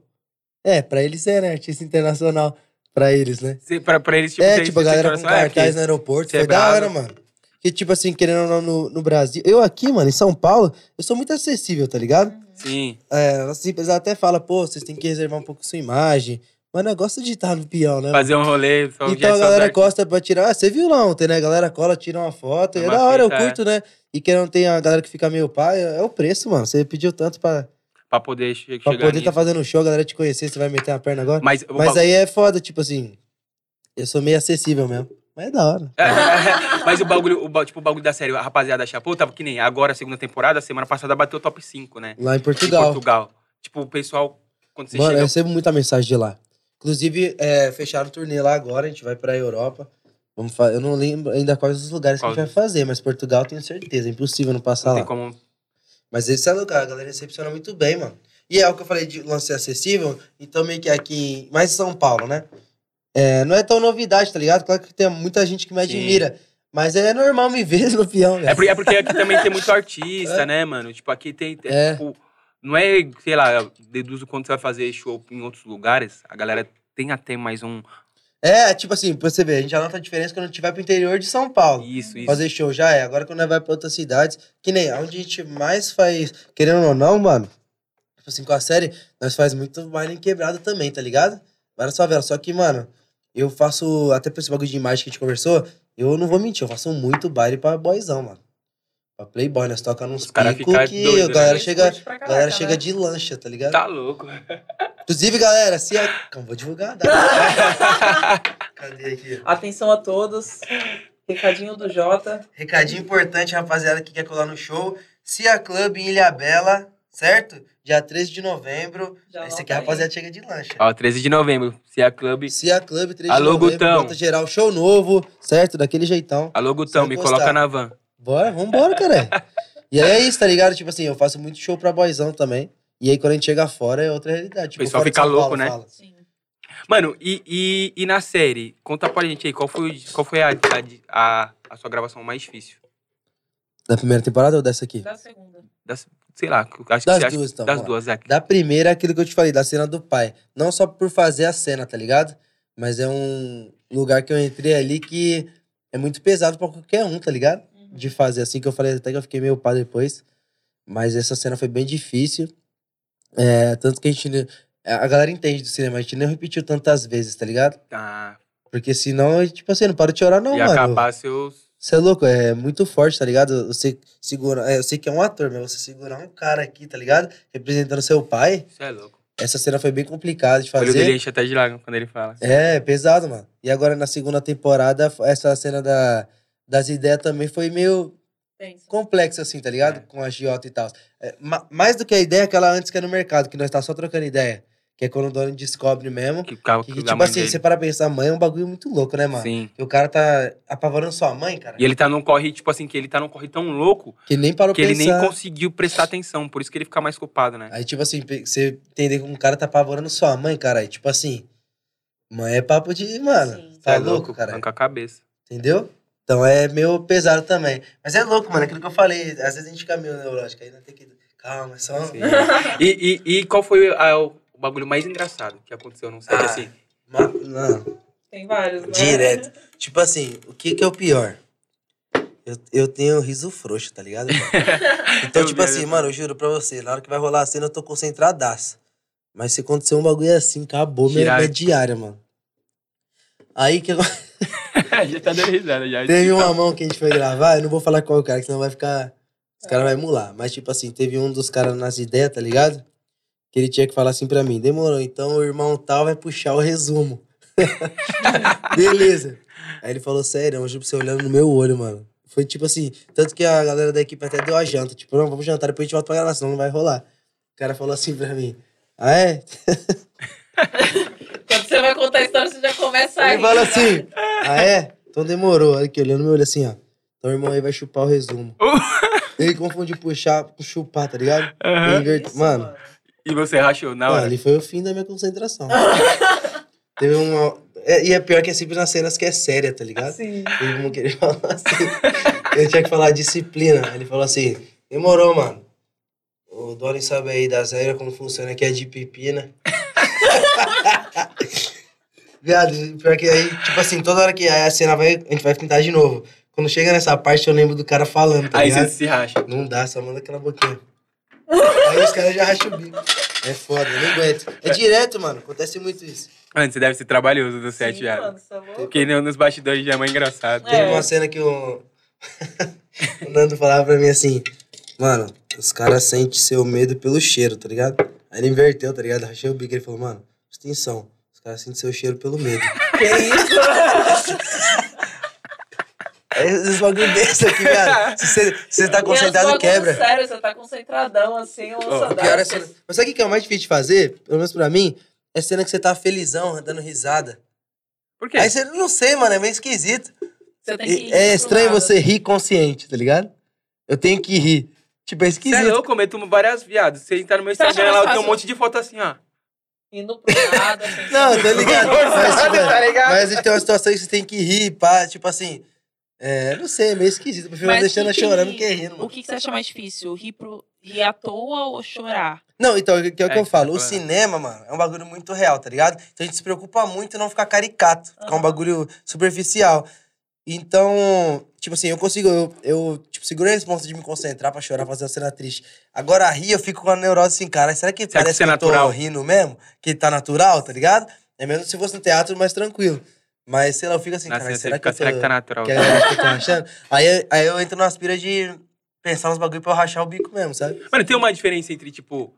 [SPEAKER 3] É, pra eles é, né? Artista internacional. Pra eles, né?
[SPEAKER 1] Cê, pra, pra eles, tipo,
[SPEAKER 3] é,
[SPEAKER 1] cê-
[SPEAKER 3] tipo, a
[SPEAKER 1] cê
[SPEAKER 3] galera com
[SPEAKER 1] torce, "Ah,
[SPEAKER 3] cartaz né?"
[SPEAKER 1] porque
[SPEAKER 3] no aeroporto.
[SPEAKER 1] você é
[SPEAKER 3] Foi da hora,
[SPEAKER 1] brabo."
[SPEAKER 3] mano. Que, tipo assim, querendo ou não, no, no Brasil. Eu aqui, mano, em São Paulo, eu sou muito acessível, tá ligado?
[SPEAKER 1] Sim,
[SPEAKER 3] É, nossa empresa até fala, pô, vocês têm que reservar um pouco sua imagem. Mas não gosta de estar no peão, né?
[SPEAKER 1] fazer um rolê. Só já é
[SPEAKER 3] então a
[SPEAKER 1] só
[SPEAKER 3] galera
[SPEAKER 1] dar-
[SPEAKER 3] gosta pra tirar. Ah, você viu lá ontem, né? A galera cola, tira uma foto.
[SPEAKER 1] É
[SPEAKER 3] É
[SPEAKER 1] uma
[SPEAKER 3] da hora, eu
[SPEAKER 1] fita, é.
[SPEAKER 3] curto, né? E que não tem a galera que fica meio pá, é é o preço, mano. Você pediu tanto pra,
[SPEAKER 1] Pra poder che-
[SPEAKER 3] pra
[SPEAKER 1] chegar
[SPEAKER 3] poder
[SPEAKER 1] nisso.
[SPEAKER 3] estar tá fazendo show, a galera te conhecer, você vai meter a perna agora.
[SPEAKER 1] Mas, o
[SPEAKER 3] Mas
[SPEAKER 1] bagu-
[SPEAKER 3] aí é foda, tipo assim. Eu sou meio acessível mesmo. Mas é da hora.
[SPEAKER 1] Mas o bagulho, o, ba- tipo, o bagulho da série, a rapaziada chapou, tava que nem agora, segunda temporada, semana passada bateu top 5, né?
[SPEAKER 3] Lá em
[SPEAKER 1] De
[SPEAKER 3] Portugal.
[SPEAKER 1] Portugal. Tipo, o pessoal, quando você
[SPEAKER 3] Mano, é, eu
[SPEAKER 1] chega.
[SPEAKER 3] recebo muita mensagem de lá. Inclusive, é, fecharam o turnê lá agora, a gente vai pra Europa. Vamos fa- Eu não lembro ainda quais os lugares
[SPEAKER 1] Qual?
[SPEAKER 3] que a gente vai fazer, mas Portugal eu tenho certeza, é impossível não passar
[SPEAKER 1] Não tem
[SPEAKER 3] lá.
[SPEAKER 1] como.
[SPEAKER 3] Mas esse é lugar, a galera recepciona muito bem, mano. E é o que eu falei de lance acessível, então meio que aqui, em- mais em São Paulo, né? É, não é tão novidade, tá ligado? Claro que tem muita gente que me
[SPEAKER 1] Sim.
[SPEAKER 3] admira, mas é normal me ver no peão, velho.
[SPEAKER 1] É porque, é porque aqui também tem muito artista, né, mano? Tipo, aqui tem. é,
[SPEAKER 3] É.
[SPEAKER 1] tipo, não é, sei lá, eu deduzo quando você vai fazer show em outros lugares, a galera tem até mais um.
[SPEAKER 3] É, tipo assim, pra você ver, a gente já nota a diferença quando a gente vai pro interior de São Paulo.
[SPEAKER 1] Isso, isso.
[SPEAKER 3] fazer show já é. Agora quando nós vai pra outras cidades, que nem onde a gente mais faz, querendo ou não, mano, tipo assim, com a série, nós faz muito baile em quebrado também, tá ligado? Várias favelas. Só que, mano, eu faço, até por esse bagulho de imagem que a gente conversou, eu não vou mentir, eu faço muito baile pra boyzão, mano. Pra playboy, nós tocamos
[SPEAKER 1] Os
[SPEAKER 3] uns
[SPEAKER 1] cara
[SPEAKER 3] picos
[SPEAKER 1] fica
[SPEAKER 3] que
[SPEAKER 1] doido,
[SPEAKER 3] a
[SPEAKER 1] né?
[SPEAKER 3] galera
[SPEAKER 12] Eles
[SPEAKER 3] chega...
[SPEAKER 12] curtem pra
[SPEAKER 3] A
[SPEAKER 12] caraca,
[SPEAKER 3] galera chega
[SPEAKER 12] né?
[SPEAKER 3] de lancha, tá ligado?
[SPEAKER 1] Tá louco.
[SPEAKER 3] Inclusive, galera, se é... Calma, vou divulgar. dá. Cadê aqui?
[SPEAKER 12] Atenção a todos. Recadinho do Jota.
[SPEAKER 3] Recadinho importante, rapaziada, que quer colar no show. Cia Club em Ilhabela, certo? Dia 13 de novembro.
[SPEAKER 12] Já
[SPEAKER 2] Então,
[SPEAKER 3] Esse
[SPEAKER 12] anota
[SPEAKER 2] tá
[SPEAKER 3] aqui, é
[SPEAKER 12] aí.
[SPEAKER 3] rapaziada, chega de lancha.
[SPEAKER 1] Ó, 13 de novembro, Cia Club.
[SPEAKER 3] Cia Club, 13
[SPEAKER 1] Alô,
[SPEAKER 3] de novembro.
[SPEAKER 1] Gutão.
[SPEAKER 3] Conta geral, show novo, certo? Daquele jeitão.
[SPEAKER 1] Alô, Gutão,
[SPEAKER 3] Você
[SPEAKER 1] me
[SPEAKER 3] vai gostar.
[SPEAKER 1] coloca na van.
[SPEAKER 3] Bora, vambora, cara. e aí é isso, tá ligado? Tipo assim, eu faço muito show pra boyzão também. E aí quando a gente chega fora é outra realidade. Tipo,
[SPEAKER 1] O pessoal
[SPEAKER 3] fora de
[SPEAKER 1] fica
[SPEAKER 3] São
[SPEAKER 1] louco,
[SPEAKER 3] Paulo,
[SPEAKER 1] né?
[SPEAKER 3] fala.
[SPEAKER 2] Sim.
[SPEAKER 1] Mano, e, e, e na série? Conta pra gente aí, qual foi, o- qual foi a, a, a, a sua gravação mais difícil?
[SPEAKER 3] Da primeira temporada ou dessa aqui?
[SPEAKER 2] Da segunda.
[SPEAKER 1] Das, sei lá, acho que
[SPEAKER 3] Das
[SPEAKER 1] você acha-
[SPEAKER 3] duas, então,
[SPEAKER 1] Das
[SPEAKER 3] vamos lá.
[SPEAKER 1] duas, é.
[SPEAKER 3] Da primeira, é aquilo que eu te falei, da cena do pai. Não só por fazer a cena, tá ligado? Mas é um lugar que eu entrei ali que é muito pesado pra qualquer um, tá ligado?
[SPEAKER 2] Uhum.
[SPEAKER 3] De fazer assim, que eu falei até que eu fiquei meio pá depois. Mas essa cena foi bem difícil. É, tanto que a gente. ne- A galera entende do cinema, a gente não repetiu tantas vezes, tá ligado?
[SPEAKER 1] Ah,
[SPEAKER 3] Porque senão, tipo assim, não para de chorar, não,
[SPEAKER 1] e
[SPEAKER 3] mano.
[SPEAKER 1] acabar seus.
[SPEAKER 3] Você é louco, é muito forte, tá ligado? Você segura, é, eu sei que é um ator, mas você segurar um cara aqui, tá ligado? Representando seu pai.
[SPEAKER 1] Você é louco.
[SPEAKER 3] Essa cena foi bem complicada de
[SPEAKER 1] O olho dele
[SPEAKER 3] fazer.
[SPEAKER 1] enche até de lágrimas quando ele fala.
[SPEAKER 3] É, pesado, mano. E agora na segunda temporada, essa cena da, das ideias também foi meio
[SPEAKER 12] Pensa.
[SPEAKER 3] complexa, assim, tá é ligado? Com a Giota e tal. É, ma- mais do que a ideia que ela antes que é no mercado, que nós tá só trocando ideia. Que é quando o dono descobre mesmo.
[SPEAKER 1] Que o carro
[SPEAKER 3] Que,
[SPEAKER 1] que da
[SPEAKER 3] tipo
[SPEAKER 1] mãe
[SPEAKER 3] assim,
[SPEAKER 1] dele.
[SPEAKER 3] você para pra pensar, mãe é um bagulho muito louco, né, mano?
[SPEAKER 1] Sim.
[SPEAKER 3] Que o cara tá apavorando sua mãe, cara.
[SPEAKER 1] E ele tá num corre, tipo assim, que ele tá num corre tão louco
[SPEAKER 3] Que ele nem parou
[SPEAKER 1] que
[SPEAKER 3] "Ah, pra
[SPEAKER 1] ele
[SPEAKER 3] pensar.
[SPEAKER 1] nem né? conseguiu prestar atenção. Por isso que ele fica mais culpado, né?
[SPEAKER 3] Aí, tipo assim, pe- você entender que um cara tá apavorando sua mãe, cara. Aí, tipo assim, mãe é papo de. Mano,
[SPEAKER 12] Sim.
[SPEAKER 3] tá
[SPEAKER 1] Cê é
[SPEAKER 3] louco, cara.
[SPEAKER 1] Arranca a cabeça.
[SPEAKER 3] Entendeu? Então é meio pesado também. Mas é louco, mano. Aquilo que eu falei. Às vezes a gente fica meio neurológico. Ainda tem que. Calma, é só.
[SPEAKER 1] Sim. e, e, e qual foi ah, o bagulho mais engraçado que aconteceu no set,
[SPEAKER 3] Ah.
[SPEAKER 1] assim?
[SPEAKER 3] Ma- Não,
[SPEAKER 12] Tem vários, né?
[SPEAKER 3] direto. Tipo assim, o que que é o pior? Eu, eu tenho riso frouxo, tá ligado? mano? Então,
[SPEAKER 1] Eu
[SPEAKER 3] tipo
[SPEAKER 1] vi,
[SPEAKER 3] assim,
[SPEAKER 1] eu vi.
[SPEAKER 3] mano, eu juro pra você, na hora que vai rolar a cena, eu tô concentradaço. Mas se acontecer um bagulho assim, acabou minha,
[SPEAKER 1] Girar.
[SPEAKER 3] minha diária, mano. Aí que eu-
[SPEAKER 1] já tá dando risada, já.
[SPEAKER 3] Teve uma mão que a gente foi gravar, eu não vou falar qual é o cara, que senão vai ficar. Os caras vão emular. Mas, tipo assim, teve um dos caras nas ideias, tá ligado? Que ele tinha que falar assim pra mim: demorou, então o irmão tal vai puxar o resumo. Beleza. Aí ele falou: sério, hoje pra você olhando no meu olho, mano. Foi tipo assim, tanto que a galera da equipe até deu a janta. Tipo, não, vamos jantar, depois a gente volta pra gravar, senão não vai rolar. O cara falou assim pra mim: ah, é?
[SPEAKER 12] Quando você vai contar a história, você já começa aí.
[SPEAKER 3] Ele fala assim: ah, é? Então demorou. Olha aqui, olhando meu olho assim, ó. Então o irmão aí vai chupar o resumo. Ele confunde puxar com chupar, tá ligado? Ele inverte- Mano,
[SPEAKER 1] E você rachou na
[SPEAKER 3] não,
[SPEAKER 1] hora.
[SPEAKER 3] ali foi o fim da minha concentração. Teve uma. é, e é pior que é sempre nas cenas que é séria, tá ligado?
[SPEAKER 12] Sim.
[SPEAKER 3] Teve um que ele falou assim. Eu tinha que falar disciplina. Ele falou assim: demorou, mano. O Doni sabe aí das regras, como funciona aqui é de pepina. Viado, pior que aí, tipo assim, toda hora que a cena vai, a gente vai pintar de novo. Quando chega nessa parte, eu lembro do cara falando, tá
[SPEAKER 1] Aí
[SPEAKER 3] ligado?
[SPEAKER 1] você se racha.
[SPEAKER 3] Não dá, só manda aquela boquinha. Aí os caras já racham o bico. É foda, eu não aguento. É direto, mano. Acontece muito isso.
[SPEAKER 1] Mano, você deve ser trabalhoso do set,
[SPEAKER 12] Sim,
[SPEAKER 1] viado.
[SPEAKER 12] mano, você é louco.
[SPEAKER 1] Porque no- nos bastidores já é mais engraçado.
[SPEAKER 12] É.
[SPEAKER 3] Teve uma cena que o... o Nando falava pra mim assim, mano, os caras sentem seu medo pelo cheiro, tá ligado? Aí ele inverteu, tá ligado? Rachei o bico. Ele falou, mano, presta atenção. Os caras sentem seu cheiro pelo medo.
[SPEAKER 12] Que isso?
[SPEAKER 3] Aí É esses bagulho desse aqui, viado. Se você- se você tá
[SPEAKER 12] E
[SPEAKER 3] concentrado,
[SPEAKER 12] os
[SPEAKER 3] quebra.
[SPEAKER 12] bagulho Sério, você tá concentradão, assim, ou
[SPEAKER 1] Ó,
[SPEAKER 3] O pior é a cena. Mas sabe o que que é o mais difícil de fazer? Pelo menos pra mim, é a cena que você tá felizão, dando risada.
[SPEAKER 1] Por quê?
[SPEAKER 3] Aí você não sei, mano, é meio esquisito.
[SPEAKER 12] Você tem que
[SPEAKER 3] E-
[SPEAKER 12] ir
[SPEAKER 3] É
[SPEAKER 12] pro
[SPEAKER 3] estranho
[SPEAKER 12] lado.
[SPEAKER 3] você rir consciente, tá ligado? Eu tenho que rir. Tipo,
[SPEAKER 1] Você
[SPEAKER 3] é
[SPEAKER 1] é
[SPEAKER 3] esquisito.
[SPEAKER 1] louco, eu tomo várias viadas. Você entrar no meu
[SPEAKER 12] Você acha
[SPEAKER 1] Instagram
[SPEAKER 12] mais
[SPEAKER 1] lá, eu tenho um
[SPEAKER 12] fácil?
[SPEAKER 1] monte de foto assim, ó.
[SPEAKER 12] Indo pro lado, assim.
[SPEAKER 3] Não, tô ligado. Mas, tipo,
[SPEAKER 1] Tá ligado?
[SPEAKER 3] mas existe uma situação que você tem que rir, pá, tipo assim. É, não sei, é meio esquisito. Eu prefiro
[SPEAKER 2] Mas
[SPEAKER 3] deixando
[SPEAKER 2] tem que
[SPEAKER 3] chorando
[SPEAKER 2] rir.
[SPEAKER 3] que rindo,
[SPEAKER 2] O
[SPEAKER 3] mano.
[SPEAKER 2] que, que você acha mais difícil? Rir, pro... rir à toa ou chorar?
[SPEAKER 3] Não, então, que é o que
[SPEAKER 1] É,
[SPEAKER 3] eu
[SPEAKER 1] que
[SPEAKER 3] falo.
[SPEAKER 1] tá falando.
[SPEAKER 3] O cinema, mano, é um bagulho muito real, tá ligado? Então a gente se preocupa muito em não ficar caricato, ficar um bagulho superficial. Então, tipo assim, eu consigo, eu, eu tipo, seguro a resposta de me concentrar pra chorar, fazer uma cena triste. Agora a rir, eu fico com a neurose assim, cara, será que
[SPEAKER 1] que
[SPEAKER 3] parece
[SPEAKER 1] isso
[SPEAKER 3] que,
[SPEAKER 1] é
[SPEAKER 3] eu tô
[SPEAKER 1] natural?
[SPEAKER 3] rindo mesmo? Que tá natural, tá ligado? É mesmo se fosse no teatro, mais tranquilo. Mas, sei lá, eu fico assim,
[SPEAKER 1] Na
[SPEAKER 3] cara,
[SPEAKER 1] cena, você
[SPEAKER 3] será que,
[SPEAKER 1] fica,
[SPEAKER 3] eu tô...
[SPEAKER 1] será que tá natural?
[SPEAKER 3] que a galera acha que eu tô rachando? aí, aí eu entro numa aspira de pensar uns bagulho pra eu rachar o bico mesmo, sabe?
[SPEAKER 1] Mano, tem uma diferença entre, tipo.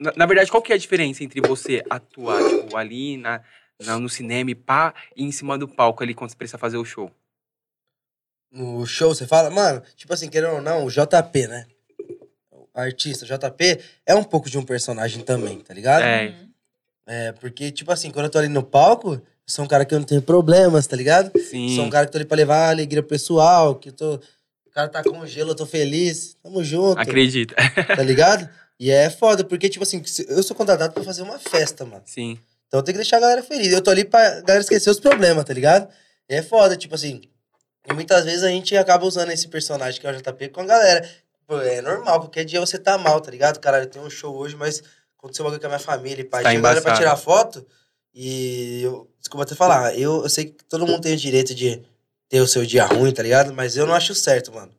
[SPEAKER 1] Na, na verdade, qual que é a diferença entre você atuar, tipo, ali na, na- no cinema e pá, e em cima do palco ali quando você precisa fazer o show?
[SPEAKER 3] no show, você fala, mano, tipo assim, querendo ou não, o JP, né? O artista, o JP é um pouco de um personagem também, tá ligado?
[SPEAKER 1] É.
[SPEAKER 3] É, porque, tipo assim, quando eu tô ali no palco, eu sou um cara que eu não tenho problemas, tá ligado?
[SPEAKER 1] Sim.
[SPEAKER 3] Sou um cara que tô ali pra levar alegria pro pessoal, que eu tô. O cara tá com gelo, eu tô feliz. Tamo junto,
[SPEAKER 1] Acredita.
[SPEAKER 3] tá ligado? E é foda, porque, tipo assim, se- eu sou contratado pra fazer uma festa, mano.
[SPEAKER 1] Sim.
[SPEAKER 3] Então eu tenho que deixar a galera feliz. Eu tô ali pra galera esquecer os problemas, tá ligado? E é foda, tipo assim. E muitas vezes a gente acaba usando esse personagem que é o JP com a galera. Pô, é normal, qualquer dia você tá mal, tá ligado? Caralho, eu tenho um show hoje, mas aconteceu um bagulho com a minha família, e pai.
[SPEAKER 1] Tá
[SPEAKER 3] Tá galera pra
[SPEAKER 1] embaçado.
[SPEAKER 3] tirar foto. E eu. Desculpa até falar, eu, eu sei que todo mundo tem o direito de ter o seu dia ruim, tá ligado? Mas eu não acho certo, mano.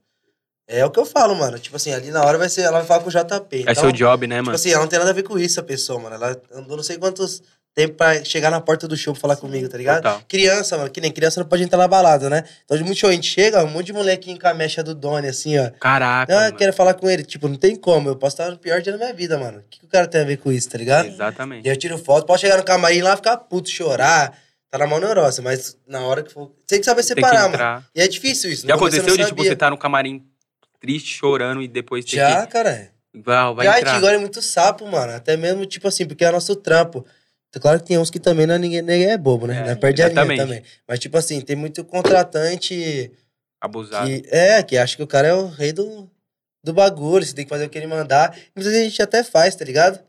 [SPEAKER 3] É o que eu falo, mano. Tipo assim, ali na hora vai ser. Ela vai falar com o JP.
[SPEAKER 1] É
[SPEAKER 3] então-
[SPEAKER 1] seu job, né,
[SPEAKER 3] Tipo
[SPEAKER 1] mano?
[SPEAKER 3] assim, ela não tem nada a ver com isso, a pessoa, mano. Ela andou não sei quantos tempos pra chegar na porta do show pra falar comigo, tá ligado?
[SPEAKER 1] Total.
[SPEAKER 3] Criança, mano, que nem criança não pode entrar na balada, né? Então, de muito show a gente chega, um monte de molequinho com a mecha do Doni, assim, ó.
[SPEAKER 1] Caraca.
[SPEAKER 3] Ah,
[SPEAKER 1] mano.
[SPEAKER 3] quero falar com ele. Tipo, não tem como. Eu posso estar no pior dia da minha vida, mano. O que, que o cara tem a ver com isso, tá ligado? E
[SPEAKER 1] Exatamente.
[SPEAKER 3] eu tiro foto, posso chegar no camarim lá, ficar puto, chorar. Tá na mão neurose, mas na hora que for. Tem que saber
[SPEAKER 1] Tem que
[SPEAKER 3] separar, mano.
[SPEAKER 1] entrar.
[SPEAKER 3] E é difícil isso.
[SPEAKER 1] Já
[SPEAKER 3] No começo eu
[SPEAKER 1] aconteceu
[SPEAKER 3] não
[SPEAKER 1] de, tipo,
[SPEAKER 3] sabia.
[SPEAKER 1] você tá no camarim triste, chorando e depois ter
[SPEAKER 3] Já,
[SPEAKER 1] que
[SPEAKER 3] cara. é.
[SPEAKER 1] Vai, vai
[SPEAKER 3] Já, a gente
[SPEAKER 1] entrar.
[SPEAKER 3] agora é muito sapo, mano. Até mesmo, tipo assim, porque é o nosso trampo. Tá Claro que tem uns que também não é, ninguém, ninguém é bobo, né?
[SPEAKER 1] É,
[SPEAKER 3] Não é perde a linha
[SPEAKER 1] exatamente.
[SPEAKER 3] também. Mas, tipo assim, tem muito contratante
[SPEAKER 1] Abusado.
[SPEAKER 3] que, é, que acha que o cara é o rei do, do bagulho, você tem que fazer o que ele mandar. Muitas vezes a gente até faz, tá ligado?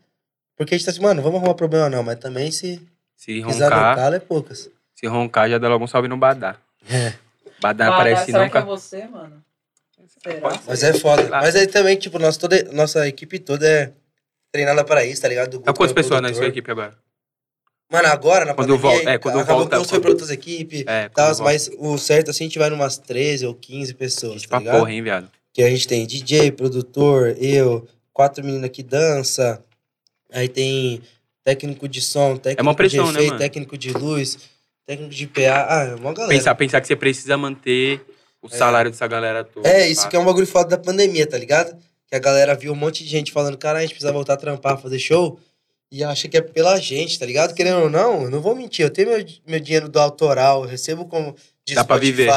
[SPEAKER 3] Porque a gente tá assim, mano, vamos arrumar problema não, mas também se
[SPEAKER 1] Se
[SPEAKER 3] quiser
[SPEAKER 1] roncar,
[SPEAKER 3] alocar, é poucas.
[SPEAKER 1] se roncar, já dá logo um salve no Badá.
[SPEAKER 3] É.
[SPEAKER 1] Badá
[SPEAKER 12] Ah,
[SPEAKER 1] aparece
[SPEAKER 12] será que é
[SPEAKER 1] nunca.
[SPEAKER 12] você, mano? Será?
[SPEAKER 1] Pode
[SPEAKER 3] Mas é foda.
[SPEAKER 1] Claro.
[SPEAKER 3] Mas aí também, tipo, nossa, toda, nossa equipe toda é treinada para isso, tá ligado? Do Guto,
[SPEAKER 1] Tá quantas
[SPEAKER 3] que é o
[SPEAKER 1] pessoas na sua
[SPEAKER 3] produtor.
[SPEAKER 1] equipe agora?
[SPEAKER 3] Mano, agora na
[SPEAKER 1] Quando eu
[SPEAKER 3] pandemia,
[SPEAKER 1] vol- é, quando eu
[SPEAKER 3] acabou
[SPEAKER 1] voltar-
[SPEAKER 3] que foi pra outras equipes,
[SPEAKER 1] É, quando
[SPEAKER 3] tal,
[SPEAKER 1] volta.
[SPEAKER 3] Tá, mas o certo assim, a gente vai numas 13 ou 15 pessoas,
[SPEAKER 1] Gente
[SPEAKER 3] tá
[SPEAKER 1] pra
[SPEAKER 3] ligado?
[SPEAKER 1] porra, hein, viado?
[SPEAKER 3] Que a gente tem DJ, produtor, eu, quatro meninas que dança, aí tem técnico de som, técnico
[SPEAKER 1] uma pressão,
[SPEAKER 3] de
[SPEAKER 1] né,
[SPEAKER 3] efeito,
[SPEAKER 1] mano?
[SPEAKER 3] técnico de luz, técnico de PA, ah, é uma galera.
[SPEAKER 1] Pensar, pensar que você precisa manter o salário dessa galera toda.
[SPEAKER 3] É, isso que é um bagulho foda da pandemia, tá ligado? Que a galera viu um monte de gente falando, cara, a gente precisa voltar a trampar, fazer show. E acha que é pela gente, tá ligado? Querendo ou não, eu não vou mentir. Eu tenho meu, meu dinheiro do autoral, eu recebo como de
[SPEAKER 1] Dá pra viver.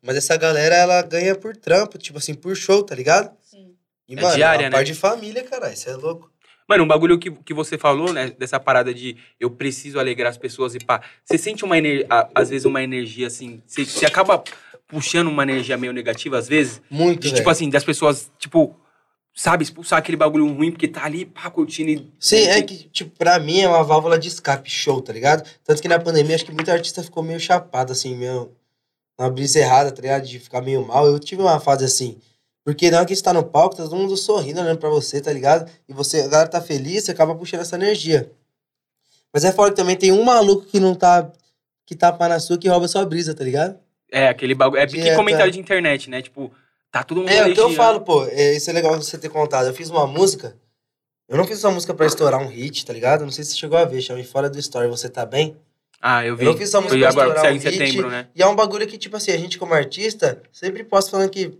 [SPEAKER 3] Mas essa galera, ela ganha por trampo, tipo assim, por show, tá ligado?
[SPEAKER 12] Sim.
[SPEAKER 3] E,
[SPEAKER 1] É
[SPEAKER 3] mano,
[SPEAKER 1] diária,
[SPEAKER 3] é uma
[SPEAKER 1] né?
[SPEAKER 3] parte de família, caralho. Isso é louco.
[SPEAKER 1] Mano, um bagulho que, que você falou, né? Dessa parada de eu preciso alegrar as pessoas e pá. Você sente uma energia, às vezes, uma energia assim. Você, você acaba puxando uma energia meio negativa, às vezes.
[SPEAKER 3] Muito,
[SPEAKER 1] De,
[SPEAKER 3] velho.
[SPEAKER 1] tipo assim, das pessoas, tipo, sabe, expulsar aquele bagulho ruim, porque tá ali, pá, curtindo e.
[SPEAKER 3] Sim, é que, tipo, pra mim é uma válvula de escape show, tá ligado? Tanto que na pandemia acho que muita artista ficou meio chapada, assim, meio. Uma brisa errada, tá ligado? De ficar meio mal. Eu tive uma fase assim. Porque na hora que você tá no palco, tá todo mundo sorrindo, olhando pra você, tá ligado? E você, a galera tá feliz, você acaba puxando essa energia. Mas é fora que também tem um maluco que não tá. que tá para na sua que rouba sua brisa, tá ligado?
[SPEAKER 1] É, aquele bagulho. É
[SPEAKER 3] Dieta.
[SPEAKER 1] que comentário de internet, né? Tipo, tá todo mundo.
[SPEAKER 3] tá. É, o que eu
[SPEAKER 1] elogiando.
[SPEAKER 3] falo, pô, é, isso é legal você ter contado. Eu fiz uma música, eu não fiz uma música pra estourar um hit, tá ligado? Não sei se você chegou a ver, chama Fora do Story, Você Tá Bem?
[SPEAKER 1] Ah, eu vi.
[SPEAKER 3] Eu fiz uma música
[SPEAKER 1] Foi agora,
[SPEAKER 3] estourar
[SPEAKER 1] saiu em
[SPEAKER 3] um hit.
[SPEAKER 1] setembro, né?
[SPEAKER 3] E é um bagulho que, tipo assim, a gente como artista, sempre posta falando que,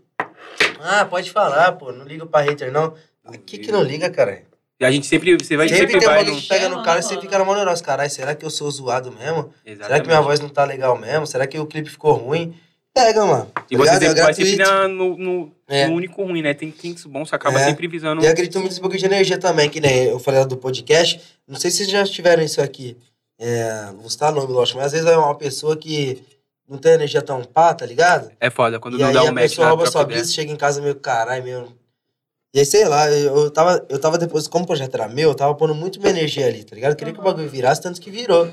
[SPEAKER 3] ah, pode falar, pô, não liga pra hater, não. O que que não liga, cara?
[SPEAKER 1] E a gente sempre. Você vai
[SPEAKER 3] Sempre
[SPEAKER 1] sempre,
[SPEAKER 3] tem um
[SPEAKER 1] vai.
[SPEAKER 3] bagulho
[SPEAKER 1] no-
[SPEAKER 3] que pega no cara e
[SPEAKER 12] Chama,
[SPEAKER 3] você
[SPEAKER 12] mano.
[SPEAKER 3] fica na mão neurosa. Caralho, será que eu sou zoado mesmo? Será que
[SPEAKER 1] Exatamente.
[SPEAKER 3] minha voz não tá legal mesmo? Será que o clipe ficou ruim? Pega, mano.
[SPEAKER 1] E
[SPEAKER 3] tá
[SPEAKER 1] você
[SPEAKER 3] ligado? É
[SPEAKER 1] sempre vai sempre
[SPEAKER 3] gratuito.
[SPEAKER 1] na- no, no,
[SPEAKER 3] É.
[SPEAKER 1] no único ruim, né? Tem quintos bons, você acaba
[SPEAKER 3] É.
[SPEAKER 1] sempre visando.
[SPEAKER 3] E acredito muito nesse pouco de energia também, que nem eu falei lá do podcast. Não sei se vocês já tiveram isso aqui. É, vou citar nome, lógico, mas às vezes é uma pessoa que não tem energia tão pá, tá ligado?
[SPEAKER 1] É foda, quando
[SPEAKER 3] e
[SPEAKER 1] não
[SPEAKER 3] aí
[SPEAKER 1] dá
[SPEAKER 3] a
[SPEAKER 1] um match
[SPEAKER 3] pessoa
[SPEAKER 1] na
[SPEAKER 3] rouba sua
[SPEAKER 1] troca
[SPEAKER 3] brisa
[SPEAKER 1] ideia.
[SPEAKER 3] e chega em casa meio caralho, meu. E aí, sei lá, eu eu tava, eu tava depois, como o projeto era meu, eu tava pondo muito minha energia ali, tá ligado? Eu queria que o bagulho virasse, tanto que virou.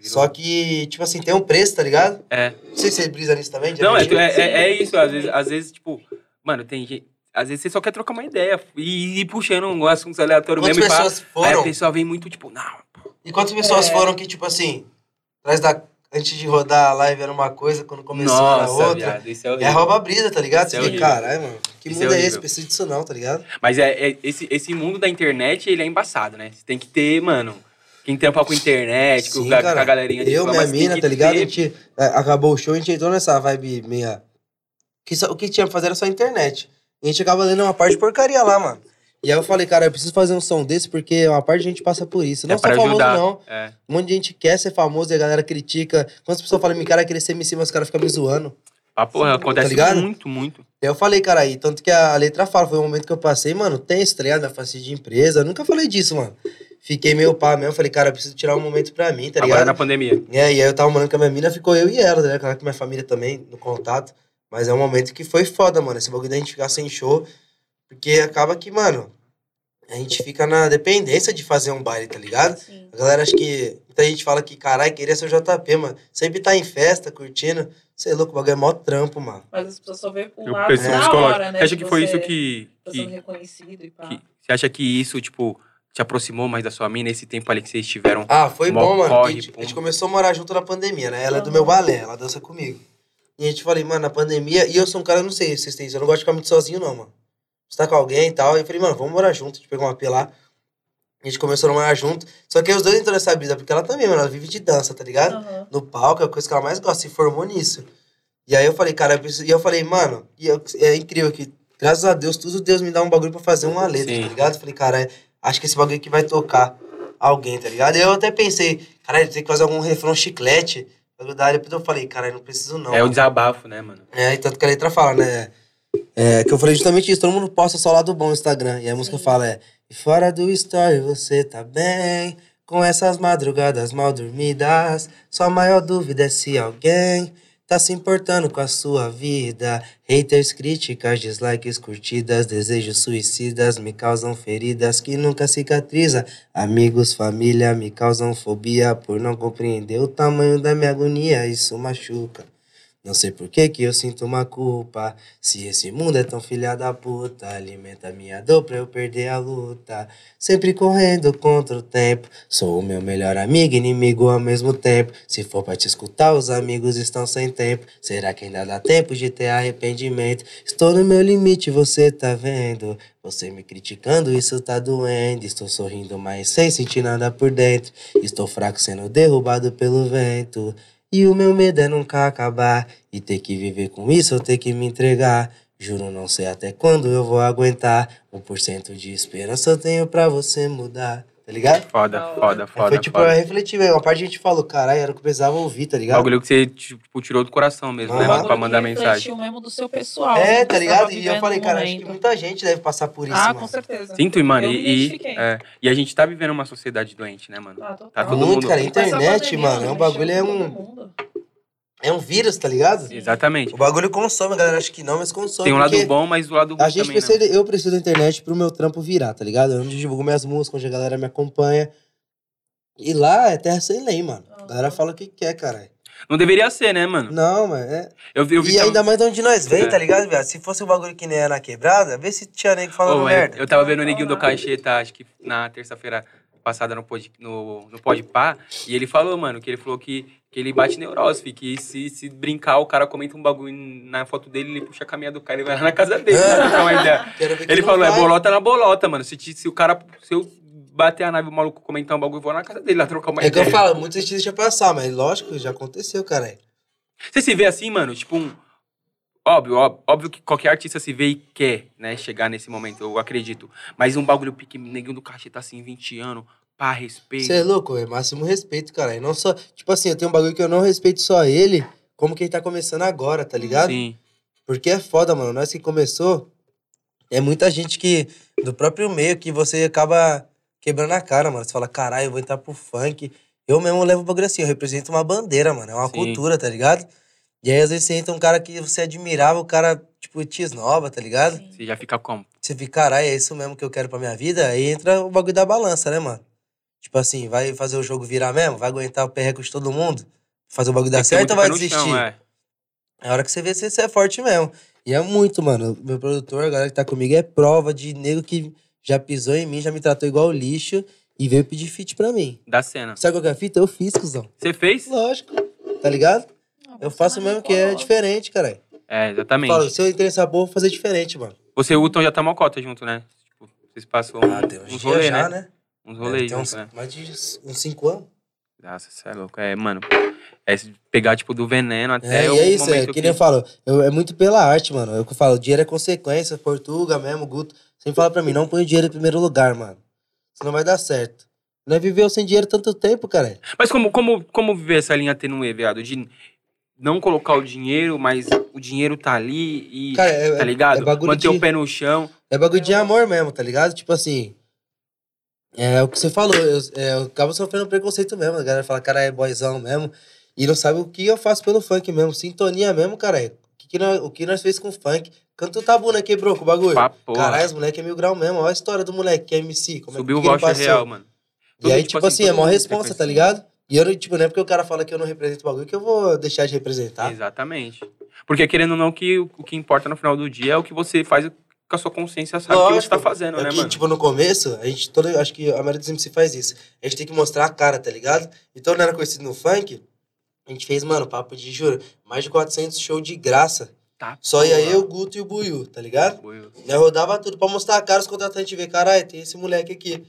[SPEAKER 3] Só que, tipo assim, tem um preço, tá ligado?
[SPEAKER 1] É.
[SPEAKER 3] Não sei se vocês brisam nisso também. de
[SPEAKER 1] Não, é,
[SPEAKER 3] energia.
[SPEAKER 1] é, é- é isso. Às vezes, às vezes, tipo, mano, tem gente. Às vezes você só quer trocar uma ideia e ir puxando um assunto aleatório
[SPEAKER 3] Quantas
[SPEAKER 1] mesmo e pá.
[SPEAKER 3] pessoas
[SPEAKER 1] Aí a
[SPEAKER 3] foram?
[SPEAKER 1] pessoa vem muito, tipo, não.
[SPEAKER 3] E quantas pessoas foram que, tipo assim, atrás da. Antes de rodar a live era uma coisa, quando começou era
[SPEAKER 1] Nossa,
[SPEAKER 3] outra.
[SPEAKER 1] viado, isso é
[SPEAKER 3] É
[SPEAKER 1] horrível.
[SPEAKER 3] rouba a brisa, tá ligado?
[SPEAKER 1] Isso
[SPEAKER 3] Você
[SPEAKER 1] é
[SPEAKER 3] fica,
[SPEAKER 1] horrível.
[SPEAKER 3] caralho, mano. Que
[SPEAKER 1] Isso é
[SPEAKER 3] mundo é, esse?
[SPEAKER 1] horrível.
[SPEAKER 3] Preciso disso não, tá ligado?
[SPEAKER 1] Mas é, é- esse, esse mundo da internet, ele é embaçado, né? Você tem que ter, mano. Quem trampa com internet, É, tipo, com,
[SPEAKER 3] Sim,
[SPEAKER 1] a,
[SPEAKER 3] cara.
[SPEAKER 1] com a galerinha
[SPEAKER 3] Eu,
[SPEAKER 1] fã,
[SPEAKER 3] minha
[SPEAKER 1] mas tem
[SPEAKER 3] mina,
[SPEAKER 1] que
[SPEAKER 3] tá ligado? A
[SPEAKER 1] ter-
[SPEAKER 3] gente é, acabou o show, a gente entrou nessa vibe meia. Que só- o que tinha pra fazer era só a internet. E a gente acaba lendo uma parte de porcaria lá, mano. E aí eu falei, cara, eu preciso fazer um som desse porque uma parte de gente passa por isso. Não
[SPEAKER 1] É
[SPEAKER 3] só
[SPEAKER 1] pra
[SPEAKER 3] famoso,
[SPEAKER 1] ajudar.
[SPEAKER 3] não.
[SPEAKER 1] É.
[SPEAKER 3] Um monte de gente quer ser famoso e a galera critica. Quantas pessoas falam, "Me, cara, querer ser MC, mas os caras ficam me zoando.
[SPEAKER 1] Ah, porra, acontece
[SPEAKER 3] tá ligado?
[SPEAKER 1] muito, muito.
[SPEAKER 3] Aí Eu falei, cara, aí, tanto que a letra fala, foi o momento que eu passei, mano, tenso, tá ligado? Na face de empresa, eu nunca falei disso, mano. Fiquei meio pá mesmo, falei, cara, eu preciso tirar um momento pra mim, tá
[SPEAKER 1] Agora
[SPEAKER 3] ligado?
[SPEAKER 1] na pandemia.
[SPEAKER 3] É, e aí eu tava morando com a minha mina, ficou eu e ela, tá ligado? Claro que minha família também, no contato. Mas é um momento que foi foda, mano, esse bagulho da gente ficar sem show. Porque acaba que, mano, a gente fica na dependência de fazer um baile, tá ligado?
[SPEAKER 12] Sim.
[SPEAKER 3] A galera acha que. Muita gente fala que, caralho, queria ser o JP, mano. Sempre tá em festa, curtindo. Você é louco, o bagulho é mó trampo, mano.
[SPEAKER 12] Mas as pessoas só vê o
[SPEAKER 1] Eu
[SPEAKER 12] lado
[SPEAKER 1] penso
[SPEAKER 12] na
[SPEAKER 1] psicológico.
[SPEAKER 12] hora, né?
[SPEAKER 1] Você acha que foi
[SPEAKER 12] você
[SPEAKER 1] isso que-
[SPEAKER 12] tá
[SPEAKER 1] que
[SPEAKER 12] sendo reconhecido e pá.
[SPEAKER 1] Que- você acha que isso, tipo, te aproximou mais da sua mina, esse tempo ali que vocês tiveram?
[SPEAKER 3] Ah, foi
[SPEAKER 1] Mó
[SPEAKER 3] bom, mano. porque
[SPEAKER 1] corre,
[SPEAKER 3] a, gente, a
[SPEAKER 1] pum.
[SPEAKER 3] gente começou a morar junto na pandemia, né? Ela é do
[SPEAKER 12] Aham.
[SPEAKER 3] meu balé, ela dança comigo. E a gente falei, mano, na pandemia. E eu sou um cara, eu não sei se vocês têm isso, eu não gosto de ficar muito sozinho, não, mano. Você tá com alguém e tal. E eu falei, mano, vamos morar junto. A gente pegou uma AP lá. A gente começou a morar junto. Só que aí os dois entrou nessa brisa, porque ela também, mano, ela vive de dança, tá ligado?
[SPEAKER 12] Aham.
[SPEAKER 3] no palco, é a coisa que ela mais gosta, se formou nisso. E aí eu falei, cara, eu preciso... e eu falei, mano, e eu- é incrível que, graças a Deus, tudo Deus me dá um bagulho pra fazer uma letra,
[SPEAKER 1] Sim.
[SPEAKER 3] tá ligado? Eu falei, cara, é- acho que esse bagulho aqui vai tocar alguém, tá ligado? E eu até pensei, caralho, tem que fazer algum refrão chiclete. pra grudar. Depois eu falei, cara, eu não preciso não.
[SPEAKER 1] é o desabafo, né, mano?
[SPEAKER 3] É, e tanto que a letra fala, né? É, que eu falei justamente isso. Todo mundo posta só o lado bom no Instagram. E a música fala é... E fora do story você tá bem... Com essas madrugadas mal dormidas... Sua maior dúvida é se alguém... Tá se importando com a sua vida. Haters, críticas, dislikes, curtidas, desejos suicidas me causam feridas que nunca cicatriza. Amigos, família me causam fobia por não compreender o tamanho da minha agonia. Isso machuca. Não sei por que que eu sinto uma culpa. Se esse mundo é tão filha da puta, alimenta minha dor pra eu perder a luta. Sempre correndo contra o tempo. Sou o meu melhor amigo e inimigo ao mesmo tempo. Se for pra te escutar, os amigos estão sem tempo. Será que ainda dá tempo de ter arrependimento? Estou no meu limite, você tá vendo. Você me criticando, isso tá doendo. Estou sorrindo, mas sem sentir nada por dentro. Estou fraco sendo derrubado pelo vento. E o meu medo é nunca acabar. E ter que viver com isso, eu ter que me entregar. Juro, não sei até quando eu vou aguentar. 1% de esperança eu tenho pra você mudar. Tá ligado?
[SPEAKER 1] Foda, foda, foda.
[SPEAKER 3] Foi tipo,
[SPEAKER 1] foda.
[SPEAKER 3] é refletivo. Uma parte a gente falou, caralho, era o que eu precisava ouvir, tá
[SPEAKER 1] Um
[SPEAKER 3] ligado?
[SPEAKER 1] bagulho que você tipo, tirou do coração mesmo, né?
[SPEAKER 3] Aham.
[SPEAKER 1] Pra mandar mensagem.
[SPEAKER 2] refletiu mesmo do seu pessoal.
[SPEAKER 3] É,
[SPEAKER 2] do que você
[SPEAKER 3] tá
[SPEAKER 2] tava
[SPEAKER 3] ligado? E eu
[SPEAKER 2] vivendo
[SPEAKER 12] um
[SPEAKER 3] falei,
[SPEAKER 2] no
[SPEAKER 3] cara, acho que
[SPEAKER 2] momento.
[SPEAKER 3] muita gente deve passar por isso,
[SPEAKER 2] Ah,
[SPEAKER 3] mano.
[SPEAKER 2] com certeza.
[SPEAKER 1] Sinto, mano.
[SPEAKER 2] Eu me
[SPEAKER 1] E, e,
[SPEAKER 2] identifiquei.
[SPEAKER 1] é, e a gente tá vivendo uma sociedade doente, né, mano?
[SPEAKER 2] Ah, total.
[SPEAKER 1] Tá todo
[SPEAKER 3] Muito,
[SPEAKER 1] mundo-
[SPEAKER 3] cara.
[SPEAKER 2] Com essa
[SPEAKER 3] Internet,
[SPEAKER 2] pandemia,
[SPEAKER 3] mano, é um
[SPEAKER 2] mexeu
[SPEAKER 3] bagulho, é
[SPEAKER 2] com todo
[SPEAKER 3] um,
[SPEAKER 2] mundo.
[SPEAKER 3] é um vírus, tá ligado?
[SPEAKER 1] Exatamente.
[SPEAKER 3] O bagulho consome, a galera acho que não, mas consome.
[SPEAKER 1] Tem um lado
[SPEAKER 3] porque-
[SPEAKER 1] bom, mas o lado ruim
[SPEAKER 3] A gente
[SPEAKER 1] também, né?
[SPEAKER 3] precisa, eu preciso da internet pro meu trampo virar, tá ligado? Eu não divulgo minhas músicas, onde a galera me acompanha. E lá é terra sem lei, mano. A galera fala o que quer, caralho.
[SPEAKER 1] Não deveria ser, né, mano?
[SPEAKER 3] Não, mas é.
[SPEAKER 1] Eu, vi- eu vi
[SPEAKER 3] E
[SPEAKER 1] tam-
[SPEAKER 3] ainda mais de onde nós vem,
[SPEAKER 1] É.
[SPEAKER 3] tá ligado, viado? Se fosse um bagulho que nem era na quebrada, vê se tinha nego falando
[SPEAKER 1] Ô, é,
[SPEAKER 3] merda.
[SPEAKER 1] Eu tava vendo o Neguinho do Caixeta, acho que na terça-feira passada no Pod, no, no Pod Pá, e ele falou, mano, que ele falou que, que ele bate neurose, fi, que se, se brincar, o cara comenta um bagulho na foto dele, ele puxa a caminha do cara e vai lá na casa dele,
[SPEAKER 3] É.
[SPEAKER 1] pra trocar uma ideia.
[SPEAKER 3] Quero ver que
[SPEAKER 1] Ele
[SPEAKER 3] não
[SPEAKER 1] falou, é
[SPEAKER 3] vai.
[SPEAKER 1] bolota na bolota, mano. Se, te- se o cara, se eu bater a nave, o maluco comentar um bagulho, eu vou na casa dele lá trocar uma
[SPEAKER 3] É que
[SPEAKER 1] ideia.
[SPEAKER 3] eu falo, muita gente deixa passar, mas lógico, já aconteceu, caralho.
[SPEAKER 1] Você se vê assim, mano, tipo um. Óbvio, óbvio, óbvio que qualquer artista se vê e quer, né, chegar nesse momento, eu acredito. Mas um bagulho pique, neguinho do cachê tá assim, 20 anos, pá, respeito.
[SPEAKER 3] Você é louco, é máximo respeito, caralho. Não só. Tipo assim, eu tenho um bagulho que eu não respeito só ele, como quem tá começando agora, tá ligado?
[SPEAKER 1] Sim.
[SPEAKER 3] Porque é foda, mano. Nós que começou, é muita gente que, do próprio meio, que você acaba quebrando a cara, mano. Você fala, caralho, eu vou entrar pro funk. Eu mesmo levo o bagulho assim, eu represento uma bandeira, mano. É uma
[SPEAKER 1] Sim.
[SPEAKER 3] cultura, tá ligado? E aí, às vezes, você entra um cara que você admirava, o cara, tipo, te esnoba, tá ligado?
[SPEAKER 1] Você já fica como?
[SPEAKER 3] Você fica, caralho, é isso mesmo que eu quero pra minha vida? Aí entra o bagulho da balança, né, mano? Tipo assim, vai fazer o jogo virar mesmo? Vai aguentar o perreco de todo mundo? Fazer o bagulho dar
[SPEAKER 1] Tem que ter
[SPEAKER 3] certo ou
[SPEAKER 1] muito pé
[SPEAKER 3] vai
[SPEAKER 1] no
[SPEAKER 3] desistir?
[SPEAKER 1] chão, é.
[SPEAKER 3] É a hora que você vê se você é forte mesmo. E é muito, mano. Meu produtor, a galera que tá comigo, é prova de nego que já pisou em mim, já me tratou igual lixo e veio pedir fit pra mim.
[SPEAKER 1] Da cena.
[SPEAKER 3] Sabe qual que é a fita? Eu fiz, cuzão.
[SPEAKER 1] Você fez?
[SPEAKER 3] Lógico. Tá ligado? Eu faço mesmo que é diferente, cara.
[SPEAKER 1] É,
[SPEAKER 3] Falo,
[SPEAKER 1] exatamente.
[SPEAKER 3] se eu entrei nessa porra, eu vou fazer diferente, mano.
[SPEAKER 1] Você e o Hutton já tá mocota junto, né? Tipo, vocês passam
[SPEAKER 3] Ah, tem uns
[SPEAKER 1] uns
[SPEAKER 3] dias
[SPEAKER 1] rolês, né?
[SPEAKER 3] já, né?
[SPEAKER 1] Uns
[SPEAKER 3] Deve
[SPEAKER 1] rolês
[SPEAKER 3] ter uns,
[SPEAKER 1] juntos, né?
[SPEAKER 3] mais de uns cinco anos.
[SPEAKER 1] Nossa, você é louco. É, mano. É se pegar, tipo, do veneno até
[SPEAKER 3] É,
[SPEAKER 1] o
[SPEAKER 3] e é isso, é,
[SPEAKER 1] momento
[SPEAKER 3] que,
[SPEAKER 1] que...
[SPEAKER 3] nem eu falo, eu- é muito pela arte, mano. Eu que falo, dinheiro é consequência, Portuga mesmo, Guto. Sempre fala pra mim, não põe o dinheiro em primeiro lugar, mano. Senão vai dar certo. Não é viveu sem dinheiro tanto tempo, cara.
[SPEAKER 1] Mas como, como, como viver essa linha tênue, viado? De não colocar o dinheiro, mas o dinheiro tá ali e.
[SPEAKER 3] Cara, é-
[SPEAKER 1] tá ligado?
[SPEAKER 3] é bagulho
[SPEAKER 1] Manter
[SPEAKER 3] de-
[SPEAKER 1] o pé no chão.
[SPEAKER 3] É bagulho de amor mesmo, tá ligado? Tipo assim. É o que você falou, eu, é, eu acabo sofrendo preconceito mesmo. A galera fala, cara, é boyzão mesmo. E não sabe o que eu faço pelo funk mesmo. Sintonia mesmo, cara. O que, que nós, o que nós fez com o funk? Canta o tabu, né? Quebrou com o bagulho.
[SPEAKER 1] Pra porra.
[SPEAKER 3] Caralho, os moleque é mil grau mesmo. Olha a história do moleque que é MC. Como
[SPEAKER 1] Subiu
[SPEAKER 3] é,
[SPEAKER 1] o
[SPEAKER 3] que ele
[SPEAKER 1] voucher
[SPEAKER 3] passou.
[SPEAKER 1] real, mano.
[SPEAKER 3] E aí,
[SPEAKER 1] Tudo,
[SPEAKER 3] tipo assim, é
[SPEAKER 1] todo
[SPEAKER 3] maior
[SPEAKER 1] mundo
[SPEAKER 3] responsa, tá
[SPEAKER 1] reconhecido.
[SPEAKER 3] ligado? E eu, não, tipo, não é porque o cara fala que eu não represento o bagulho que eu vou deixar de representar.
[SPEAKER 1] Exatamente. Porque querendo ou não, que, o o que importa no final do dia é o que você faz com a sua consciência, sabe o que você
[SPEAKER 3] Lógico.
[SPEAKER 1] tá fazendo,
[SPEAKER 3] É
[SPEAKER 1] né,
[SPEAKER 3] que,
[SPEAKER 1] mano?
[SPEAKER 3] tipo, no começo, a gente todo, acho que a maioria dos MC faz isso. A gente tem que mostrar a cara, tá ligado? Então, não era conhecido no funk, a gente fez, mano, papo de juro, mais de 400 shows de graça.
[SPEAKER 1] Tá,
[SPEAKER 3] Só ia
[SPEAKER 1] porra.
[SPEAKER 3] eu, o Guto e o Buiu, tá ligado?
[SPEAKER 1] Buiu.
[SPEAKER 3] Nós rodava tudo pra mostrar a cara, os contratantes ver, caralho, tem esse moleque aqui.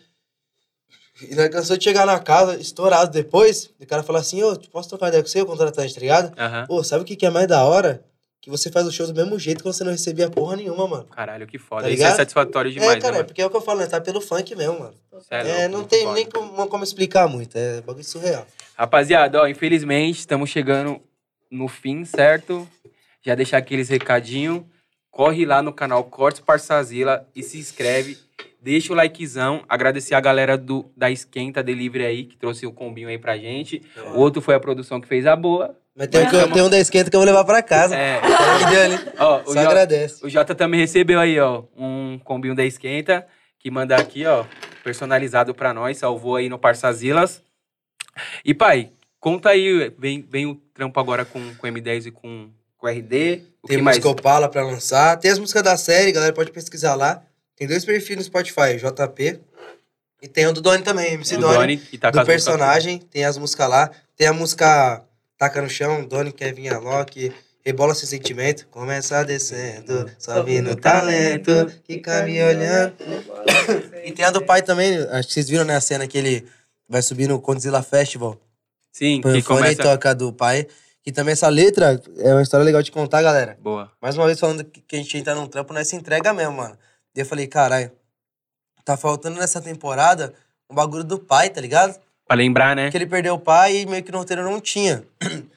[SPEAKER 3] E nós cansou de chegar na casa, estourado depois, e o cara fala assim, ô, posso trocar ideia com você, o contratante, tá ligado?
[SPEAKER 1] Aham.
[SPEAKER 3] Pô, sabe o que que é mais da hora? Que você faz o show do mesmo jeito quando você não recebia porra nenhuma, mano.
[SPEAKER 1] Caralho, que foda.
[SPEAKER 3] Tá
[SPEAKER 1] Isso é
[SPEAKER 3] ligado?
[SPEAKER 1] satisfatório demais,
[SPEAKER 3] é, cara,
[SPEAKER 1] né,
[SPEAKER 3] é
[SPEAKER 1] mano?
[SPEAKER 3] porque é o que eu falo, né? Tá pelo funk mesmo, mano.
[SPEAKER 1] Cê é
[SPEAKER 3] É,
[SPEAKER 1] louco,
[SPEAKER 3] não
[SPEAKER 1] muito
[SPEAKER 3] tem
[SPEAKER 1] foda.
[SPEAKER 3] nem como, como explicar muito, é bagulho surreal.
[SPEAKER 1] Rapaziada, ó, infelizmente estamos chegando no fim, certo? Já deixar aqueles recadinho. corre lá no canal Cortes Parçazila e se inscreve. Deixa o likezão. Agradecer a galera do, da Esquenta Delivery aí, que trouxe o combinho aí pra gente. O outro foi a produção que fez a boa.
[SPEAKER 3] Mas tem, um que eu- tem um da esquenta que eu vou levar pra casa.
[SPEAKER 1] É,
[SPEAKER 3] Tá me dando, hein?
[SPEAKER 1] ó, o
[SPEAKER 3] Só
[SPEAKER 1] Jota,
[SPEAKER 3] agradece.
[SPEAKER 1] o Jota também recebeu aí, ó, um combinho da Esquenta, que manda aqui, ó, personalizado pra nós. Salvou aí no Parçazilas. E, pai, conta aí, vem, vem o trampo agora com, com M10 e com, com RD. O
[SPEAKER 3] Tem
[SPEAKER 1] que mais?
[SPEAKER 3] música Opala pra lançar. Tem as músicas da série, galera pode pesquisar lá. Tem dois perfis no Spotify, JP. E tem o do Doni também, MC
[SPEAKER 1] O
[SPEAKER 3] Doni.
[SPEAKER 1] Doni, que tá com
[SPEAKER 3] do
[SPEAKER 1] as músicas
[SPEAKER 3] personagem, tem as músicas lá. Tem a música Taca no Chão, Doni, Kevin Alok, Rebola Sem Sentimento. Começa descendo, sobe no talento, fica me olhando. E tem a do pai também, acho que vocês viram né, a cena que ele vai subir no Condzilla Festival.
[SPEAKER 1] Sim,
[SPEAKER 3] Põe
[SPEAKER 1] que
[SPEAKER 3] o fone e
[SPEAKER 1] começa...
[SPEAKER 3] toca do pai. Que também essa letra é uma história legal de contar, galera.
[SPEAKER 1] Boa.
[SPEAKER 3] Mais uma vez falando que que a gente entra num trampo, nós se entrega mesmo, mano. E eu falei, caralho, tá faltando nessa temporada um bagulho do pai, tá ligado?
[SPEAKER 1] Pra lembrar, né?
[SPEAKER 3] Que ele perdeu o pai e meio que no roteiro não tinha.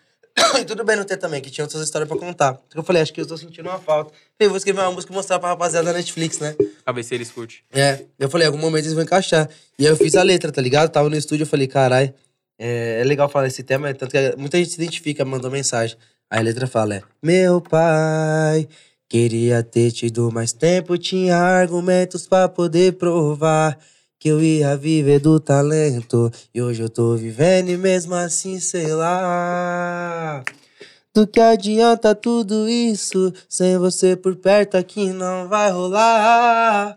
[SPEAKER 3] e tudo bem não ter também, que tinha outras histórias pra contar. Então eu falei, acho que eu tô sentindo uma falta. Falei, vou escrever uma música e mostrar pra rapaziada da Netflix, né?
[SPEAKER 1] Pra ver se eles curtem.
[SPEAKER 3] É, eu falei, em algum momento eles vão encaixar. E aí eu fiz a letra, tá ligado? Tava no estúdio, eu falei, caralho, é, é legal falar esse tema, tanto que muita gente se identifica, mandou mensagem. Aí a letra fala, é, meu pai, queria ter tido mais tempo, tinha argumentos pra poder provar. Que eu ia viver do talento. E hoje eu tô vivendo e mesmo assim, sei lá. Do que adianta tudo isso? Sem você por perto aqui não vai rolar.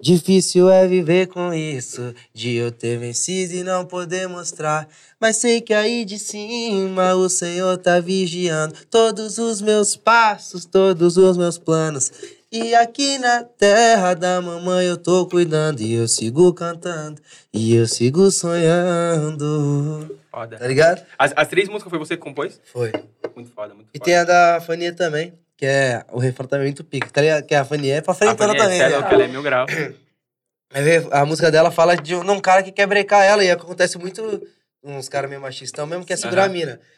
[SPEAKER 3] Difícil é viver com isso, de eu ter vencido e não poder mostrar. Mas sei que aí de cima o Senhor tá vigiando todos os meus passos, todos os meus planos. E aqui na terra da mamãe eu tô cuidando, e eu sigo cantando, e eu sigo sonhando. Tá
[SPEAKER 1] Foda.
[SPEAKER 3] ligado?
[SPEAKER 1] As, as três músicas foi você que compôs?
[SPEAKER 3] Foi.
[SPEAKER 1] Muito foda, muito
[SPEAKER 3] E
[SPEAKER 1] foda.
[SPEAKER 3] tem a da Fania também, que é o refrontamento pique, tá ligado? Que a Fania é pra
[SPEAKER 1] a
[SPEAKER 3] frentona
[SPEAKER 1] Fanny é
[SPEAKER 3] também.
[SPEAKER 1] cê é
[SPEAKER 3] né?
[SPEAKER 1] louca, ela é mil grau.
[SPEAKER 3] Aí vê, é, A música dela fala de um, um cara que quer brecar ela, e acontece muito uns caras meio machistão mesmo, quer segurar a
[SPEAKER 1] Aham.
[SPEAKER 3] mina.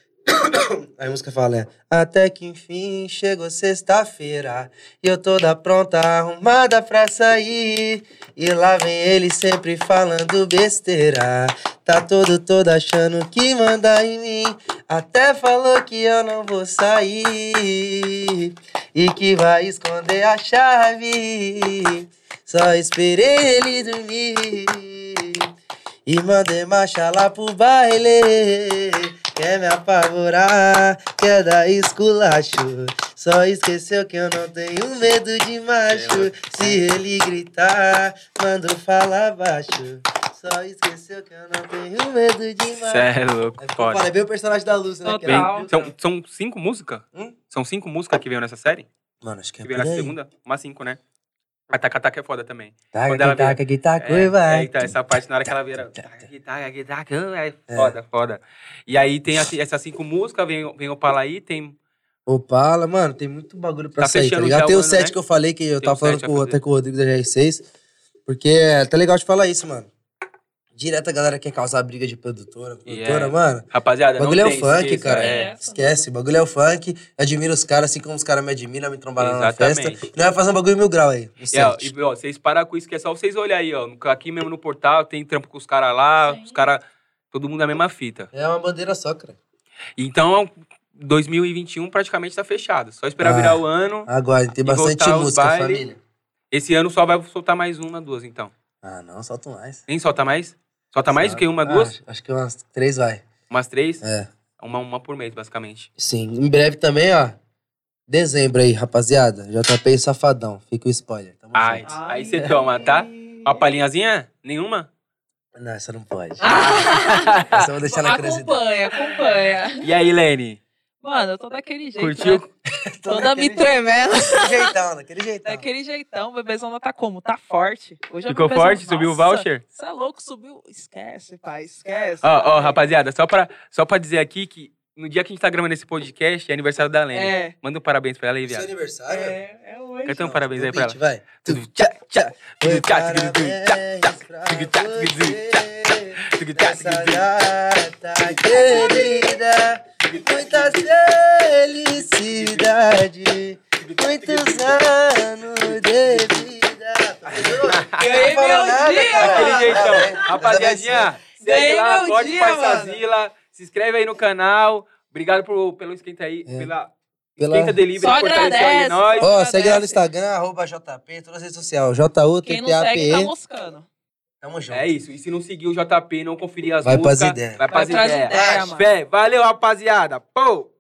[SPEAKER 3] Aí a música fala, é, até que enfim chegou sexta-feira e eu toda pronta, arrumada pra sair. E lá vem ele sempre falando besteira. Tá todo, todo achando que manda em mim. Até falou que eu não vou sair e que vai esconder a chave. Só esperei ele dormir e mandei marcha lá pro baile. Quer me apavorar, quer dar esculacho. Só esqueceu que eu não tenho medo de macho. Se ele gritar, mando falar baixo. Só esqueceu que eu não tenho medo de macho.
[SPEAKER 1] Cê é louco,
[SPEAKER 3] É porque eu
[SPEAKER 1] foda.
[SPEAKER 3] falei, é bem o personagem da Lúcia, né? que
[SPEAKER 1] Bem,
[SPEAKER 3] era-
[SPEAKER 2] Total.
[SPEAKER 1] são, são cinco músicas?
[SPEAKER 3] Hum?
[SPEAKER 1] São cinco músicas que veio nessa série?
[SPEAKER 3] Mano, acho que é
[SPEAKER 1] Que
[SPEAKER 3] por
[SPEAKER 1] veio na
[SPEAKER 3] aí.
[SPEAKER 1] segunda? Umas cinco, né? A Taca Taca é foda também.
[SPEAKER 3] Taca,
[SPEAKER 1] Quando ela
[SPEAKER 3] que taca, que taca, e vai.
[SPEAKER 1] é, então, essa parte na hora que ela vira. taca, que taca, que taca, É foda, foda. E aí tem assim, essas cinco músicas, vem, vem o Palaí, tem.
[SPEAKER 3] Opala, mano, tem muito bagulho pra
[SPEAKER 1] Tá
[SPEAKER 3] sair, tá
[SPEAKER 1] fechando
[SPEAKER 3] ligado?
[SPEAKER 1] já
[SPEAKER 3] Tem
[SPEAKER 1] o
[SPEAKER 3] o
[SPEAKER 1] ano,
[SPEAKER 3] set
[SPEAKER 1] né?
[SPEAKER 3] que eu falei, que eu
[SPEAKER 1] Tem
[SPEAKER 3] tava
[SPEAKER 1] um set
[SPEAKER 3] falando
[SPEAKER 1] a
[SPEAKER 3] com, o-
[SPEAKER 1] fazer.
[SPEAKER 3] até com o Rodrigo da GR6, porque é tá legal de falar isso, mano. Direto a galera quer causar briga de produtora,
[SPEAKER 1] E é-
[SPEAKER 3] produtora, mano.
[SPEAKER 1] Rapaziada,
[SPEAKER 3] O
[SPEAKER 1] não
[SPEAKER 3] bagulho é o
[SPEAKER 1] tem,
[SPEAKER 3] funk,
[SPEAKER 1] esqueça,
[SPEAKER 3] cara.
[SPEAKER 1] É.
[SPEAKER 3] Esquece, o bagulho é o funk. Admiro os caras, assim como os caras me admiram, me trombaram na
[SPEAKER 1] Exatamente.
[SPEAKER 3] festa. E nós vai fazer um bagulho mil grau aí, no
[SPEAKER 1] E, é, ó,
[SPEAKER 3] set.
[SPEAKER 1] e, ó, vocês param com isso, que é só vocês olharem aí, ó. no- Aqui mesmo no portal, tem trampo com os caras lá, os caras. Todo mundo na mesma fita.
[SPEAKER 3] É uma bandeira só, cara.
[SPEAKER 1] Então, 2021 praticamente tá fechado. Só esperar
[SPEAKER 3] Ah.
[SPEAKER 1] virar o ano.
[SPEAKER 3] Agora, tem
[SPEAKER 1] E
[SPEAKER 3] bastante
[SPEAKER 1] voltar aos
[SPEAKER 3] música,
[SPEAKER 1] baile.
[SPEAKER 3] família.
[SPEAKER 1] Esse ano só vai soltar mais uma, duas, então.
[SPEAKER 3] Ah, não, solta mais.
[SPEAKER 1] Nem solta mais? Solta Tá mais do que uma,
[SPEAKER 3] Ah,
[SPEAKER 1] duas?
[SPEAKER 3] acho que umas três vai.
[SPEAKER 1] Umas três?
[SPEAKER 3] É.
[SPEAKER 1] Uma, uma por mês, basicamente.
[SPEAKER 3] Sim, em breve também, ó. Dezembro aí, rapaziada. JP e Safadão. Fica o spoiler. Tamo
[SPEAKER 1] Ai,
[SPEAKER 3] junto.
[SPEAKER 1] aí você toma, tá? Uma palhinhazinha? Nenhuma?
[SPEAKER 3] Não, essa não pode.
[SPEAKER 2] Ah,
[SPEAKER 3] Essa eu vou deixar na curiosidade.
[SPEAKER 2] acompanha, acompanha.
[SPEAKER 1] E aí, Lene?
[SPEAKER 2] Mano, eu tô daquele jeito.
[SPEAKER 1] Curtiu?
[SPEAKER 2] né? Toda me tremendo.
[SPEAKER 3] Daquele jeitão, daquele jeitão.
[SPEAKER 2] Daquele jeitão, bebezona tá como? Tá forte. Hoje é
[SPEAKER 1] Ficou
[SPEAKER 2] bebezona.
[SPEAKER 1] forte? Subiu o
[SPEAKER 2] Nossa,
[SPEAKER 1] voucher?
[SPEAKER 2] Cê é louco, subiu. Esquece, pai, esquece.
[SPEAKER 1] Ó, ó, rapaziada, só pra, só pra dizer aqui que no dia que a gente tá gravando esse podcast é aniversário da Lene.
[SPEAKER 2] É,
[SPEAKER 1] Manda um parabéns pra ela aí,
[SPEAKER 3] Seu
[SPEAKER 1] viado.
[SPEAKER 3] aniversário?
[SPEAKER 2] é, é hoje.
[SPEAKER 1] Canta um parabéns aí pra ela.
[SPEAKER 3] Vai.
[SPEAKER 1] Tudo tchá, tchá, tudo
[SPEAKER 3] Oi,
[SPEAKER 1] tchá, tudo
[SPEAKER 3] parabéns
[SPEAKER 1] tchá,
[SPEAKER 3] pra
[SPEAKER 1] tudo tchá, tudo
[SPEAKER 3] você
[SPEAKER 1] tudo tchá,
[SPEAKER 3] Nessa
[SPEAKER 1] tudo tchá.
[SPEAKER 3] data querida Muita felicidade
[SPEAKER 13] Muitos anos de vida.
[SPEAKER 4] Ganhei
[SPEAKER 13] Não fala
[SPEAKER 4] meu
[SPEAKER 13] nada,
[SPEAKER 4] dia,
[SPEAKER 13] cara.
[SPEAKER 4] mano.
[SPEAKER 1] Aquele
[SPEAKER 3] Tá
[SPEAKER 1] jeitão.
[SPEAKER 13] É,
[SPEAKER 1] Rapaziadinha,
[SPEAKER 2] Ganhei
[SPEAKER 1] segue lá,
[SPEAKER 2] Ah, meu
[SPEAKER 1] pode
[SPEAKER 2] dia,
[SPEAKER 1] Paisazila. Se inscreve aí no canal. Obrigado por, pelo esquenta aí,
[SPEAKER 3] É.
[SPEAKER 1] pela
[SPEAKER 3] Pela-
[SPEAKER 1] esquenta delivery.
[SPEAKER 2] Só
[SPEAKER 1] que fortaleceu aí
[SPEAKER 2] agradece.
[SPEAKER 1] nós.
[SPEAKER 3] Ó,
[SPEAKER 2] Agradece.
[SPEAKER 3] segue lá no Instagram, arroba JP, todas as redes sociais. JUTTAPE.
[SPEAKER 2] Quem não segue tá moscando.
[SPEAKER 13] Tamo junto.
[SPEAKER 1] É isso. E se não seguir o JP, não conferir as
[SPEAKER 3] Vai pras
[SPEAKER 1] músicas.
[SPEAKER 3] ideias.
[SPEAKER 1] Vai pras
[SPEAKER 2] Vai pras
[SPEAKER 1] ideias.
[SPEAKER 2] ideias, mano.
[SPEAKER 1] Fé, valeu, rapaziada. Pô!